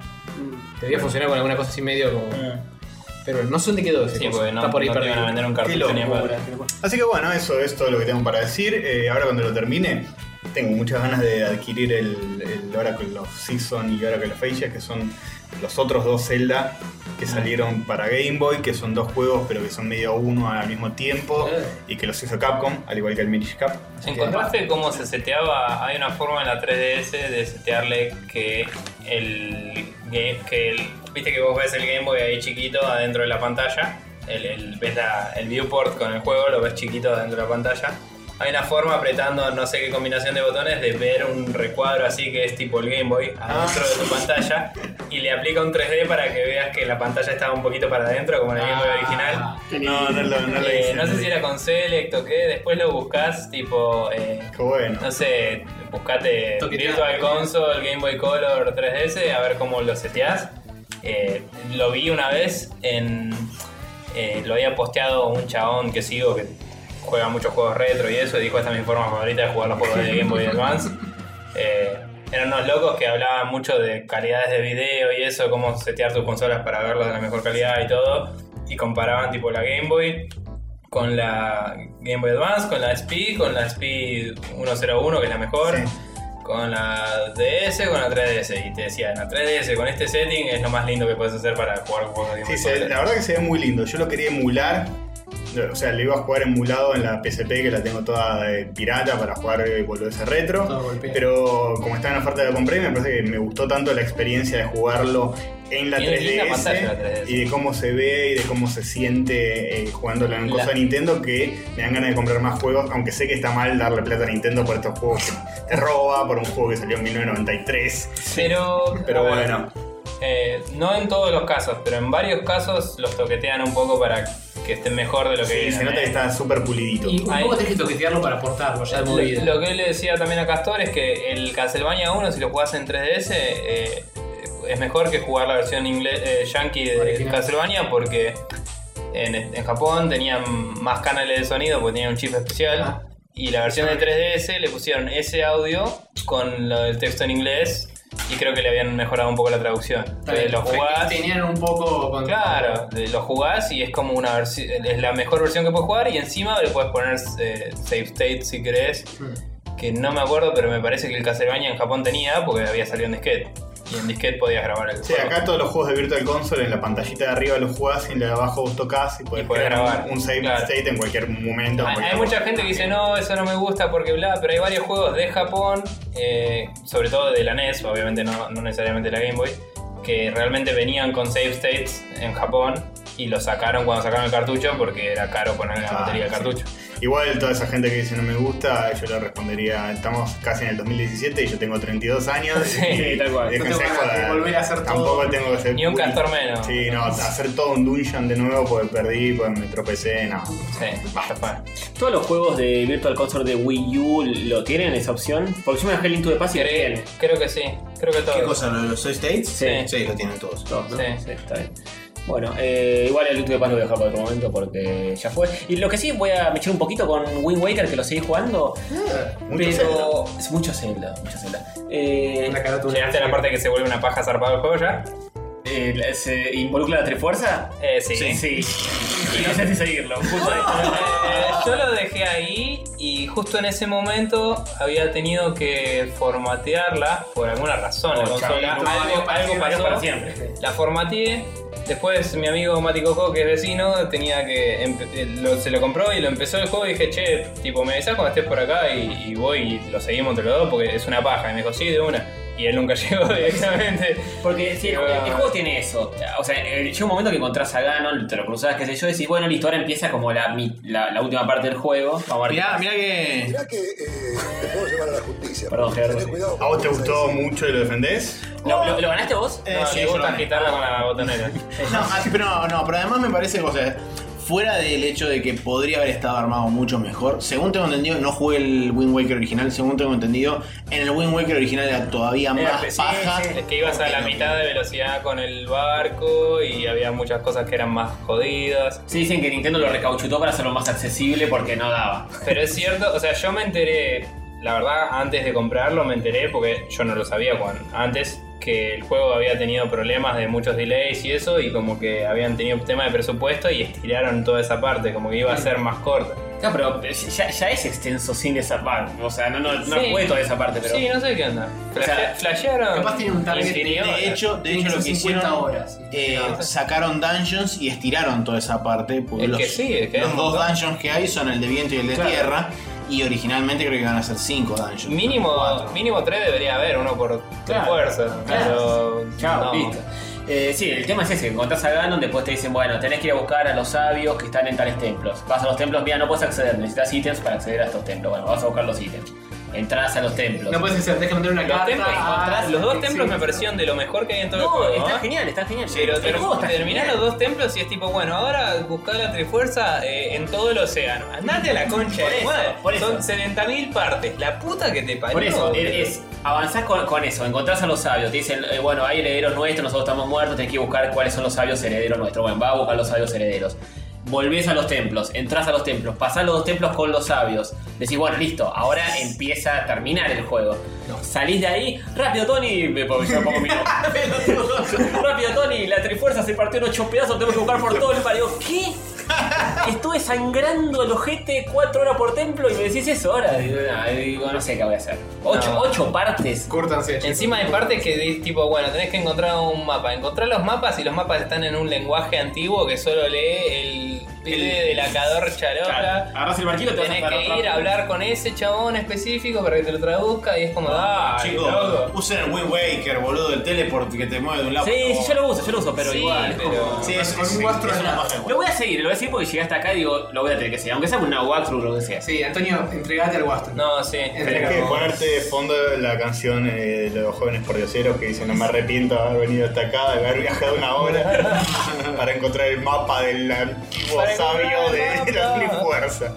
D: Debía funcionar con alguna cosa así medio como. Pero no sé dónde quedó ese.
G: Ah. Sí,
D: coso.
G: porque no,
D: Está por ahí
G: no te iban a
D: perdido.
G: vender un
F: Qué
G: cartucho ni a
F: locura.
G: palo.
B: Así que bueno, eso es todo lo que tengo para decir. Eh, ahora cuando lo termine, tengo muchas ganas de adquirir el, el Oracle of Season y Oracle of Ages, que son los otros dos Zelda que salieron para Game Boy, que son dos juegos pero que son medio uno al mismo tiempo y que los hizo Capcom, al igual que el Minish Cap. Así que-
G: ¿Encontraste cómo se seteaba? Hay una forma en la 3DS de setearle que el, game- que el- Viste que vos ves el Game Boy ahí chiquito adentro de la pantalla. El, el- ves la- el viewport con el juego, lo ves chiquito adentro de la pantalla. Hay una forma apretando no sé qué combinación de botones de ver un recuadro así que es tipo el Game Boy adentro de
D: Ah.
G: tu pantalla y le aplica un 3D para que veas que la pantalla estaba un poquito para adentro como en el Game
D: Ah.
G: Boy original.
B: No, no, lo- no lo
G: Eh,
B: hice.
G: no sé si era con Select o qué, después lo buscas tipo, eh,
B: Qué bueno.
G: no sé, buscate
D: Toquetea.
G: Virtual Console, Game Boy Color 3DS, a ver cómo lo seteás. Eh, lo vi una vez en... eh, lo había posteado un chabón que sigo que juega muchos juegos retro y eso, y dijo esta es mi forma favorita de jugar los juegos de Game Boy Advance. Eh, eran unos locos que hablaban mucho de calidades de video y eso, cómo setear tus consolas para verlos de la mejor calidad y todo. Y comparaban tipo la Game Boy con la Game Boy Advance, con la SP, con la SP 101 que es la mejor. Con la DS, con la 3DS. Y te decía, la 3DS con este setting es lo más lindo que puedes hacer para jugar juegos de Game
B: Sí,
G: Boy.
B: se-
G: Color.
B: la verdad que se ve muy lindo. Yo lo quería emular. O sea, lo iba a jugar emulado en la PSP, que la tengo toda eh, pirata para jugar eh, ese
D: Todo
B: retro.
D: golpeado.
B: Pero como está en oferta la compré, me parece que me gustó tanto la experiencia de jugarlo en la
G: Tiene
B: 3DS,
G: linda pantalla la 3DS.
B: y de cómo se ve y de cómo se siente eh, jugándolo en
G: La-
B: cosa de Nintendo que me dan ganas de comprar más juegos, aunque sé que está mal darle plata a Nintendo por estos juegos que te roba, por un juego que salió en 1993.
G: Pero,
B: Pero
G: a ver,
B: bueno.
G: eh, no en todos los casos, pero en varios casos los toquetean un poco para que estén mejor de lo que
B: Sí,
G: eran,
B: se nota
G: ¿eh?
B: que está súper pulidito.
D: Y un
G: Ahí.
D: poco tenés que toquetearlo para portarlo ya de
G: Lo,
D: movida.
G: lo que le decía también a Castor es que el Castlevania 1, si lo jugás en 3DS, eh, es mejor que jugar la versión inglés, eh, yankee de
D: Original.
G: Castlevania porque en, en Japón tenían más canales de sonido porque tenían un chip especial.
D: Ah.
G: Y la versión de 3DS le pusieron ese audio con lo del texto en inglés y creo que le habían mejorado un poco la traducción.
D: Está
G: Entonces
D: bien.
G: lo jugás.
D: Tenían un poco. con-
G: Claro, de- lo jugás y es como una versión, es la mejor versión que puedes jugar y encima le puedes poner eh, save state si querés,
B: Mm.
G: que no me acuerdo, pero me parece que el Castlevania en Japón tenía porque había salido en disquete y en disquete podías grabar el
B: Sí,
G: juego.
B: acá todos los juegos de Virtual Console en la pantallita de arriba los jugás y en la de abajo vos tocas y podés
G: Y podés
B: crear
G: grabar,
B: un- un save
G: claro.
B: state en cualquier momento. en
G: Hay,
B: cualquier
G: hay mucha
B: momento.
G: gente que dice, no, eso no me gusta porque bla, pero hay varios juegos de Japón, eh, sobre todo de la NES, obviamente no, no necesariamente de la Game Boy, que realmente venían con save states en Japón y lo sacaron cuando sacaron el cartucho porque era caro poner la
B: Ah,
G: batería del
B: sí.
G: cartucho.
B: Igual toda esa gente que dice no me gusta, yo le respondería, estamos casi en el 2017 y yo tengo 32 años.
G: Sí,
B: y
G: tal cual.
B: déjense
M: No tengo ganas de
B: joder.
M: volver a hacer todo.
B: Tampoco tengo que hacer
G: Ni un
B: bullying.
G: castor menos.
B: Sí, no, hacer todo un dungeon de nuevo porque perdí, porque me tropecé, no.
G: Sí, ya fue.
C: ¿Todos los juegos de Virtual Console de Wii U lo tienen esa opción? Porque yo me bajé el Link to the Past y lo tienen.
G: Creo que sí, creo que todo.
F: ¿Qué cosa? ¿Lo de los seis states?
C: Sí.
F: Sí, lo tienen todos.
C: Todos, ¿no?
G: Sí.
C: Sí, está bien. Bueno, eh, igual el Link to the Past lo voy a dejar para otro momento porque ya fue. Y lo que sí, voy a mechar un poquito con Wind Waker que lo seguí jugando.
G: Ah,
B: Mucho Zelda.
C: pero es mucho Zelda, mucho Zelda. Eh,
M: Una carátula.
G: ¿Llegaste a la parte que se vuelve una paja zarpada el juego ya?
C: eh, la- ¿Se involucra la Trifuerza?
G: Eh, sí.
C: Sí. sí. Y no sé si seguirlo. Justo ahí. Oh,
G: Eh, yo lo dejé ahí y justo en ese momento había tenido que formatearla por alguna razón
M: Oh,
G: la consola.
C: no,
G: Algo, algo
C: Pero
G: pasó.
C: para siempre.
G: La formateé. Después mi amigo Mati Coco, que es vecino, tenía que empe- eh, lo- se lo compró y lo empezó el juego y dije, che, tipo, me avisás cuando estés por acá y, y voy y lo seguimos entre los dos porque es una paja. Y me dijo, sí, de una. Y él nunca llegó directamente.
C: Porque sí, el, el juego tiene eso. O sea, eh, llega un momento que encontrás a Ganon, te lo cruzás, qué sé yo, y decís, bueno, listo, ahora empieza como la, mi- la, la última parte del juego. Vamos a ver qué
F: Mirá,
C: pasa.
F: mirá que.
N: Mirá que eh, te puedo llevar a la justicia.
C: Perdón,
N: Tené
C: Gerardo.
N: cuidado
B: ¿A vos te
N: con lo que
B: gustó
N: decís.
B: mucho y lo defendés?
C: ¿Lo, lo- lo ganaste vos?
F: Eh,
G: No,
F: sí,
G: le
F: yo
G: gusta
F: lo-
G: agitarla con la botonera.
F: No, ah, sí, pero no, no, pero además me parece que, o sea, fuera del hecho de que podría haber estado armado mucho mejor, según tengo entendido, no jugué el Wind Waker original, según tengo entendido, en el Wind Waker original era todavía más
G: sí,
F: paja.
G: sí, es que ibas a la mitad de velocidad con el barco y había muchas cosas que eran más jodidas.
C: Sí, dicen que Nintendo lo recauchutó para hacerlo más accesible porque no daba.
G: Pero es cierto, o sea, yo me enteré, la verdad, antes de comprarlo me enteré porque yo no lo sabía cuando, antes que el juego había tenido problemas de muchos delays y eso y como que habían tenido tema de presupuesto y estiraron toda esa parte, como que iba a ser más corta.
C: No, pero eh, ya, ya es extenso sin esa parte. O sea, no, no, no
G: Sí.
C: jugué toda esa parte, pero.
G: Sí, no sé qué onda.
C: O sea,
G: Flashe- flashearon.
M: capaz tiene un target
G: infinidad de
F: De
G: horas.
F: hecho, de
M: Tiene que
F: hecho lo que
M: ser
F: hicieron
M: 50 horas.
F: eh, sacaron dungeons y estiraron toda esa parte. Porque
G: Es
F: los
G: que sí, es que hay
F: los
G: un
F: dos
G: montón.
F: dungeons que hay son el de viento y el de
G: Claro.
F: tierra. Y originalmente creo que van a ser cinco dungeons.
G: Mínimo,
F: Cuatro.
G: mínimo tres debería haber, uno por
C: Claro.
G: fuerza.
C: Claro.
G: Pero.
C: Chao,
G: no.
C: listo. Eh, sí, el tema es ese, que encontrás a Ganon, después te dicen, bueno, tenés que ir a buscar a los sabios que están en tales templos. Vas a los templos, mira, no puedes acceder, necesitas ítems para acceder a estos templos. Bueno, vas a buscar los ítems. Entrás a los templos.
M: No puedes hacer, tenés que mandar una
G: Los,
M: carta.
G: templos,
M: a-
G: los dos
M: sí.
G: templos me parecieron de lo mejor que hay en todo el
C: No,
G: juego.
C: está
G: ¿eh?
C: genial, está genial.
G: Pero
C: El
G: ter-
C: juego está
G: terminás
C: genial.
G: los dos templos y es tipo, bueno, ahora buscá la trifuerza eh, en todo el océano. Andate a la concha
C: Por
G: de
C: eso,
G: madre.
C: por eso.
G: Son 70.000 partes. La puta que te parió.
C: Por eso,
G: boludo.
C: es, es- avanzás con, con eso, encontrás a los sabios, te dicen, eh, bueno, hay herederos nuestros, nosotros estamos muertos, tenés que buscar cuáles son los sabios herederos nuestros. Bueno, va a buscar los sabios herederos. Volvés a los templos, entrás a los templos, pasás los dos templos con los sabios. Decís, bueno, listo, ahora empieza a terminar el juego. Salís de ahí, rápido Tony, me pongo yo pongo mi nombre. rápido Tony, la trifuerza se partió en ocho pedazos, tenemos que buscar por todo el barrio. ¿Qué? Estuve sangrando el ojete cuatro horas por templo y me decís eso ahora. Digo, nah, digo, no sé qué voy a hacer. Ocho,
G: No.
C: ocho partes.
M: Córtanse.
G: Encima hay partes que di- tipo, bueno, tenés que encontrar un mapa. Encontrar los mapas y los mapas están en un lenguaje antiguo que solo lee el pibe de la cadorcha loca.
C: Claro, agarrás el barquito, te vas a
G: Tenés
C: parar
G: que
C: rápido.
G: ir a hablar con ese chabón específico para que te lo traduzca y es como, ah,
F: Chicos, usen el Wind Waker, boludo, el teleport que te mueve de un lado.
C: Sí,
F: para
C: sí,
F: otro.
C: yo lo uso, yo lo uso, pero
G: Sí,
C: igual. es
G: pero-
C: como-
F: Sí, es,
M: Con
F: es-
M: un
F: es
M: guastro
F: una
M: en la-
F: paja igual.
C: Lo voy a seguir, lo voy a seguir porque llegué hasta acá y digo, lo voy a tener que seguir. Aunque sea con una walkthrough o lo que sea.
M: Sí, Antonio, entregate al guastro.
G: No, sí.
B: Tenés que ponerte de fondo la canción eh, de los jóvenes pordioseros que dicen no me arrepiento de haber venido hasta acá, de haber viajado una hora para encontrar el mapa del antiguo
G: Para
B: sabio
G: encontrar
B: de
G: el
B: la
G: mapa.
B: trifuerza.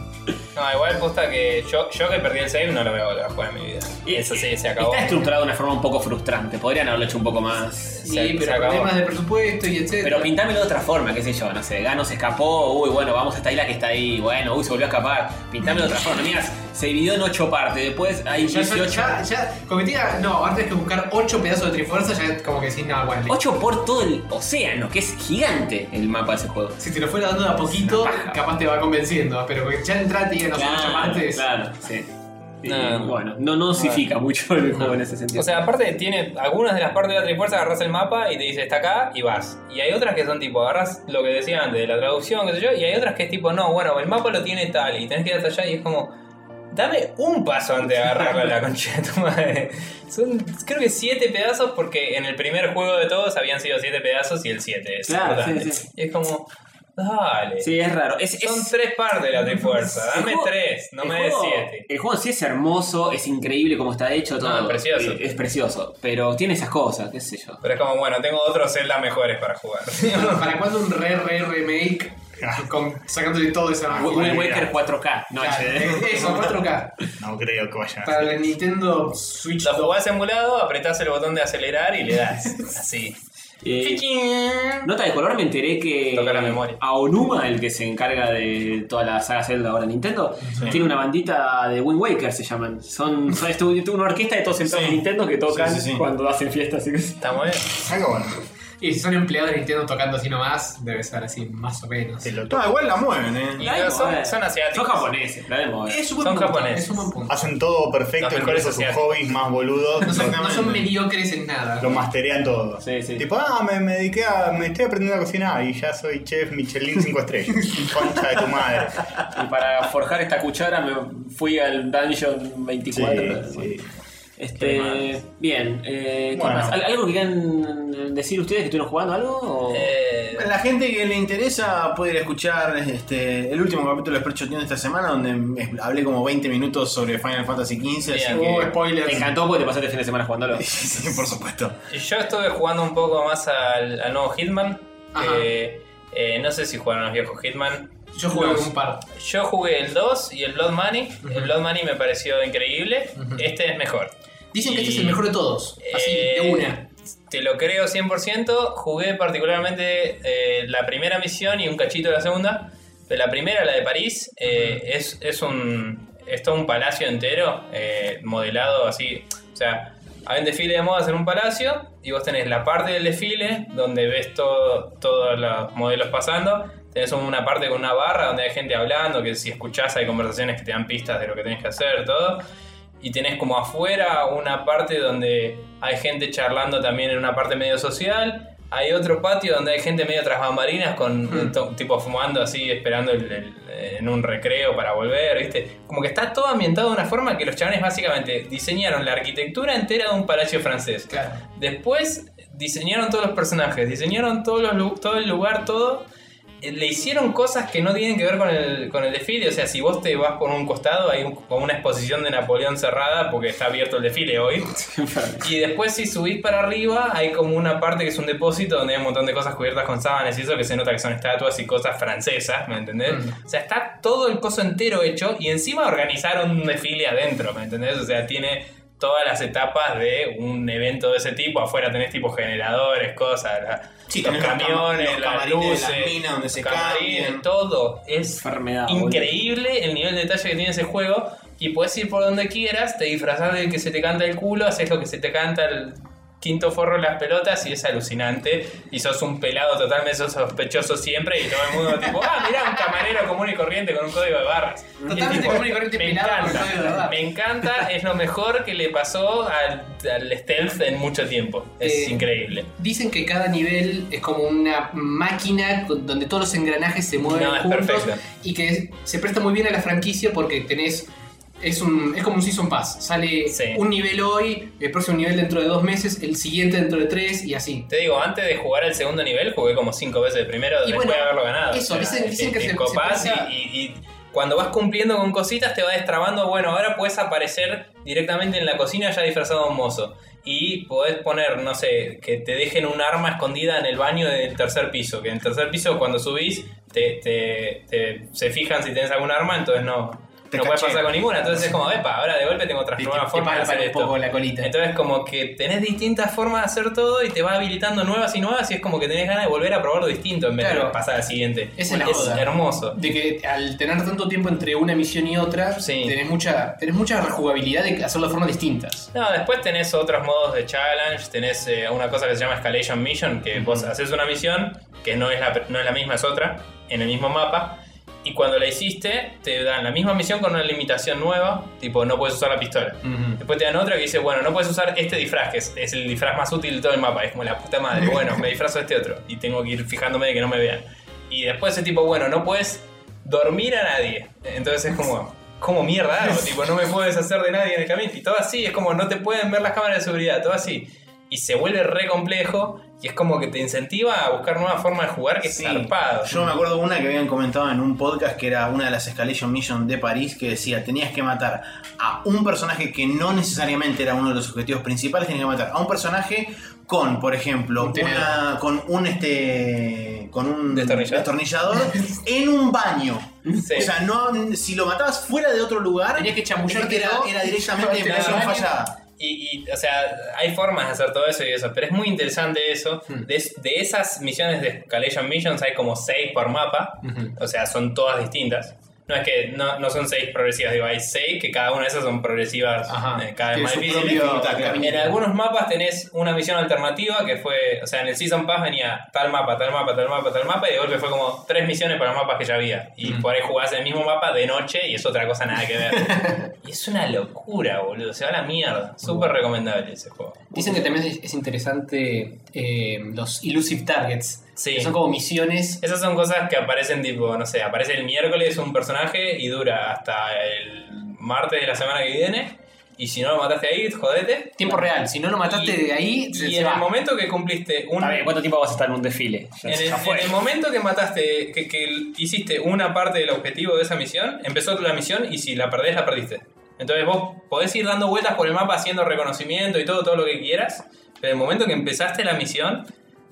G: No, igual posta que yo, yo que perdí el save no lo voy a volver a jugar en mi vida.
C: Y-
G: Eso sí, se acabó.
C: Está estructurado de una forma un poco frustrante. Podrían haberlo hecho un poco más.
M: Sí,
G: se- se
M: pero
G: acabó.
M: problemas de presupuesto y etcétera.
C: Pero pintámelo de otra forma, qué sé yo, no sé, Gano se escapó, uy, bueno, vamos a esta isla que está ahí, bueno, uy, se volvió a escapar, pintámelo de otra forma, miras, se dividió en ocho partes, después hay
M: Ya, ya,
C: 18...
M: ya, ya cometía. No, antes que buscar 8 pedazos de trifuerza, ya como que decís, no, bueno. listo.
C: 8 por todo el océano, que es gigante el mapa de ese juego.
M: Si te lo fuera dando de a poquito,
C: Una paja.
M: capaz te va convenciendo. Pero que ya entrate y en los 8 partes.
C: claro, sí. Y,
G: No.
C: bueno, no, no dosifica mucho el juego en ese sentido.
G: Ah. O sea, aparte tiene algunas de las partes de la trifuerza, agarras el mapa y te dice está acá y vas. Y hay otras que son tipo, agarras lo que decía antes de la traducción, qué sé yo, y hay otras que es tipo, no, bueno, el mapa lo tiene tal y tenés que ir hasta allá y es como. Dame un paso antes de agarrarla la concha de tu madre. Son, creo que siete pedazos porque en el primer juego de todos habían sido siete pedazos y el siete es.
C: Claro,
G: importante.
C: sí, sí.
G: Y es como, Dale.
C: Sí, es raro. Es,
G: Son
C: es-
G: tres partes de la Trifuerza.
C: El
G: Dame
C: juego-
G: tres, no
C: el
G: me des
C: juego-
G: siete.
C: El juego en sí es hermoso, es increíble como está hecho todo. Eh,
G: No, es precioso.
C: Es, es precioso, pero tiene esas cosas, qué sé yo.
G: Pero es como, bueno, tengo otros Zelda mejores para jugar.
D: ¿Para cuándo un re, re, remake? Con, sacándole todo esa
M: Ah,
C: Wind Waker 4K, no
D: Claro,
C: HD.
D: Eso, 4K.
B: No creo que vaya a
D: Para
B: ser.
D: la Nintendo Switch
G: Lo
D: 2.
G: jugás emulado, apretás el botón de acelerar y le das. Así.
C: Eh, Nota de color, me enteré que
G: Toca la memoria.
C: Aonuma, el que se encarga de toda la saga Zelda ahora Nintendo, tiene una bandita de Wind Waker, se llaman. Son, son es tu- tu- una orquesta de todos empleados de Nintendo que tocan
F: Sí, sí, sí.
C: cuando hacen fiestas. y cosas.
G: Está muy bien.
B: Algo bueno.
D: Y si son empleados de Nintendo tocando así nomás, debe ser así más o menos.
B: Se lo- No, igual la mueven, eh.
G: Y ahora son, son asiáticos.
C: Son japoneses, la de moda.
D: Es un buen
G: Son
D: punto,
G: japoneses.
D: Es un buen punto.
B: Hacen todo perfecto,
G: Las
B: incluso
G: mejores
B: sus
G: sociedades.
B: hobbies más boludos.
D: No son, no son
B: Exactamente.
D: mediocres en nada.
B: Lo masterean todo.
C: Sí, sí.
B: Tipo, ah, me, me dediqué a. Me estoy aprendiendo a cocinar y ya soy chef Michelin 5 estrellas. Concha de tu madre.
C: Y para forjar esta cuchara me fui al Dungeon 24.
B: Sí, sí.
C: Este, bien, eh, ¿qué
B: Bueno.
C: más? ¿Al- ¿algo que quieran decir ustedes que estuvieron jugando algo? o-
G: Eh,
F: La gente que le interesa puede ir a escuchar este, el último capítulo de Spreadshot News de esta semana, donde me- hablé como 20 minutos sobre Final Fantasy XV. Así
C: Uh,
G: Bien.
D: Oh,
F: que,
D: spoilers.
C: Te encantó porque te pasaste el fin de semana jugándolo.
F: sí, por supuesto.
G: yo estuve jugando un poco más al, al nuevo Hitman.
D: Ajá.
G: Eh, eh, no sé si jugaron los viejos Hitman.
D: Yo jugué
G: Los-
D: con un par.
G: Yo jugué el 2 y el Blood Money. El Blood Money me pareció increíble. Este es mejor.
D: Dicen que este
G: Y-
D: es el mejor de todos. Así, de
G: Eh,
D: una.
G: Te lo creo 100%. Jugué particularmente eh, la primera misión y un cachito de la segunda. De la primera, la de París, eh, es, es un. Es todo un palacio entero, eh, modelado así. O sea, hay un desfile de modas en un palacio y vos tenés la parte del desfile donde ves todo- todos los modelos pasando. Tenés una parte con una barra donde hay gente hablando, que si escuchás hay conversaciones que te dan pistas de lo que tenés que hacer, todo y tenés como afuera una parte donde hay gente charlando también en una parte medio social. Hay otro patio donde hay gente medio tras bambalinas con
D: Hmm.
G: to- tipo fumando así, esperando el- el- en un recreo para volver, ¿viste? Como que está todo ambientado de una forma que los chavales básicamente diseñaron la arquitectura entera de un palacio francés.
D: Claro.
G: Después diseñaron todos los personajes, diseñaron todos los, lu- todo el lugar, todo. Eh, Le hicieron cosas que no tienen que ver con el, con el desfile. O sea, si vos te vas por un costado, hay un- como una exposición de Napoleón cerrada porque está abierto el desfile hoy. y después, si subís para arriba, hay como una parte que es un depósito donde hay un montón de cosas cubiertas con sábanas y eso que se nota que son estatuas y cosas francesas, ¿me entendés?
F: Mm.
G: O sea, está todo el coso entero hecho y encima organizaron un desfile adentro, ¿me entendés? O sea, tiene todas las etapas de un evento de ese tipo. Afuera tenés tipo generadores, cosas, la-
F: Sí,
G: los
F: tenés los
G: camiones,
F: cama- los
G: las
F: camarines,
G: luces,
F: las minas donde se
G: camarines,
F: cambian.
G: todo. Es
C: Enfermedad, boludo.
G: increíble el nivel de detalle que tiene ese juego. Y puedes ir por donde quieras, te disfrazás del que se te canta el culo, haces lo que se te canta el quinto forro de las pelotas y es alucinante. Y sos un pelado totalmente sospechoso siempre y todo el mundo tipo, ah, mirá, un camarero común y corriente con un código de barras. Y es
D: Totalmente
G: tipo,
D: común y corriente,
G: me
D: pelado con
G: encanta,
D: código de barras.
G: me encanta, es lo mejor que le pasó al, al stealth en mucho tiempo. Es
D: Eh,
G: increíble.
D: Dicen que cada nivel es como una máquina con- donde todos los engranajes se mueven
G: No, es
D: juntos
G: perfecto.
D: y que se presta muy bien a la franquicia porque tenés es un es como un season pass, sale
G: Sí.
D: un nivel hoy, el próximo nivel dentro de dos meses, el siguiente dentro de tres y así.
G: Te digo, antes de jugar al segundo nivel jugué como cinco veces el primero
D: Y
G: después
D: bueno,
G: de haberlo ganado.
D: eso, dicen-
G: te-
D: dicen que
G: te
D: se- se
G: copás y-
D: pasa-
G: y, y cuando vas cumpliendo con cositas te va destrabando, bueno, ahora puedes aparecer directamente en la cocina ya disfrazado de un mozo. Y podés poner, no sé, que te dejen un arma escondida en el baño del tercer piso. Que en el tercer piso cuando subís te, te- te- se fijan si tenés algún arma, entonces no...
F: Te
G: no puedes
F: caché.
G: pasar con ninguna, entonces es como, epa, ahora de golpe tengo otras
D: Y te-
G: nuevas
D: te
G: formas de
D: para- para
G: hacer
D: un
G: esto.
D: poco la colita.
G: Entonces como que tenés distintas formas de hacer todo y te va habilitando nuevas y nuevas y es como que tenés ganas de volver a probar lo distinto en vez de
D: Claro.
G: pasar al siguiente.
D: Esa es la joda.
G: hermoso.
D: De que al tener tanto tiempo entre una misión y otra,
G: Sí.
D: tenés mucha tenés mucha rejugabilidad de hacerlo de formas distintas.
G: No, después tenés otros modos de challenge, tenés eh, una cosa que se llama Escalation Mission, que vos haces una misión, que no es, la, no es la misma, es otra, en el mismo mapa, y cuando la hiciste, te dan la misma misión con una limitación nueva, tipo no puedes usar la pistola. Después te dan otra que dice, bueno, no puedes usar este disfraz, que es, es el disfraz más útil de todo el mapa, es como la puta madre, bueno, me disfrazo de este otro, y tengo que ir fijándome de que no me vean. Y después es tipo, bueno, no puedes dormir a nadie. Entonces es como, ¿cómo mierda hago? Tipo, no me puedo deshacer de nadie en el camino. Y todo así, es como, no te pueden ver las cámaras de seguridad, todo así. y se vuelve re complejo y es como que te incentiva a buscar nuevas formas de jugar que
F: Sí.
G: es zarpado.
F: Yo me acuerdo una que habían comentado en un podcast que era una de las Escalation Mission de París que decía, tenías que matar a un personaje que no necesariamente era uno de los objetivos principales, tenías que matar a un personaje con, por ejemplo,
M: Un tenedor.
F: una- con un este con un
G: Destornillador.
F: destornillador en un baño.
G: Sí.
F: O sea, no si lo matabas fuera de otro lugar,
M: Tenías que chamullarte
F: era,
M: algo
F: era
M: y
F: directamente
M: llevarte al
F: misión
M: baño.
F: fallada.
G: Y, y, o sea, hay formas de hacer todo eso y eso, pero es muy interesante eso.
F: Hmm.
G: De, es- de esas misiones de Escalation Missions hay como 6 por mapa, o sea, son todas distintas. No es que no, no son 6 progresivas, digo, hay 6 que cada una de esas son progresivas
M: Ajá.
G: eh, cada vez
F: Tiene
G: más
F: su
G: difíciles.
F: propio caminito.
G: En algunos mapas tenés una misión alternativa que fue, o sea, en el Season Pass venía tal mapa, tal mapa, tal mapa, tal mapa, y de golpe fue como 3 misiones para mapas que ya había. Y
C: Mm.
G: por ahí jugás el mismo mapa de noche y es otra cosa nada que ver. Y es una locura, boludo. Se va a la mierda. Súper recomendable ese juego.
M: Dicen que también es es interesante eh, los Elusive Targets.
G: Sí.
M: Que son como misiones.
G: Esas son cosas que aparecen tipo, no sé, aparece el miércoles un personaje y dura hasta el martes de la semana que viene. Y si no lo mataste ahí, jodete.
M: Tiempo real. Si no lo mataste
G: Y-
M: de ahí, se,
G: Y
M: se
G: en
M: va.
G: el momento que cumpliste un...
C: Está bien, ¿cuánto tiempo vas a estar en un desfile? Ya,
G: En el,
C: ya fue.
G: en el momento que mataste, que, que hiciste una parte del objetivo de esa misión, empezó la misión y si la perdés, la perdiste. Entonces vos podés ir dando vueltas por el mapa haciendo reconocimiento y todo, todo lo que quieras, pero en el momento que empezaste la misión,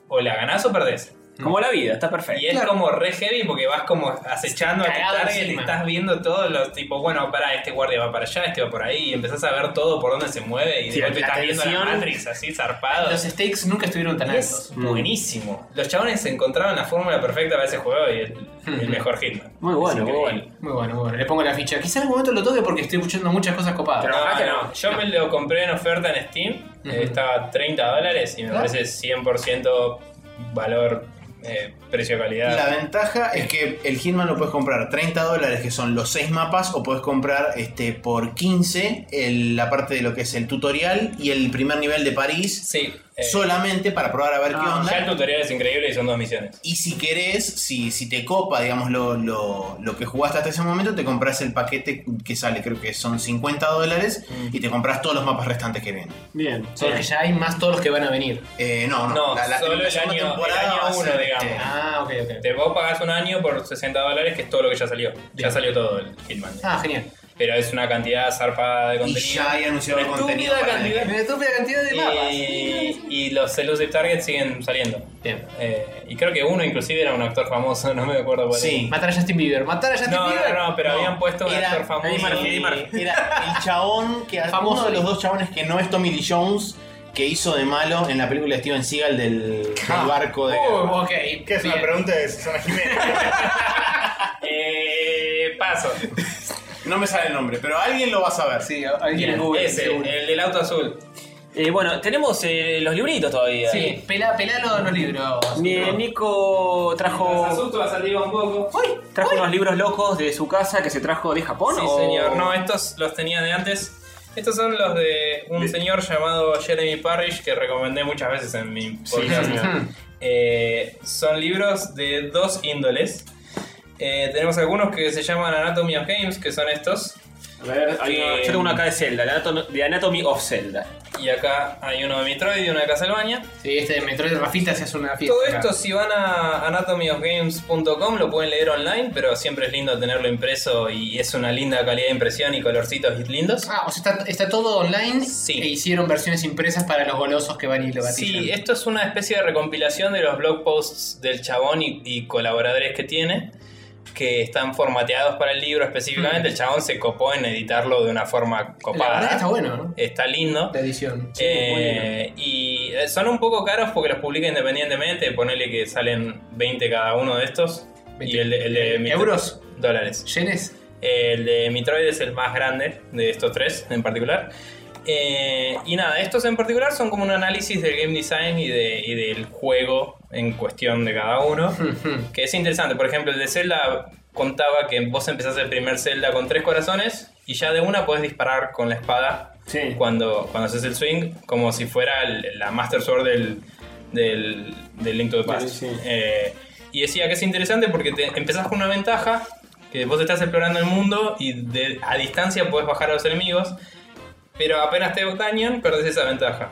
G: o la ganás o perdés.
C: Como la vida, está perfecto.
G: Y es como re heavy porque vas como acechando a tu
M: Cagado
G: target y
M: encima.
G: estás viendo todos los tipos, bueno, pará, este guardia va para allá, este va por ahí, y empezás a ver todo por dónde se mueve y
C: Sí,
G: de golpe
C: la
G: estás viendo la
C: tensión.
G: Matrix así zarpado.
M: Los stakes nunca estuvieron tan altos.
G: Es buenísimo. Los chabones encontraron la fórmula perfecta para ese juego y el, el mejor Hitman.
C: Muy bueno,
G: Es
C: muy
G: increíble.
C: bueno.
M: Muy bueno, muy bueno. Le pongo la ficha. Quizá en algún momento lo toque porque estoy escuchando muchas cosas copadas.
G: No, no, Yo me lo compré en oferta en Steam.
M: Ujú.
G: eh, Estaba 30 dólares y me
M: Ah.
G: parece 100% valor, eh, precio-calidad.
F: La ventaja es que el Hitman lo puedes comprar 30 dólares, que son los 6 mapas, o puedes comprar este, por 15 el- la parte de lo que es el tutorial y el primer nivel de París,
G: Sí. eh,
F: solamente para probar a ver qué onda.
G: ya el tutorial es increíble y son dos misiones.
F: Y si querés, si, si te copa, digamos, lo, lo- lo que jugaste hasta ese momento, te compras el paquete que sale, creo que son 50 dólares,
G: Mm.
F: y te compras todos los mapas restantes que vienen.
C: Bien.
M: Porque ya hay más todos los que van a venir.
F: Eh, no, no,
G: No, solo el
F: segunda
G: año- el año
F: va a ser,
G: uno,
F: este,
G: digamos.
M: Ah, ok, ok.
G: Te vos pagás un año por 60 dólares, que es todo lo que ya salió. Ya salió todo el Hitman.
M: Ah, genial.
G: Pero es una cantidad zarpada de
F: este, Y
G: contenido.
F: ya hay anunciado
G: Una
F: contenido
G: estúpida
F: para el
G: cantidad.
M: Me tuve la cantidad de mapas.
G: Y, y los elusive targets siguen saliendo.
M: Bien.
G: Eh, y creo que uno inclusive era un actor famoso, no me acuerdo cuál
F: Sí.
M: Matar a Justin Bieber. Matar a
G: era.
M: Justin
G: No,
M: Bieber.
G: no, no, pero habían puesto un
F: era-
G: actor famoso.
F: Eddie Murphy, Eddie Murphy. Era el chabón que
M: Famoso.
F: uno de los dos chabones que no es Tommy Lee Jones que hizo de malo en la película de Steven Seagal del, del barco de
M: Oh, ok.
B: ¿Qué es una
M: bien.
B: pregunta de Susana Jiménez?
G: Eh, paso.
F: no me sale el nombre pero alguien lo va a saber
M: Sí, alguien en Google.
G: Ese,
M: seguro.
G: el del auto azul.
C: Eh, bueno, tenemos eh, los libritos todavía.
M: Sí, pelá, pelalo en los libros.
C: Mi- Nico
G: Los
C: trajo,
G: asustos, saliva un poco.
C: trajo unos libros locos de su casa que se trajo de Japón.
G: Sí,
C: o-
G: señor. No, estos los tenía de antes. Estos son los de un señor llamado Jeremy Parrish que recomendé muchas veces en mi podcast. Eh, son libros de dos índoles. Eh, tenemos algunos que se llaman Anatomy of Games, que son estos.
C: A ver, hay uno-
G: Eh,
C: yo tengo uno acá de Zelda, de Anatom- de Anatomy of Zelda.
G: Y acá hay uno de Metroid y uno de Castlevania.
M: Sí, este de Metroid Rafita se hace una fiesta.
G: Todo
M: acá.
G: esto, si van a anatomyofgames.com, lo pueden leer online, pero siempre es lindo tenerlo impreso y es una linda calidad de impresión y colorcitos lindos.
M: Ah, o sea, está, está todo online
G: Sí.
M: e hicieron versiones impresas para los golosos que van y lo gatillan.
G: Sí, esto es una especie de recompilación de los blog posts del chabón y, y colaboradores que tiene, que están formateados para el libro específicamente. El chabón se copó en editarlo de una forma
M: Mm. La verdad que está
G: copada.
M: bueno, ¿no?
G: Está lindo.
M: La edición.
G: Eh, y eh, son un poco caros porque los publica independientemente. Ponele que salen 20 cada uno de estos. Y el de, el de Metroid-
M: ¿Euros?
G: Dólares.
M: ¿Yenes?
G: El de Metroid es el más grande de estos tres en particular. Eh, y nada, estos en particular son como un análisis del game design y, de- y del juego en cuestión de cada uno.
M: Ujú.
G: Que es interesante, por ejemplo, el de Zelda contaba que vos empezás el primer Zelda con tres corazones y ya de una podés disparar con la espada
C: Sí.
G: cuando, cuando haces el swing, como si fuera el- la Master Sword del, del, del Link to the Past.
C: Sí, sí.
G: Eh, y decía que es interesante porque te empezás con una ventaja, que vos estás explorando el mundo y de- a distancia podés bajar a los enemigos, pero apenas te dañan, perdés esa ventaja.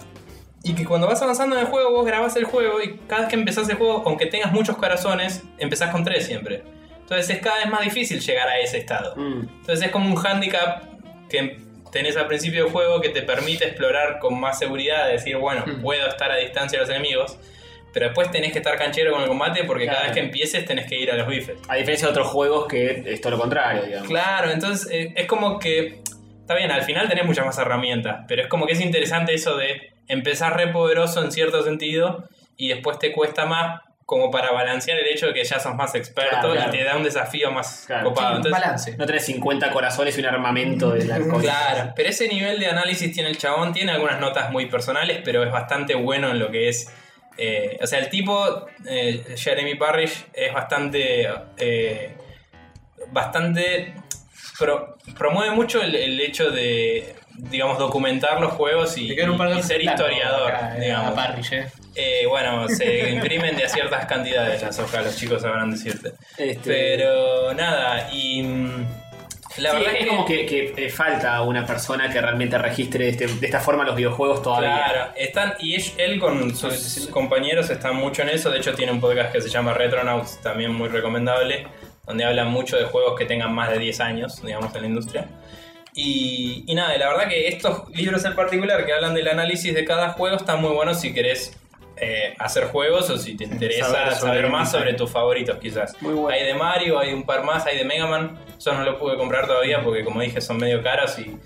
G: Y que cuando vas avanzando en el juego, vos grabás el juego y cada vez que empezás el juego, aunque tengas muchos corazones, empezás con tres siempre. Entonces es cada vez más difícil llegar a ese estado. Entonces es como un handicap que tenés al principio del juego que te permite explorar con más seguridad, decir, bueno, puedo estar a distancia de los enemigos. Pero después tenés que estar canchero con el combate porque cada
H: Claro.
G: vez que empieces tenés que ir a los bifes.
H: A diferencia de otros juegos que es todo lo contrario, digamos.
G: Claro, entonces eh, es como que. Está bien, al final tenés muchas más herramientas, pero es como que es interesante eso de empezar re poderoso en cierto sentido y después te cuesta más como para balancear el hecho de que ya sos más experto
H: Claro, claro.
G: y te da un desafío más
H: Claro.
G: copado.
H: Sí,
G: Entonces,
H: No tenés 50 corazones y un armamento de la
G: Claro, pero ese nivel de análisis tiene el chabón, tiene algunas notas muy personales, pero es bastante bueno en lo que es. eh, o sea, el tipo, eh, Jeremy Parrish, es bastante. eh, bastante. pro- promueve mucho el, el hecho de, digamos, documentar los juegos y, y ser historiador, digamos.
M: A Parrish, eh.
G: Eh, bueno, se imprimen de a ciertas cantidades las hojas, los chicos sabrán decirte.
H: Este,
G: Pero nada, y. mm, La
H: Sí,
G: verdad
H: es
G: que-
H: como que, que, eh, falta una persona que realmente registre este- de esta forma los videojuegos todavía.
G: Claro, están, y él, él con sus compañeros está mucho en eso. De hecho, tiene un podcast que se llama Retronauts, también muy recomendable, donde habla mucho de juegos que tengan más de 10 años, digamos, en la industria. Y, y nada, y la verdad que estos libros en particular que hablan del análisis de cada juego están muy buenos si querés eh, hacer juegos o si te interesa
H: Saber
G: saber,
H: sobre el
G: más
H: design.
G: sobre tus favoritos, quizás. Hay de Mario, hay un par más, hay de Mega Man. Yo no lo pude comprar todavía porque, como dije, son medio caros y.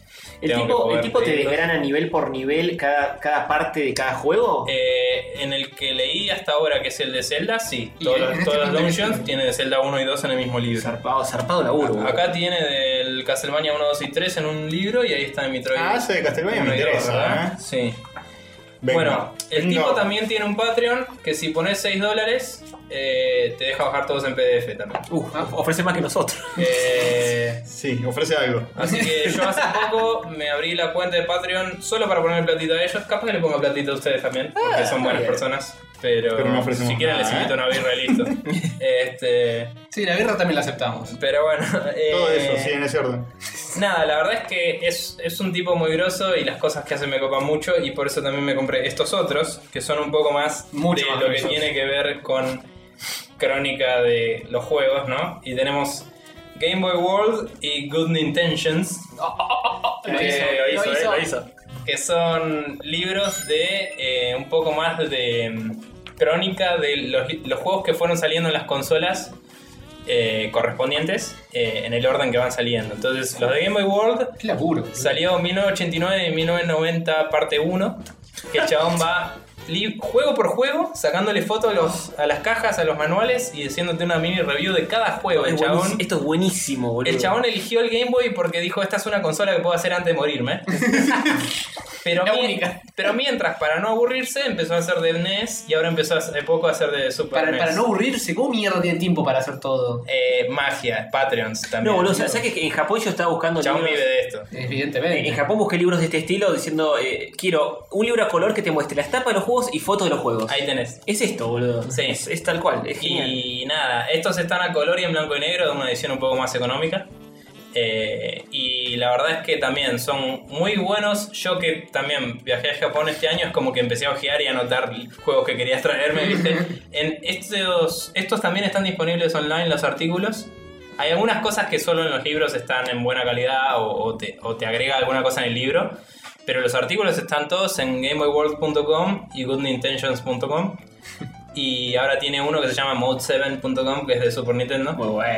H: El
G: tengo que eh,
H: tipo, el
G: poder
H: tipo te
G: pedirlos.
H: desgrana nivel por nivel cada, cada parte de cada juego.
G: Eh, en el que leí hasta ahora, que es el de Zelda, sí. Todos,
H: en
G: los-
H: este
G: todos los
H: contenido-
G: dungeons tienen de Zelda 1 y 2 en el mismo libro.
H: Zarpado, zarpado laburo. boludo.
G: Acá tiene del Castlevania 1, 2 y 3 en un libro y ahí está en Metroid.
B: Ah, ese de Castlevania me
G: 1 y 2,
B: interesa,
G: ¿verdad?
B: ¿eh?
G: Sí.
B: Venga.
G: Bueno, el
B: Venga.
G: tipo también tiene un Patreon que si pones 6 dólares eh, te deja bajar todos en PDF también.
H: Uf, ofrece más que nosotros.
G: Eh,
B: Sí, ofrece algo.
G: así que yo hace poco me abrí la cuenta de Patreon solo para poner platito a ellos. Capaz que le pongo platito a ustedes también, porque son buenas
H: bien.
G: personas. Pero,
B: Pero no ofrecemos
G: si quieren
B: nada,
G: les invito
B: ¿eh?
G: a una birra y listo. este,
M: Sí, la guerra también la aceptamos.
G: pero bueno. eh,
B: Todo eso, sí, en ese orden.
G: Nada, la verdad es que es, es un tipo muy grosso y las cosas que hace me copan mucho y por eso también me compré estos otros, que son un poco más
M: Mucho
G: de
M: más
G: lo que
M: grosos.
G: tiene que ver con crónica de los juegos, ¿no? Y tenemos Game Boy World y Good Intentions. Eh, lo hizo, eh, lo hizo. Que son libros de eh, un poco más de mm, crónica de los, li- los juegos que fueron saliendo en las consolas eh, correspondientes eh, en el orden que van saliendo. Entonces, los de Game Boy World
M: Qué laburo.
G: Salió 1989 y 1990 parte 1. Que el chabón va li- juego por juego, sacándole fotos a, los- a las cajas, a los manuales y haciéndote una mini review de cada juego. El
H: Es buenísimo-
G: chabón,
H: Esto es buenísimo, boludo.
G: el chabón eligió el Game Boy porque dijo, esta es una consola que puedo hacer antes de morirme. pero,
M: La
G: mien-
M: única.
G: pero mientras, para no aburrirse, empezó a hacer de NES y ahora empezó hace poco a hacer de Super
M: Para,
G: NES.
M: para no aburrirse, ¿cómo mierda tiene tiempo para hacer todo?
G: Eh, magia, Patreons también.
H: No, boludo, ¿sabes sabes que en Japón yo estaba buscando
G: Chabón
H: libros-
G: vive de esto.
H: En en
B: Eh,
M: Evidentemente.
H: Japón busqué libros de este estilo diciendo, eh, quiero un libro a color que te muestre las tapas de los juegos y fotos de los juegos.
G: Ahí tenés.
H: Es esto, boludo.
G: Sí.
H: Es, es tal cual, es genial.
G: Y nada, estos están a color y en blanco y negro, de una edición un poco más económica. Eh, y la verdad es que también son muy buenos. Yo que también viajé a Japón este año, es como que empecé a ojear y a anotar juegos que querías traerme, ¿viste? en estos, estos también están disponibles online, los artículos. Hay algunas cosas que solo en los libros están en buena calidad o, o te, o te agrega alguna cosa en el libro. Pero los artículos están todos en gameboyworld.com y goodintentions.com. Y ahora tiene uno que se llama mode7.com, que es de Super Nintendo.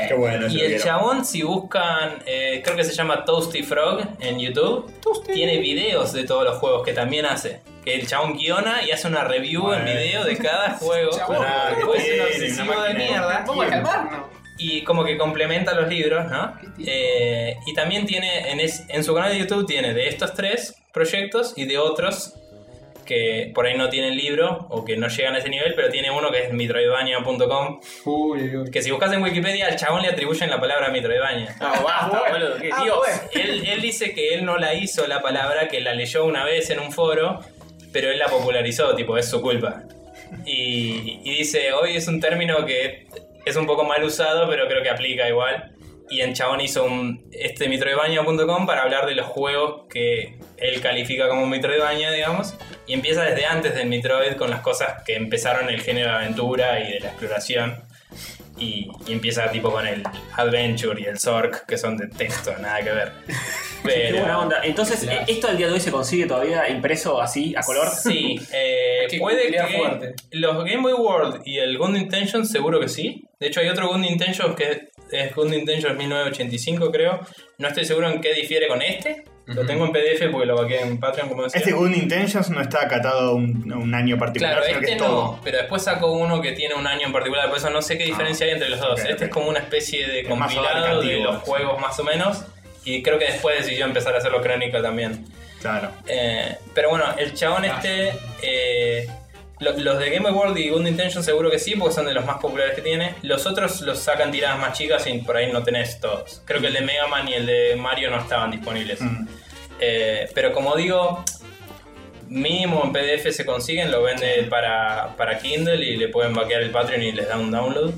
B: Qué bueno,
G: eh, Y
B: yo
G: el
B: quiero.
G: chabón, si buscan, eh, creo que se llama Toasty Frog en YouTube, tiene videos de todos los juegos que también hace. Que el chabón guiona y hace una review en video de cada juego.
B: Pará,
G: Porque es un
B: tiene,
G: obsesivo
B: una
G: de
B: máquina.
G: mierda.
M: Vamos a calmarnos.
G: Y como que complementa los libros, ¿no? Eh, y también tiene, en, es- en su canal de YouTube tiene de estos tres proyectos y de otros que por ahí no tienen libro o que no llegan a ese nivel, pero tiene uno que es mitroidvania.com,
M: Uy, uy.
G: que si buscas en Wikipedia, al chabón le atribuyen la palabra Metroidvania.
H: Ah, basta, boludo. qué
G: Dios, él, él dice que él no la hizo la palabra, que la leyó una vez en un foro, pero él la popularizó, tipo, es su culpa. Y, y dice, hoy es un término que es un poco mal usado, pero creo que aplica igual. Y el chabón hizo un, este mitroidvania.com para hablar de los juegos que él califica como mitroidvania, digamos. Y empieza desde antes del Metroid con las cosas que empezaron el género de aventura y de la exploración. Y, y empieza tipo con el Adventure y el Zork, que son de texto, nada que ver.
C: Qué buena onda. Entonces, eh, ¿esto al día de hoy se consigue todavía impreso así, a color?
G: Sí, eh,
M: que
G: puede
M: pelear
G: que
M: fuerte.
G: los Game Boy World y el Good Intentions seguro que sí. De hecho, hay otro Good Intentions que es Good Intentions 1985, creo. No estoy seguro en qué difiere con este. Lo tengo en PDF porque lo vaqué en Patreon, como decía.
B: Este Good Intentions no está acatado a un, a un año particular,
G: Claro,
B: sino que
G: este
B: es
G: no,
B: todo.
G: pero después sacó uno que tiene un año en particular, por eso no
M: Ah,
G: sé qué diferencia hay entre los dos.
B: ok,
G: este
B: ok.
G: es como una especie de
B: Es más
G: compilado de
B: abarcativo,
G: los
B: sí.
G: juegos más o menos, y creo que después decidió empezar a hacerlo crónica también.
B: Claro.
G: Eh, pero bueno, el chabón este. eh, lo- los de Game Boy World y Good Intention seguro que sí, porque son de los más populares que tiene. Los otros los sacan tiradas más chicas y por ahí no tenés todos. Creo que el de Mega Man y el de Mario no estaban disponibles.
B: Mm.
G: Eh, pero como digo, mínimo en PDF se consiguen, lo vende para, para Kindle y le pueden vaquear el Patreon y les da un download.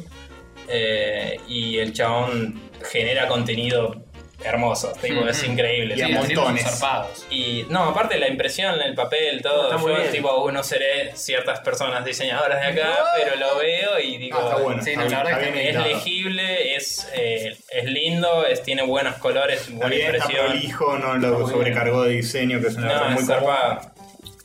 G: Eh, y el chabón genera contenido hermoso, tipo, es increíble.
B: Y a
G: Mm, Sí,
M: los tipos son
B: montones.
M: zarpados.
G: y no, aparte la impresión, el papel, todo.
C: Está muy
G: yo,
C: bien.
G: tipo, no seré ciertas personas diseñadoras de acá, pero lo veo y digo.
B: Ah, está bueno.
M: Sí,
B: está
M: no, la
B: bien-
M: verdad
B: está
M: que
B: bien
G: Es
B: editado.
G: legible, es, eh, es lindo, es, tiene buenos colores,
B: Está
G: buena
B: bien, está
G: impresión.
B: prolijo, no lo sobrecargó de diseño, que es una cosa
G: No,
B: muy
G: es
B: zarpada.
G: zarpado.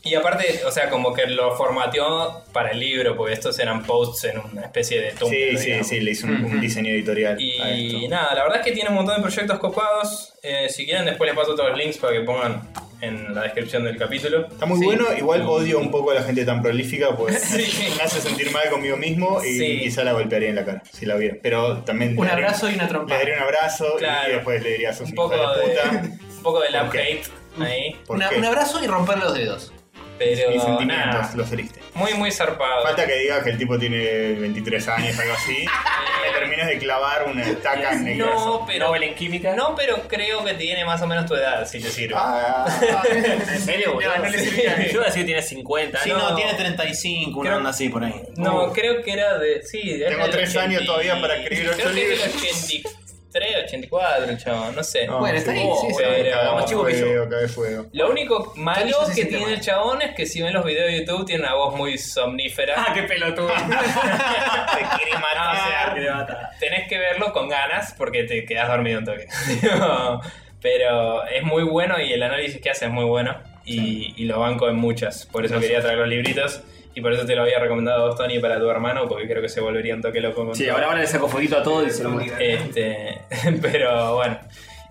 G: Y aparte, o sea, como que lo formateó para el libro, porque estos eran posts en una especie de tumba.
B: Sí, sí, sí, le hizo un, un diseño editorial a
G: Y
B: esto.
G: nada, la verdad es que tiene un montón de proyectos copados. Eh, si quieren, después les paso todos los links para que pongan en la descripción del capítulo.
B: Está muy
G: Sí.
B: bueno, igual odio un poco a la gente tan prolífica, pues me hace sentir mal conmigo mismo y
G: Sí.
B: quizá la golpearía en la cara, si la viera. Pero también le
D: Un
B: daría-
D: abrazo y una
B: le
D: trompa.
B: daría un abrazo
G: Claro.
B: y después le diría sos
G: Un
B: un
G: poco,
B: hijo de
G: de,
B: puta.
G: un poco de love
B: ¿Por qué?
G: hate ahí.
B: ¿Por
D: Una-
B: qué?
D: un abrazo y romper los dedos.
G: Pero
B: Mis sentimientos,
G: nada,
B: los heriste.
G: muy, muy zarpado.
B: Falta que diga que el tipo tiene 23 años, algo así. Le terminas de clavar una estaca en el brazo.
G: Eh, no, pero, en química. No, pero creo que tiene más o menos tu edad, si te sirve.
B: Ah,
C: ¿En serio? boludo?
B: no le servía.
C: Yo decía que tiene 50.
F: Sí, no, tiene 35, una
G: Creo-
F: onda así por ahí.
G: No, creo que era de. Sí, era
B: uh. Tengo
G: del
B: tres años todavía para escribir ocho
G: creo que era del
B: libros.
G: 83, 84, el chabón, no sé.
B: no,
D: Bueno,
B: sí.
D: está ahí,
G: Oh,
D: sí, sí.
G: pero-
B: Cabe
G: más chico que yo.
B: fuego, cabe fuego.
G: Lo único malo
D: Tony se
G: que
D: siente
G: tiene
D: mal.
G: el chabón es que si ven los videos de YouTube tiene una voz muy somnífera.
C: Ah, qué pelotudo.
D: Ah,
G: te
B: Ah,
G: quiere matar.
C: Te mata.
G: tenés que verlo con ganas porque te quedás dormido un toque. Pero es muy bueno y el análisis que hace es muy bueno. Y, y lo banco en muchas. Por eso quería traer los libritos. Y por eso te lo había recomendado a vos, Tony, para tu hermano, porque creo que se volvería un toque loco con
C: Sí,
G: todo.
C: ahora ahora le saco fueguito a todo y se lo muestro.
G: Este, pero bueno.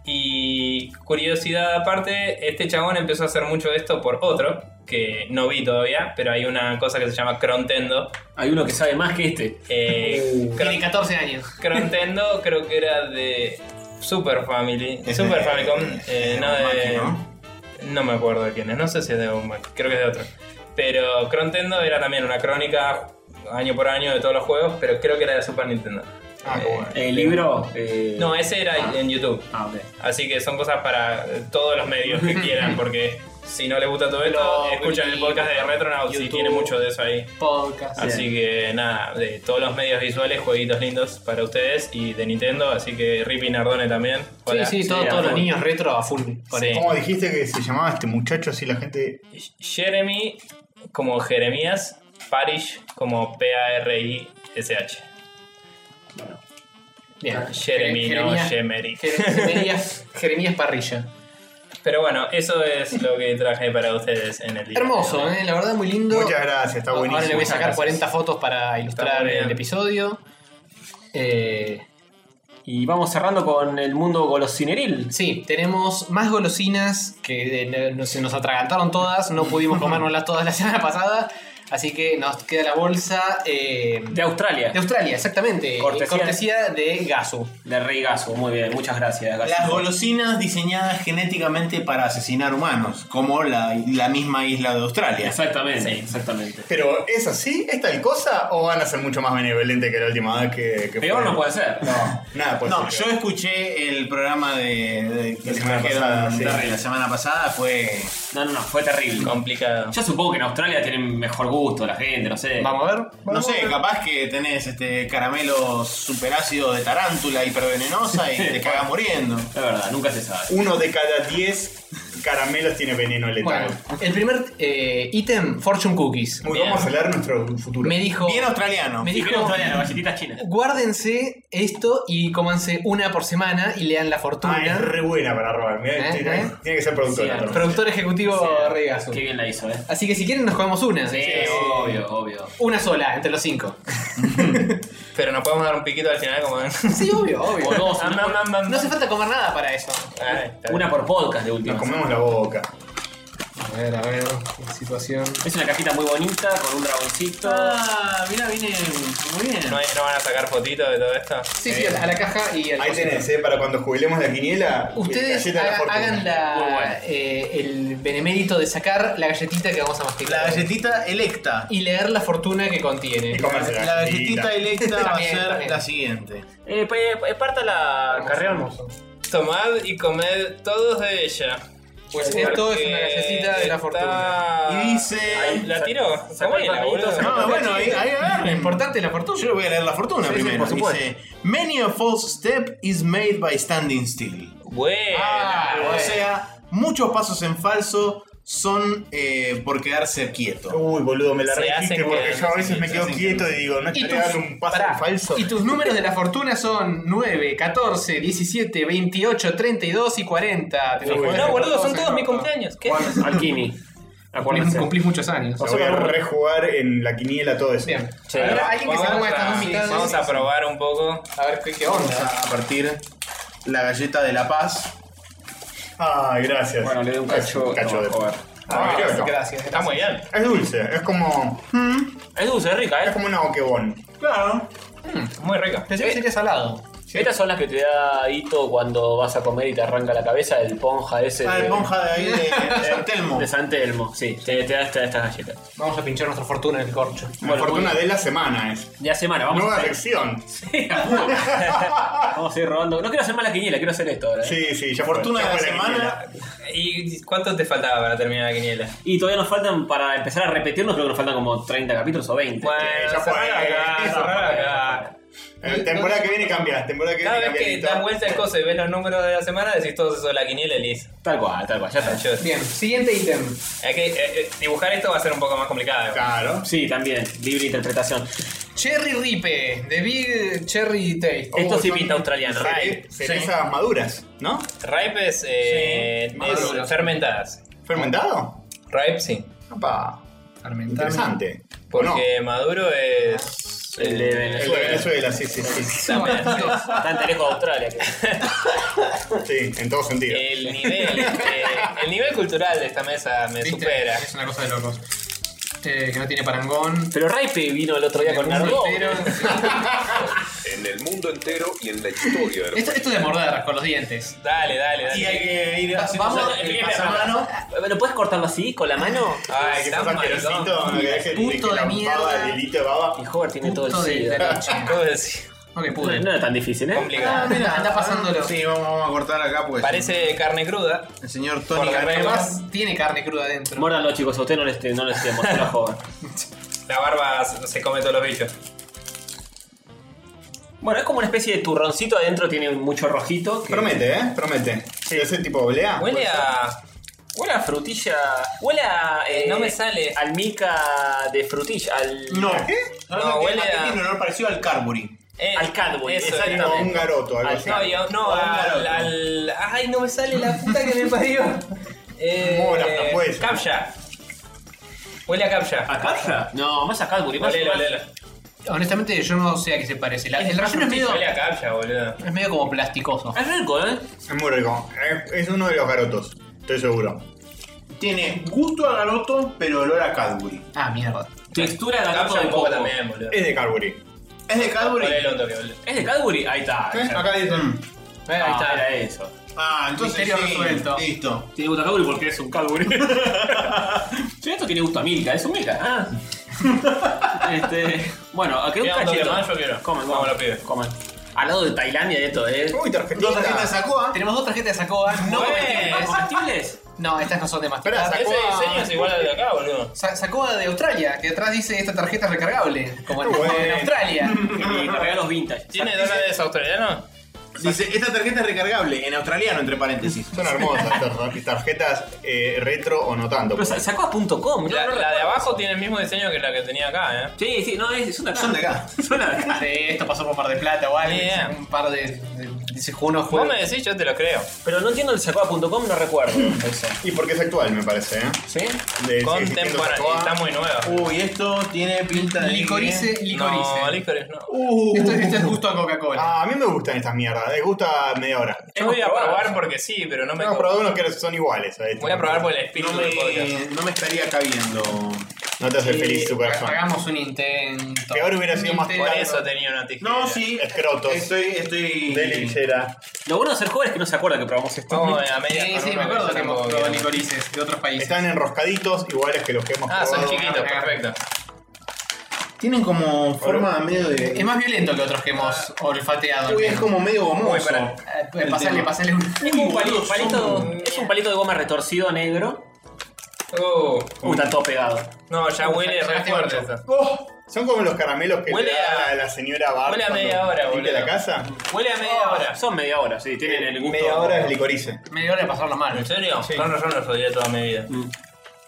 G: Y curiosidad aparte, este chabón empezó a hacer mucho de esto por otro, que no vi todavía, pero hay una cosa que se llama Crontendo.
C: Hay uno que sabe más que este.
G: Eh, Cron-
D: Tiene 14 años.
G: Crontendo creo que era de Super Family,
F: Es
G: Super
F: de-
G: Famicom, eh,
F: de
G: no de...
F: Uzumaki,
G: ¿no?
F: ¿no?
G: me acuerdo de quién es, no sé si es de Uzumaki, creo que es de otro. Pero Crontendo era también una crónica año por año de todos los juegos, pero creo que era de Super Nintendo.
B: Ah, qué bueno.
C: El libro. eh,
G: No, ese era en YouTube.
C: Ah, ok.
G: Así que son cosas para eh, todos los medios que quieran, porque si no les gusta todo esto,
M: Blog,
G: escuchan el podcast de Retronauts y
M: YouTube.
G: tiene mucho de eso ahí.
M: Podcast.
G: Así que nada, de todos los medios visuales, jueguitos lindos para ustedes y de Nintendo, así que Rippy Nardone también.
D: Sí,
G: Hola.
D: sí, todo-
C: Sí,
D: todos los
C: amor.
D: niños retro a full. Con
G: Sí.
D: él.
B: ¿Cómo dijiste que se llamaba este muchacho así la gente?
G: Jeremy como Jeremías, Parish como P-A-R-I-S-H.
D: Bien.
G: Ah, Jeremy, no
D: Jeremías-
G: Jemery.
D: Jeremías, Jeremías Parrilla.
G: Pero bueno, eso es lo que traje para ustedes en el día.
D: Hermoso, ¿eh? la verdad muy lindo.
B: Muchas gracias, está buenísimo.
D: Ahora le voy a sacar 40 fotos para
G: Está
D: ilustrar
G: muy bien.
D: el episodio. Eh,
C: Y vamos cerrando con el mundo golosineril.
D: sí, tenemos más golosinas que eh, no- se nos atragantaron todas, no pudimos comérnoslas todas la semana pasada, así que nos queda la bolsa eh,
C: De Australia.
D: de Australia, exactamente. eh,
C: Cortesía.
D: Cortesía de Gasu.
C: De Rey Gaso. Muy bien, muchas gracias. Gaso.
F: Las golosinas diseñadas genéticamente para asesinar humanos, como la, la misma isla de Australia.
C: Exactamente, exactamente.
B: Pero ¿es así? ¿Es tal cosa? ¿O van a ser mucho más benevolentes que la última vez que, que
C: Peor
B: fue?
C: no puede ser.
B: Nada, pues.
F: No, yo escuché el programa de, de- que
B: La
F: se
B: semana
F: trajeron
B: pasada,
F: de
B: sí.
F: Monterrey la semana pasada, fue...
C: No, no, no, fue terrible.
G: Complicado.
C: Yo supongo que en Australia tienen mejor gusto la gente, no sé.
G: Vamos a ver.
F: No sé, capaz que tenés este caramelo superácido de tarántula hipervenenosa y te cagas muriendo.
C: La verdad, nunca se sabe.
B: Uno de cada diez caramelos tiene veneno letal.
D: Bueno, el primer eh, ítem, Fortune Cookies.
B: Muy, vamos a leer nuestro futuro.
D: Me dijo,
F: Bien australiano.
D: me
C: Y
D: dijo,
C: viene australiano, galletitas chinas.
D: guárdense esto y cómanse una por semana y lean la
B: Ah, es
D: fortuna.
B: re buena para robar. mirá,
D: ¿Eh?
B: tiene,
D: ¿Eh?
B: tiene que ser productora.
C: Sí,
B: perdón.
D: Productor ejecutivo Regazo.
C: Qué bien la hizo, eh.
D: Así que si quieren nos comemos una.
C: Sí, obvio, obvio.
D: Una sola, entre los cinco.
G: Pero nos podemos dar un piquito al final como...
D: Sí, obvio, obvio.
C: O dos,
G: Am, am,
C: una,
G: am, am.
D: No hace falta comer nada para eso.
G: Ah, está bien.
C: una por podcast de última.
B: Nos comemos la boca.
M: A ver, a ver, qué situación.
C: Es una cajita muy bonita con un dragoncito.
D: Ah, mira, viene muy bien.
G: ¿No, hay- no van a sacar fotitos de todo esto?
M: Sí, sí, a la, a la caja y al
B: Ahí
M: cosito.
B: tenés, ¿eh? Para cuando jubilemos la quiniela. eh,
D: Ustedes
B: galleta de
D: haga-
B: fortuna.
D: hagan
C: Muy
D: la,
C: bueno.
D: eh, el benemérito de sacar la galletita que vamos a
F: La
D: masticar.
F: galletita electa.
D: y leer la fortuna que contiene.
B: Y comerse
F: La
B: la
F: galletita electa va a
D: También,
F: ser
D: también.
F: la siguiente.
G: Eh, pues, parta la carreón. Tomad y comed todos de ella.
D: Pues esto es una galletita de la fortuna.
G: fortuna.
F: Y dice-
G: ¿La tiró? Está
C: Sacó el
G: buena,
C: papelito,
G: boludo.
C: sacó
F: No, bueno, ahí, ahí
D: Lo
F: agarren.
D: importante es la fortuna.
F: Yo le voy a leer la fortuna
D: Sí, sí,
F: primero.
D: por supuesto.
F: Dice, Many a false step is made by standing still.
G: Buena.
D: Ah,
F: O sea, muchos pasos en falso son eh, por quedarse quieto.
B: Uy, boludo, me la
G: Se
B: registe
G: hacen
B: porque
G: que-
B: yo a veces
G: sí,
B: me
G: se
B: quedo
G: hacen
B: quieto
G: que-
B: y digo, no estoy
D: Y tus-
B: dando un paso
D: pará,
B: en falso.
D: Y tus números de la fortuna son 9, 14, 17, 28, 32 y 40. Te
B: Uy,
D: fijaste,
G: No, boludo, son
D: en
G: todos mis
D: corto.
G: cumpleaños. ¿Qué?
C: Juan, Alquimi.
M: Cumplís,
C: Acuérdense.
M: cumplís muchos años.
B: La voy a rejugar en la quiniela todo eso.
D: Bien.
G: Che,
D: Ahora alguien que se
G: vamos
D: coma
G: a-
D: estas dos
G: sí,
D: mitades.
G: Vamos a probar un poco.
D: A ver qué, qué
F: Vamos
D: onda.
F: a partir la galleta de la paz.
B: Ah, gracias.
C: Bueno, le doy un cacho.
B: Un cacho de
C: no, joder.
B: Ah,
G: Ah,
B: mirá,
G: sí,
B: no.
D: Gracias.
G: Está muy bien.
B: Es dulce, es como.
G: Es dulce, es rica,
B: Es
G: ¿eh?
B: como una oquebón.
F: Claro.
G: Muy rica.
D: Pensé que sería salado.
C: Estas son las que te da Hito cuando vas a comer y te arranca la cabeza el ponja ese
B: Ah,
F: La
C: de,
F: esponja de ahí de,
B: Eh,
F: de San Telmo.
C: de San Telmo. Sí, te, te da esta- estas galletas.
D: Vamos a pinchar nuestra fortuna en el corcho.
B: La fortuna de la semana es.
C: De hace semana, vamos
B: Nueva
C: a hacer.
B: sección.
C: vamos a ir robando. No quiero hacer más la quiniela, quiero hacer esto ahora. ¿eh?
B: Sí, sí, ya fue,
F: Fortuna
B: ya
F: de la
B: fue
F: semana.
G: ¿Y cuánto te faltaba para terminar la quiniela?
C: Y todavía nos faltan, para empezar a repetirnos, creo que nos faltan como 30 capítulos o 20.
G: Bueno,
B: ya fue,
G: cerrar acá,
B: ya
G: cerrar
B: fue.
G: acá.
B: quiniela. Eh, temporada que viene cambiás, temporada que
G: Cada
B: viene
G: vez que das
B: cambiás.
G: vuelta el coso y ves los números de la semana, decís todo eso de la quiniela y listo.
C: Tal cual, tal cual, ya está.
G: Yo-
D: Bien, siguiente ítem.
G: Hay que eh, eh, dibujar esto va a ser un poco más complicado.
B: Claro.
C: Sí, también, libre interpretación.
D: Cherry Ripe, The Big Cherry Taste.
C: Esto sí
B: son
C: pinta australiano.
B: cere- Cerezas maduras, ¿no?
G: Ripes eh, es
D: maduras.
G: fermentadas.
B: ¿Fermentado?
G: Ripe sí.
B: Opa,
D: Fermentado.
B: interesante. ¿O no?
G: Porque maduro es.
C: El de
B: El
C: Venezuela.
B: de Venezuela, sí, sí, sí.
G: También, sí.
C: Bastante lejos de Australia. que-
B: Sí, en todo sentido.
G: El nivel, eh, el nivel cultural de esta mesa me
M: ¿Viste?
G: supera.
M: Es una cosa de locos. Eh, que no tiene parangón.
C: Pero Raipe vino el otro día con Nardó.
M: Pero-
O: En el mundo entero y en la historia del
M: Esto, esto de morder con los dientes.
G: Dale, dale,
F: Y hay
G: dale.
F: que ir haciendo
C: Vamos,
F: el
C: eh,
F: pasamano.
C: ¿Lo puedes cortarlo así, con la mano?
G: Ay,
B: que
G: qué
B: estás asquerosito, no querés que
D: Puto
B: que
D: de
B: la
D: mierda.
B: baba, el hilito de baba.
C: Y Howard tiene todo el
D: Punto de
C: sida.
G: ¿Cómo decir?
M: Ok,
C: No,
M: pude.
C: no era tan difícil, ¿eh?
G: Complicado.
D: Ah, Anda pasándolo.
F: Sí, vamos, vamos a cortar acá pues.
G: Parece carne cruda.
F: El señor
G: Por
F: Tony
G: la
F: Garrido.
G: regla.
D: Tiene carne cruda adentro.
C: Mórdanlo, chicos, a usted no les no les demostró a Howard.
G: La barba se se come todos los bichos.
C: Bueno, es como una especie de turroncito adentro, tiene mucho rojito. que-
B: Promete, ¿eh? Promete. Sí, ese tipo oblea.
G: Huele a.
C: Huele a frutilla. Huele a.
G: Eh, no me sale.
C: Almica de frutilla. Al.
F: No.
B: ¿A qué?
F: No,
G: No, huele a-
F: Tiene un olor parecido al Carbury.
G: eh,
C: Al Cadbury,
G: eso,
C: exactamente.
B: O un garoto, algo
C: Al-
B: así.
G: No, yo- no,
F: Hola,
G: al,
F: loco.
G: al- Ay, no me sale la puta que me parió. Eh,
B: Mora, frambuesa.
G: Captcha. Huele a captcha.
C: ¿A Cadbury? No, más a Cadbury. Más,
G: Olelo,
C: más-
G: olelo.
D: Honestamente, yo no sé a qué se parece. La- el relleno es medio,
G: Huele a captcha, boludo.
D: es medio como plasticoso.
C: Es rico, ¿eh?
B: Es muy rico. Es, es uno de los garotos, estoy seguro.
F: Tiene gusto a garoto, pero olor a Cadbury.
D: Ah, mierda.
C: Textura de gato
G: Captcha
C: de
G: un poco
C: coco.
G: también, boludo.
B: Es de Carbury.
F: ¿Es de Cadbury?
G: Olelo un toque, boludo.
C: ¿Es de Cadbury? Ahí está.
B: ¿Eh? Acá dice.
F: Mm.
D: Eh, ahí
C: Ahí
D: está.
C: está, era eso.
F: Ah, entonces
D: Misterio
F: sí,
D: resuelto.
F: Listo.
C: Tiene gusto a Cadbury porque es un Cadbury. Che, esto tiene gusto a Milka, es un Milka. Este, Ah. este, bueno, acá un
G: Queda un toque
C: cachito.
G: más, yo quiero.
C: Comen,
G: Vamos,
C: comen.
G: lo pido.
C: Comen. al lado de Tailandia y esto, ¿eh?
B: Uy, tarjetita. Dos tarjetas de Sacoa.
D: Ah. Tenemos dos tarjetas de Sacoa. No comestibles.
C: comestibles?
D: No, estas no son de
G: Pero
D: masticar.
G: ese diseño es igual al de acá, boludo.
D: Sa- Sacoa de Australia, que atrás dice esta tarjeta es recargable. Como en,
B: Bueno.
D: como en Australia.
C: Y con regalos vintage.
G: ¿Tiene dólares australianos?
F: Dice, esta tarjeta es recargable, en australiano, entre paréntesis.
B: Son hermosas estas tar- tarjetas eh, retro o no tanto.
C: Pero sa- sacoa.com,
G: La,
C: yo no
G: la de
C: recuerdo
G: abajo
C: eso.
G: tiene el mismo diseño que la que tenía acá, ¿eh?
C: Sí, sí, no, es, son de acá.
F: Son de acá.
C: Son de acá.
D: Sí, esto pasó por Mar de Plata o algo.
G: Ni idea.
D: Un par de. de- Dice uno
G: Vos
D: juego.
G: me decís, yo te lo creo.
C: Pero no entiendo el sacoa.com, no recuerdo eso.
B: Y porque es actual, me parece, ¿eh?
C: ¿Sí?
B: De-
G: Contemporáneo.
B: Sacoa.
G: Está muy nueva.
F: Uy, esto tiene pinta de.
D: Licorice, licorice.
G: No, licores no.
F: Uh,
D: Esto, esto es justo a Coca-Cola.
B: Ah, a mí me gustan estas mierdas. Les gusta media hora.
G: Yo voy a probar porque sí, pero no me.
B: Hemos probado unos que son iguales a estos.
G: Voy a probar por el
F: No
G: espíritu del podcast.
F: me, no me estaría cabiendo.
B: No te hace feliz tu
D: Sí,
B: corazón.
D: Hagamos un intento.
B: Peor hubiera sido más
G: Por
D: Intento.
G: eso tenía una tijera.
F: No, sí.
B: Escrotos.
F: Estoy. estoy...
B: De lechera.
C: Lo bueno de ser joven es que no se acuerda que probamos esto.
G: Vamos a media
D: Sí,
G: con
D: sí,
G: uno
D: me acuerdo
G: yo
D: que hemos
G: tampoco
D: probado
G: quiero.
D: licorices de otros países.
B: Están enroscaditos, iguales que los que hemos
G: Ah,
B: probado.
G: son chiquitos, perfecto.
F: Tienen como forma medio
D: Es
F: de.
D: más violento que otros que hemos olfateado.
F: Uy, es como medio
G: Uy,
F: gomoso.
G: para-
D: Eh, pues, pasale, pasale un.
C: Es un palito, palito- es un palito de goma retorcido negro.
G: Oh,
C: Uh, está todo pegado.
G: no, ya huele re
D: Sacaste
G: fuerte
D: mucho.
G: eso.
B: Oh, son como los caramelos que
G: Huele
B: le da
G: a-
B: la señora Bart
G: huele a
B: cuando
G: media hora,
B: limpia
G: boludo.
B: la casa.
G: Huele a media hora.
C: Oh, Son media hora, sí, tienen el gusto.
B: Media hora es licorice.
D: Media hora de pasarlo mal.
G: ¿En serio? No, no, yo no los odié toda mi vida.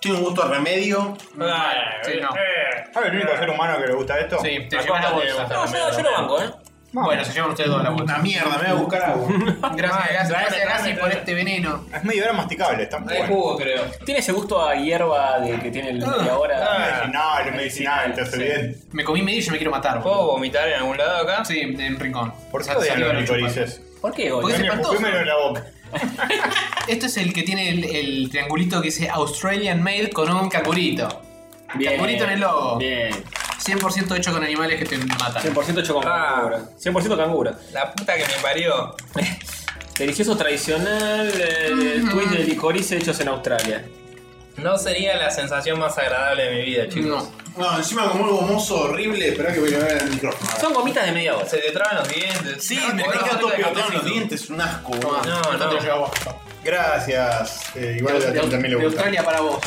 F: Tiene un gusto a remedio.
G: Ah,
D: Sí, no.
G: eh.
B: ¿Sabes el único ser humano que le gusta esto?
D: Sí, te
G: Acá
D: llevas la
G: no te
D: bolsa.
G: gusta.
C: No, yo, yo lo banco, ¿eh?
D: Bueno, se llevan ustedes dos la bolsa.
F: Una mierda, me voy a buscar agua.
D: Gracias, gracias,
G: tráeme,
D: gracias,
G: tráeme,
D: por
G: tráeme.
D: este veneno.
B: Es media hora masticable, está muy
G: Hay
B: bueno.
G: jugo, creo.
C: Tiene ese gusto a hierba de que tiene el media hora.
G: ah.
B: Medicinal, medicinal, te hace bien.
D: Me comí medio y yo me quiero matar.
G: ¿Puedo vomitar en algún lado acá?
D: Sí, en un rincón.
B: ¿Por qué
D: Sa-
B: odian
D: saliva
B: los
D: no chupa.
B: licorices?
C: ¿Por qué
D: Porque
C: hoy?
D: es espantoso.
B: Fúmelo en la boca.
D: Esto Este es el que tiene el, el triangulito que dice Australian Made con un cangurito. Cangurito en el logo.
C: Bien.
D: 100% hecho con animales que te matan.
C: 100% hecho con
G: Ah.
C: cangura. 100% cangura.
G: La puta que me parió.
C: Delicioso tradicional, eh, twist de licorice hechos en Australia.
G: No sería la sensación más agradable de mi vida, chicos.
D: No.
F: No, encima como algo gomoso horrible. Espera que voy a ver el micrófono.
C: Son gomitas de media hora.
G: Se te traban los dientes.
F: Sí,
G: No,
F: me
G: boludo,
F: deja
G: no
F: todo
G: te
F: pelotón en los
G: califico.
F: dientes, un asco, boludo.
G: No, no.
B: Gracias. Eh, igual a ti también le
D: de
B: gusta.
D: Australia para vos.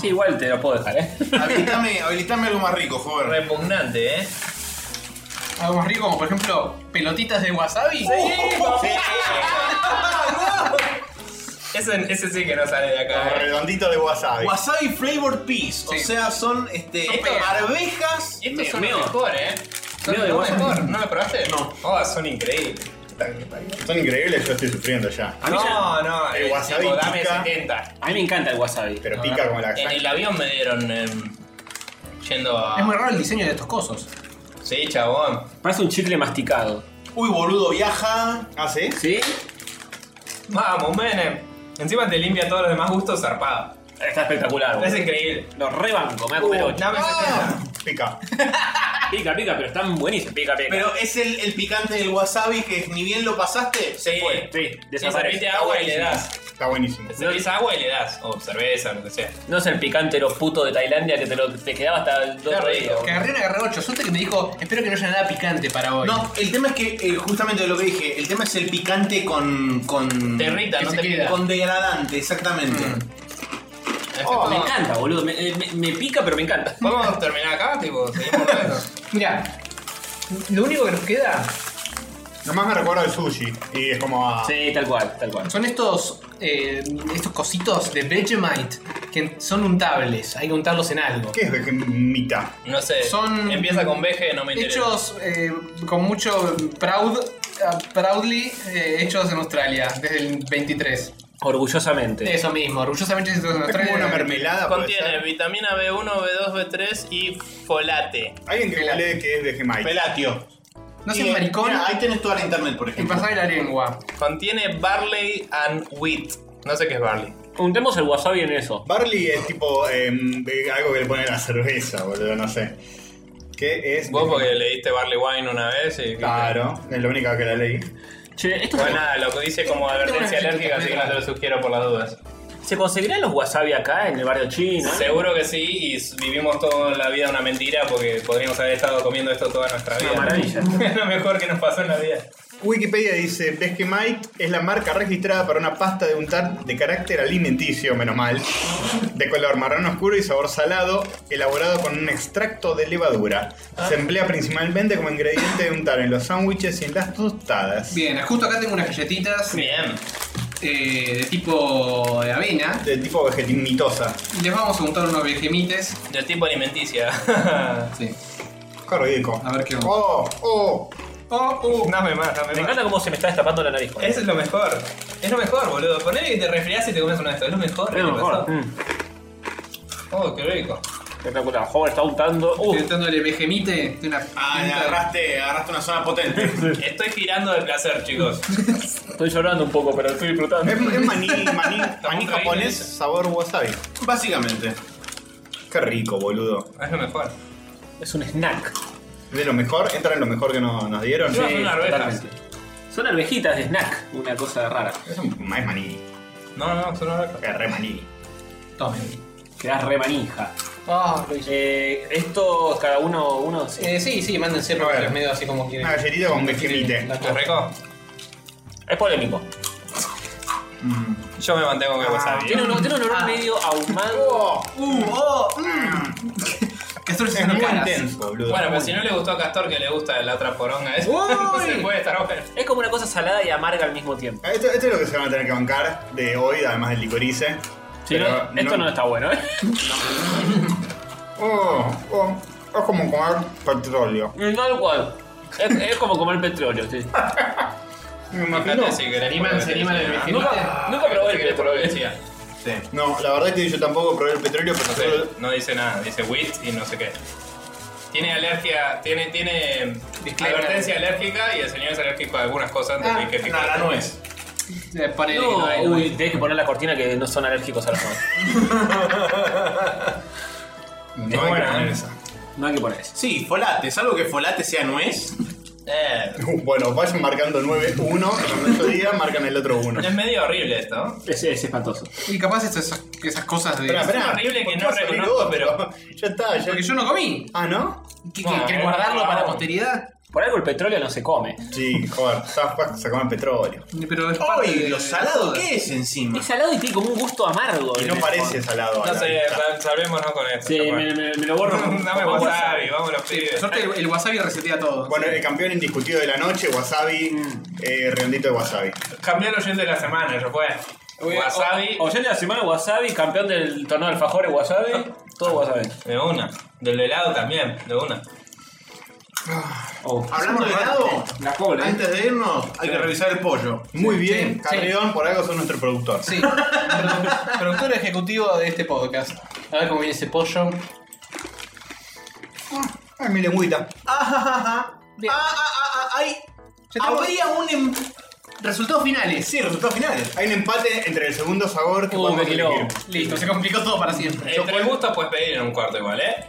C: Sí, igual te lo puedo dejar, ¿eh?
F: Habilitame, habilitame algo más rico, joder.
G: Repugnante, ¿eh?
D: Algo más rico, como por ejemplo, pelotitas de wasabi.
G: Ese, ese sí que no sale de
B: Como
G: acá. ¿eh?
B: redondito de wasabi.
F: Wasabi flavored peas, o
D: Sí.
F: sea, son este
D: Son peas.
F: arvejas.
G: Estos son
C: Mío.
G: los mejor, ¿eh? Son
C: Mío de
G: los
C: Washington.
G: mejor. ¿No lo probaste?
F: No.
G: Oh, son increíbles.
B: Son increíbles, yo estoy sufriendo ya.
C: mí
G: No, no.
B: El
G: eh,
B: wasabi
G: tipo, dame
B: pica.
G: 70.
C: A mí me encanta el wasabi.
B: Pero pica como la
G: En
B: sangre.
G: el avión me dieron em, yendo a...
D: Es muy raro el diseño de estos cosos.
G: Sí, chabón.
C: Parece un chicle masticado.
F: Uy, boludo, viaja.
B: ¿Ah, sí?
C: ¿Sí?
G: Vamos, Menem. Encima te limpia todos los demás gustos zarpados.
C: Está espectacular.
G: Es
C: boludo.
G: increíble.
C: Lo rebanco, me voy a comer ocho.
G: Dame
F: Ah.
G: 70.
B: Pica.
C: Pica, pica, pero están buenísimos. Pica, pica.
F: Pero es el, el picante del wasabi que ni bien lo pasaste, se
G: Sí.
F: fue.
C: sí,
G: Te
C: desaparece.
G: serviste agua y le das.
B: Está buenísimo.
G: Te servís agua y le das. O cerveza, lo que sea.
C: No es el picante los putos de Tailandia que te, lo, te quedaba hasta el
G: Qué
C: otro día.
G: rico.
C: boludo.
D: Agarré una agarré 8. Suerte que me dijo, espero que no haya nada picante para hoy.
F: No, el tema es que, eh, justamente lo que dije, el tema es el picante con. con
G: Te irrita,
D: Que
G: no
D: se
G: te
D: queda.
G: queda.
F: con degradante, exactamente.
G: Oh.
C: me encanta, boludo. Me, eh, me- me pica, pero me encanta.
G: ¿Podemos terminar acá? Tipo, seguimos hablando.
D: Mira, lo único que nos queda
B: Nomás me recuerda el sushi. Y es como ah,
G: Ah.
B: a.
C: Sí, tal cual, tal cual.
D: son estos, eh, estos cositos de Vegemite que son untables. Hay que untarlos en algo.
B: ¿Qué es Vegemita?
G: No sé.
D: Son-
G: Empieza con BG, no me interesa.
D: Hechos eh, con mucho proud, ah, proudly eh, hechos en Australia desde el 23.
C: Orgullosamente.
D: Eso mismo, orgullosamente hechos en
B: Es
D: Australia.
B: como una mermelada. puede
G: Contiene
B: ser.
G: vitamina B1, B2, B3 y folate.
B: Alguien que lee que es Vegemite.
F: Pelatio.
D: No
F: Y,
D: seas
F: eh,
D: maricón
F: mira, ahí tenés toda la internet, por
D: y
F: ejemplo.
D: pasar la lengua.
G: Contiene barley and wheat. No sé qué es barley.
C: Untemos el wasabi en eso.
B: Barley es tipo em, eh, algo que le ponen a la cerveza, boludo, no sé. ¿Qué es?
G: Vos porque leíste barley wine una vez y...
B: Claro, es la única que la leí.
C: Che, esto
G: Bueno,
C: es
G: nada, lo que dice como advertencia alérgica, así que no te lo sugiero por las dudas.
C: ¿Se conseguirán los wasabi acá en el barrio chino?
G: Seguro que sí, y s- vivimos toda la vida una mentira porque podríamos haber estado comiendo esto toda nuestra vida.
B: Una maravilla.
G: Es lo mejor que nos pasó en la vida.
B: Wikipedia dice, ves que Mike es la marca registrada para una pasta de untar de carácter alimenticio, menos mal, de color marrón oscuro y sabor salado, elaborado con un extracto de levadura. Se emplea principalmente como ingrediente de untar en los sándwiches y en las tostadas.
M: Bien, justo acá tengo unas galletitas. eh,
G: Bien.
M: de tipo de avena.
B: De tipo vegetimitosa.
M: Les vamos a untar unos vejemites.
G: De tipo alimenticia.
M: sí.
B: Qué rico.
M: A ver qué onda.
B: Oh, oh.
G: Oh, uh, dame más, dame más.
C: Me encanta cómo se me está destapando la nariz.
G: Eso es lo mejor. Es lo mejor, boludo. Ponele que te resfriás y te comes una de estas. Es lo mejor. Mm.
C: Es lo
G: que
C: mejor.
G: pasó. Oh, qué rico.
C: Espectacular. Joven está untando. Uh,
M: Estoy untando el vejemite de una
F: Ah, le agarraste, agarraste una zona potente.
G: Estoy girando de placer, chicos.
C: estoy llorando un poco, pero estoy disfrutando.
B: Es, es maní, maní, maní
G: increíbles.
B: japonés, sabor wasabi.
F: Básicamente.
B: Qué rico, boludo.
G: Es lo mejor.
C: Es un snack.
B: De lo mejor, entra en lo mejor que no- nos dieron.
G: Llevas unas arvejas.
C: Totalmente. Son arvejitas de snack, una cosa rara.
B: Es un es maní.
G: No, no, son arvejas.
B: Es re maní.
M: Tomen.
C: Quedas re manija.
D: Ah, lo hice.
C: Eh, esto, cada uno, uno sí.
D: Eh, sí, sí, mándense
B: A ver.
D: porque es medio así como quieren.
B: Una galletita con vejemite.
D: La
G: ¿Qué
D: cosa.
G: rico?
C: es polémico.
B: Mm.
G: Yo me mantengo con wasabi.
C: Tiene
G: ¿eh?
C: un, tiene un olor medio ahumado.
M: Uh, oh, Que esto
B: Es muy intenso, boludo.
G: Bueno, pero si no le gustó a Castor, que le gusta la otra poronga esa,
M: Uy.
G: se puede estar bueno.
C: Es como una cosa salada y amarga al mismo tiempo.
B: Esto, esto es lo que se van a tener que bancar de hoy, además del licorice.
C: Sí,
B: Pero
C: no- esto no. está bueno, ¿eh?
B: Oh, oh, es como comer petróleo.
C: Tal cual. Es, es como comer petróleo, sí.
B: Me imagino.
G: Fíjate si querés
M: Animan-
G: poner
M: se animan
G: leche,
M: el
G: ¿no?
M: vejete.
C: Nunca, nunca probé el
G: Si querés poner
C: petróleo.
G: leche, ya.
B: Sí. No, la verdad es que yo tampoco probé el petróleo, pero
G: No sé, no dice nada, dice wheat y no sé qué. Tiene alergia, tiene, tiene
M: Disclaimer.
G: advertencia alérgica y el señor es alérgico a algunas cosas,
M: Ah,
G: entonces hay que
F: No, la nuez.
M: Eh, ponele que no hay,
C: No,
M: no
C: uy,
M: hay.
C: tenés que poner la cortina que no son alérgicos a los nuevos.
B: no
G: Es
B: hay que
G: buena,
B: poner
G: ¿eh?
B: esa.
C: No hay que poner eso.
F: Sí, folate. Salvo que folate sea nuez. Eh,
B: Bueno, vayan marcando 9-1, cuando yo diga, marcan el otro 1.
G: Es medio horrible esto. ¿no?
C: Es, es espantoso.
M: Y capaz esto- esas, esas cosas de.
B: Espera, espera,
G: horrible que
B: ¿por qué
G: no
B: vas a abrir
G: reconozco,
B: otro? Ya está, ya.
M: Porque yo no comí.
B: Ah, ¿no?
M: ¿Qué-
G: Bueno,
M: qué- ¿Querés
G: eh,
M: guardarlo para la
G: vamos.
M: posteridad?
C: Por algo el petróleo no se come.
B: Sí, joder, zafas, sacamos petróleo.
M: Pero es parte
F: Ay,
M: de-
F: lo
M: de
F: salado
M: todo.
F: que es encima.
C: Es salado y tiene como un gusto amargo.
B: Y
C: en
B: no
C: el
B: parece
C: fondo.
B: salado. a
G: No
B: la
G: sé,
B: vista.
G: sal- salvémonos con esto.
C: Sí,
G: capaz.
C: me, me- me lo borro.
G: Dame
C: Con
G: wasabi, vamos los
M: Sí,
G: pibes.
M: suerte el, el wasabi resetea todo.
F: eh,
B: Bueno, el campeón indiscutido de la noche, Wasabi, eh, redondito de Wasabi.
G: Cambié el oyente de la semana, yo fue. oh. Wasabi.
C: Oyente de la semana, wasabi. Campeón del torneo de alfajores, wasabi. Todo wasabi.
G: De una. Del helado también, de una.
C: Oh.
F: Hablando de helado,
C: La cola, ¿eh?
F: antes de irnos, hay que revisar el pollo.
B: Muy
M: Sí,
B: bien,
M: sí,
B: Carrión, por algo son nuestro productor.
M: Sí, produ- productor ejecutivo de este podcast. A ver cómo viene ese pollo.
B: Ay, mi lengüita.
F: Ah, ah, ah, ah.
M: Bien.
F: Ah, ah, ah, ah, ay.
M: Ya estamos-
F: Habría un em-
M: Resultados finales.
F: Sí, resultados finales.
B: Hay un empate entre el segundo sabor que
C: Uh,
B: podemos
C: qué quilombo.
B: elegir.
M: Listo, se complicó todo para siempre.
G: Entre gustos puedes pedir en un cuarto igual, ¿eh?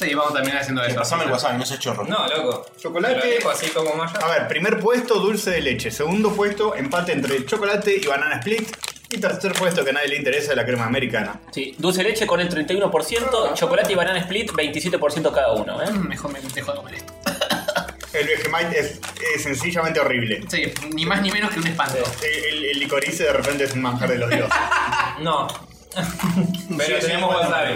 M: Sí, vamos a terminar haciendo Mm, eso.
F: Eh, Pasame el wasabi, no seas chorro.
G: No, loco.
B: Chocolate.
G: Te lo dejo así como maya.
B: A ver, primer puesto, dulce de leche. Segundo puesto, empate entre chocolate y banana split. Y tercer puesto, que a nadie le interesa, la crema americana.
C: Sí, dulce de leche con el 31%, chocolate y banana split 27% cada uno, ¿eh?
M: Mm, Mejor me dejo de comer esto.
B: El Vegemite es, es sencillamente horrible.
M: Sí, ni más ni menos que un espanto.
B: El, el- el licorice de repente es un manjar de los dioses.
G: No. Pero
B: sí,
G: tenemos
B: bueno.
G: wasabi.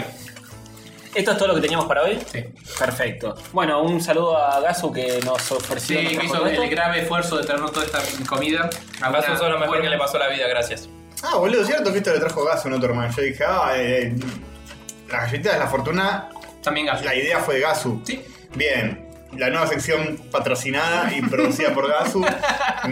C: Esto es todo lo que teníamos para hoy.
M: Sí.
C: Perfecto. Bueno, un saludo a Gasu que nos
M: Sí,
C: ofreció. nuestro
M: que hizo
C: boleto.
M: el grave esfuerzo de traernos toda esta comida.
G: A Gasu
M: Alguna
G: sos lo mejor
M: buena-
G: que le pasó a la vida, gracias.
B: Ah, boludo, cierto que esto le trajo gas a un otro hermano. Yo dije, ah, eh, eh, las galletitas de la fortuna,
M: También gallo.
B: la idea fue de Gasu.
M: Sí.
B: Bien. La nueva sección patrocinada y producida por Gasu,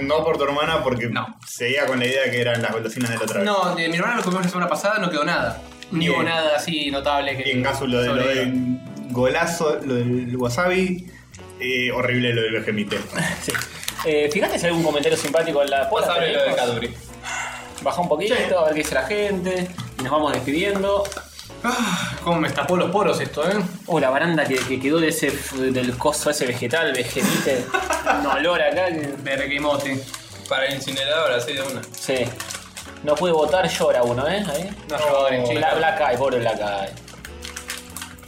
B: no por tu hermana, porque
M: No.
B: seguía con la idea que eran las golosinas de la otra vez.
M: No, de mi hermano lo comimos la semana pasada, no quedó nada. Ni
B: Bien.
M: hubo nada así notable que.
B: Y en Gasu lo, de, lo
M: sobre-
B: del golazo, lo del wasabi, eh, horrible lo del vegemite.
C: Sí. Eh, fíjate si hay algún comentario simpático en la posta.
G: Wasabi lo de Caduri.
C: Baja un poquito, a ver qué dice la gente. Y nos vamos despidiendo.
M: Ah, Cómo me tapó los poros esto, ¿eh?
C: Oh, la baranda que, que quedó de ese, del coso ese vegetal, vegemite. un olor acá. que-
M: Verguemote.
G: Para el incinerador, así de una.
C: Sí. No pude votar, llora uno, ¿eh? Ahí.
M: No llores,
C: Bla-
M: chico.
C: Black Eye, pobre Black Eye.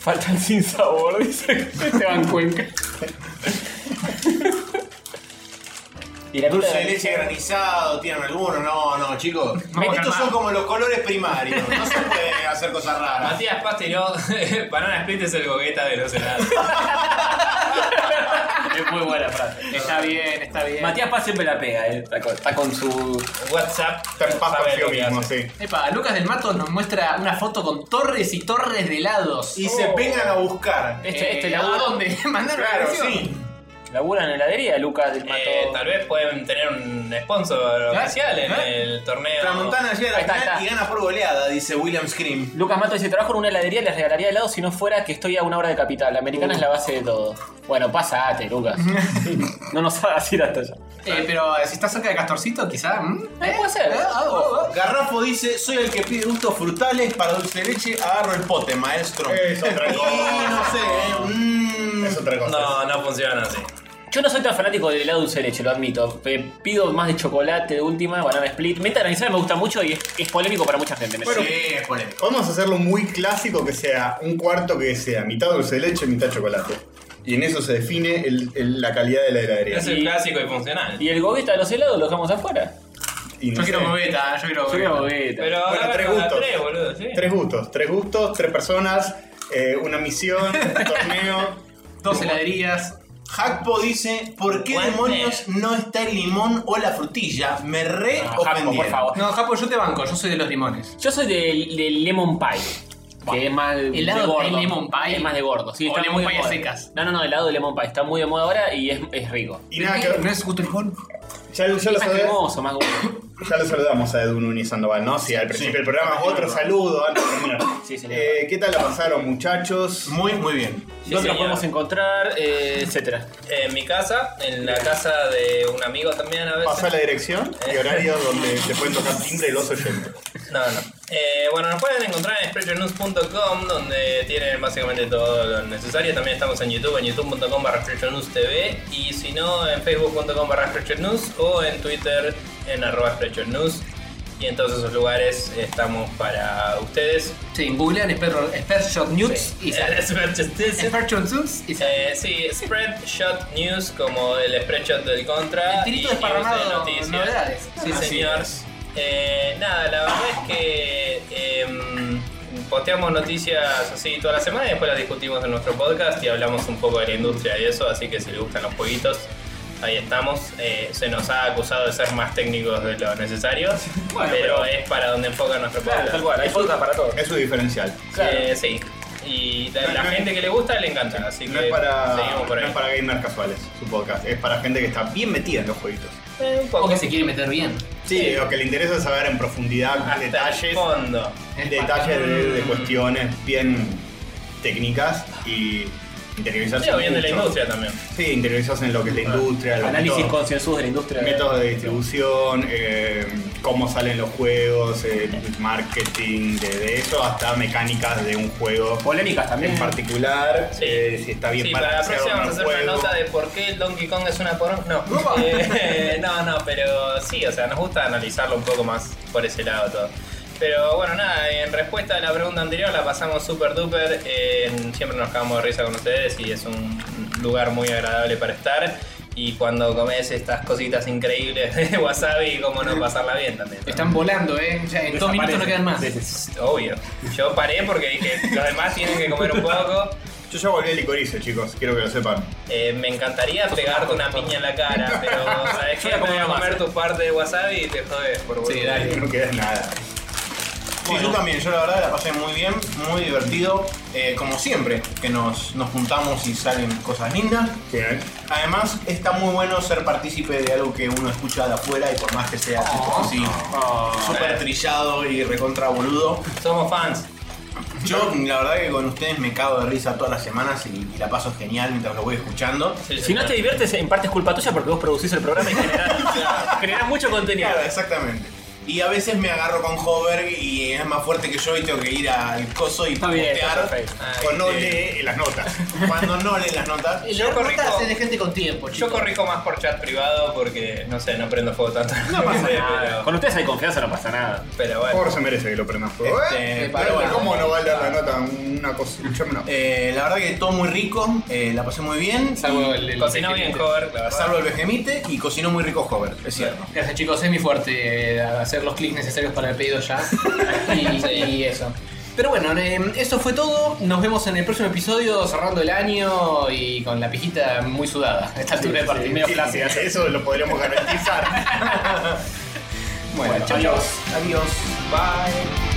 C: Falta el sin sabor, dice Esteban Cuenca. y la
F: Dulce
C: puta
F: de leche granizado, tienen algunos, no, no, chicos.
G: Vamos
F: Estos
G: calmados.
F: son como los colores primarios, no se puede hacer cosas raras.
G: Matías Paz tiró Banana Split es el gogueta de los helados.
C: Es muy buena frase.
M: Está bien, está bien.
C: Matías Paz siempre la pega, ¿eh? Está con, está con su.
G: WhatsApp.
B: Está en paz
G: sabe
B: consigo
G: lo que
B: mismo,
G: hace.
B: sí.
M: Epa, Lucas del Mato nos muestra una foto con torres y torres de helados.
F: Y se vengan a buscar.
C: Este, este
M: Eh,
C: laburo.
M: ¿A dónde? Mandaron la
F: Oh. Claro,
M: canción.
F: sí.
C: Labura en heladería, Lucas del Mato.
G: Eh, tal vez pueden tener un sponsor
M: ¿Eh?
G: oficial en
M: ¿Eh?
G: el torneo.
F: Tramontana llega a la
C: Ahí está,
F: final
C: está.
F: y gana por goleada, dice William Scream.
C: Lucas Mato dice, trabajo en una heladería, les regalaría helado si no fuera que estoy a una hora de capital. La americana es la base de todo. Bueno, pasate, Lucas. no nos hagas ir hasta allá.
M: Eh, pero si está cerca de Castorcito, quizá. ¿mm?
C: Eh, puede ser.
M: ¿Eh? Ah, ah, ah.
F: Garrafo dice, soy el que pide gustos frutales para dulce de leche, agarro el pote, maestro.
B: Es otra
F: Y no
B: cosa.
F: sé, eh, mm.
B: Es otra cosa.
G: No, no funciona así.
C: Yo no soy tan fanático del helado dulce de leche, lo admito. Eh, Pido más de chocolate de última, banana split. Meta granizada me gusta mucho y es, es polémico para mucha gente. me
B: Bueno,
C: sé.
F: Sí, es polémico.
B: Podemos hacerlo muy clásico que sea un cuarto que sea mitad dulce de leche, mitad chocolate. Y en eso se define el- el- la calidad de la heladería.
G: Es el clásico y funcional.
C: Y el gobeta de los helados lo dejamos afuera.
B: Y no
M: Yo
B: sé,
M: quiero moveta, yo quiero
C: Yo
M: moveta.
C: quiero gobeta.
G: Pero
B: Bueno,
G: ahora
B: tres
G: con la
B: gustos.
G: tres, boludo, sí.
B: Tres gustos, tres gustos, tres personas, eh, una misión, un torneo.
M: Dos heladerías.
F: Hackpo dice, ¿por qué
G: Guante.
F: demonios no está el limón o la frutilla? Me re
C: Ah, Jaco,
F: ofendieron.
C: por favor.
M: No, Japo, yo te banco, yo soy de los limones.
C: Yo soy del, del lemon pie. Que es más de
M: ¿Helado de
C: gordo.
M: lemon pie?
C: Es más de gordo. Sí,
M: ¿O
C: está
M: lemon
C: muy de
M: pie a
C: moda.
M: secas?
C: No, no, no, helado de lemon pie. Está muy de moda ahora y es, es rico.
B: Y nada, que,
M: ¿No es gusto limón?
B: ya, ya lo
C: más
B: saludé-
C: cremoso, más gordo.
B: ya lo saludamos a Edu Núñez Sandoval, ¿no? Sí, al principio del programa, otro saludo antes de terminar.
C: Sí, señor.
B: Eh, ¿Qué tal la pasaron, muchachos?
F: Muy, muy bien.
C: ¿Dónde nos
G: señor.
C: podemos encontrar? Eh, etcétera.
G: En mi casa, en la casa de un amigo también a veces.
B: Pasa la dirección y horario donde te pueden tocar timbre y los oyentes.
G: No, no. Eh, bueno, nos pueden encontrar en expressionnews.com donde tienen básicamente todo lo necesario. También estamos en YouTube, en youtube.com barra expressionnews TV y si no, en facebook.com barra expressionnews o en Twitter en arroba expressionnews. Y en todos esos lugares estamos para ustedes.
M: Sí, googlean Sperro- Spershot News y sale. Spershot News y sale.
G: Eh, sí, Spreadshot News, como el Spreadshot del Contra.
M: El tirito
G: y
M: desparramado,
G: news de noticias.
M: novedades.
D: Ah,
G: Sí,
M: Así
G: señor. Eh, nada, la verdad es que em, posteamos noticias así toda la semana y después las discutimos en nuestro podcast y hablamos un poco de la industria y eso, así que si les gustan los jueguitos, ahí estamos. Eh, se nos ha acusado de ser más técnicos de lo necesario,
M: Bueno,
G: pero,
M: pero-
G: es para donde enfoca nuestro podcast.
C: Tal cual, hay podcast para todos.
B: Es su diferencial.
C: claro.
G: Eh, sí. Y la,
B: No,
G: la
B: no es-
G: gente que le gusta le encanta, así que
B: No es, para,
G: seguimos por
B: no
G: ahí.
B: es para gamers casuales su podcast, es para gente que está bien metida en los jueguitos.
G: Eh, un poco.
M: O que se quiere meter bien.
B: Sí, lo que le interesa es saber en profundidad
G: Hasta el
B: detalles,
G: fondo.
B: detalles de, de cuestiones bien técnicas y interiorizarse
G: Sí, o bien de la
B: mucho.
G: industria también.
B: Sí, interiorizarse en lo que es la industria, los
C: Análisis
B: métodos,
C: concienzudo de la industria.
B: métodos de distribución, eh, cómo salen los juegos, eh, marketing, de, de eso hasta mecánicas de un juego
C: Polémicas también.
B: en particular,
G: Sí.
B: eh, si está bien
G: Sí, para la
B: balanceado
G: próxima
B: o no
G: vamos a hacer
B: el
G: una
B: juego.
G: nota de por qué el Donkey Kong es una porón. No. Eh, no, no, pero sí, o sea, nos gusta analizarlo un poco más por ese lado todo. Pero bueno, nada, en respuesta a la pregunta anterior la pasamos super duper. eh, siempre nos cagamos de risa con ustedes y es un lugar muy agradable para estar. Y cuando comes estas cositas increíbles de wasabi, cómo no pasarla bien también. ¿no?
M: Están volando, eh. Ya en dos minutos no quedan más.
G: Obvio. Yo paré porque dije, los demás tienen que comer un poco.
B: Yo ya volví a licorice, chicos, quiero que lo sepan.
G: Eh, me encantaría pegarte una piña en la cara, pero sabes que voy a comer tu parte de wasabi y te jodes por
B: Sí, dale, no queda nada.
F: Sí, yo también, yo la verdad la pasé muy bien, muy divertido, eh, como siempre, que nos, nos juntamos y salen cosas lindas.
B: Bien.
F: Además, está muy bueno ser partícipe de algo que uno escucha de afuera y por más que sea
C: Ah,
F: tipo así, súper trillado y recontra boludo.
G: Somos fans.
F: Yo, la verdad que con ustedes me cago de risa todas las semanas y, y la paso genial mientras lo voy escuchando.
C: Si no te diviertes, en parte es culpa tuya porque vos producís el programa y generás, generás mucho contenido.
F: Claro, exactamente. Y a veces me agarro con Hover y es más fuerte que yo y tengo que ir al coso y
C: bien, está
F: postear
C: perfecto. Ah, este-
F: cuando no lee las notas. Cuando no lee las notas.
G: Yo corrijo,
P: de gente con tiempo,
G: yo corrijo más por chat privado porque, no sé, no prendo fuego tanto. No
C: pasa nada. Con ustedes hay confianza, no pasa nada.
G: Pero
B: Por
G: bueno.
B: favor, se merece que lo prendas fuego.
F: Este,
B: ¿eh?
F: pero
B: Pero
F: bueno.
B: ¿Cómo no va a leer la nota? Una cosa, escuchame una.
F: Eh, la verdad que todo muy rico, eh, la pasé muy bien.
D: Salvo
F: y-
D: el- el
G: Cocinó bien
D: Benjamite.
G: Hover, la verdad.
F: Salvo el Benjamite y cocinó muy rico Hover, es cierto.
D: Gracias chicos, es mi fuerte eh, hacer los clics necesarios para el pedido ya. y, y eso. Pero bueno, eh, eso fue todo. Nos vemos en el próximo episodio cerrando el año y con la pijita muy sudada. A esta altura de partido. medio
B: Sí,
D: flácida.
B: Eso lo podríamos garantizar.
D: Bueno, adiós.
F: Adiós. Bye.